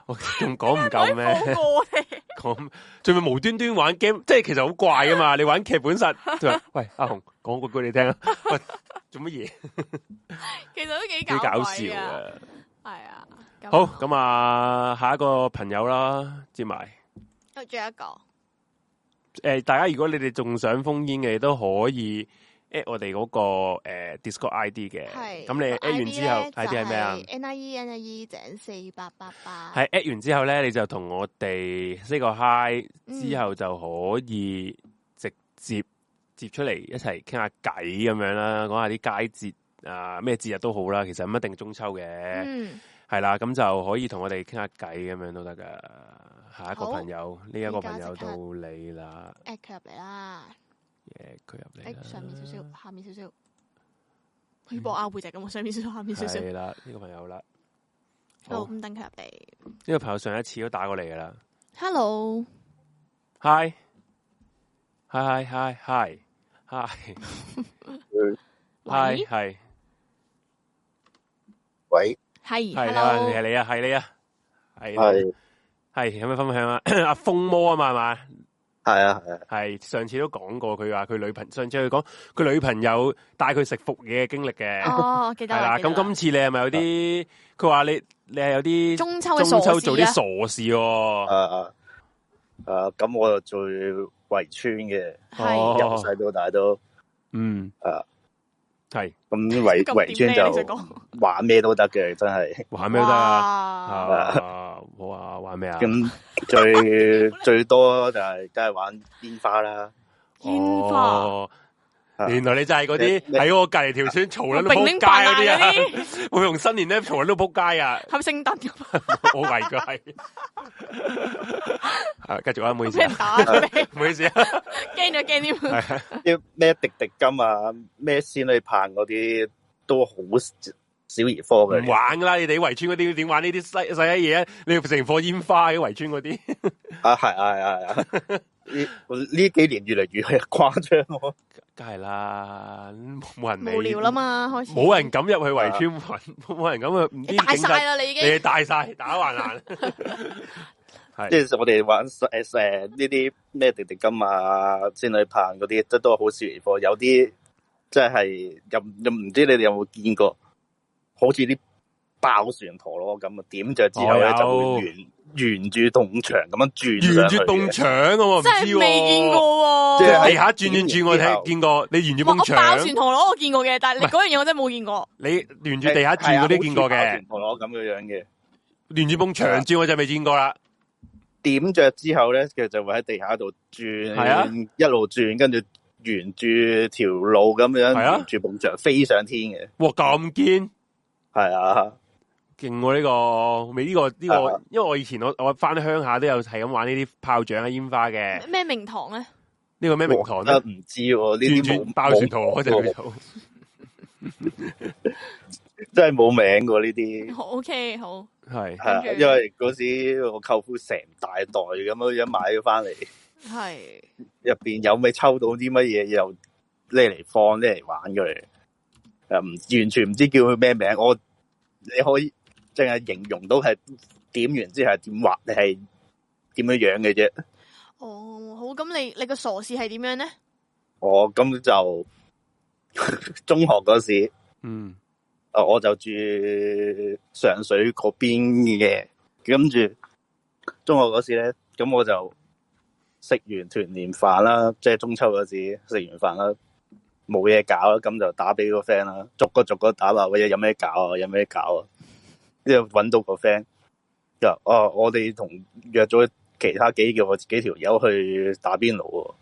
Speaker 2: 我仲講唔夠
Speaker 1: 唔可以
Speaker 2: 咩
Speaker 1: 放？過我哋。
Speaker 2: 讲最咪無端端玩 game，即係其實好怪噶 嘛。你玩劇本殺，佢話：喂，阿紅講個句你 聽啊，喂，做乜嘢？
Speaker 1: 其實都幾
Speaker 2: 幾搞
Speaker 1: 鬼
Speaker 2: 笑
Speaker 1: 啊！
Speaker 2: 啊！
Speaker 1: 係啊，咁
Speaker 2: 好，咁啊，下一個朋友啦，接埋。
Speaker 1: 跟住仲有一個
Speaker 2: 诶、大家如果你哋仲想封煙嘅，都可以 at 我哋嗰、個个诶、Discord ID 嘅。
Speaker 1: 係
Speaker 2: 咁你 at 完之後 i d 係咩啊？
Speaker 1: ？NIE NIE E 井四八八八，
Speaker 2: 係 at 完之後咧，你就同我哋 say 個 hi，之
Speaker 1: 嗯
Speaker 2: 後就可以直接接出嚟一齊傾下偈咁樣啦，講下啲佳節啊，咩節日都好啦，其實唔一定中秋嘅，
Speaker 1: 嗯，
Speaker 2: 係啦，咁就可以同我哋傾下偈咁樣都得噶。下一個
Speaker 1: 好
Speaker 2: 朋友，呢一個朋
Speaker 1: 而
Speaker 2: 友
Speaker 1: 家
Speaker 2: 到
Speaker 1: 即
Speaker 2: 你啦，
Speaker 1: at 佢入嚟啦，
Speaker 2: 誒佢入嚟啦
Speaker 1: 誒哎上面少少，下面少少，可以播阿會就係咁，啊上面少少，下面少少，
Speaker 2: 係啦，呢個朋友啦，好
Speaker 1: 好，
Speaker 2: 呢
Speaker 1: 咁等佢入嚟。
Speaker 2: 個朋友上一次都打過嚟噶啦
Speaker 1: Hello，
Speaker 2: ，hi hi hi hi hi
Speaker 1: 喂，
Speaker 2: hi
Speaker 4: 喂，
Speaker 1: 係
Speaker 2: 係啊，係
Speaker 1: ，Hello，
Speaker 2: 你啊，係你啊，係
Speaker 4: 係系
Speaker 2: 係有咩分享啊？ 阿風魔啊嘛，係嘛？
Speaker 4: 啊系啊，
Speaker 2: 係上次都講過，佢話佢女朋上次佢講佢女朋友帶佢食服嘢嘅經歷嘅，係
Speaker 1: 哦，我記得
Speaker 2: 啦。
Speaker 1: 啦，記得
Speaker 2: 咁
Speaker 1: 啦
Speaker 2: 今次你係咪有啲？佢話你你係有啲
Speaker 1: 中秋嘅
Speaker 2: 中秋
Speaker 1: 傻
Speaker 2: 做
Speaker 1: 事
Speaker 2: 啲
Speaker 1: 啊，
Speaker 2: 傻事喎。
Speaker 4: 啊啊啊，咁我就最圍村嘅，
Speaker 1: 係
Speaker 2: 哦
Speaker 4: 由細到大都
Speaker 2: 嗯，
Speaker 4: 啊，
Speaker 2: 係
Speaker 4: 咁圍
Speaker 1: 咁
Speaker 4: 圍
Speaker 1: 點
Speaker 4: 村
Speaker 1: 咧你想
Speaker 4: 就
Speaker 1: 講
Speaker 4: 玩咩都得嘅，真係。
Speaker 2: 玩咩都得啊？
Speaker 1: 哇
Speaker 2: 啊，好啊，玩咩啊？
Speaker 4: 咁 最最多就係梗係玩煙花啦，
Speaker 1: 煙花
Speaker 2: 哦，
Speaker 4: 啊
Speaker 2: 原來你就係嗰啲
Speaker 4: 你
Speaker 2: 喺我隔離條村嘈撚到
Speaker 1: 零
Speaker 2: 仆
Speaker 1: 零
Speaker 2: 街
Speaker 1: 白
Speaker 2: 嗰啲
Speaker 1: 啊
Speaker 2: 啊
Speaker 1: 嗰，啲，
Speaker 2: 會用新年咧嘈撚到仆街啊，
Speaker 1: 係咪聖誕咁
Speaker 2: 好危㗎係。 啊，繼續啊，唔好意思
Speaker 1: 俾
Speaker 2: 啊
Speaker 1: 人，打咗你？
Speaker 2: 唔好意思 啊，
Speaker 1: 驚咗驚添。
Speaker 2: 係啊
Speaker 4: 啲咩滴滴金啊，咩仙女棒嗰啲都好小兒科嘅
Speaker 2: 唔。玩㗎啦！你哋圍村嗰啲點玩呢啲細細嘅嘢？你要成火煙花嘅圍村嗰啲。
Speaker 4: 啊，係啊，係啊，係啊。呢呢幾年越嚟越誇張咯，
Speaker 2: 梗係啦，冇人理啊
Speaker 1: 無聊啦，嘛，開始
Speaker 2: 冇人敢入去圍村玩，冇人敢去，唔知
Speaker 1: 你大
Speaker 2: 點
Speaker 1: 晒
Speaker 2: 解
Speaker 1: 啦，你已
Speaker 2: 你
Speaker 1: 經
Speaker 2: 哋大晒打橫 行，
Speaker 4: 即係我哋玩呃誒誒呢啲咩滴滴金啊、仙女棒嗰啲，都都係好小兒科。有啲真係又唔又唔知你哋有冇見過，好似啲爆旋陀螺咁啊，點咗之後咧
Speaker 2: 哦
Speaker 4: 就
Speaker 2: 有
Speaker 4: 會沿沿住洞牆咁樣轉
Speaker 2: 沿
Speaker 4: 上
Speaker 2: 住
Speaker 4: 去嘅
Speaker 2: 埲牆嘅我唔知
Speaker 1: 真係
Speaker 2: 喎
Speaker 1: 未見過
Speaker 4: 即
Speaker 1: 喎。
Speaker 4: 係
Speaker 2: 地下轉轉轉，我睇見過。你沿住
Speaker 1: 我我
Speaker 2: 埲
Speaker 1: 爆
Speaker 2: 牆
Speaker 1: 旋，陀螺我見過嘅，但係你嗰樣嘢我真係冇見過。
Speaker 2: 你沿住地下轉嗰啲見過
Speaker 4: 係啊好似爆
Speaker 2: 嘅
Speaker 4: 旋，陀螺咁嘅樣嘅。
Speaker 2: 沿住埲牆轉我就未見過啦。
Speaker 4: 點着之後咧，佢就會喺地下度轉，
Speaker 2: 係啊
Speaker 4: 一路轉，跟住沿住條路咁樣，
Speaker 2: 係啊
Speaker 4: 沿住埲牆飛上天嘅，
Speaker 2: 哇，咁堅！
Speaker 4: 係啊，
Speaker 2: 勁喎呢個，未呢個呢
Speaker 4: 係
Speaker 2: 個，因為我以前我我翻鄉下都有係咁玩呢啲炮仗啊煙花嘅，
Speaker 1: 咩名堂咧？
Speaker 2: 呢個咩名堂咧
Speaker 4: 我？真係唔知喎，啊呢
Speaker 2: 轉
Speaker 4: 啲冇
Speaker 2: 轉爆旋陀螺
Speaker 4: 冇
Speaker 2: 就叫做。
Speaker 4: 真係冇名喎呢啲，
Speaker 1: 好 OK，好
Speaker 2: 系
Speaker 4: 係啊
Speaker 1: 跟住
Speaker 4: 因為嗰時呃我舅父成大袋咁樣買咗翻嚟，
Speaker 1: 係
Speaker 4: 入邊有未抽到啲乜嘢又拎嚟放拎嚟玩嘅嚟，誒呃唔完全唔知叫佢咩名，我你可以淨係形容到係點完之後係點畫，你係點樣樣嘅啫。
Speaker 1: 哦，好咁你你個傻事係點樣咧？
Speaker 4: 我咁就 中學嗰時，
Speaker 2: 嗯，
Speaker 4: 啊我就住上水嗰邊嘅，跟住中學嗰時咧，咁我就食完團年飯啦，即係中秋嗰時食完飯啦，冇嘢搞啦，咁就打俾個 friend 啦，逐個逐個打話，喂有咩搞啊，有咩搞啊，之後揾到個 friend，就話哦我哋同約咗其他幾個幾條友去打邊爐喎。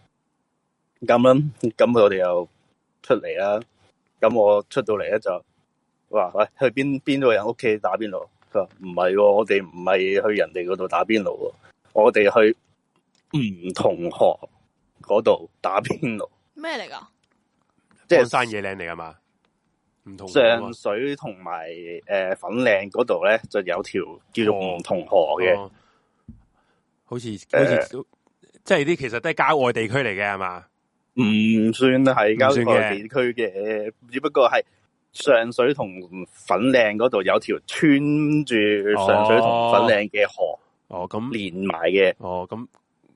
Speaker 4: 咁啦，咁我哋又出嚟啦。咁我出到嚟咧就話喂，哎去邊邊度人屋企打邊爐？佢話唔係喎，我哋唔係去人哋嗰度打邊爐喎，我哋去唔同河嗰度打邊 爐，
Speaker 1: 咩嚟噶？
Speaker 4: 即
Speaker 2: 江
Speaker 4: 係
Speaker 2: 山野嶺嚟噶嘛？唔同嘅嘛
Speaker 4: 上水同埋誒粉嶺嗰度咧，就有條叫做唔同河嘅，
Speaker 2: 哦好似好似即係啲其實都係郊外地區嚟嘅係嘛？
Speaker 4: 唔算係郊
Speaker 2: 唔算
Speaker 4: 外
Speaker 2: 嘅
Speaker 4: 地區嘅，只不過係上水同粉嶺嗰度有條穿住上水同粉嶺嘅河
Speaker 2: 哦咁
Speaker 4: 連埋嘅，
Speaker 2: 哦咁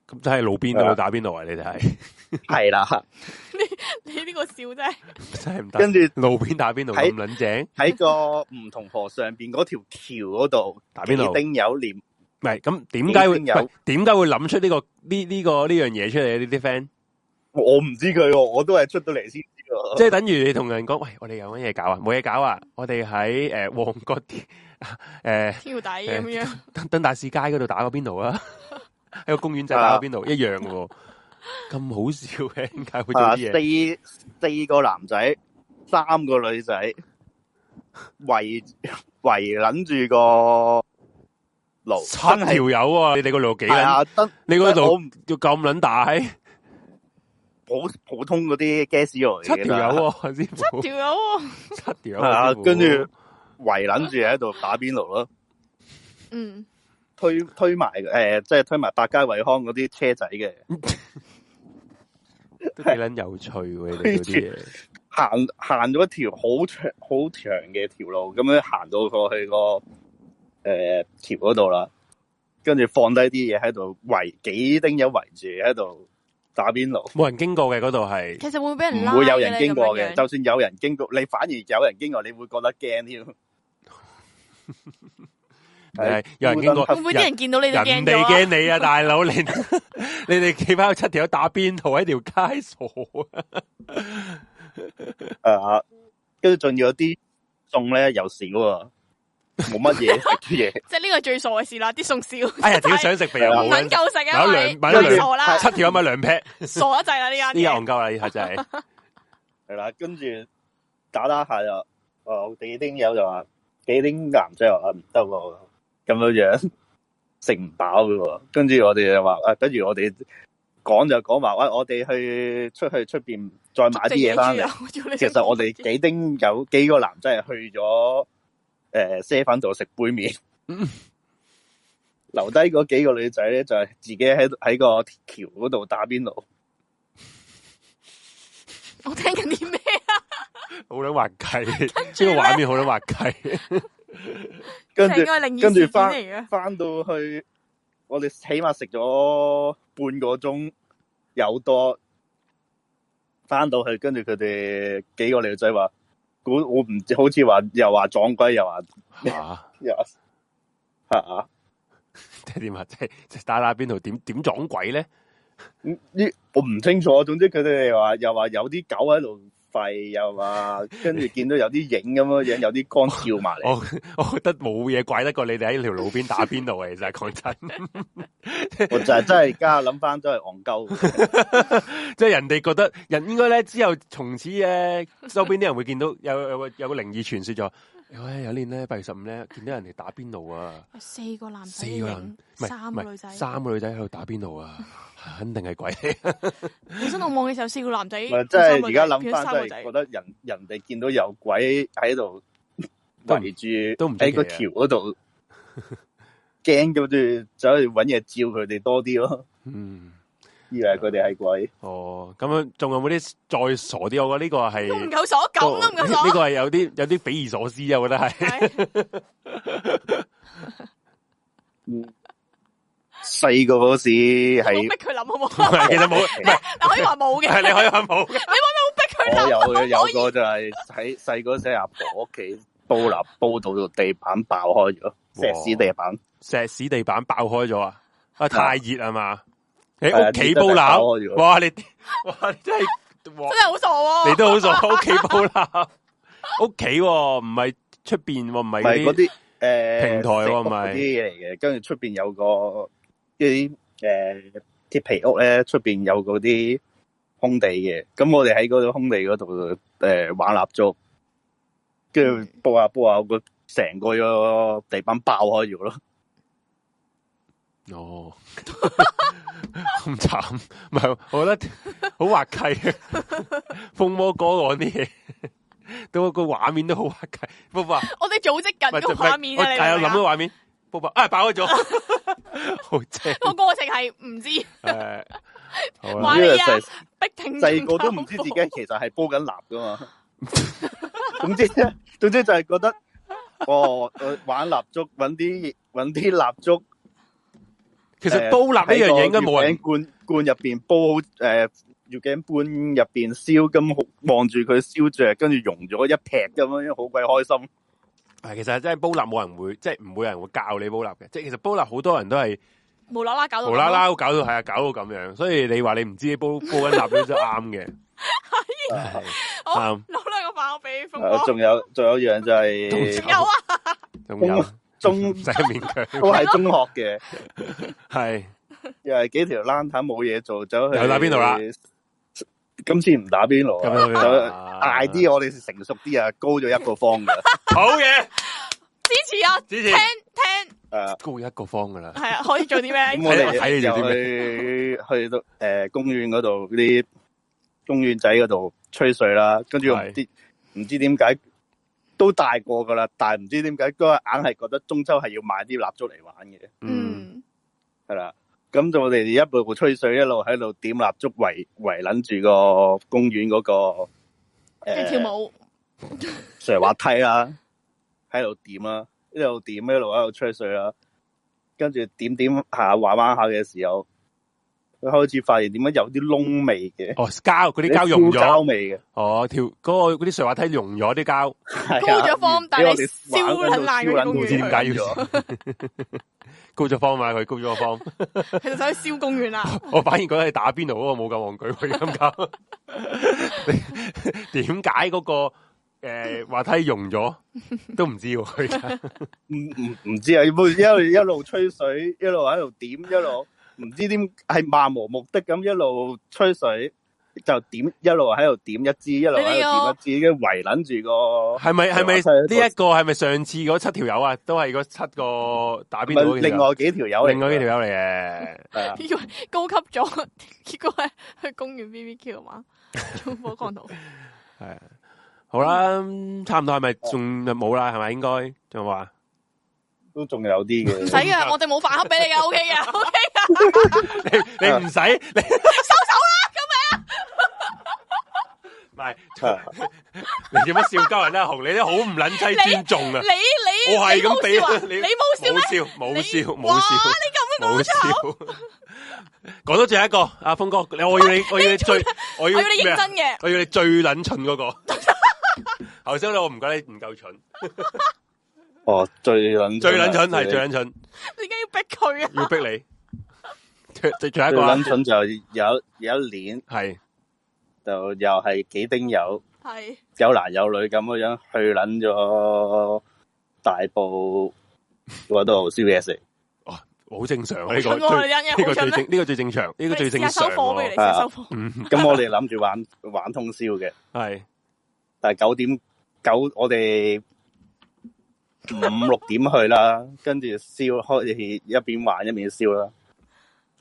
Speaker 2: 咁即係路邊
Speaker 4: 係
Speaker 2: 度
Speaker 4: 啊
Speaker 2: 打邊爐啊？你哋係
Speaker 4: 係啦。
Speaker 1: 你呢個笑真係
Speaker 2: 真係唔得
Speaker 4: 跟。住
Speaker 2: 路邊打邊爐
Speaker 4: 喺
Speaker 2: 咁撚正，
Speaker 4: 喺個唔同河上邊嗰條橋嗰度
Speaker 2: 打邊爐
Speaker 4: 幾丁友連
Speaker 2: 唔係咁點解會
Speaker 4: 已經有
Speaker 2: 喂點解會諗出呢個呢呢個呢樣嘢出嚟啊呢啲 friend
Speaker 4: 我唔知佢喎，我都係出到嚟先知喎。
Speaker 2: 即係等於你同人講，喂，我哋有乜嘢搞啊？冇嘢搞啊！我哋喺诶旺角啲 诶
Speaker 1: 跳底咁樣。
Speaker 2: 登登大市街嗰度打個邊爐啊， 喺個公園仔打個邊爐一樣嘅喎，咁好笑嘅，點解會做
Speaker 4: 啊，
Speaker 2: 啲嘢？
Speaker 4: 四四個男仔，三個女仔， 圍圍撚住個爐，
Speaker 2: 七
Speaker 4: 真
Speaker 2: 條
Speaker 4: 係
Speaker 2: 友喎，你哋嗰度幾
Speaker 4: 係
Speaker 2: 撚？
Speaker 4: 啊，真
Speaker 2: 你嗰
Speaker 4: 真我
Speaker 2: 度
Speaker 4: 唔
Speaker 2: 要咁撚大？
Speaker 4: 普普通嗰啲 gas 油嚟
Speaker 2: 七
Speaker 4: 嘅
Speaker 2: 條
Speaker 4: 啦
Speaker 2: 友喎，師傅，
Speaker 1: 條友喎，
Speaker 2: 七條友
Speaker 4: 係啊
Speaker 2: 喎，師傅
Speaker 4: 跟住圍撚住喺度打邊爐咯，
Speaker 1: 嗯，
Speaker 4: 推推埋誒，即係推埋百佳惠康嗰啲車仔嘅。
Speaker 2: 都幾撚有趣喎，你哋嗰 啲嘢。
Speaker 4: 行行咗一條好長好長嘅條路，咁樣行到過去個诶、呃、橋嗰度啦，跟住放低啲嘢喺度圍幾丁友圍住喺度打邊爐，
Speaker 2: 冇人經過嘅嗰度係，
Speaker 1: 其實會唔會俾人拉
Speaker 4: 唔會有人
Speaker 1: 經
Speaker 4: 經過嘅。就算有人經過，你反而有人經過，你會覺得驚添。係
Speaker 2: 係有人經
Speaker 4: 啊
Speaker 2: 過，
Speaker 1: 會唔會啲人見到你就
Speaker 2: 人
Speaker 1: 驚
Speaker 2: 哋
Speaker 1: 咗啊？
Speaker 2: 驚你啊，大佬你你哋 企翻七條友打邊爐喺條街傻 啊！
Speaker 4: 诶、啊跟住仲要有啲餸咧又少喎，冇乜嘢食嘅嘢。
Speaker 1: 即係呢個最傻嘅事啦，啲餸少。
Speaker 2: 哎呀，屌想食肥牛
Speaker 1: 唔
Speaker 2: 好
Speaker 1: 肯
Speaker 2: 撚
Speaker 1: 夠食啊！因
Speaker 2: 買咗
Speaker 1: 為
Speaker 2: 兩買咗
Speaker 1: 傻
Speaker 2: 兩
Speaker 1: 啦，
Speaker 2: 七條友買兩 pack，
Speaker 1: 傻得滯啦呢間
Speaker 2: 呢個
Speaker 1: 嘢。
Speaker 2: 戇鳩啦，呢下真係。
Speaker 4: 系啦，跟住打打下又，哦，幾丁友就話幾丁男仔又話唔得喎，咁樣樣食唔飽嘅喎，跟住我哋就話啊，不如我哋講就講埋，喂，我哋去出去出边再買啲嘢翻嚟。
Speaker 1: 嚟
Speaker 4: 其實我哋幾丁有幾個男仔係去咗诶啡粉度食杯面
Speaker 2: 嗯，
Speaker 4: 留低嗰幾個女仔咧就係自己喺喺個橋嗰度打邊爐。
Speaker 1: 我聽緊啲咩？
Speaker 2: 好捻滑稽， 呢个画面好捻滑稽。
Speaker 4: 跟住
Speaker 1: 應該係靈異
Speaker 4: 跟
Speaker 1: 事
Speaker 4: 住
Speaker 1: 件
Speaker 4: 返
Speaker 1: 嚟嘅。
Speaker 4: 翻到去，我哋起碼食咗半個鐘有多，翻到去跟住佢哋幾個女仔話，估我唔知好似話又話撞鬼，又話
Speaker 2: 吓，
Speaker 4: 又話吓啊！
Speaker 2: 即系点啊？即系即系打打边度点点撞鬼咧？
Speaker 4: 嗯呢我唔清楚，總之佢哋話又話有啲狗喺度吠，又話跟住見到有啲影咁樣樣，有啲光照埋嚟。
Speaker 2: 我 我觉得冇嘢怪得过你哋喺条路边打边度嘅，其实讲真。
Speaker 4: 我就係真係而家諗翻都係戇鳩。
Speaker 2: 即系人哋覺得人應該咧之後從此咧周邊啲人會見到有有個有个灵异传说就話喂有年咧八月十五咧見到人哋打邊爐啊，
Speaker 1: 有四個男仔
Speaker 2: 四個人
Speaker 1: 影，
Speaker 2: 唔係
Speaker 1: 三
Speaker 2: 唔
Speaker 1: 個
Speaker 2: 係
Speaker 1: 女仔。
Speaker 2: 三個女仔喺度打邊爐 啊，肯定係鬼嚟。
Speaker 1: 本身我望嘅時候，四個男仔。
Speaker 4: 咪真係
Speaker 1: 三個
Speaker 4: 而
Speaker 1: 女
Speaker 4: 家
Speaker 1: 仔
Speaker 4: 諗
Speaker 1: 變咗
Speaker 4: 翻，
Speaker 1: 三
Speaker 4: 真
Speaker 1: 個
Speaker 4: 係
Speaker 1: 仔
Speaker 4: 覺得人人哋見到有鬼喺度
Speaker 2: 都唔
Speaker 4: 圍住，
Speaker 2: 都唔出奇啊
Speaker 4: 喺個橋嗰度 驚，咁住走去揾嘢照佢哋多 啲咯，
Speaker 2: 嗯，
Speaker 4: 以為佢哋係鬼。
Speaker 2: 哦，咁樣仲有冇啲再傻啲？我覺得呢個係
Speaker 1: 都唔夠所咁都唔哎夠
Speaker 2: 呢
Speaker 1: 所。
Speaker 2: 個係有啲有啲匪夷所思啊！我覺得係
Speaker 1: 係
Speaker 4: 細個嗰時
Speaker 1: 我冇
Speaker 4: 係
Speaker 1: 逼佢諗好唔好？
Speaker 2: 其實冇，唔係
Speaker 1: 你可以話冇嘅，
Speaker 2: 係你可以話冇嘅。
Speaker 1: 逼佢
Speaker 4: 我
Speaker 1: 諗。
Speaker 4: 有
Speaker 1: 可以
Speaker 4: 有個就係喺細個嗰時喺阿婆屋企煲蠟煲到個地板爆開咗，石屎地板
Speaker 2: 石屎地板爆開咗啊！啊，太熱啊嘛！喺
Speaker 4: 係啊
Speaker 2: 屋企煲
Speaker 4: 爆
Speaker 2: 腩，
Speaker 4: 開咗。
Speaker 2: 哇！你哇！你真係 哇
Speaker 1: 真係好傻喎！
Speaker 2: 你都好傻，屋企煲啦，屋企喎唔係出边喎，唔
Speaker 4: 唔
Speaker 2: 係
Speaker 4: 係
Speaker 2: 嗰啲
Speaker 4: 嗰啲诶
Speaker 2: 平台喎唔係
Speaker 4: 嗰啲嚟嘅，跟住出边有個啲诶鐵皮屋咧，出边有嗰啲空地嘅，咁我哋喺嗰度空地嗰度诶玩蠟燭，跟住煲下煲下個成個地板爆開咗咯，
Speaker 2: 哦，咁慘，唔係，我覺得好滑稽嘅，風魔哥講啲嘢，到個畫面都好滑稽，不過
Speaker 1: 我哋組織緊個畫面啊！你
Speaker 2: 係啊，
Speaker 1: 明唔
Speaker 2: 諗
Speaker 1: 明啊
Speaker 2: 到畫面，不過啊，爆開咗，好正，
Speaker 1: 個過程係唔知逼
Speaker 2: 誒， 好啦
Speaker 1: 哇
Speaker 4: 因為
Speaker 1: 係啊
Speaker 4: 細
Speaker 1: 停
Speaker 4: 細個都唔知自己其實係煲緊蠟噶嘛。總之總之就係覺得，哦，我玩蠟燭揾啲揾啲蠟燭。
Speaker 2: 其實煲立呢樣嘢應該冇人
Speaker 4: 喺個月餅罐罐入边煲好诶，月餅罐入边燒，咁好望住佢燒着，跟住溶咗一劈咁樣，好鬼開心。
Speaker 2: 係，其實真係煲立冇人會，即係唔會有人會教你煲立嘅，即係其實煲立好多人都係。
Speaker 1: 無啦啦搞到
Speaker 2: 无啦啦搞到系啊，搞到咁样，所以你话你唔知煲煲紧腊肉都啱嘅，係
Speaker 1: 好
Speaker 2: 啱
Speaker 1: 攞兩個飯俾風
Speaker 4: 啊
Speaker 1: 哥，
Speaker 4: 仲有仲有一樣就
Speaker 2: 仲
Speaker 1: 仲
Speaker 4: 係
Speaker 1: 有啊！
Speaker 2: 仲有
Speaker 4: 中
Speaker 2: 唔使勉
Speaker 4: 都係中學嘅，
Speaker 2: 强，系
Speaker 4: 又係幾條冷淡冇嘢做，走去
Speaker 2: 又打邊爐啦。
Speaker 4: 今次唔打邊爐
Speaker 2: 咁
Speaker 4: 啊，
Speaker 2: 樣
Speaker 4: 就
Speaker 2: 啊
Speaker 4: 嗌啲我哋成熟啲啊，高咗一個方噶。
Speaker 2: 好嘢，
Speaker 1: 支持啊！
Speaker 2: 支
Speaker 1: 聽
Speaker 2: 持
Speaker 1: 聽
Speaker 4: 诶，
Speaker 2: 高一个方噶啦，
Speaker 1: 係啊，可以做啲咩？
Speaker 4: 咁我哋
Speaker 2: 睇你做啲
Speaker 4: 又
Speaker 2: 咩
Speaker 4: 去去到诶、呃公園嗰度嗰啲公園仔嗰度吹水啦，跟住
Speaker 2: 係
Speaker 4: 唔知唔知點解都大個噶啦，但係唔知點解都係硬係覺得中秋係要買啲蠟燭嚟玩嘅，
Speaker 2: 嗯，
Speaker 1: 嗯，
Speaker 4: 係啦。咁就我哋一路吹水，一路喺度點蠟燭圍圍撚住個公園嗰、個
Speaker 1: 跟
Speaker 4: 呃
Speaker 1: 住嗯跳舞，
Speaker 4: 上滑梯啦，喺度點啦，一路點一路喺度吹水啦，跟住點點下玩玩下嘅時候，佢開始發現點解有啲窿味嘅，
Speaker 2: 哦膠嗰啲膠溶
Speaker 4: 啲膠
Speaker 2: 咗，
Speaker 4: 味 嘅，
Speaker 2: 哦條嗰個嗰啲水滑梯溶咗啲膠，
Speaker 4: 高
Speaker 1: 高咗方但係你燒撚爛嗰啲公園
Speaker 2: 唔知點解要
Speaker 4: 咗，
Speaker 2: 高咗方嘛佢高咗個 方，
Speaker 1: 其實想去燒公園啊啦。
Speaker 2: 我反而覺得係打邊爐嗰個冇咁戇居，佢咁搞， 你點解嗰個诶滑梯溶咗都唔知喎佢真係，
Speaker 4: 唔唔唔知啊，一路一路吹水，一路喺度點，一路唔知點係漫無目的咁一路吹水，就點一路喺度點一支，一路喺度點一支，跟住圍撚住個
Speaker 2: 系咪系咪
Speaker 4: 我睇
Speaker 2: 呢一个系咪上次嗰七条友啊？都系嗰七个打边
Speaker 4: 咪
Speaker 2: 度
Speaker 4: 另外幾條友嚟㗎，
Speaker 2: 啊另外几条友嚟嘅。
Speaker 4: 係啊
Speaker 1: 以為高級咗， 結果係去公園 BBQ 啊 嘛，做火光度。
Speaker 2: 系好啦，差唔多系咪仲冇啦？系咪应该仲有冇啊？
Speaker 4: 都仲有啲
Speaker 1: 唔
Speaker 4: 嘅
Speaker 1: 使。 嘅，我哋冇飯盒俾你嘅，OK 嘅，OK 嘅，
Speaker 2: 你你唔使 你收手啦，咁
Speaker 4: 啊
Speaker 2: 样。唔系，你做乜笑鸠人咧？红，你都好唔捻妻尊重啊！
Speaker 1: 你你
Speaker 2: 我係咁俾
Speaker 1: 你冇笑啊
Speaker 2: 你
Speaker 1: 你冇笑咩？
Speaker 2: 冇笑，冇笑，
Speaker 1: 哇！
Speaker 2: 冇笑。
Speaker 1: 你咁樣講
Speaker 2: 冇
Speaker 1: 得出口，
Speaker 2: 笑，讲到最後一個，阿峰哥，你我要你，我要你最，我要
Speaker 1: 我要你
Speaker 2: 咩
Speaker 1: 認
Speaker 2: 啊
Speaker 1: 真嘅。
Speaker 2: 我要你最撚蠢嗰個。頭先我唔覺得你唔夠蠢，
Speaker 4: 哦，最撚
Speaker 2: 最撚蠢係最撚蠢，
Speaker 1: 點解要逼佢啊？
Speaker 2: 要逼你。最最最後一
Speaker 4: 最
Speaker 2: 個啦
Speaker 4: 撚，蠢就有有一年
Speaker 2: 係
Speaker 4: 就又係幾丁友
Speaker 1: 係
Speaker 4: 有男有女咁嘅樣去撚咗大埔嗰度燒嘢食，
Speaker 2: 好正常啊呢個
Speaker 1: 蠢喎
Speaker 2: 最
Speaker 1: 你真係
Speaker 2: 呢
Speaker 1: 好
Speaker 2: 個最
Speaker 1: 蠢啊
Speaker 2: 正
Speaker 1: 咩？
Speaker 2: 呢個最正常，呢個最正
Speaker 1: 你試下
Speaker 2: 常
Speaker 1: 收火俾你，
Speaker 2: 喎。
Speaker 1: 試下收火。
Speaker 2: 嗯，
Speaker 4: 咁我哋諗住玩 玩通宵嘅。
Speaker 2: 係
Speaker 4: 但系九點九，我哋五六點去啦，跟住燒開始一邊玩一邊燒啦。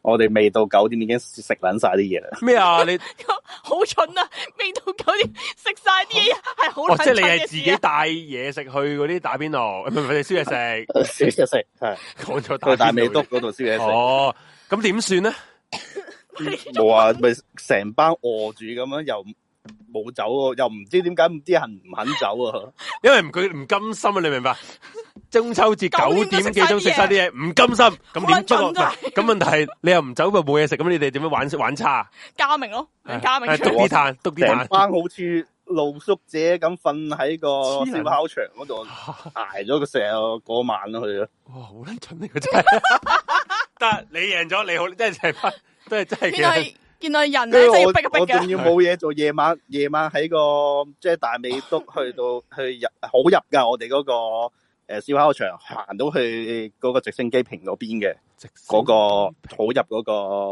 Speaker 4: 我哋未到九點已經食撚晒啲嘢啦，
Speaker 2: 咩啊？你
Speaker 1: 好蠢啊！未到九點食晒啲嘢係好
Speaker 2: 哦，
Speaker 1: 撚
Speaker 2: 即
Speaker 1: 蠢
Speaker 2: 係你
Speaker 1: 嘅
Speaker 2: 係
Speaker 1: 事啊
Speaker 2: 自己帶嘢食去嗰啲打邊爐，唔係唔係燒嘢食，
Speaker 4: 燒嘢食係
Speaker 2: 講咗
Speaker 4: 去
Speaker 2: 打邊
Speaker 4: 大美督
Speaker 2: 爐。
Speaker 4: 嗰度燒嘢食，
Speaker 2: 哦，咁點算咧？
Speaker 4: 冇啊，咪成班餓住咁樣，又冇走喎，又唔知點解啲人唔肯走啊！
Speaker 2: 因为唔佢唔甘心啊，你明白？中秋节九
Speaker 1: 九
Speaker 2: 点
Speaker 1: 點
Speaker 2: 几
Speaker 1: 幾
Speaker 2: 钟
Speaker 1: 鐘食
Speaker 2: 食晒
Speaker 1: 晒
Speaker 2: 啲嘢，唔甘心
Speaker 1: 好
Speaker 2: 咁点？不过
Speaker 1: 撚
Speaker 2: 唔
Speaker 1: 蠢啊
Speaker 2: 係咁问题系你又唔走咪冇嘢食，咁你哋点样玩 玩差？
Speaker 1: 加明咯，嗯
Speaker 2: 係
Speaker 1: 加明
Speaker 2: 係
Speaker 1: 出
Speaker 2: 篤啲炭，篤啲
Speaker 4: 成
Speaker 2: 炭，
Speaker 4: 班好似露宿者咁瞓喺個
Speaker 2: 黐撚
Speaker 4: 燒烤場嗰度捱咗個成個嗰晚咯，去啊咗。
Speaker 2: 哇！好撚蠢呢个真係。 得你赢咗，你好，真系成班都系真系
Speaker 1: 原來
Speaker 2: 嘅。
Speaker 1: 原來人咧真
Speaker 4: 跟住
Speaker 1: 係要
Speaker 4: 我
Speaker 1: 逼一
Speaker 4: 我
Speaker 1: 逼
Speaker 4: 仲
Speaker 1: 嘅，
Speaker 4: 要冇嘢做，夜晚夜晚喺個即係大美督去到去入好入㗎，我哋嗰、個誒、呃、燒烤場行到去嗰個直升機坪嗰邊嘅嗰、個好入嗰、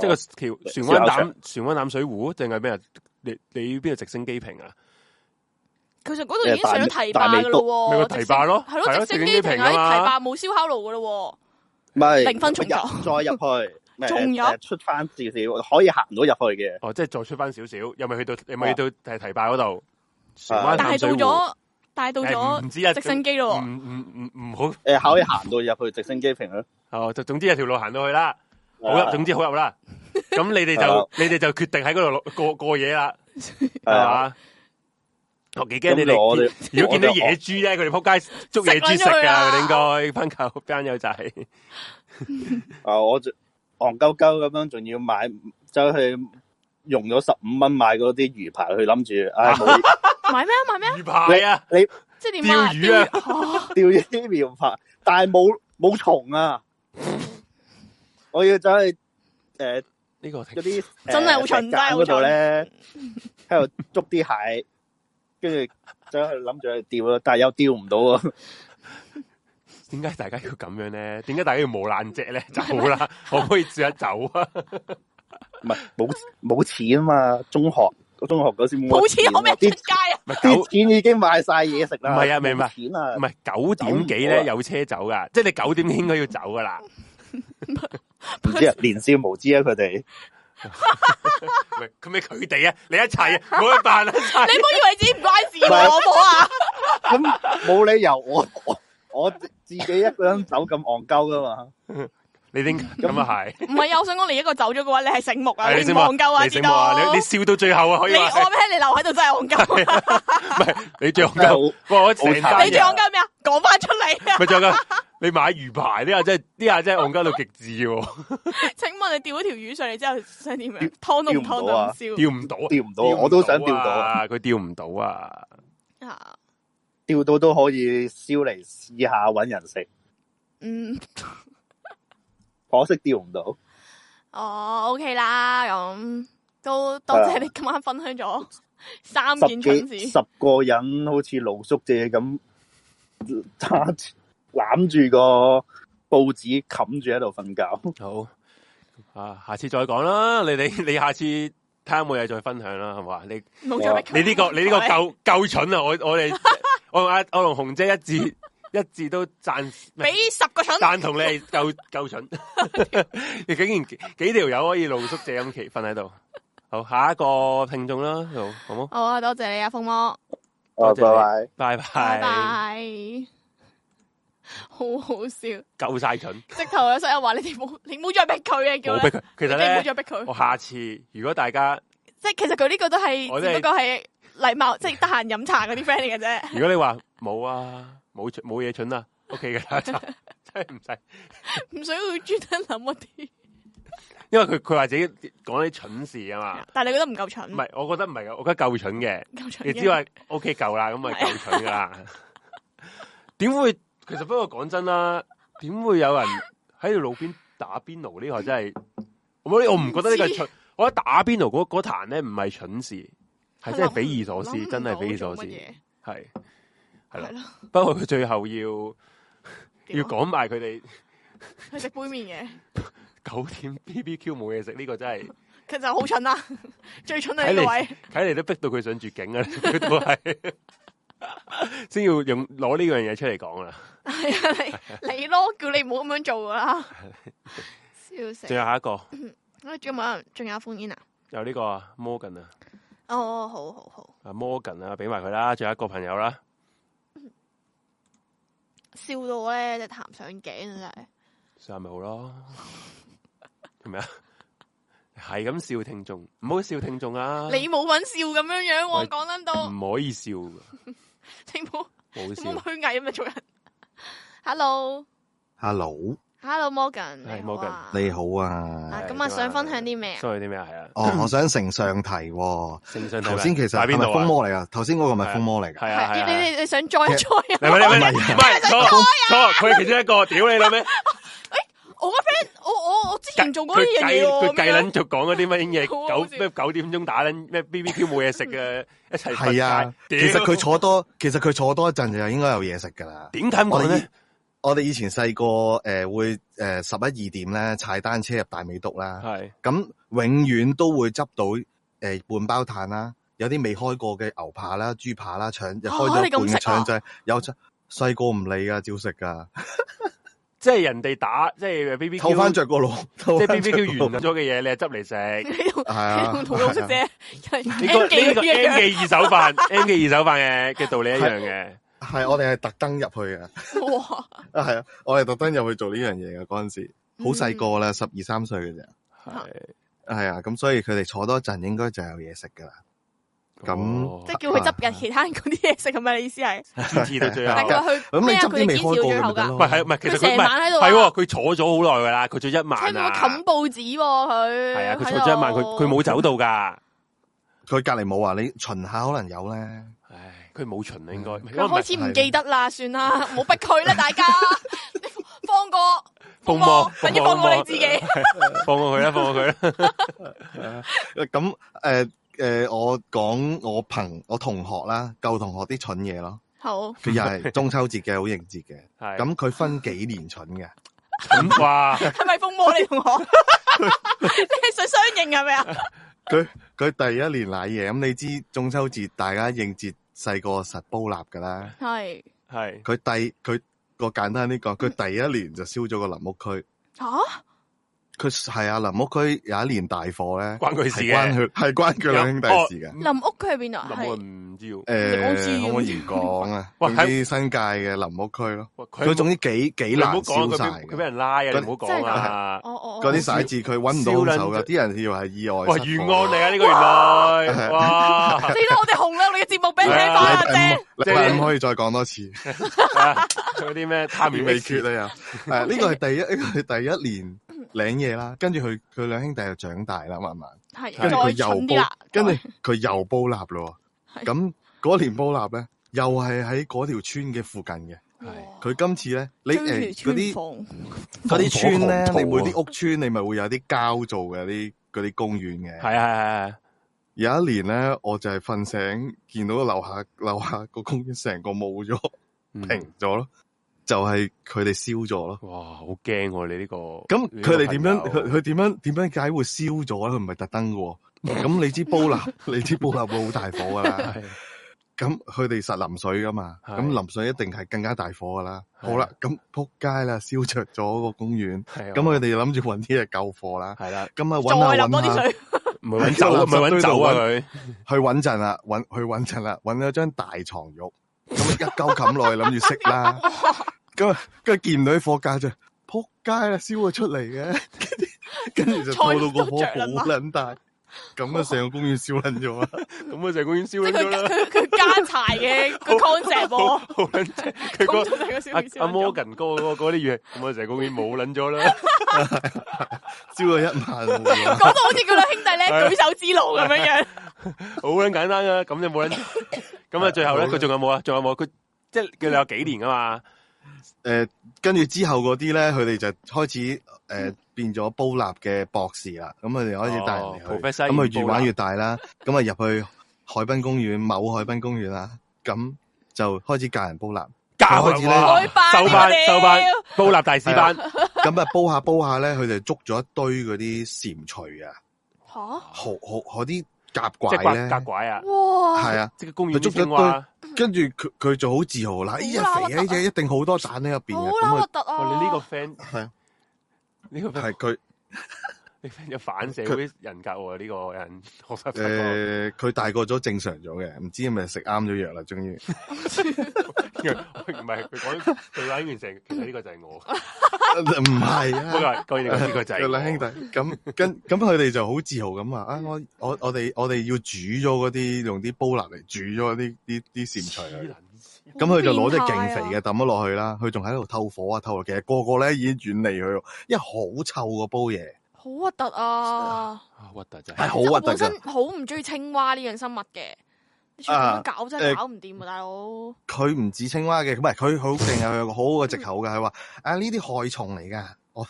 Speaker 4: 個，
Speaker 2: 即系个橋船灣
Speaker 4: 小
Speaker 2: 淡船灣淡水湖定系咩啊？你你边度直升機坪啊？
Speaker 1: 其實嗰度已經上咗堤
Speaker 4: 大
Speaker 1: 壩
Speaker 4: 美
Speaker 1: 噶
Speaker 4: 督
Speaker 1: 咯
Speaker 2: 咪
Speaker 1: 喎，
Speaker 2: 個堤壩咯
Speaker 1: 係
Speaker 2: 係
Speaker 1: 咯，
Speaker 2: 咯
Speaker 1: 哦直升
Speaker 2: 直升機
Speaker 1: 機停
Speaker 2: 停
Speaker 1: 喺
Speaker 2: 啊
Speaker 1: 堤
Speaker 2: 嘛
Speaker 1: 壩冇燒烤爐噶咯
Speaker 4: 唔係
Speaker 1: 零分重
Speaker 4: 入再入 去，唔係
Speaker 1: 仲有
Speaker 4: 呃出翻少少可以行到入去嘅，
Speaker 2: 哦，即系再出翻少少，又咪去到，又咪去到堤堤壩嗰度？船
Speaker 1: 喎，
Speaker 2: 灣
Speaker 4: 哦啊
Speaker 1: 但
Speaker 2: 淡
Speaker 1: 係到
Speaker 2: 水湖
Speaker 1: 咗，但係到
Speaker 2: 誒唔
Speaker 1: 咗
Speaker 2: 知啊，
Speaker 1: 直升機咯
Speaker 2: 唔唔唔唔好。
Speaker 4: 誒、可以行到入去直升機坪啊咯。
Speaker 2: 哦，就总之有条路行到去
Speaker 4: 啊
Speaker 2: 啦，好啊入，
Speaker 4: 係
Speaker 2: 总之好入啦。咁你哋
Speaker 4: 係啦
Speaker 2: 就你哋就决定喺嗰度过过夜啦，系
Speaker 4: 啊，
Speaker 2: 嘛？我几惊
Speaker 4: 跟
Speaker 2: 你
Speaker 4: 住我
Speaker 2: 哋，
Speaker 4: 哋
Speaker 2: 如果见到
Speaker 4: 我就
Speaker 2: 野猪咧，佢哋仆街捉野猪食
Speaker 1: 食撚咗佢
Speaker 2: 噶，
Speaker 1: 啦
Speaker 2: 佢哋应该班狗班友仔
Speaker 4: 啊！我就戇鳩鳩咁樣，仲要買走去用咗十五蚊買嗰啲魚排去諗住， 唉、冇
Speaker 1: 喎，買咩啊買咩啊，
Speaker 2: 鱼排啊，
Speaker 4: 你
Speaker 1: 即係點啊？
Speaker 2: 釣魚啊
Speaker 1: 釣魚哦
Speaker 4: 釣啲苗排，但係冇冇蟲 啊！我要走去诶
Speaker 2: 呢个
Speaker 4: 嗰啲呃
Speaker 1: 真係好蠢
Speaker 4: 石澗
Speaker 1: 真係好
Speaker 4: 嗰
Speaker 1: 蠢
Speaker 4: 度咧，喺度捉啲蟹，跟住走去諗住去釣咯，但係又釣唔到啊！
Speaker 2: 点解大家要咁样咧？点解大家要磨烂只咧？走啦，可唔可以試下走啊？
Speaker 4: 唔係冇冇錢啊嘛，中學中學嗰時冇
Speaker 1: 冇
Speaker 4: 乜
Speaker 1: 錢
Speaker 4: 錢啊
Speaker 1: 我咩出
Speaker 4: 啲
Speaker 1: 街啊？
Speaker 2: 唔系
Speaker 4: 啲
Speaker 2: 狗。
Speaker 4: 錢已經賣晒嘢食啦，
Speaker 2: 唔係啊明白
Speaker 4: 冇錢啊
Speaker 2: 唔，系九点几
Speaker 4: 走唔
Speaker 2: 咧
Speaker 4: 到啊
Speaker 2: 有车走噶，即系你九点应该要走噶啦。
Speaker 4: 唔知啊，年少無知啊，佢哋
Speaker 2: 喂，咁咪佢哋啊，你一齊啊，冇得扮啦，一齊
Speaker 1: 你唔好以為自己唔關事
Speaker 4: 唔係
Speaker 1: 喎，好唔好啊？
Speaker 4: 咁冇理由我我我自己一個人走咁戇鳩噶嘛。
Speaker 2: 你點咁啊係？
Speaker 1: 唔係啊，我想講你一個走咗嘅話，你係醒目啊，
Speaker 2: 係
Speaker 1: 你唔戇鳩啊，
Speaker 2: 你
Speaker 1: 知
Speaker 2: 醒目啊！
Speaker 1: 道
Speaker 2: 你你？笑到最後啊，可以
Speaker 1: 你我
Speaker 2: 話
Speaker 1: 咩？你留喺度真係戇 鳩啊，
Speaker 2: 你最戇
Speaker 4: 真係
Speaker 2: 鳩。
Speaker 4: 好
Speaker 2: 哇！我成
Speaker 4: 好
Speaker 2: 單
Speaker 4: 慘
Speaker 1: 你最戇鳩咩啊？講翻出嚟啊！
Speaker 2: 咪仲有㗎你買魚排呢下真係呢下真係戇鳩到極致 喎，
Speaker 1: 請問你釣咗條魚上嚟之後想點樣？湯都唔
Speaker 4: 釣唔
Speaker 1: 湯
Speaker 4: 到啊
Speaker 1: 都唔
Speaker 2: 釣唔到啊，釣
Speaker 4: 釣唔到，
Speaker 2: 唔
Speaker 4: 我都想釣到啊，
Speaker 2: 啊！佢釣唔到啊！
Speaker 1: 燒啊！
Speaker 4: 釣到都可以燒嚟試下搵人食，
Speaker 1: 嗯，
Speaker 4: 可惜釣唔到。
Speaker 1: 哦，OK 啦，咁都多謝你今晚分享咗三
Speaker 4: 啊十
Speaker 1: 件蠢
Speaker 4: 幾
Speaker 1: 事。
Speaker 4: 十個人好似露宿者咁，揸住攬住個報紙冚住喺度瞓覺。
Speaker 2: 好啊，下次再講啦。你哋你下次 睇下有冇嘢再分享啦，係嘛？你
Speaker 1: 冇咗
Speaker 4: 哇
Speaker 1: 逼佢
Speaker 2: 你呢、個你呢個
Speaker 1: 係
Speaker 2: 夠夠蠢啊！我我哋 我同阿我同紅姐一致 一致都贊唔係
Speaker 1: 俾十個蠢，
Speaker 2: 贊同你係夠夠蠢， 你竟然幾幾條友可以露宿者咁期瞓喺度。好，下一個聽眾啦，好好冇？
Speaker 1: 好啊，多謝你啊，風魔，
Speaker 4: 哦，
Speaker 2: 多謝
Speaker 4: 拜
Speaker 2: 你拜
Speaker 4: 拜。
Speaker 1: 拜
Speaker 2: 拜，
Speaker 1: 拜，好好笑，
Speaker 2: 夠晒蠢，
Speaker 1: 直頭有室友話你哋冇， 你冇再逼佢啊，叫
Speaker 2: 冇
Speaker 1: 你
Speaker 2: 逼佢。其
Speaker 1: 你
Speaker 2: 實
Speaker 1: 哋冇
Speaker 2: 咧，
Speaker 1: 再逼佢
Speaker 2: 我，下次如果大家
Speaker 1: 即係其實佢呢個都係
Speaker 2: 我哋
Speaker 1: 只不過係禮貌，即係得閒飲茶嗰啲 friend 嚟嘅啫。
Speaker 2: 如果你話冇啊，冇蠢冇嘢蠢啊，OK 嘅啦，真 真係唔使。
Speaker 1: 唔想要專登諗一啲，
Speaker 2: 因為佢佢話自己講啲蠢事啊嘛，
Speaker 1: 但係你覺得唔夠蠢，
Speaker 2: 唔係，我覺得唔係㗎，我覺得夠蠢 嘅，
Speaker 1: 夠蠢
Speaker 2: 你
Speaker 1: 嘅
Speaker 2: 只話 OK 夠啦，咁咪夠蠢噶啦。 點會？其實不過講真啦，點會有人喺路邊打邊爐呢個真係，我我唔覺得呢個係蠢，我覺得打邊爐嗰嗰壇咧唔係蠢事，係真係匪夷所思，
Speaker 1: 諗唔
Speaker 2: 真係
Speaker 1: 到
Speaker 2: 匪夷所
Speaker 1: 做
Speaker 2: 思
Speaker 1: 乜，嘢
Speaker 2: 係係啦
Speaker 1: 係。咯，
Speaker 2: 不過佢最後要
Speaker 1: 點
Speaker 2: 要
Speaker 1: 啊
Speaker 2: 講埋佢哋
Speaker 1: 佢食杯麵嘅，
Speaker 2: 九點 BBQ 冇嘢食，呢個真係。
Speaker 1: 其實好 蠢啦，最蠢係呢個位。
Speaker 2: 睇嚟都逼到佢想絕境啊！佢都係，先要用攞呢樣嘢出嚟講啦。
Speaker 1: 係啊，你你咯，叫你唔好咁樣做噶啦，笑死
Speaker 2: 仲！有下一個，
Speaker 1: 啊仲有冇人？仲有烽煙啊？
Speaker 2: 有呢個啊 Morgan 啊，
Speaker 1: 哦，好好好，
Speaker 2: 啊 Morgan 啊，俾埋佢啦。仲有一個朋友啦，
Speaker 1: 笑到我咧真係談上頸啊真係。
Speaker 2: 所以咪好咯，係咪啊？係咁笑聽眾，唔好笑聽眾啊！
Speaker 1: 你冇份笑咁樣樣
Speaker 2: 喂
Speaker 1: 喎，講緊到
Speaker 2: 唔可以笑㗎，
Speaker 1: 你冇
Speaker 2: 冇
Speaker 1: 你
Speaker 2: 笑
Speaker 1: 冇。虛偽咁啊做人。Hello，Hello
Speaker 5: Hello，
Speaker 1: Morgan，
Speaker 2: 係
Speaker 1: 你好啊
Speaker 5: 你好啊。
Speaker 1: 啊，今日想分享啲咩啊？
Speaker 2: 所以啲咩啊？係啊，
Speaker 5: 哦，我想承上題喎。
Speaker 2: 正上
Speaker 5: 頭先其實
Speaker 2: 喺
Speaker 5: 係
Speaker 2: 邊
Speaker 5: 咪
Speaker 2: 度啊
Speaker 5: 風？魔嚟噶？頭先嗰個咪
Speaker 2: 係啊
Speaker 5: 風魔嚟噶？
Speaker 2: 係啊，係
Speaker 1: 係
Speaker 2: 啊
Speaker 1: 你你你想再再
Speaker 2: 嚟咪嚟咪嚟咪唔係錯錯，佢係其中一個，屌你老咩？
Speaker 1: 我個 friend，我我我之前做過呢
Speaker 2: 佢
Speaker 1: 樣嘢喎，
Speaker 2: 佢
Speaker 1: 咁
Speaker 2: 計
Speaker 1: 樣
Speaker 2: 捻續講嗰啲乜嘢
Speaker 1: 好
Speaker 2: 九
Speaker 1: 好笑
Speaker 2: 咩九點鐘打捻咩 B B Q 冇嘢食嘅一齊瞓街
Speaker 5: 係啊，
Speaker 2: 屌
Speaker 5: 其實佢坐多，其實佢坐多一陣就應該有嘢食噶啦。
Speaker 2: 點解咁
Speaker 5: 我
Speaker 2: 講
Speaker 5: 哋
Speaker 2: 咧
Speaker 5: 以？我哋以前細個诶會诶十一二點咧踩單車入大美督啦，
Speaker 2: 係
Speaker 5: 咁永遠都會執到诶半包炭啦，有啲未開過嘅牛扒啦、豬扒啦、腸又開咗
Speaker 1: 你
Speaker 5: 一半
Speaker 1: 咁食
Speaker 5: 嘅
Speaker 1: 啊
Speaker 5: 腸仔，有細個唔理噶，照食噶，
Speaker 2: 即係人哋打即係 B B
Speaker 5: 偷
Speaker 2: Q，
Speaker 5: 翻着個籠，
Speaker 2: 即
Speaker 5: 偷
Speaker 2: 係
Speaker 5: 返
Speaker 2: B B
Speaker 5: 着個
Speaker 2: Q
Speaker 5: 籠
Speaker 2: 完啊咗嘅嘢，你係執嚟食。
Speaker 1: 你同
Speaker 5: 係
Speaker 1: 你
Speaker 5: 啊
Speaker 1: 同土佬食啫，
Speaker 2: 呢
Speaker 1: 人
Speaker 2: 個
Speaker 1: 人
Speaker 2: 呢個
Speaker 1: 機一樣
Speaker 2: M 記二手飯 M 記二手飯嘅嘅道理一樣嘅。
Speaker 5: 係啊我哋係特登入去嘅，
Speaker 1: 哇！
Speaker 5: 啊係啊，我哋特登入去做呢樣嘢嘅嗰陣時，好細個啦，十二三歲嘅啫，
Speaker 2: 係
Speaker 5: 係啊，咁所以佢哋坐多一陣應該就有嘢食噶啦。咁
Speaker 2: 哦
Speaker 1: 即係叫佢執人其他人嗰啲嘢食咁啊！你意思係？
Speaker 2: 堅持到最後
Speaker 1: 但。係佢
Speaker 5: 咁
Speaker 1: 佢咩
Speaker 5: 你
Speaker 1: 啊？
Speaker 5: 執
Speaker 1: 佢
Speaker 5: 啲
Speaker 1: 堅
Speaker 5: 未
Speaker 1: 持
Speaker 5: 開
Speaker 1: 到
Speaker 5: 過
Speaker 1: 最
Speaker 5: 嘅
Speaker 1: 後
Speaker 5: 咪得
Speaker 1: 㗎，
Speaker 2: 喂，
Speaker 5: 咯。
Speaker 2: 係唔係？其實
Speaker 1: 佢
Speaker 2: 佢
Speaker 1: 成
Speaker 2: 唔係
Speaker 1: 晚喺度啊
Speaker 2: 係喎，佢坐咗好耐噶啦，佢坐一
Speaker 1: 聽
Speaker 2: 晚
Speaker 1: 講
Speaker 2: 啊。
Speaker 1: 冚報紙喎佢。
Speaker 2: 係啊，佢
Speaker 1: 喺
Speaker 2: 坐咗一晚，
Speaker 1: 度
Speaker 2: 佢佢冇。走到㗎。
Speaker 5: 佢隔離冇話你巡下可能有咧，
Speaker 2: 唉，佢冇巡啊，應該。
Speaker 1: 佢開始唔記得啦，算啦，冇逼佢啦，大 家你放過
Speaker 2: 風魔
Speaker 1: 等於放過你自己。
Speaker 2: 放過佢啦，放過佢啦。
Speaker 5: 咁诶诶，誒我講我朋我同學啦，舊同學啲蠢嘢咯，
Speaker 1: 好
Speaker 5: 佢又係中秋節嘅，好應節嘅。
Speaker 2: 係
Speaker 5: 咁佢分幾年蠢嘅，
Speaker 2: 咁哇，
Speaker 1: 係咪風魔你同我？你係想相認係咪啊？
Speaker 5: 佢佢第一年濑嘢，咁你知中秋節大家應節細個實煲蠟噶啦。
Speaker 1: 係
Speaker 2: 係
Speaker 5: 佢第佢個簡單啲講，佢第一年就燒咗個林屋區。
Speaker 1: 嚇
Speaker 5: 佢係啊，林屋區有一年大火咧，
Speaker 2: 關佢事
Speaker 5: 係
Speaker 2: 嘅
Speaker 5: 關佢 係關佢兩兄弟事嘅。
Speaker 1: 林屋佢係邊度啊？
Speaker 2: 咁我
Speaker 1: 係
Speaker 2: 唔知喎。
Speaker 5: 诶、
Speaker 1: 我知
Speaker 5: 可唔可以唔講啊？
Speaker 2: 哇
Speaker 5: 總之新界嘅林屋區咯，
Speaker 2: 哇
Speaker 5: 佢總之幾
Speaker 2: 你
Speaker 5: 幾
Speaker 2: 唔
Speaker 5: 難
Speaker 2: 好講
Speaker 5: 燒晒
Speaker 2: 佢俾佢俾
Speaker 5: 嘅。
Speaker 2: 人拉啊！你唔好
Speaker 1: 真
Speaker 2: 講
Speaker 1: 係
Speaker 2: 啊！
Speaker 1: 哦哦哦
Speaker 5: 嗰啲寫字佢揾唔到兇手
Speaker 2: 燒撚咗
Speaker 5: 嘅，啲人以為係意外
Speaker 2: 哇，
Speaker 5: 失火。
Speaker 2: 懸案嚟啊！呢個原來哇，
Speaker 1: 死啦！我哋紅啦，我哋嘅節目俾你聽翻啦，
Speaker 5: 禮拜
Speaker 1: 姐
Speaker 5: 五。禮拜五可以再講多次，
Speaker 2: 啊嗰啲咩探員
Speaker 5: 未決啦又。誒，呢個係第一，呢個係第一年領嘢啦。跟住佢佢兩兄弟就長大啦，慢慢。
Speaker 1: 係
Speaker 5: 啊跟住佢
Speaker 1: 再
Speaker 5: 又
Speaker 1: 蠢啲
Speaker 5: 煲
Speaker 1: 啦，，
Speaker 5: 跟
Speaker 1: 再
Speaker 5: 住佢又煲蠟咯
Speaker 1: 係
Speaker 5: 喎。咁嗰年煲蠟咧，又係喺嗰條村嘅附近嘅。
Speaker 1: 哇
Speaker 5: 佢今次咧，你
Speaker 1: 追
Speaker 5: 誒
Speaker 1: 住
Speaker 5: 嗰啲
Speaker 1: 村。房
Speaker 5: 嗰啲村咧，
Speaker 2: 防火防盜啊
Speaker 5: 你每啲屋村你咪會有啲膠做嘅啲嗰啲公園嘅。
Speaker 2: 係啊
Speaker 5: 有一年咧，我就係瞓醒見到樓下 樓下個公園成個冇咗
Speaker 2: 係係係，
Speaker 5: 平咗咯，就係佢哋燒咗咯。
Speaker 2: 哇，好驚喎！你呢個
Speaker 5: 咁佢哋點樣？
Speaker 2: 呢個朋
Speaker 5: 佢
Speaker 2: 友
Speaker 5: 佢點樣點樣解會燒咗咧？佢唔係特登嘅喎，咁你知煲蠟， 你知煲蠟會好大火噶啦。
Speaker 2: 係
Speaker 5: 咁佢哋實淋水噶嘛，
Speaker 2: 係
Speaker 5: 咁淋水一定係更加大火噶啦。
Speaker 2: 係
Speaker 5: 好啦，咁扑街啦，燒着咗個公園，
Speaker 2: 係啊
Speaker 5: 咁佢哋諗住搵啲嘢救火啦。
Speaker 2: 係啦，
Speaker 5: 咁啊
Speaker 1: 再
Speaker 5: 搵下
Speaker 1: 淋多
Speaker 5: 搵
Speaker 1: 啲
Speaker 5: 下，
Speaker 1: 水，
Speaker 2: 唔係揾酒啊，唔係揾酒啊佢，
Speaker 5: 去穩陣啦，搵去穩陣啦，搵咗張大床褥，咁啊一鳩冚落去諗住熄 啦。咁啊跟住見到啲火架就扑街啦，燒咗出嚟嘅，跟住就套到個火好撚大，咁啊成個公園燒撚咗啦。
Speaker 2: 咁啊成公園
Speaker 1: 即
Speaker 2: 燒
Speaker 1: 係
Speaker 2: 咗
Speaker 1: 佢
Speaker 2: 啦，
Speaker 1: 佢佢加柴嘅個 concept 喎。
Speaker 2: 好 好撚正，佢
Speaker 1: 咁
Speaker 2: 個
Speaker 1: 就成個小
Speaker 2: 阿
Speaker 1: 明小
Speaker 2: 阿
Speaker 1: 明咁
Speaker 2: Morgan 哥嗰嗰啲嘢，咁啊成公園冇撚 咗啦，
Speaker 5: 烧咗一啊晚喎，
Speaker 1: 講到好似佢兩兄弟 咧
Speaker 2: 係啊
Speaker 1: 舉手之勞咁樣樣，
Speaker 2: 好撚簡單啊，咁就冇撚， 咁啊最後咧佢仲有冇啊？仲有冇？佢即係佢哋有幾年啊嘛，
Speaker 5: 诶、呃跟住之後嗰啲咧，佢哋就開始诶、呃、变咗煲蠟嘅博士啦。咁佢哋開始帶
Speaker 2: 嗯
Speaker 5: 人
Speaker 2: 哦
Speaker 5: 哋去，
Speaker 2: ，professor
Speaker 5: 咁佢、
Speaker 2: 已經
Speaker 5: 越
Speaker 2: 煲蠟
Speaker 5: 玩越大啦。咁啊入去海濱公園，某海濱公園啦，咁就開始教人煲蠟。
Speaker 2: 教
Speaker 5: 開始呢
Speaker 2: 啊
Speaker 1: 開班
Speaker 2: 收班
Speaker 1: 呢個
Speaker 2: 收班
Speaker 1: 屌，
Speaker 2: 煲立大師班，
Speaker 5: 咁啊煲下煲下咧，佢哋捉咗一堆嗰啲蟾蜍啊，
Speaker 1: 吓
Speaker 5: 好好嗰啲甲
Speaker 2: 哦即
Speaker 5: 怪
Speaker 2: 係
Speaker 5: 咧
Speaker 2: 刮，格拐啊，
Speaker 1: 哇！
Speaker 5: 係啊。
Speaker 2: 即係公園
Speaker 5: 佢捉
Speaker 2: 啲青
Speaker 5: 咗一
Speaker 2: 蛙。
Speaker 5: 跟住佢佢就好自豪啦，哎呀
Speaker 1: 好啦
Speaker 5: 肥
Speaker 1: 核突
Speaker 5: 呢
Speaker 1: 啊
Speaker 5: 只一定好多蛋喺入邊
Speaker 1: 好
Speaker 5: 嘅，
Speaker 1: 啦，核
Speaker 5: 咁
Speaker 1: 突
Speaker 2: 哇！
Speaker 1: 啊！
Speaker 2: 你呢個 friend
Speaker 5: 啊係啊
Speaker 2: 呢個 friend
Speaker 5: 係佢
Speaker 2: 你 friend 有反社會人格喎，呢個人學生發
Speaker 5: 诶，呃佢、大個咗正常咗嘅，唔知係咪食啱咗藥啦，終於。
Speaker 2: 覺，唔係佢講佢玩完成，其實呢個就 係我，
Speaker 5: 啊唔係
Speaker 2: 不過
Speaker 5: 啊，
Speaker 2: 講完呢個就係
Speaker 5: 有兩兄弟
Speaker 2: 弟，
Speaker 5: 咁跟咁佢哋就好自豪咁話啊！我我我哋我哋要煮咗嗰啲用啲煲蠟嚟煮咗啲啲啲
Speaker 2: 黐
Speaker 5: 蟾蜍
Speaker 2: 撚
Speaker 5: 嚟，
Speaker 2: 線，
Speaker 5: 咁佢就攞隻
Speaker 1: 好變態
Speaker 5: 勁
Speaker 1: 啊
Speaker 5: 肥嘅抌咗落去啦，佢仲喺度透火啊透落，其實個個咧已經遠離佢咯，因為好臭個煲嘢，
Speaker 1: 好核突啊！
Speaker 2: 啊核突真
Speaker 5: 係
Speaker 2: 係，
Speaker 5: 好
Speaker 1: 即係我
Speaker 5: 核突
Speaker 1: 本
Speaker 5: 㗎。
Speaker 1: 身好唔中意青蛙呢樣生物嘅，你全
Speaker 5: 啊
Speaker 1: 部搞真
Speaker 5: 誒
Speaker 1: 係搞唔掂啊，大 佬！
Speaker 5: 佢唔止青蛙嘅，唔係佢佢好勁啊！佢有個好好嘅藉口㗎，佢話啊呢啲害蟲嚟㗎，我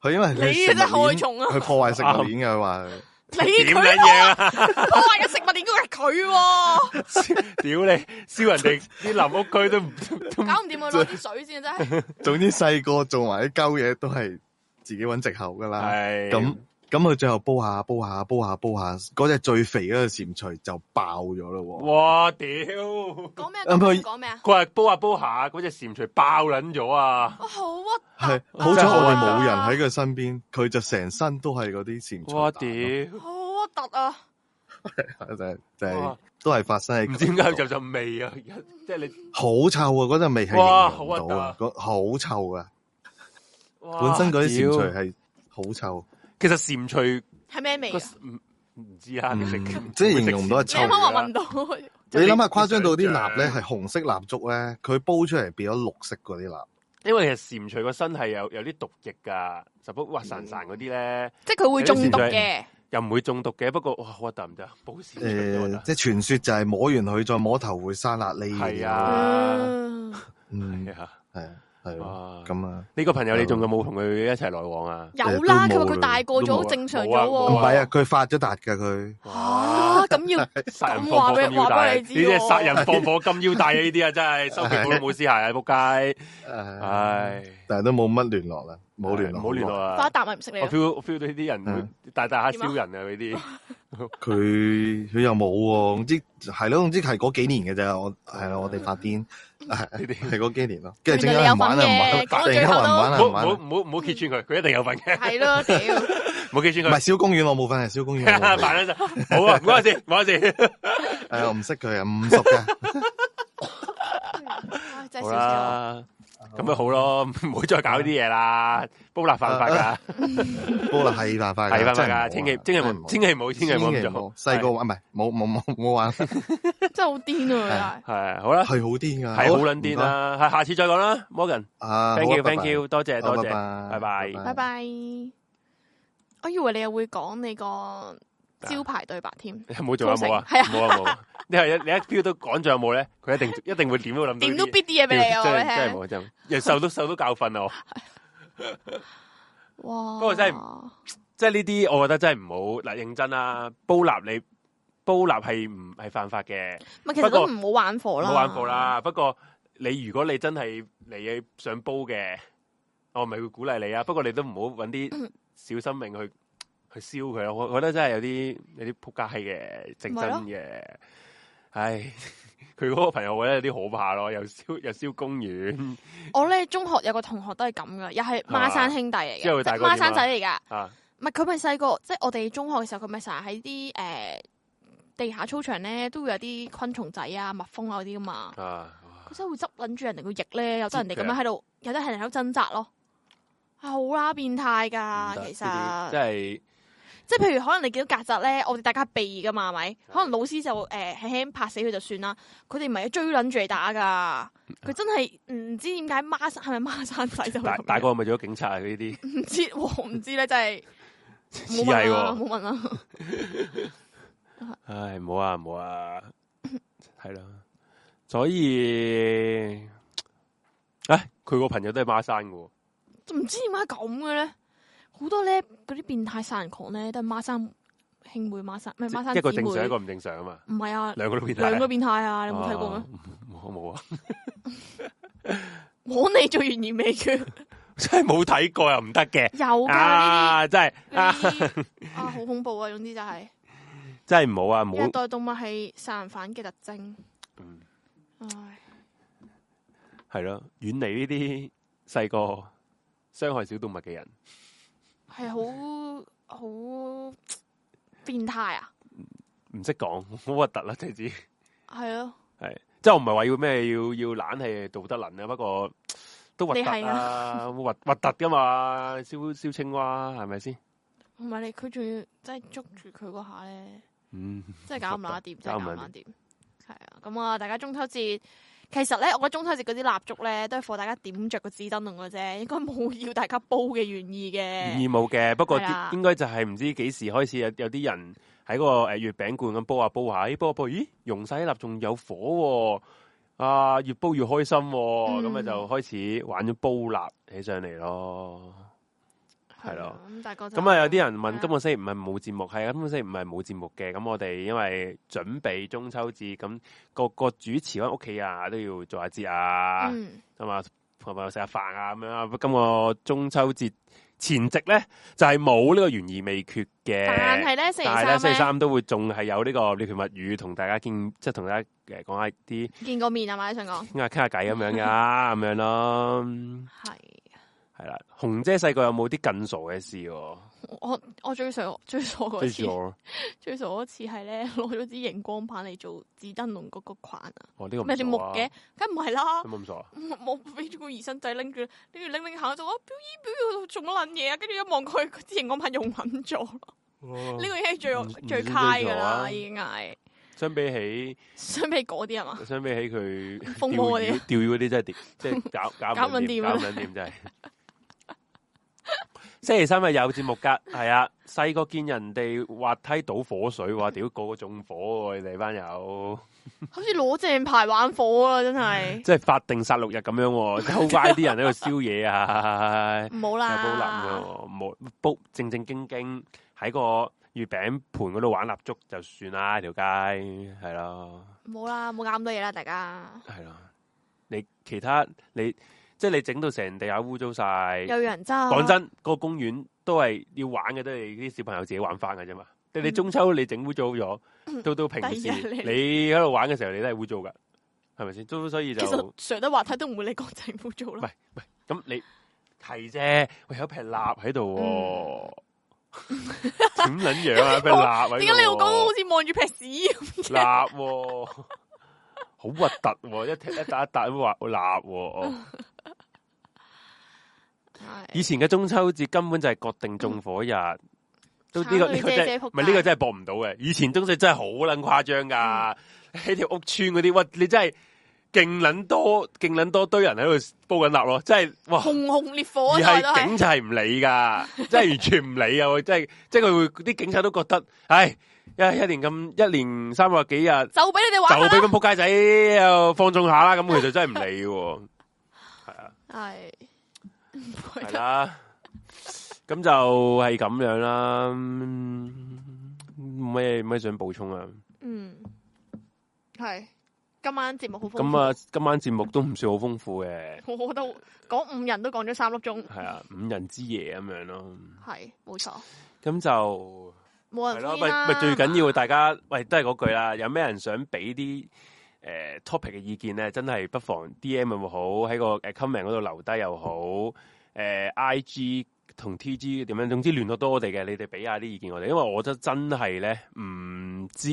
Speaker 5: 佢因為佢
Speaker 1: 你
Speaker 5: 食物
Speaker 1: 真係害
Speaker 5: 鏈
Speaker 1: 蟲啊
Speaker 5: 佢破壞食物鏈㗎，佢話。
Speaker 1: 你
Speaker 2: 點
Speaker 1: 佢
Speaker 2: 撚嘢啊？
Speaker 1: 破壞嘅食物應該係佢喎，
Speaker 2: 屌你，燒人哋啲臨屋區都唔都唔
Speaker 1: 搞唔掂啊！攞啲水先啊真 係。
Speaker 5: 总之細個做埋啲鳩嘢都係自己揾藉口 噶啦。
Speaker 2: 係
Speaker 5: 啊咁咁佢最後煲下煲下煲下煲下，嗰只最肥嗰個蟾蜍就爆咗咯
Speaker 2: 哇屌！
Speaker 1: 講咩啊？
Speaker 5: 啊唔係
Speaker 1: 講咩啊？
Speaker 2: 佢話煲下煲下，嗰只蟾蜍爆撚咗啊！
Speaker 1: 哇，好核
Speaker 5: 喎。係
Speaker 1: 啊
Speaker 5: 好彩我哋冇人喺佢身邊，佢就成身都係嗰啲
Speaker 2: 哇
Speaker 5: 蟾
Speaker 2: 屌！
Speaker 5: 蜍蛋
Speaker 1: 好核突啊！
Speaker 5: 咯， 就係就係
Speaker 2: 哇
Speaker 5: 都係發生喺
Speaker 2: 唔知點解佢就陣味啊！而家即係你
Speaker 5: 好臭啊！嗰陣味係
Speaker 2: 哇
Speaker 5: 形容唔到啊，
Speaker 2: 好
Speaker 5: 嗰好臭啊！
Speaker 2: 哇
Speaker 5: 本身嗰啲
Speaker 2: 屌
Speaker 5: 蟾蜍係好臭，
Speaker 2: 其實蟾蜍
Speaker 1: 係咩味
Speaker 2: 個
Speaker 1: 啊？
Speaker 2: 唔唔知啊，你食
Speaker 5: 嗯即係形容唔到係
Speaker 1: 你
Speaker 5: 臭
Speaker 1: 啱
Speaker 5: 嘅
Speaker 2: 啊
Speaker 1: 啱話聞到，
Speaker 5: 你諗下誇張到啲蠟
Speaker 2: 蠟
Speaker 5: 咧係紅色蠟燭咧，佢煲出嚟變咗綠色嗰啲蠟。
Speaker 2: 因為其實蟾蜍個身係有有啲毒液㗎，就不滑潺潺嗰啲咧
Speaker 1: 即係佢會中毒
Speaker 2: 有啲
Speaker 1: 嘅。
Speaker 2: 又唔會中毒嘅，不過哇核突唔得，保蟾蜍都核
Speaker 5: 诶、
Speaker 2: 突
Speaker 5: 呃即系传说就係摸完佢再摸頭會生辣痢。
Speaker 2: 係啊
Speaker 1: 嗯
Speaker 5: 嗯，
Speaker 2: 係啊，
Speaker 5: 係啊，系咯，
Speaker 2: 哇！
Speaker 5: 咁啊，
Speaker 2: 呢個朋友你仲有冇同佢一齊來往啊？
Speaker 1: 有啦，
Speaker 5: 誒都
Speaker 1: 佢
Speaker 5: 冇
Speaker 1: 話佢大個
Speaker 5: 都冇
Speaker 1: 咗，
Speaker 5: 啊
Speaker 1: 正常咗
Speaker 5: 唔
Speaker 2: 冇
Speaker 1: 喎。
Speaker 5: 係啊，啊佢發咗達㗎佢，
Speaker 1: 吓咁 要
Speaker 2: 殺人
Speaker 1: 咁
Speaker 2: 放
Speaker 1: 話
Speaker 2: 火
Speaker 1: 俾
Speaker 2: 金腰
Speaker 1: 話
Speaker 2: 帶，
Speaker 1: 俾
Speaker 2: 呢
Speaker 1: 你知
Speaker 2: 啲係
Speaker 1: 喎
Speaker 2: 殺人放火金腰帶啊！呢啲啊真係收皮好都冇屍骸啊！仆街，
Speaker 5: 诶、
Speaker 2: 唉，
Speaker 5: 但係都冇乜聯絡啦，冇聯絡，
Speaker 2: 唔好啊聯絡
Speaker 5: 絡。
Speaker 1: 花
Speaker 2: 啊！嗯
Speaker 1: 啖咪唔識你
Speaker 2: 我
Speaker 1: 咯。
Speaker 2: feel 我 feel 到呢啲人會大大下
Speaker 1: 點啊
Speaker 2: 燒人啊！呢啲
Speaker 5: 佢佢又冇喎，總之係咯，總之係嗰幾年嘅咋，我係啦，我哋發癲，係 係嗰幾年咯，跟住陣間有人玩啊唔玩啊，
Speaker 1: 講到
Speaker 5: 突然
Speaker 1: 最
Speaker 5: 間
Speaker 1: 後
Speaker 5: 玩
Speaker 1: 都
Speaker 2: 唔好唔
Speaker 5: 唔玩啊唔玩
Speaker 2: 好
Speaker 5: 啊，
Speaker 2: 唔好唔好揭穿佢，佢一定有份嘅，
Speaker 1: 係咯，屌！
Speaker 2: 唔好揭穿
Speaker 5: 唔
Speaker 2: 佢
Speaker 5: 係。小公園我冇份，係小公園 我冇份，
Speaker 2: 扮得就好啊！唔 關事，唔關事。
Speaker 5: 係啊，我唔識佢啊，唔熟㗎。
Speaker 1: 唉真係笑死
Speaker 2: 好
Speaker 1: 我。
Speaker 2: 啦，咁咪好咯， 唔好再搞呢啲嘢啦，煲立犯 法㗎，
Speaker 5: 煲啦係辦法㗎，
Speaker 2: 啊係犯法
Speaker 5: 真係唔好
Speaker 2: 㗎，
Speaker 5: 啊
Speaker 2: 千祈千祈唔好，千祈唔好，千祈唔好咁做。
Speaker 5: 細個玩唔係冇冇冇冇玩，係
Speaker 1: 真係好癲啊！
Speaker 2: 係好啦，啊
Speaker 5: 好癲
Speaker 2: 係
Speaker 5: 噶，
Speaker 2: 好啊撚癲啦，係下次再講啦，Morgan，thank
Speaker 5: 啊
Speaker 2: you，thank you，多謝
Speaker 5: 好
Speaker 2: 多謝，拜
Speaker 5: 拜拜
Speaker 2: 拜
Speaker 1: 佢哋拜拜。我以為你又會講你個招牌對白添，
Speaker 2: 冇做有冇啊？
Speaker 1: 高盛係啊
Speaker 2: 冇啊冇啊。你係你一飆到講仲有冇咧？佢一定 一定會點都諗到呢啲嘢。
Speaker 1: 點都必啲嘢俾你啊！
Speaker 2: 真
Speaker 1: 我
Speaker 2: 係真係
Speaker 1: 聽。
Speaker 2: 冇真係冇，又受到受到教訓啊！我
Speaker 1: 哇！
Speaker 2: 不過真即係呢啲，我覺得真係唔好嗱，認真啦，煲立你煲立係唔係犯法嘅？
Speaker 1: 唔係其
Speaker 2: 不
Speaker 1: 實
Speaker 2: 過
Speaker 1: 都唔好玩火
Speaker 2: 唔
Speaker 1: 啦，
Speaker 2: 好玩火。啦。不過你如果你真係你 想煲嘅，我咪會鼓勵你啊。不過你都唔好揾啲小生命去去燒佢咯。我我覺得真係有啲有啲撲街嘅，正
Speaker 6: 咪
Speaker 2: 真
Speaker 6: 咯
Speaker 2: 嘅。唉， 佢嗰個朋友我覺得有啲可怕咯，又燒又燒公園
Speaker 1: 我咧中學有個同學都係咁噶，又係
Speaker 2: 嘛
Speaker 1: 孖生兄弟嚟嘅，
Speaker 2: 之後佢
Speaker 1: 即
Speaker 2: 大
Speaker 1: 係
Speaker 2: 個點啊
Speaker 1: 孖生仔嚟噶。
Speaker 2: 啊，
Speaker 1: 唔係佢咪細個，即係我哋中學嘅時候，佢咪成日喺啲誒地下操場咧，都會有啲昆蟲仔啊、蜜蜂啊嗰啲噶嘛。
Speaker 2: 啊，
Speaker 1: 佢真係會執撚住人哋個翼咧，有得人哋咁樣
Speaker 2: 摺佢啊
Speaker 1: 喺度，有得人喺度掙扎咯。係好啦，變態噶，啊其
Speaker 2: 即
Speaker 1: 實
Speaker 2: 係
Speaker 1: 即係譬如可能你見到曱甴咧，我哋大家避噶嘛，係咪？可能老師就誒輕輕拍死佢就算啦，佢哋唔係追撚住嚟打噶，佢真係唔知點解孖生係咪孖生仔就會
Speaker 2: 大
Speaker 1: 咁樣
Speaker 2: 大個係咪做咗警察啊？呢啲
Speaker 1: 唔知喎，唔知咧，真 係
Speaker 2: 似
Speaker 1: 冇問
Speaker 2: 係
Speaker 1: 啦，
Speaker 2: 喎，
Speaker 1: 冇問啦。
Speaker 2: 唉，唔好啊，唔好啊，係啦，所以，唉，佢個朋友都係孖生嘅
Speaker 1: 唔知點解咁嘅咧，好多咧嗰啲變態殺人狂咧都係孖生兄妹孖生，唔係孖生
Speaker 2: 喎，一個正常一
Speaker 1: 姊妹
Speaker 2: 個，唔正常啊嘛，
Speaker 1: 唔係啊，
Speaker 2: 兩個都變態，
Speaker 1: 兩個變態啊！你有冇睇過咩
Speaker 2: 啊？？我冇啊，
Speaker 1: 我你做懸疑未
Speaker 2: 啊
Speaker 1: 決，
Speaker 2: 真係冇睇過又唔得嘅，
Speaker 1: 有噶呢
Speaker 2: 啊，真係
Speaker 1: 啲
Speaker 2: 啊，
Speaker 1: 呢啲 啊，好恐怖啊！總之就係
Speaker 2: 真係唔好啊，唔好
Speaker 1: 虐，待動物係殺人犯嘅特徵。
Speaker 2: 嗯
Speaker 1: 唉，
Speaker 2: 係咯，遠離呢啲細個傷害小動物嘅人，
Speaker 1: 係好好變態啊！
Speaker 2: 唔識講，好核突啦，即係知。
Speaker 1: 係咯，
Speaker 2: 系，即系我唔系话要咩要要懒系道德能啊，不过都核突
Speaker 1: 你係
Speaker 2: 啊，核核突噶嘛，烧烧青蛙系咪先？
Speaker 1: 同埋你佢仲要真係捉住佢嗰下咧。
Speaker 2: 嗯，
Speaker 1: 真係搞唔乸掂，真係
Speaker 2: 搞唔
Speaker 1: 搞
Speaker 2: 撚
Speaker 1: 唔
Speaker 2: 掂
Speaker 1: 乸掂。係啊，咁啊，大家中秋節其實咧，我覺得中秋節嗰啲蠟燭咧，都係俾大家點着個紙燈籠嘅啫，應該冇要大家煲嘅原意
Speaker 2: 義
Speaker 1: 嘅。
Speaker 2: 務嘅，不过
Speaker 1: 係啊啦
Speaker 2: 应该就系唔知几时开始有有啲人喺个诶月饼罐咁煲下煲下，咦煲下煲，咦溶晒啲蠟仲有火、喎，啊越煲越开心、喎，咁啊、
Speaker 1: 嗯
Speaker 2: 就开始玩咗煲蠟起上嚟咯。 係
Speaker 1: 係
Speaker 2: 咯
Speaker 1: 啊，咁大家就
Speaker 2: 咁啊，有啲人
Speaker 1: 係
Speaker 2: 問
Speaker 1: 啊
Speaker 2: 今個星期五係冇節目，係啊，今個星期五係冇節目嘅。咁我哋因為準備中秋節，咁個個主持喺屋企啊，都要做下節啊，
Speaker 1: 嗯
Speaker 2: 咁啊同埋食下飯啊咁樣啊。今個中秋節前夕咧，就係冇呢個懸而未決嘅。
Speaker 1: 但係咧，星
Speaker 2: 但係咧，
Speaker 1: 期
Speaker 2: 星期
Speaker 1: 三
Speaker 2: 三都會仲係有呢個獵奇物語同大家見，即係同大家誒講下啲
Speaker 1: 咧見過面啊嘛，你想講
Speaker 2: 傾下傾下偈咁 樣噶，咁樣咯，
Speaker 1: 係
Speaker 2: 係啦。紅姐細個有冇啲更傻嘅事喎？
Speaker 1: 我我最傻最傻嗰
Speaker 2: 追
Speaker 1: 次
Speaker 2: 住，我，
Speaker 1: 最傻嗰次係咧 攞咗支熒光棒嚟做紙燈籠嗰個框啊，
Speaker 2: 我呢個唔
Speaker 1: 咪條木
Speaker 2: 傻啊
Speaker 1: 嘅，梗唔係啦
Speaker 2: 有。冇咁傻啊？
Speaker 1: 我俾咗個兒身仔拎住，拎住拎拎下就話表姨表姨喺度做乜撚嘢啊！跟住一望佢，佢之前我朋用撚咗，呢
Speaker 2: 呢
Speaker 1: 個已經係最
Speaker 2: 哦唔
Speaker 1: 最
Speaker 2: 唔知
Speaker 1: 揩
Speaker 2: 做
Speaker 1: 噶
Speaker 2: 啊
Speaker 1: 啦，已經係
Speaker 2: 相比起
Speaker 1: 相比嗰啲係嘛，
Speaker 2: 相比起 佢
Speaker 1: 風魔嗰啲
Speaker 2: 釣魚釣魚嗰啲真係 掂，即係搞搞
Speaker 1: 搞
Speaker 2: 唔
Speaker 1: 唔
Speaker 2: 掂，
Speaker 1: 掂
Speaker 2: 搞
Speaker 1: 啊
Speaker 2: 唔掂真係。星期三日有節目㗎，係啊！細個見人哋滑梯倒火水，話屌個個中火喎，你哋班友
Speaker 1: 好似攞正牌玩火啊啦，真係
Speaker 2: 即係法定殺戮日咁樣喎， 周街啲人喺度燒嘢啊！
Speaker 1: 唔好
Speaker 2: 有煲蠟
Speaker 1: 啦，
Speaker 2: 喎，冇煲正正經經喺個月餅盤嗰度玩蠟燭就算啦，條街係咯，
Speaker 1: 唔好啦，冇搞咁多嘢啦，大家
Speaker 2: 係咯。你其他你即係你整到成地下污糟晒，
Speaker 1: 有啊人渣，
Speaker 2: 講真，個公園都係要玩嘅，都係啲小朋友自己玩翻嘅啫嘛。你哋中秋你整污糟咗，到到平
Speaker 1: 嗯第
Speaker 2: 時
Speaker 1: 二日你
Speaker 2: 你喺度玩嘅時候，你都係污糟噶，係咪先？都所以就
Speaker 1: 其實上得滑梯都唔會你講政府做
Speaker 2: 唔
Speaker 1: 啦
Speaker 2: 係，唔係，咁你係啫，喂有一撇蠟喺度喎，點撚樣啊？一撇蠟喺度喎
Speaker 1: 嗯點解你要講到好似望住劈屎 咁？
Speaker 2: 蠟喎，好核突喎！一踢一笪一笪咁話蠟喎。以
Speaker 1: 係
Speaker 2: 前嘅中秋節根本就係國定縱火日，
Speaker 1: 嗯
Speaker 2: 都呢
Speaker 1: 慘到
Speaker 2: 個呢個
Speaker 1: 你
Speaker 2: 真
Speaker 1: 姐姐
Speaker 2: 係
Speaker 1: 仆
Speaker 2: 唔係呢個真係搏唔到嘅。以前中秋真係好撚誇張噶，
Speaker 1: 嗯
Speaker 2: 喺條屋村嗰啲，哇！你真係勁撚多，勁撚多堆人喺度煲緊蠟咯，真係哇！
Speaker 1: 紅紅烈火啊，
Speaker 2: 哦而
Speaker 1: 大家都
Speaker 2: 係
Speaker 1: 係
Speaker 2: 警察係唔 理噶，即係完全唔理啊！即係即係佢會啲警察都覺得，唉，一一年咁一年三百幾日，就
Speaker 1: 就俾你哋玩
Speaker 2: 俾
Speaker 1: 啦，
Speaker 2: 咁仆街仔又放縱下啦，咁佢就真係唔理喎，
Speaker 1: 係
Speaker 2: 係啦。咁就係咁樣啦，嗯冇咩冇咩想補充啊？
Speaker 1: 嗯，係。咁今晚節目好豐富。
Speaker 2: 咁啊，今晚節目都唔算好豐富嘅，
Speaker 1: 我覺得講五人都講咗三粒鐘，
Speaker 2: 係啊，五人之夜咁樣咯。
Speaker 1: 係冇錯，
Speaker 2: 咁就
Speaker 1: 冇
Speaker 2: 係
Speaker 1: 人
Speaker 2: 咯，
Speaker 1: 歡
Speaker 2: 咪
Speaker 1: 迎哦啦。
Speaker 2: 咪最緊要大家喂都係嗰句啦，有咩人想俾啲诶 topic 嘅意見咧，真係不妨 D M 又好，喺個诶 comment 嗰度留低又好，诶 I G 同 T G 點樣，總之聯絡到我哋嘅，你哋俾下啲意見我哋，因為我覺得真係咧唔知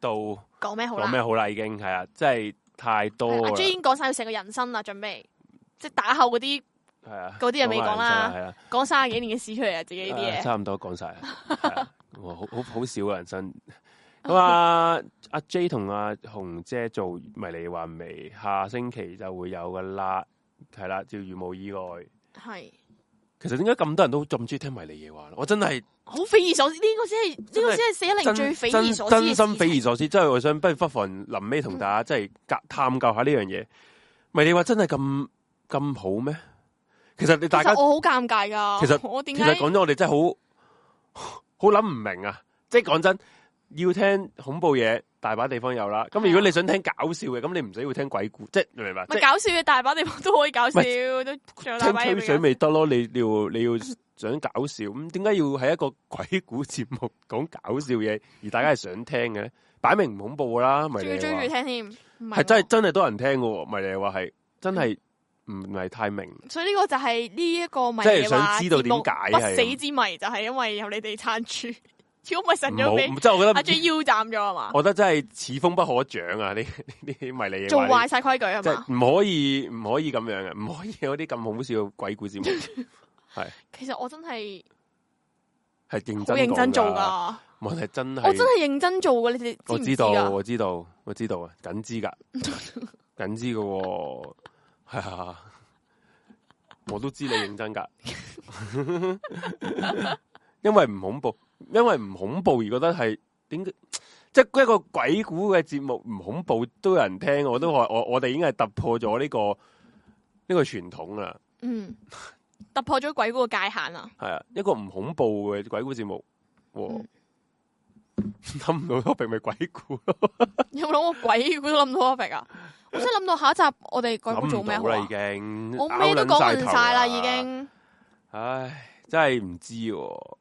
Speaker 2: 道講
Speaker 1: 講咩好啦
Speaker 2: 咩？好啊啦，已經係啊，真係太多
Speaker 1: 係
Speaker 2: 啦
Speaker 1: 阿，J 已經講晒佢成個人生啦，準備即係打後嗰啲
Speaker 2: 係啊，
Speaker 1: 嗰啲人未講啦
Speaker 2: 係啊。
Speaker 1: 講三十幾年嘅事出嚟啊，自己呢啲
Speaker 2: 啊
Speaker 1: 嘢。
Speaker 2: 差唔多講晒 啦，係啊我好好好少啊人生。咁啊，阿 J 同阿紅姐做迷你話未？下星期就會有噶啦，係啦，照如無意外。
Speaker 1: 係
Speaker 2: 其實點解咁多人都咁中意聽迷你夜話？我真係
Speaker 1: 好匪夷所思，呢個先係呢個先係四一零
Speaker 2: 真
Speaker 1: 最匪夷
Speaker 2: 真
Speaker 1: 所思嘅
Speaker 2: 真
Speaker 1: 事
Speaker 2: 心
Speaker 1: 情
Speaker 2: 匪夷所思，真係我想不如不妨臨尾同大家真係夾探究下呢樣嘢。迷你話真係咁咁好咩？其實你大
Speaker 1: 其
Speaker 2: 家
Speaker 1: 實我好尷尬噶。
Speaker 2: 其實
Speaker 1: 我點
Speaker 2: 其
Speaker 1: 解
Speaker 2: 實講咗，我哋真係好好諗唔明啊！即係講真，要聽恐怖嘢，大把地方有啦。咁
Speaker 1: 係啊
Speaker 2: 如果你想聽搞笑嘅，咁你唔使要聽鬼故，即係你明唔明白？啊即
Speaker 1: 咪
Speaker 2: 係
Speaker 1: 搞笑嘅大把地方都可以搞笑，
Speaker 2: 咪
Speaker 1: 都仲有大
Speaker 2: 聽
Speaker 1: 把
Speaker 2: 吹
Speaker 1: 嘢
Speaker 2: 水
Speaker 1: 俾啊
Speaker 2: 咪得咯？你你要你要想搞笑，咁點解要喺一個鬼故節目講搞笑嘢，而大家係想聽嘅咧？擺明唔恐怖㗎啦，咪
Speaker 1: 搞，仲要
Speaker 2: 啊你
Speaker 1: 追
Speaker 2: 話
Speaker 1: 住聽添，唔係
Speaker 2: 係真係
Speaker 1: 喎。
Speaker 2: 真係多人聽嘅喎，咪你話係真係唔係太明。
Speaker 1: 所以呢個就係呢一個迷
Speaker 2: 真係
Speaker 1: 嘅
Speaker 2: 想
Speaker 1: 話，
Speaker 2: 知道
Speaker 1: 節目
Speaker 2: 點解啊
Speaker 1: 不
Speaker 2: 係
Speaker 1: 死之謎，就係因為有你哋撐住。 如果唔係神
Speaker 2: 唔
Speaker 1: 咗
Speaker 2: 好，
Speaker 1: 俾
Speaker 2: 即係我覺
Speaker 1: 阿 J
Speaker 2: 得，
Speaker 1: 腰斬咗係嘛？
Speaker 2: 我覺得真係此風不可長啊！呢呢呢啲迷你嘢
Speaker 1: 做
Speaker 2: 話呢
Speaker 1: 壞晒規矩係
Speaker 2: 即
Speaker 1: 嘛？
Speaker 2: 系唔可以唔可以咁樣嘅，唔可以有啲咁好笑嘅鬼故事 目，
Speaker 1: 其實我真係
Speaker 2: 係認
Speaker 1: 好
Speaker 2: 真
Speaker 1: 認真做
Speaker 2: 噶。
Speaker 1: 㗎，
Speaker 2: 我係真係，
Speaker 1: 我真係認真做㗎，你
Speaker 2: 我
Speaker 1: 哋知唔知啊
Speaker 2: 道，啊
Speaker 1: 㗎？
Speaker 2: 我知道，我知道啊，緊 知噶，緊知噶，係啊， 我都知你認真噶， 因為唔恐怖，因為唔恐怖而覺得係點解？即係一個鬼故嘅節目唔恐怖都有人聽，我都話我我哋已經係突破咗呢、個呢、個傳統啊啦。
Speaker 1: 嗯，突破咗鬼嗰個界限啦。
Speaker 2: 系啊，一个唔恐怖嘅鬼故节目，喎
Speaker 1: 嗯啊
Speaker 2: 谂唔、到 topic 咪鬼故咯，
Speaker 1: 有冇諗過鬼故都諗到 topic 啊？我真係諗到下一集我哋鬼故
Speaker 2: 諗
Speaker 1: 做
Speaker 2: 唔
Speaker 1: 咩
Speaker 2: 到
Speaker 1: 好
Speaker 2: 啦
Speaker 1: 啊
Speaker 2: 已？經，
Speaker 1: 我咩都講
Speaker 2: 拗
Speaker 1: 完
Speaker 2: 撚頭
Speaker 1: 晒啦，已。經。
Speaker 2: 唉，真係唔知、喎，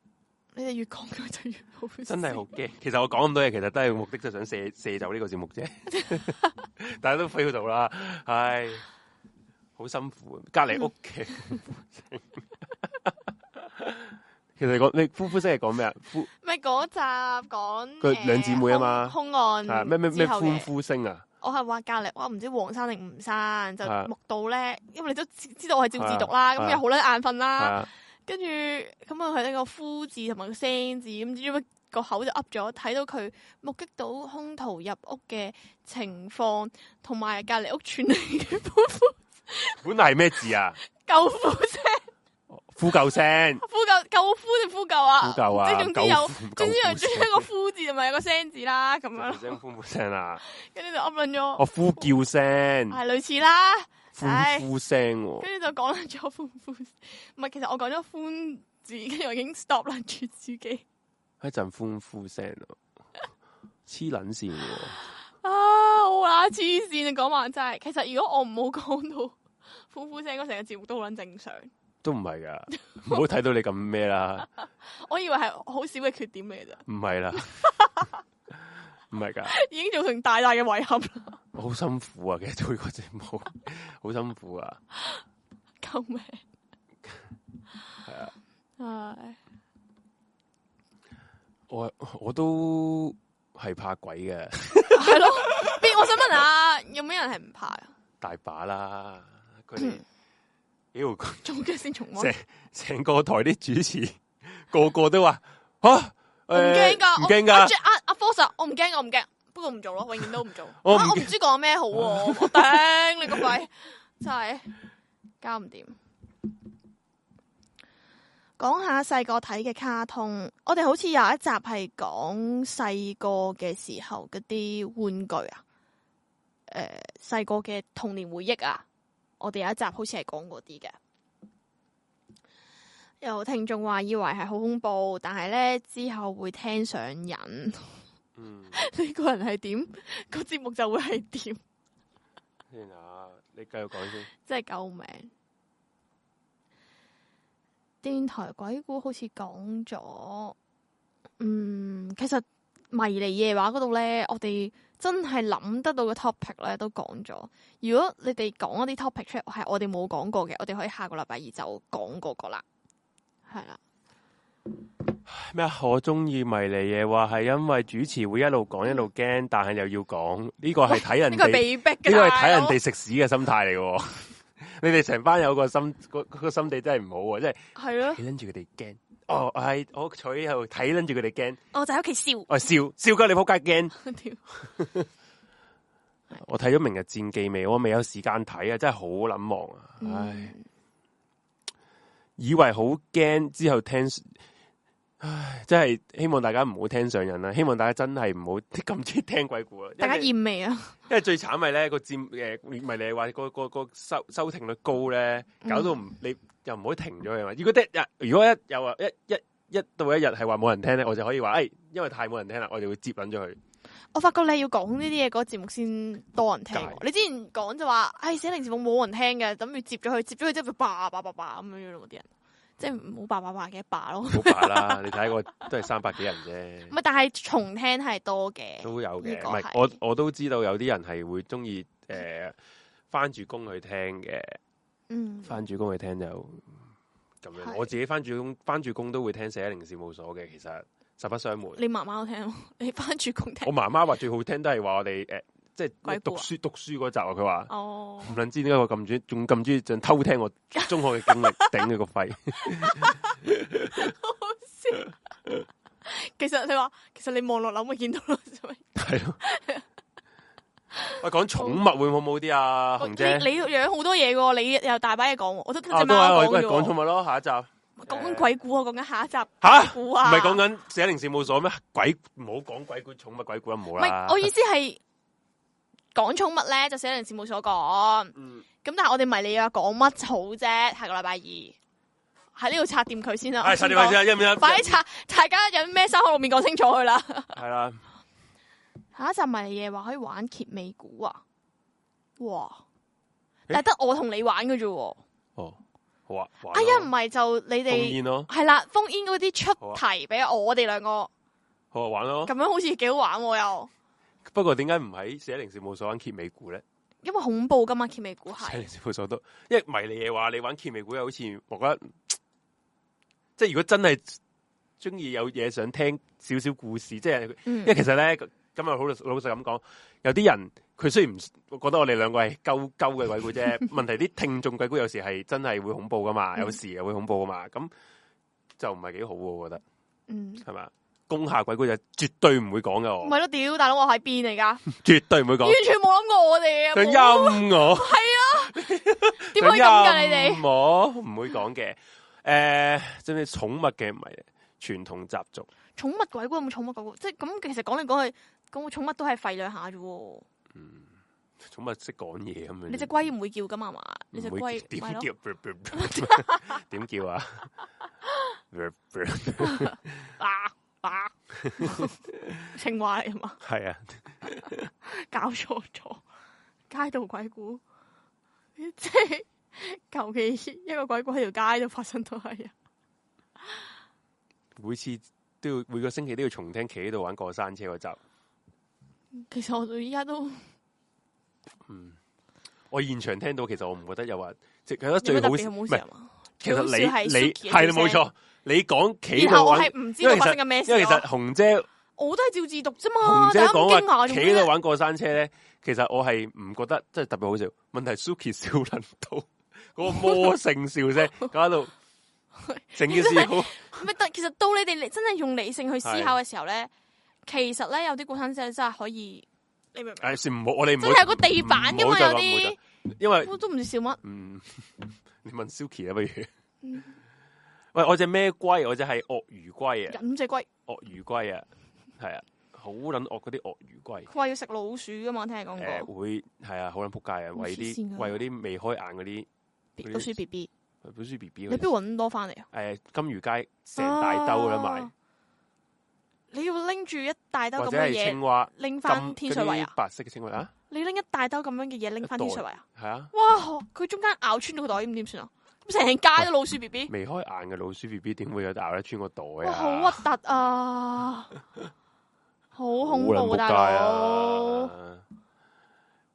Speaker 1: 你哋越講佢就越好笑，
Speaker 2: 真係好驚。其實我講咁多嘢，其實都係目的就想射射走呢個節 目啫，大家都 feel 到啦。唉，好辛苦啊，隔
Speaker 1: 嗯
Speaker 2: 離屋嘅呼呼聲。其實講你呼呼聲係講咩啊？呼
Speaker 1: 咩嗰集講
Speaker 2: 佢
Speaker 1: 誒
Speaker 2: 兩姊妹啊嘛
Speaker 1: 兇兇
Speaker 2: 啊
Speaker 1: 案
Speaker 2: 咩咩咩
Speaker 1: 嗯之後
Speaker 2: 歡
Speaker 1: 嘅
Speaker 2: 呼聲啊？
Speaker 1: 我係話隔離，我唔知黃山定吳山，就
Speaker 2: 係
Speaker 1: 目睹咧，因為你都知知道我係照字讀啦，
Speaker 2: 係啊
Speaker 1: 咁又好撚眼瞓
Speaker 2: 係
Speaker 1: 啦，
Speaker 2: 啊。
Speaker 1: 跟住咁啊佢呢個呼字同埋個聲字，咁唔知點解個口就噏咗，睇到佢目擊到兇徒入屋嘅情況，同埋隔離屋傳嚟嘅呼呼
Speaker 2: 本嚟係咩字啊？
Speaker 1: 救呼聲，
Speaker 2: 呼救聲，
Speaker 1: 呼救救呼定呼救啊？
Speaker 2: 呼救啊
Speaker 1: 即係總之
Speaker 2: 救
Speaker 1: 有
Speaker 2: 呼，
Speaker 1: 總之
Speaker 2: 救
Speaker 1: 有
Speaker 2: 呼
Speaker 1: 總
Speaker 2: 聲
Speaker 1: 之有個呼字同埋有個聲字啦，咁樣
Speaker 2: 呼聲呼呼聲啊！
Speaker 1: 跟住就噏撚
Speaker 2: 我
Speaker 1: 咗，
Speaker 2: 哦呼叫聲，
Speaker 1: 係類似啦。唉
Speaker 2: 歡呼聲喎，
Speaker 1: 跟住就講咗歡呼，唔係，其實我講咗歡字，跟住我已經 stop 撚住自己。
Speaker 2: 一陣歡呼聲咯，黐撚線喎，
Speaker 1: 啊，好乸黐線啊！講話真係，其實如果我唔好講到 歡呼聲嗰成個節目都好撚正常。
Speaker 2: 都唔係噶，唔好睇到你咁咩啦，
Speaker 1: 我以為係好少嘅缺點嚟嘅啫，
Speaker 2: 唔係啦，唔係噶，
Speaker 1: 已經造成大大嘅遺憾啦！
Speaker 2: 我好辛苦啊，其實做呢個節目好辛苦啊，
Speaker 1: 救命！
Speaker 2: 係啊，
Speaker 1: 唉，
Speaker 2: 我我都係怕鬼嘅，
Speaker 1: 係咯。邊我想問下，有咩人係唔怕噶？
Speaker 2: 大把啦，佢哋，妖。
Speaker 1: 做嘅先重温
Speaker 2: 成。成个台啲主持个个都话吓，
Speaker 1: 我唔啊
Speaker 2: 誒
Speaker 1: 驚噶，
Speaker 2: 呃唔驚
Speaker 1: 我
Speaker 2: 噶
Speaker 1: 阿，阿阿 f o r 我唔驚，我唔驚，不過唔做咯，永遠都唔做。
Speaker 2: 我唔
Speaker 1: 啊我唔知講咩 好喎，我頂你個肺，真係搞唔掂。講下細個睇嘅卡通，我哋好似有一集係講細個嘅時候嗰啲玩具啊，诶、細個嘅童年回憶啊，我哋有一集好似係講嗰啲嘅。 有聽眾話以為係好恐怖，但係咧之後會聽上癮。
Speaker 2: 嗯，
Speaker 1: 你個人係點，個節目就會係點，
Speaker 2: 先啊，你繼續講先。
Speaker 1: 真係救命！電台鬼故好似講咗，嗯，其實迷離夜話嗰度咧，我哋真係諗得到嘅 topic 咧都講咗。如果你哋講一啲 topic 出嚟，係我哋冇講過嘅，我哋可以下個禮拜二就講嗰個啦。係啦，
Speaker 2: 咩啊？我中意迷離夜話係因為主持會一路講一路驚，但係又要講，呢個係睇人
Speaker 1: 嗯呢個
Speaker 2: 哋
Speaker 1: 係被逼嘅，
Speaker 2: 呢個係睇人
Speaker 1: 大佬
Speaker 2: 哋食屎嘅心態嚟喎。 你哋成班有個心個個心地真係唔好啊！即係
Speaker 1: 係咯，
Speaker 2: 睇撚住佢哋驚，哦，我係我坐喺度睇撚住佢哋驚，
Speaker 1: 我就喺屋企笑。
Speaker 2: 我係笑笑鳩你仆街驚。
Speaker 1: 屌
Speaker 2: 我睇咗《明日戰記》未？我未有時間睇啊！真係好撚忙啊！
Speaker 1: 嗯
Speaker 2: 唉，以為好驚之後聽，唉，真係希望大家唔好聽上癮啦！希望大家真係唔好咁中意聽鬼故啦！
Speaker 1: 大家
Speaker 2: 因為
Speaker 1: 厭味啊！
Speaker 2: 因為最慘係咧個佔誒，唔係你話個個個收收聽率高咧，搞到
Speaker 1: 嗯
Speaker 2: 唔你又唔可以停咗佢嘛。如果一日，如果一又話一一一到一日係話冇人聽咧，我就可以話誒、哎因為太冇人聽啦，我哋會接撚咗佢。
Speaker 1: 我發覺你要講呢啲嘢，嗰個節目先多人聽喎。你之前講就話，唉，寫零節目冇人聽嘅，諗住接咗佢，接咗佢之後就叭叭叭叭咁樣樣咯，啲人即係唔好叭叭叭嘅叭咯。
Speaker 2: 唔好怕 啦，你睇個都係三百幾人啫
Speaker 1: 唔。係，但係重聽係多嘅，
Speaker 2: 都有嘅，
Speaker 1: 呢個
Speaker 2: 唔係
Speaker 1: 係
Speaker 2: 我我都知道有啲人係會中意誒翻住工去聽嘅，
Speaker 1: 嗯，
Speaker 2: 翻住工去聽就咁樣。
Speaker 1: 係
Speaker 2: 我自己翻住工翻住工都會聽四一零事務所嘅，其實實不相瞞。
Speaker 1: 你媽媽都聽喎，你翻住工
Speaker 2: 我
Speaker 1: 聽，
Speaker 2: 媽媽話最好聽都係話我哋誒、呃即係
Speaker 1: 鬼
Speaker 2: 讀
Speaker 1: 故啊
Speaker 2: 書讀書嗰集啊，佢話
Speaker 1: 哦
Speaker 2: 唔，撚知點解我咁中仲咁中意仲偷聽我 中學嘅經歷，頂佢個肺。
Speaker 1: 好笑。其實你話，其實你望落樓咪見到咯，做咩
Speaker 2: 係咯。喂，講寵物會唔會好啲啊？
Speaker 1: 我
Speaker 2: 紅姐，
Speaker 1: 你你養好多嘢嘅喎，你又大把嘢講喎，我都得
Speaker 2: 啊
Speaker 1: 隻
Speaker 2: 都係
Speaker 1: 貓
Speaker 2: 我哋
Speaker 1: 講
Speaker 2: 喂
Speaker 1: 嘅
Speaker 2: 講寵
Speaker 1: 喎。
Speaker 2: 物咯，下一集。
Speaker 1: 講緊鬼故啊，講緊下一集
Speaker 2: 吓
Speaker 1: 鬼故啊，
Speaker 2: 唔係講緊寫零事務所咩？鬼唔好講鬼故，寵物鬼故啦，唔
Speaker 1: 唔
Speaker 2: 好啦。
Speaker 1: 係，我意思係講寵物咧，就寫人事務所講。咁
Speaker 2: 嗯
Speaker 1: 但係我哋迷你啊，講乜好啫？下個禮拜二喺呢度拆掂佢先啦。
Speaker 2: 係十點半先，一唔一？
Speaker 1: 快啲拆！大家有咩三口六面講清楚佢啦。
Speaker 2: 係啦，
Speaker 1: 下一集迷你夜話可以玩揭尾股啊！哇！但係得我同你玩嘅啫喎。
Speaker 2: 哦，好啊，玩咯
Speaker 1: 哎呀，唔係就你
Speaker 2: 封
Speaker 1: 哋
Speaker 2: 煙咯，
Speaker 1: 係啦，封煙嗰啲
Speaker 2: 好
Speaker 1: 出
Speaker 2: 啊
Speaker 1: 題俾我哋兩個，
Speaker 2: 好啊，玩咯
Speaker 1: 咁。樣好似幾好玩喎又，
Speaker 2: 不過點解唔喺寫零事務所玩揭尾故咧？
Speaker 1: 因為恐怖噶嘛揭尾股
Speaker 2: 寫
Speaker 1: 係
Speaker 2: 零。事務所都，因為迷你嘢話你玩揭尾故又好似，我覺得即係如果真係中意有嘢想聽少少故事，即係
Speaker 1: 嗯
Speaker 2: 因為其實咧，今日好老老實咁講，有啲人佢雖然唔覺得我哋兩個係鳩鳩嘅鬼故啫， 問題啲聽眾鬼故有時係真係會恐怖噶嘛，
Speaker 1: 嗯
Speaker 2: 有時又會恐怖噶嘛，咁就唔係幾好喎，我覺得
Speaker 1: 嗯。
Speaker 2: 係嘛？攻下鬼故就絕對唔會講噶，
Speaker 1: 唔
Speaker 2: 我
Speaker 1: 係咯，屌大佬，我喺邊嚟噶？完
Speaker 2: 絕對唔會講，
Speaker 1: 全冇諗過我哋啊！
Speaker 2: 想
Speaker 1: 冇
Speaker 2: 陰我。
Speaker 1: 點可以咁噶？你哋
Speaker 2: 我唔會講嘅。诶、即係寵物嘅唔係傳統習俗，
Speaker 1: 寵物鬼故有冇寵物鬼故？即係咁，其實講嚟講去，咁個寵物都係吠兩下啫喎。
Speaker 2: 寵物識講嘢咁樣。
Speaker 1: 你只龜唔會叫噶嘛？係嘛？你只
Speaker 2: 唔會
Speaker 1: 龜
Speaker 2: 點
Speaker 1: 咪咯
Speaker 2: 叫？ 點叫啊？
Speaker 1: 啊啊！青蛙嚟啊嘛，
Speaker 2: 係啊，
Speaker 1: 搞錯咗。街道鬼故， 即係求其一個鬼故喺條街度發生都係啊！
Speaker 2: 每次都要每個星期都要重聽，企喺度玩過山車嗰集。
Speaker 1: 其實我到依家都
Speaker 2: 我現場聽到，其實我唔覺得有話，即係覺得
Speaker 1: 有
Speaker 2: 最
Speaker 1: 咩特
Speaker 2: 好
Speaker 1: 別
Speaker 2: 笑。
Speaker 1: 冇
Speaker 2: 唔
Speaker 1: 事
Speaker 2: 係
Speaker 1: 啊，嘛。
Speaker 2: 其實
Speaker 1: 最好笑係
Speaker 2: 你你
Speaker 1: Suki 嘅
Speaker 2: 係
Speaker 1: 笑
Speaker 2: 啦
Speaker 1: 聲
Speaker 2: 冇錯，你講企喺
Speaker 1: 然後
Speaker 2: 度
Speaker 1: 我
Speaker 2: 玩，
Speaker 1: 係唔知
Speaker 2: 因
Speaker 1: 道
Speaker 2: 為其
Speaker 1: 發
Speaker 2: 實
Speaker 1: 生緊咩事
Speaker 2: 因為其
Speaker 1: 咯
Speaker 2: 實。紅姐
Speaker 1: 我都係照字讀啫嘛，
Speaker 2: 紅姐
Speaker 1: 大家
Speaker 2: 講
Speaker 1: 咁驚訝
Speaker 2: 話企
Speaker 1: 做
Speaker 2: 喺
Speaker 1: 咩
Speaker 2: 度
Speaker 1: 啫？
Speaker 2: 玩過山車咧，其實我係唔覺得真係特別好笑。問題 Suki 笑撚到嗰個魔性笑聲， 搞到整件事好
Speaker 1: 唔係，但其實到你哋真係用理性去思考嘅時候咧，其實咧有啲古生仔真係可以，你明唔明？
Speaker 2: 誒，算唔好，我哋唔
Speaker 1: 真係有
Speaker 2: 好，
Speaker 1: 個地板噶
Speaker 2: 唔好
Speaker 1: 嘛，
Speaker 2: 再
Speaker 1: 有
Speaker 2: 講唔好
Speaker 1: 啲
Speaker 2: 因為
Speaker 1: 我都唔知笑乜。
Speaker 2: 嗯，你問 Suki 啊，不如。
Speaker 1: 嗯
Speaker 2: 喂，我只咩龜？我只係鱷魚龜啊，
Speaker 1: 忍只龜，
Speaker 2: 鱷魚龜啊，係啊，好撚惡嗰啲鱷魚龜。
Speaker 1: 佢話要食老鼠噶嘛，聽你講
Speaker 2: 誒
Speaker 1: 過。
Speaker 2: 會係啊，好撚仆街啊！
Speaker 1: 好
Speaker 2: 為
Speaker 1: 黐線
Speaker 2: 啲
Speaker 1: 㗎
Speaker 2: 為嗰啲未開眼嗰啲
Speaker 1: 別老鼠 B B，
Speaker 2: 本書 B
Speaker 1: 你
Speaker 2: B 嗰
Speaker 1: 邊
Speaker 2: 啲，
Speaker 1: 度搵咁多翻嚟啊？
Speaker 2: 誒金魚街成大兜啦賣。
Speaker 1: 你要拎住一大兜
Speaker 2: 或
Speaker 1: 咁
Speaker 2: 者
Speaker 1: 嘅
Speaker 2: 系青
Speaker 1: 嘢，
Speaker 2: 蛙，
Speaker 1: 拎
Speaker 2: 金
Speaker 1: 翻天水圍
Speaker 2: 嗰
Speaker 1: 啊
Speaker 2: 啲！白色嘅青蛙啊，
Speaker 1: 你拎一大兜咁樣嘅嘢拎翻天水圍啊！
Speaker 2: 系啊，
Speaker 1: 哇！佢中間咬穿咗個袋，咁點算啊？咁成街都老鼠 B B，
Speaker 2: 未開眼嘅老鼠 B B 點會有咬得穿個袋
Speaker 1: 哇！
Speaker 2: 啊？
Speaker 1: 好核突 啊！好恐
Speaker 2: 好撚
Speaker 1: 怖，啊
Speaker 2: 仆
Speaker 1: 大
Speaker 2: 街
Speaker 1: 佬！
Speaker 2: 啊！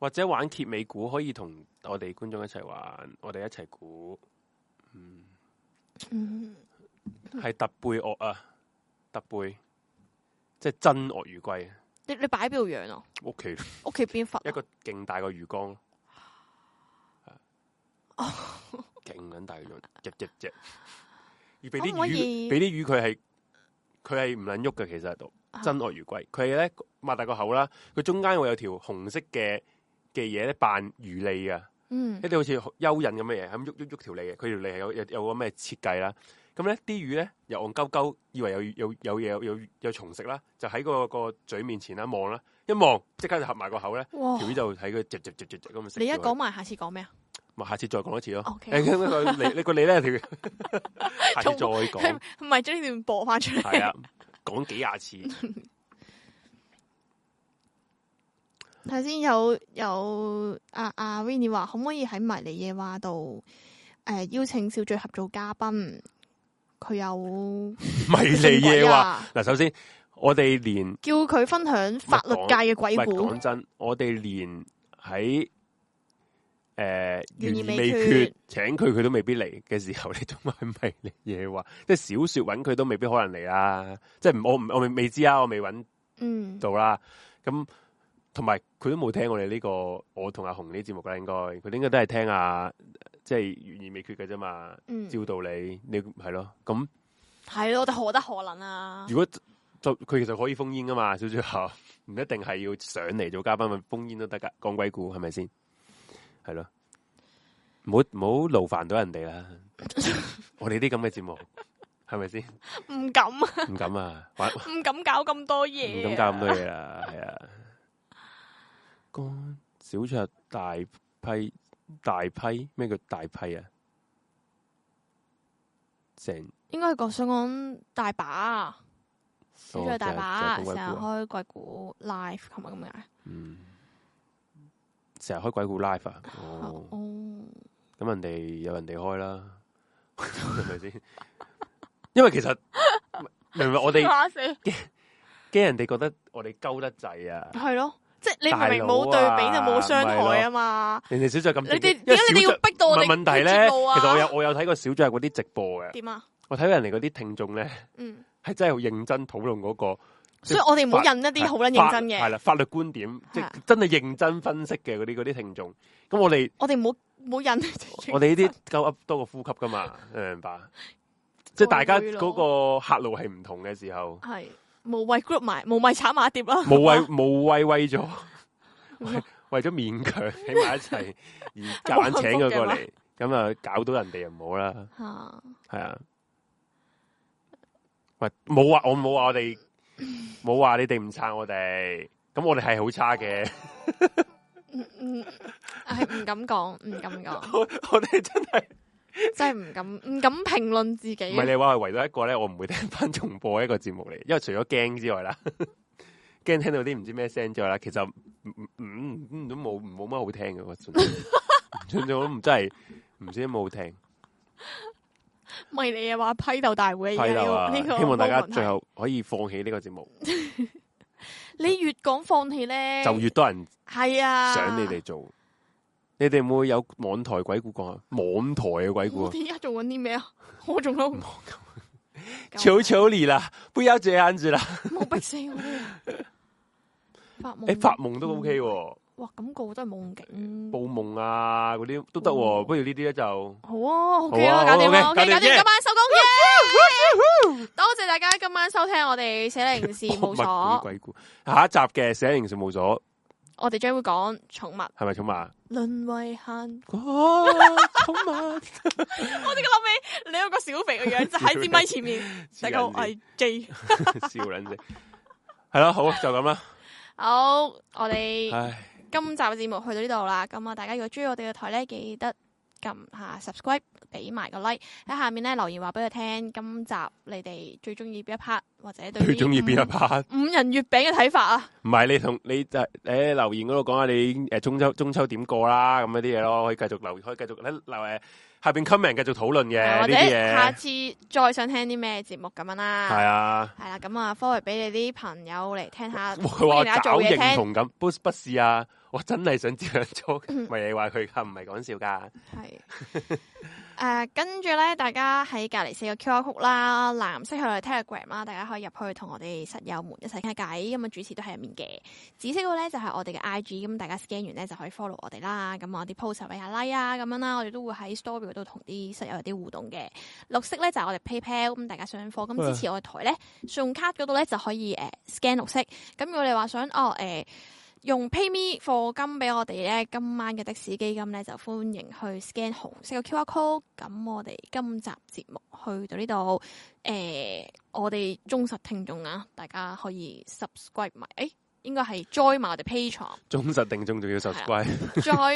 Speaker 2: 或者玩揭尾股可以同我哋觀眾一齊玩，我哋一齊估，嗯，
Speaker 1: 嗯
Speaker 2: 係特背鱷啊，特背，即係真鱷魚龜，
Speaker 1: 你你擺邊度養啊？
Speaker 2: 屋企
Speaker 1: 屋企邊佛啊？
Speaker 2: 一個勁大個魚缸，
Speaker 1: 哦
Speaker 2: 勁撚啊大個只只只，而俾啲
Speaker 1: 可唔可
Speaker 2: 魚，
Speaker 1: 以
Speaker 2: 俾啲魚佢係佢係唔撚喐嘅，其實喺度
Speaker 1: 啊
Speaker 2: 真鱷魚龜，佢係咧擘大個口啦，佢中間會有條紅色嘅嘅嘢咧扮魚脷啊，
Speaker 1: 嗯
Speaker 2: 一啲好似蚯蚓咁嘅嘢，咁喐喐喐條脷嘅，佢條脷係有有有個咩設計啦。咁咧啲魚咧又戇鳩鳩，以為有有有嘢有有有蟲食啦，就喺個個嘴面前啦望啦，一望即刻就合埋個口咧。
Speaker 1: 哇
Speaker 2: 條！魚就喺佢嚼嚼嚼嚼嚼咁食咗佢。
Speaker 1: 你而家講埋，下次講咩啊？
Speaker 2: 咪下次再講一次咯。
Speaker 1: OK
Speaker 2: 誒咁個你你個你咧條，下次再講
Speaker 1: 唔係將呢段播翻出
Speaker 2: 係
Speaker 1: 嚟。
Speaker 2: 啊，講幾廿次。
Speaker 1: 頭先有有阿阿 v i n n i e 話，可唔可以喺迷你夜話度诶邀請小聚合做嘉賓？佢有
Speaker 2: 迷你夜話
Speaker 1: 話，
Speaker 2: 嗱，首先我哋連
Speaker 1: 叫佢分享法律界嘅鬼
Speaker 2: 喂
Speaker 1: 故
Speaker 2: 講，真，我哋連喺誒
Speaker 1: 懸而
Speaker 2: 懸而
Speaker 1: 未
Speaker 2: 未
Speaker 1: 決
Speaker 2: 決請佢，佢都未必嚟嘅時候，你仲話迷你夜話，即係小説揾佢都未必可能嚟啦。即係唔我唔我未未知啊，我未揾
Speaker 1: 嗯，
Speaker 2: 到啦。咁同埋佢都冇聽我哋呢、個我同阿紅呢啲節目啦，應該佢應該都係聽啊，即係懸而未決嘅啫嘛。
Speaker 1: 嗯，
Speaker 2: 照道理，你係咯。咁
Speaker 1: 係咯，我哋何德何能啊？
Speaker 2: 如果就佢其實可以封煙噶嘛，小最後 唔一定係要上嚟做嘉賓，咪封煙都得噶。講鬼故係咪先？係咯，唔好唔好勞煩到人哋啦。我哋啲咁嘅節目係咪先？
Speaker 1: 唔敢啊，
Speaker 2: 唔敢啊，玩
Speaker 1: 唔敢搞咁多嘢，
Speaker 2: 唔敢教咁多。嘢啦，系啊。干小卓大批大批咩叫大批啊？成
Speaker 1: 應該係講想講大把啊，小聚大把，
Speaker 2: 哦
Speaker 1: 成
Speaker 2: 就係就係
Speaker 1: 日
Speaker 2: 講鬼故
Speaker 1: 開
Speaker 2: 啊
Speaker 1: 鬼故 live 係咪咁解？
Speaker 2: 嗯，成日開鬼故 live à? 啊？
Speaker 1: Ờ,
Speaker 2: 哦，
Speaker 1: 哦，
Speaker 2: 咁人哋有人哋開 啦，係咪先？因為其實明唔明我哋
Speaker 1: 嚇死！
Speaker 2: 驚人哋覺得我哋鳩得滯啊！
Speaker 1: 係咯，即係你
Speaker 2: 大佬啊
Speaker 1: 明明冇對比就冇傷害啊嘛。
Speaker 2: 人哋小卓咁
Speaker 1: 你
Speaker 2: 正經，
Speaker 1: 哋點解你哋
Speaker 2: 因為小
Speaker 1: 要
Speaker 2: 卓
Speaker 1: 逼到我哋
Speaker 2: 問問題
Speaker 1: 要
Speaker 2: 咧，
Speaker 1: 節目啊
Speaker 2: 其實我有我有睇過小卓嗰啲直播嘅。
Speaker 1: 點啊？
Speaker 2: 我睇到人哋嗰啲聽眾咧，
Speaker 1: 嗯，
Speaker 2: 係真係好認真討論嗰個，
Speaker 1: 所以我哋唔好印一啲好撚認真
Speaker 2: 係
Speaker 1: 嘅，
Speaker 2: 啦，法律觀點，即係
Speaker 1: 係
Speaker 2: 真係認真分析嘅嗰啲嗰啲聽眾。咁我哋
Speaker 1: 我哋唔好唔好印。
Speaker 2: 我哋呢啲鳩噏多過呼吸噶嘛， 你 明白？即係大家
Speaker 1: 會咯
Speaker 2: 嗰個客路係唔同嘅時候，
Speaker 1: 係無謂 group 埋，無謂炒埋一碟啦。
Speaker 2: 無 謂無謂為咗
Speaker 1: 嗯
Speaker 2: 為為咗勉強喺埋一 齊而夾硬請佢過嚟，咁啊搞到人哋又唔好啦。
Speaker 1: 嚇
Speaker 2: 系啊，喂，冇啊，我冇話我哋冇話你哋唔撐我哋，咁我哋係好差嘅，
Speaker 1: 嗯嗯，係唔敢講，唔敢講，
Speaker 2: 我我哋真
Speaker 1: 啊
Speaker 2: 係
Speaker 1: 真係唔敢唔敢評論自己啊
Speaker 2: 唔。係你話係唯到一個咧，我唔會聽翻重播一個節目嚟，因為除咗驚之外啦， 驚聽到啲唔知咩聲之外啦，其實唔唔唔唔都冇冇乜好聽嘅，我純粹 純粹我都唔真係唔知有冇好聽，
Speaker 1: 迷你啊嘅話批鬥大會
Speaker 2: 批
Speaker 1: 而家呢
Speaker 2: 鬥啊！
Speaker 1: 個呢個
Speaker 2: 希望大家
Speaker 1: moment 係
Speaker 2: 最後可以放棄呢個節目，
Speaker 1: 你越講放棄咧，
Speaker 2: 就越多人
Speaker 1: 係啊，
Speaker 2: 想你哋做。你哋會唔會有網台鬼故講啊？網台嘅鬼故
Speaker 1: 我
Speaker 2: 啊，
Speaker 1: 哋而家做緊啲咩啊？ 我仲有啊
Speaker 2: 求求你啦，不要這樣子啦。
Speaker 1: 冇逼死我哋啊！ 發夢
Speaker 2: 诶，發夢都 OK 喎，
Speaker 1: 哇！咁個個都係夢境。
Speaker 2: 報夢啊嗰啲都得喎。
Speaker 1: 哦
Speaker 2: 不如呢啲咧就
Speaker 1: 好啊，OK 啦，
Speaker 2: 好啊
Speaker 1: 搞掂啦
Speaker 2: 好
Speaker 1: ，OK，搞
Speaker 2: ，OK，搞
Speaker 1: 掂，
Speaker 2: 掂
Speaker 1: 今
Speaker 2: 耶
Speaker 1: 晚收工嘅。多謝大家今晚收聽我哋寫零 事務
Speaker 2: 博物館
Speaker 1: 所，
Speaker 2: 哦鬼故。下一集嘅寫靈事務所
Speaker 1: 我哋將會講寵物
Speaker 2: 係咪寵物啊？
Speaker 1: 淪為 限。
Speaker 2: 哦，寵 物
Speaker 1: 我哋諗起你有個小肥嘅樣，就喺支咪前 面。大家好，我係 J。
Speaker 2: 笑撚啫。係啦，好就 咁啦。
Speaker 1: 好，我哋
Speaker 2: 唉，
Speaker 1: 今集嘅節目去到呢度啦。咁啊，大家如果中意我哋嘅台咧，記得撳下 subscribe，俾埋個 like 喺下面咧留言話俾佢聽，今集你哋最中意邊一 part，或者對
Speaker 2: 最中意邊一
Speaker 1: 五
Speaker 2: part？
Speaker 1: 五人月餅嘅睇法啊？
Speaker 2: 唔係你同你就诶留言嗰度講下你诶中秋中秋點過啦，咁嗰啲嘢咯，可以繼續留，可以繼續喺留诶下边 comment 繼續討論嘅
Speaker 1: 啊或
Speaker 2: 呢
Speaker 1: 者
Speaker 2: 啲
Speaker 1: 下
Speaker 2: 嘢，
Speaker 1: 次再想聽啲咩節目咁樣啦。
Speaker 2: 係啊。
Speaker 1: 係啦，咁啊，forward 俾你啲朋友嚟聽 下，
Speaker 2: 哇佢話
Speaker 1: 歡迎大家
Speaker 2: 找
Speaker 1: 做嘢
Speaker 2: 認
Speaker 1: 聽。
Speaker 2: 同感，不不是啊！我真係想照樣 做，唔係你話佢噶，唔係講笑噶。
Speaker 1: 係誒，跟住咧，大家喺隔離四個 QR code 啦，藍色係我哋 Telegram 啦，大家可以入去同我哋室友們一齊傾下偈，咁啊主持都喺入面嘅。紫色嗰個咧就係我哋嘅 IG，咁大家 scan 完咧就可以 follow 我哋啦，咁我啲 post 啊俾下 like 啊咁樣啦，我哋都會喺 story 嗰度同啲室友有啲互動嘅。綠色咧就係我哋 PayPal，咁大家上課咁支持我哋台咧，信用卡嗰度咧就可以誒、呃 scan 綠色。咁如果你話想哦誒。呃用 PayMe 貨金俾我哋咧，今晚嘅的士基金咧就歡迎去 scan 紅色嘅 QR code。咁我哋今集節目去到呢度，诶、我哋忠實聽眾啊，大家可以 subscribe 埋，诶、應該係 join 埋我哋 Patreon，join
Speaker 2: 忠實 定中仲要 subscribe，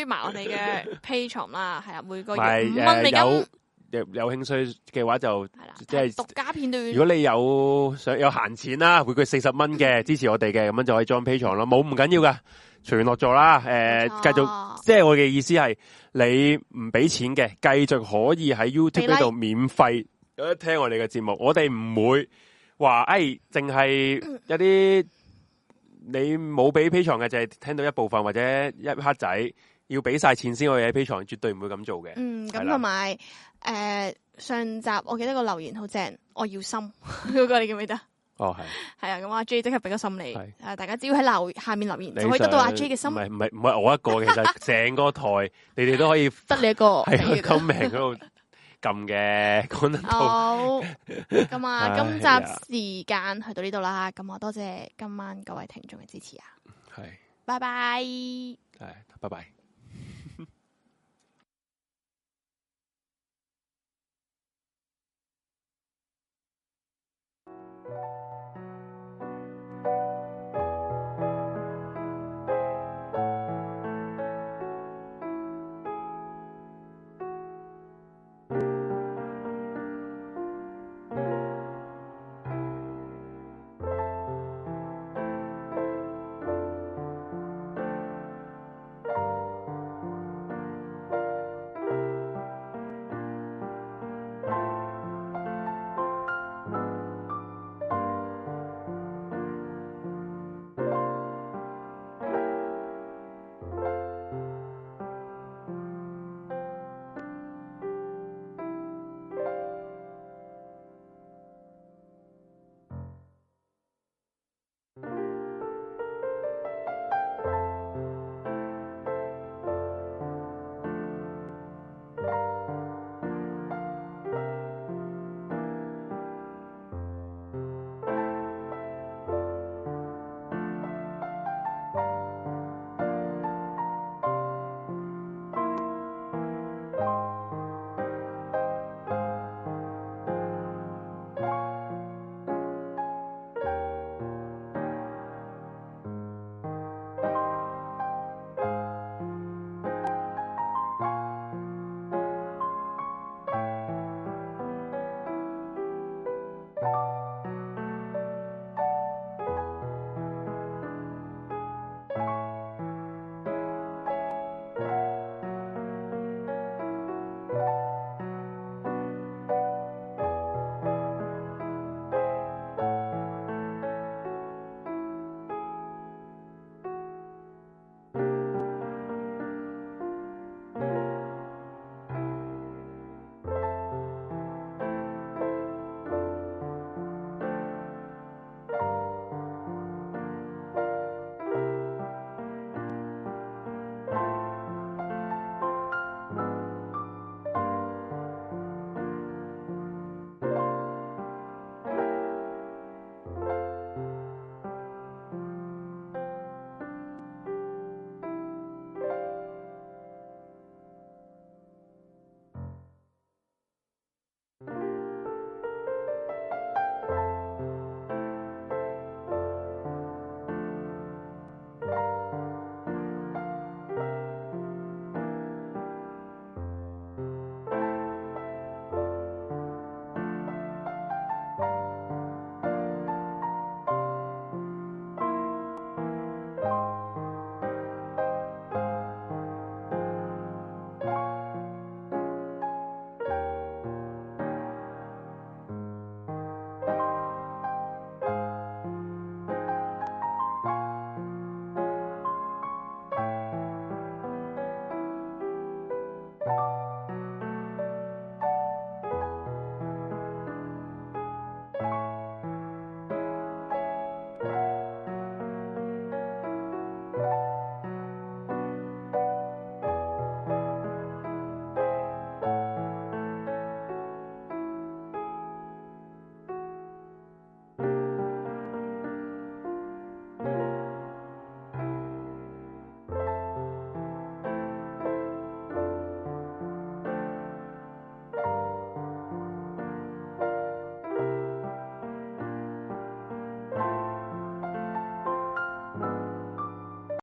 Speaker 1: 埋我哋嘅 Patreon 啦，係啦，啊每個
Speaker 2: 唔
Speaker 1: 月
Speaker 2: 係
Speaker 1: 哦五蚊美金，
Speaker 2: 誒呃有有有興趣嘅話就
Speaker 1: 係啦，
Speaker 2: 即係
Speaker 1: 獨家片段，
Speaker 2: 如果你有想有閒錢啦，每個月四十蚊
Speaker 1: 嗯
Speaker 2: 嘅支持我哋嘅，咁樣就可以 join p a t r o n 咯。冇唔緊要噶，隨緣落座啦。诶、
Speaker 1: 冇
Speaker 2: 繼
Speaker 1: 錯
Speaker 2: 續，即係我嘅意思係你唔俾錢嘅，繼續可以喺 YouTube
Speaker 1: 俾 like
Speaker 2: 呢度免費有得聽我哋嘅節目。我哋唔會話诶，淨係
Speaker 1: 嗯
Speaker 2: 有啲你冇俾 p a t r o n 嘅，就係聽到一部分或者一刻仔。要俾晒錢先可以喺 p a t r o n 絕對唔會咁做嘅。
Speaker 1: 嗯，
Speaker 2: 係
Speaker 1: 咁
Speaker 2: 啦
Speaker 1: 同埋诶上集我記得個留言好正，我要心 嗰個你記唔記得？
Speaker 2: 哦，係。
Speaker 1: 系啊，咁阿 J 即刻俾個心理，
Speaker 2: 係
Speaker 1: 啊大家只要喺留下面留言
Speaker 2: 你
Speaker 1: 就可以得到阿
Speaker 2: 想
Speaker 1: J 嘅心
Speaker 2: 唔，係唔係唔係我一個，其 實成個台你哋都可以
Speaker 7: 得你一個。
Speaker 2: 喺
Speaker 1: 啊
Speaker 2: 個 comment 嗰度撳嘅，講得到。
Speaker 1: 好，咁啊，
Speaker 2: 唉
Speaker 1: 今集時間去到呢度啦，咁我多謝今晚各位聽眾嘅支持啊，
Speaker 2: 係
Speaker 1: 拜拜。
Speaker 2: 係，拜拜。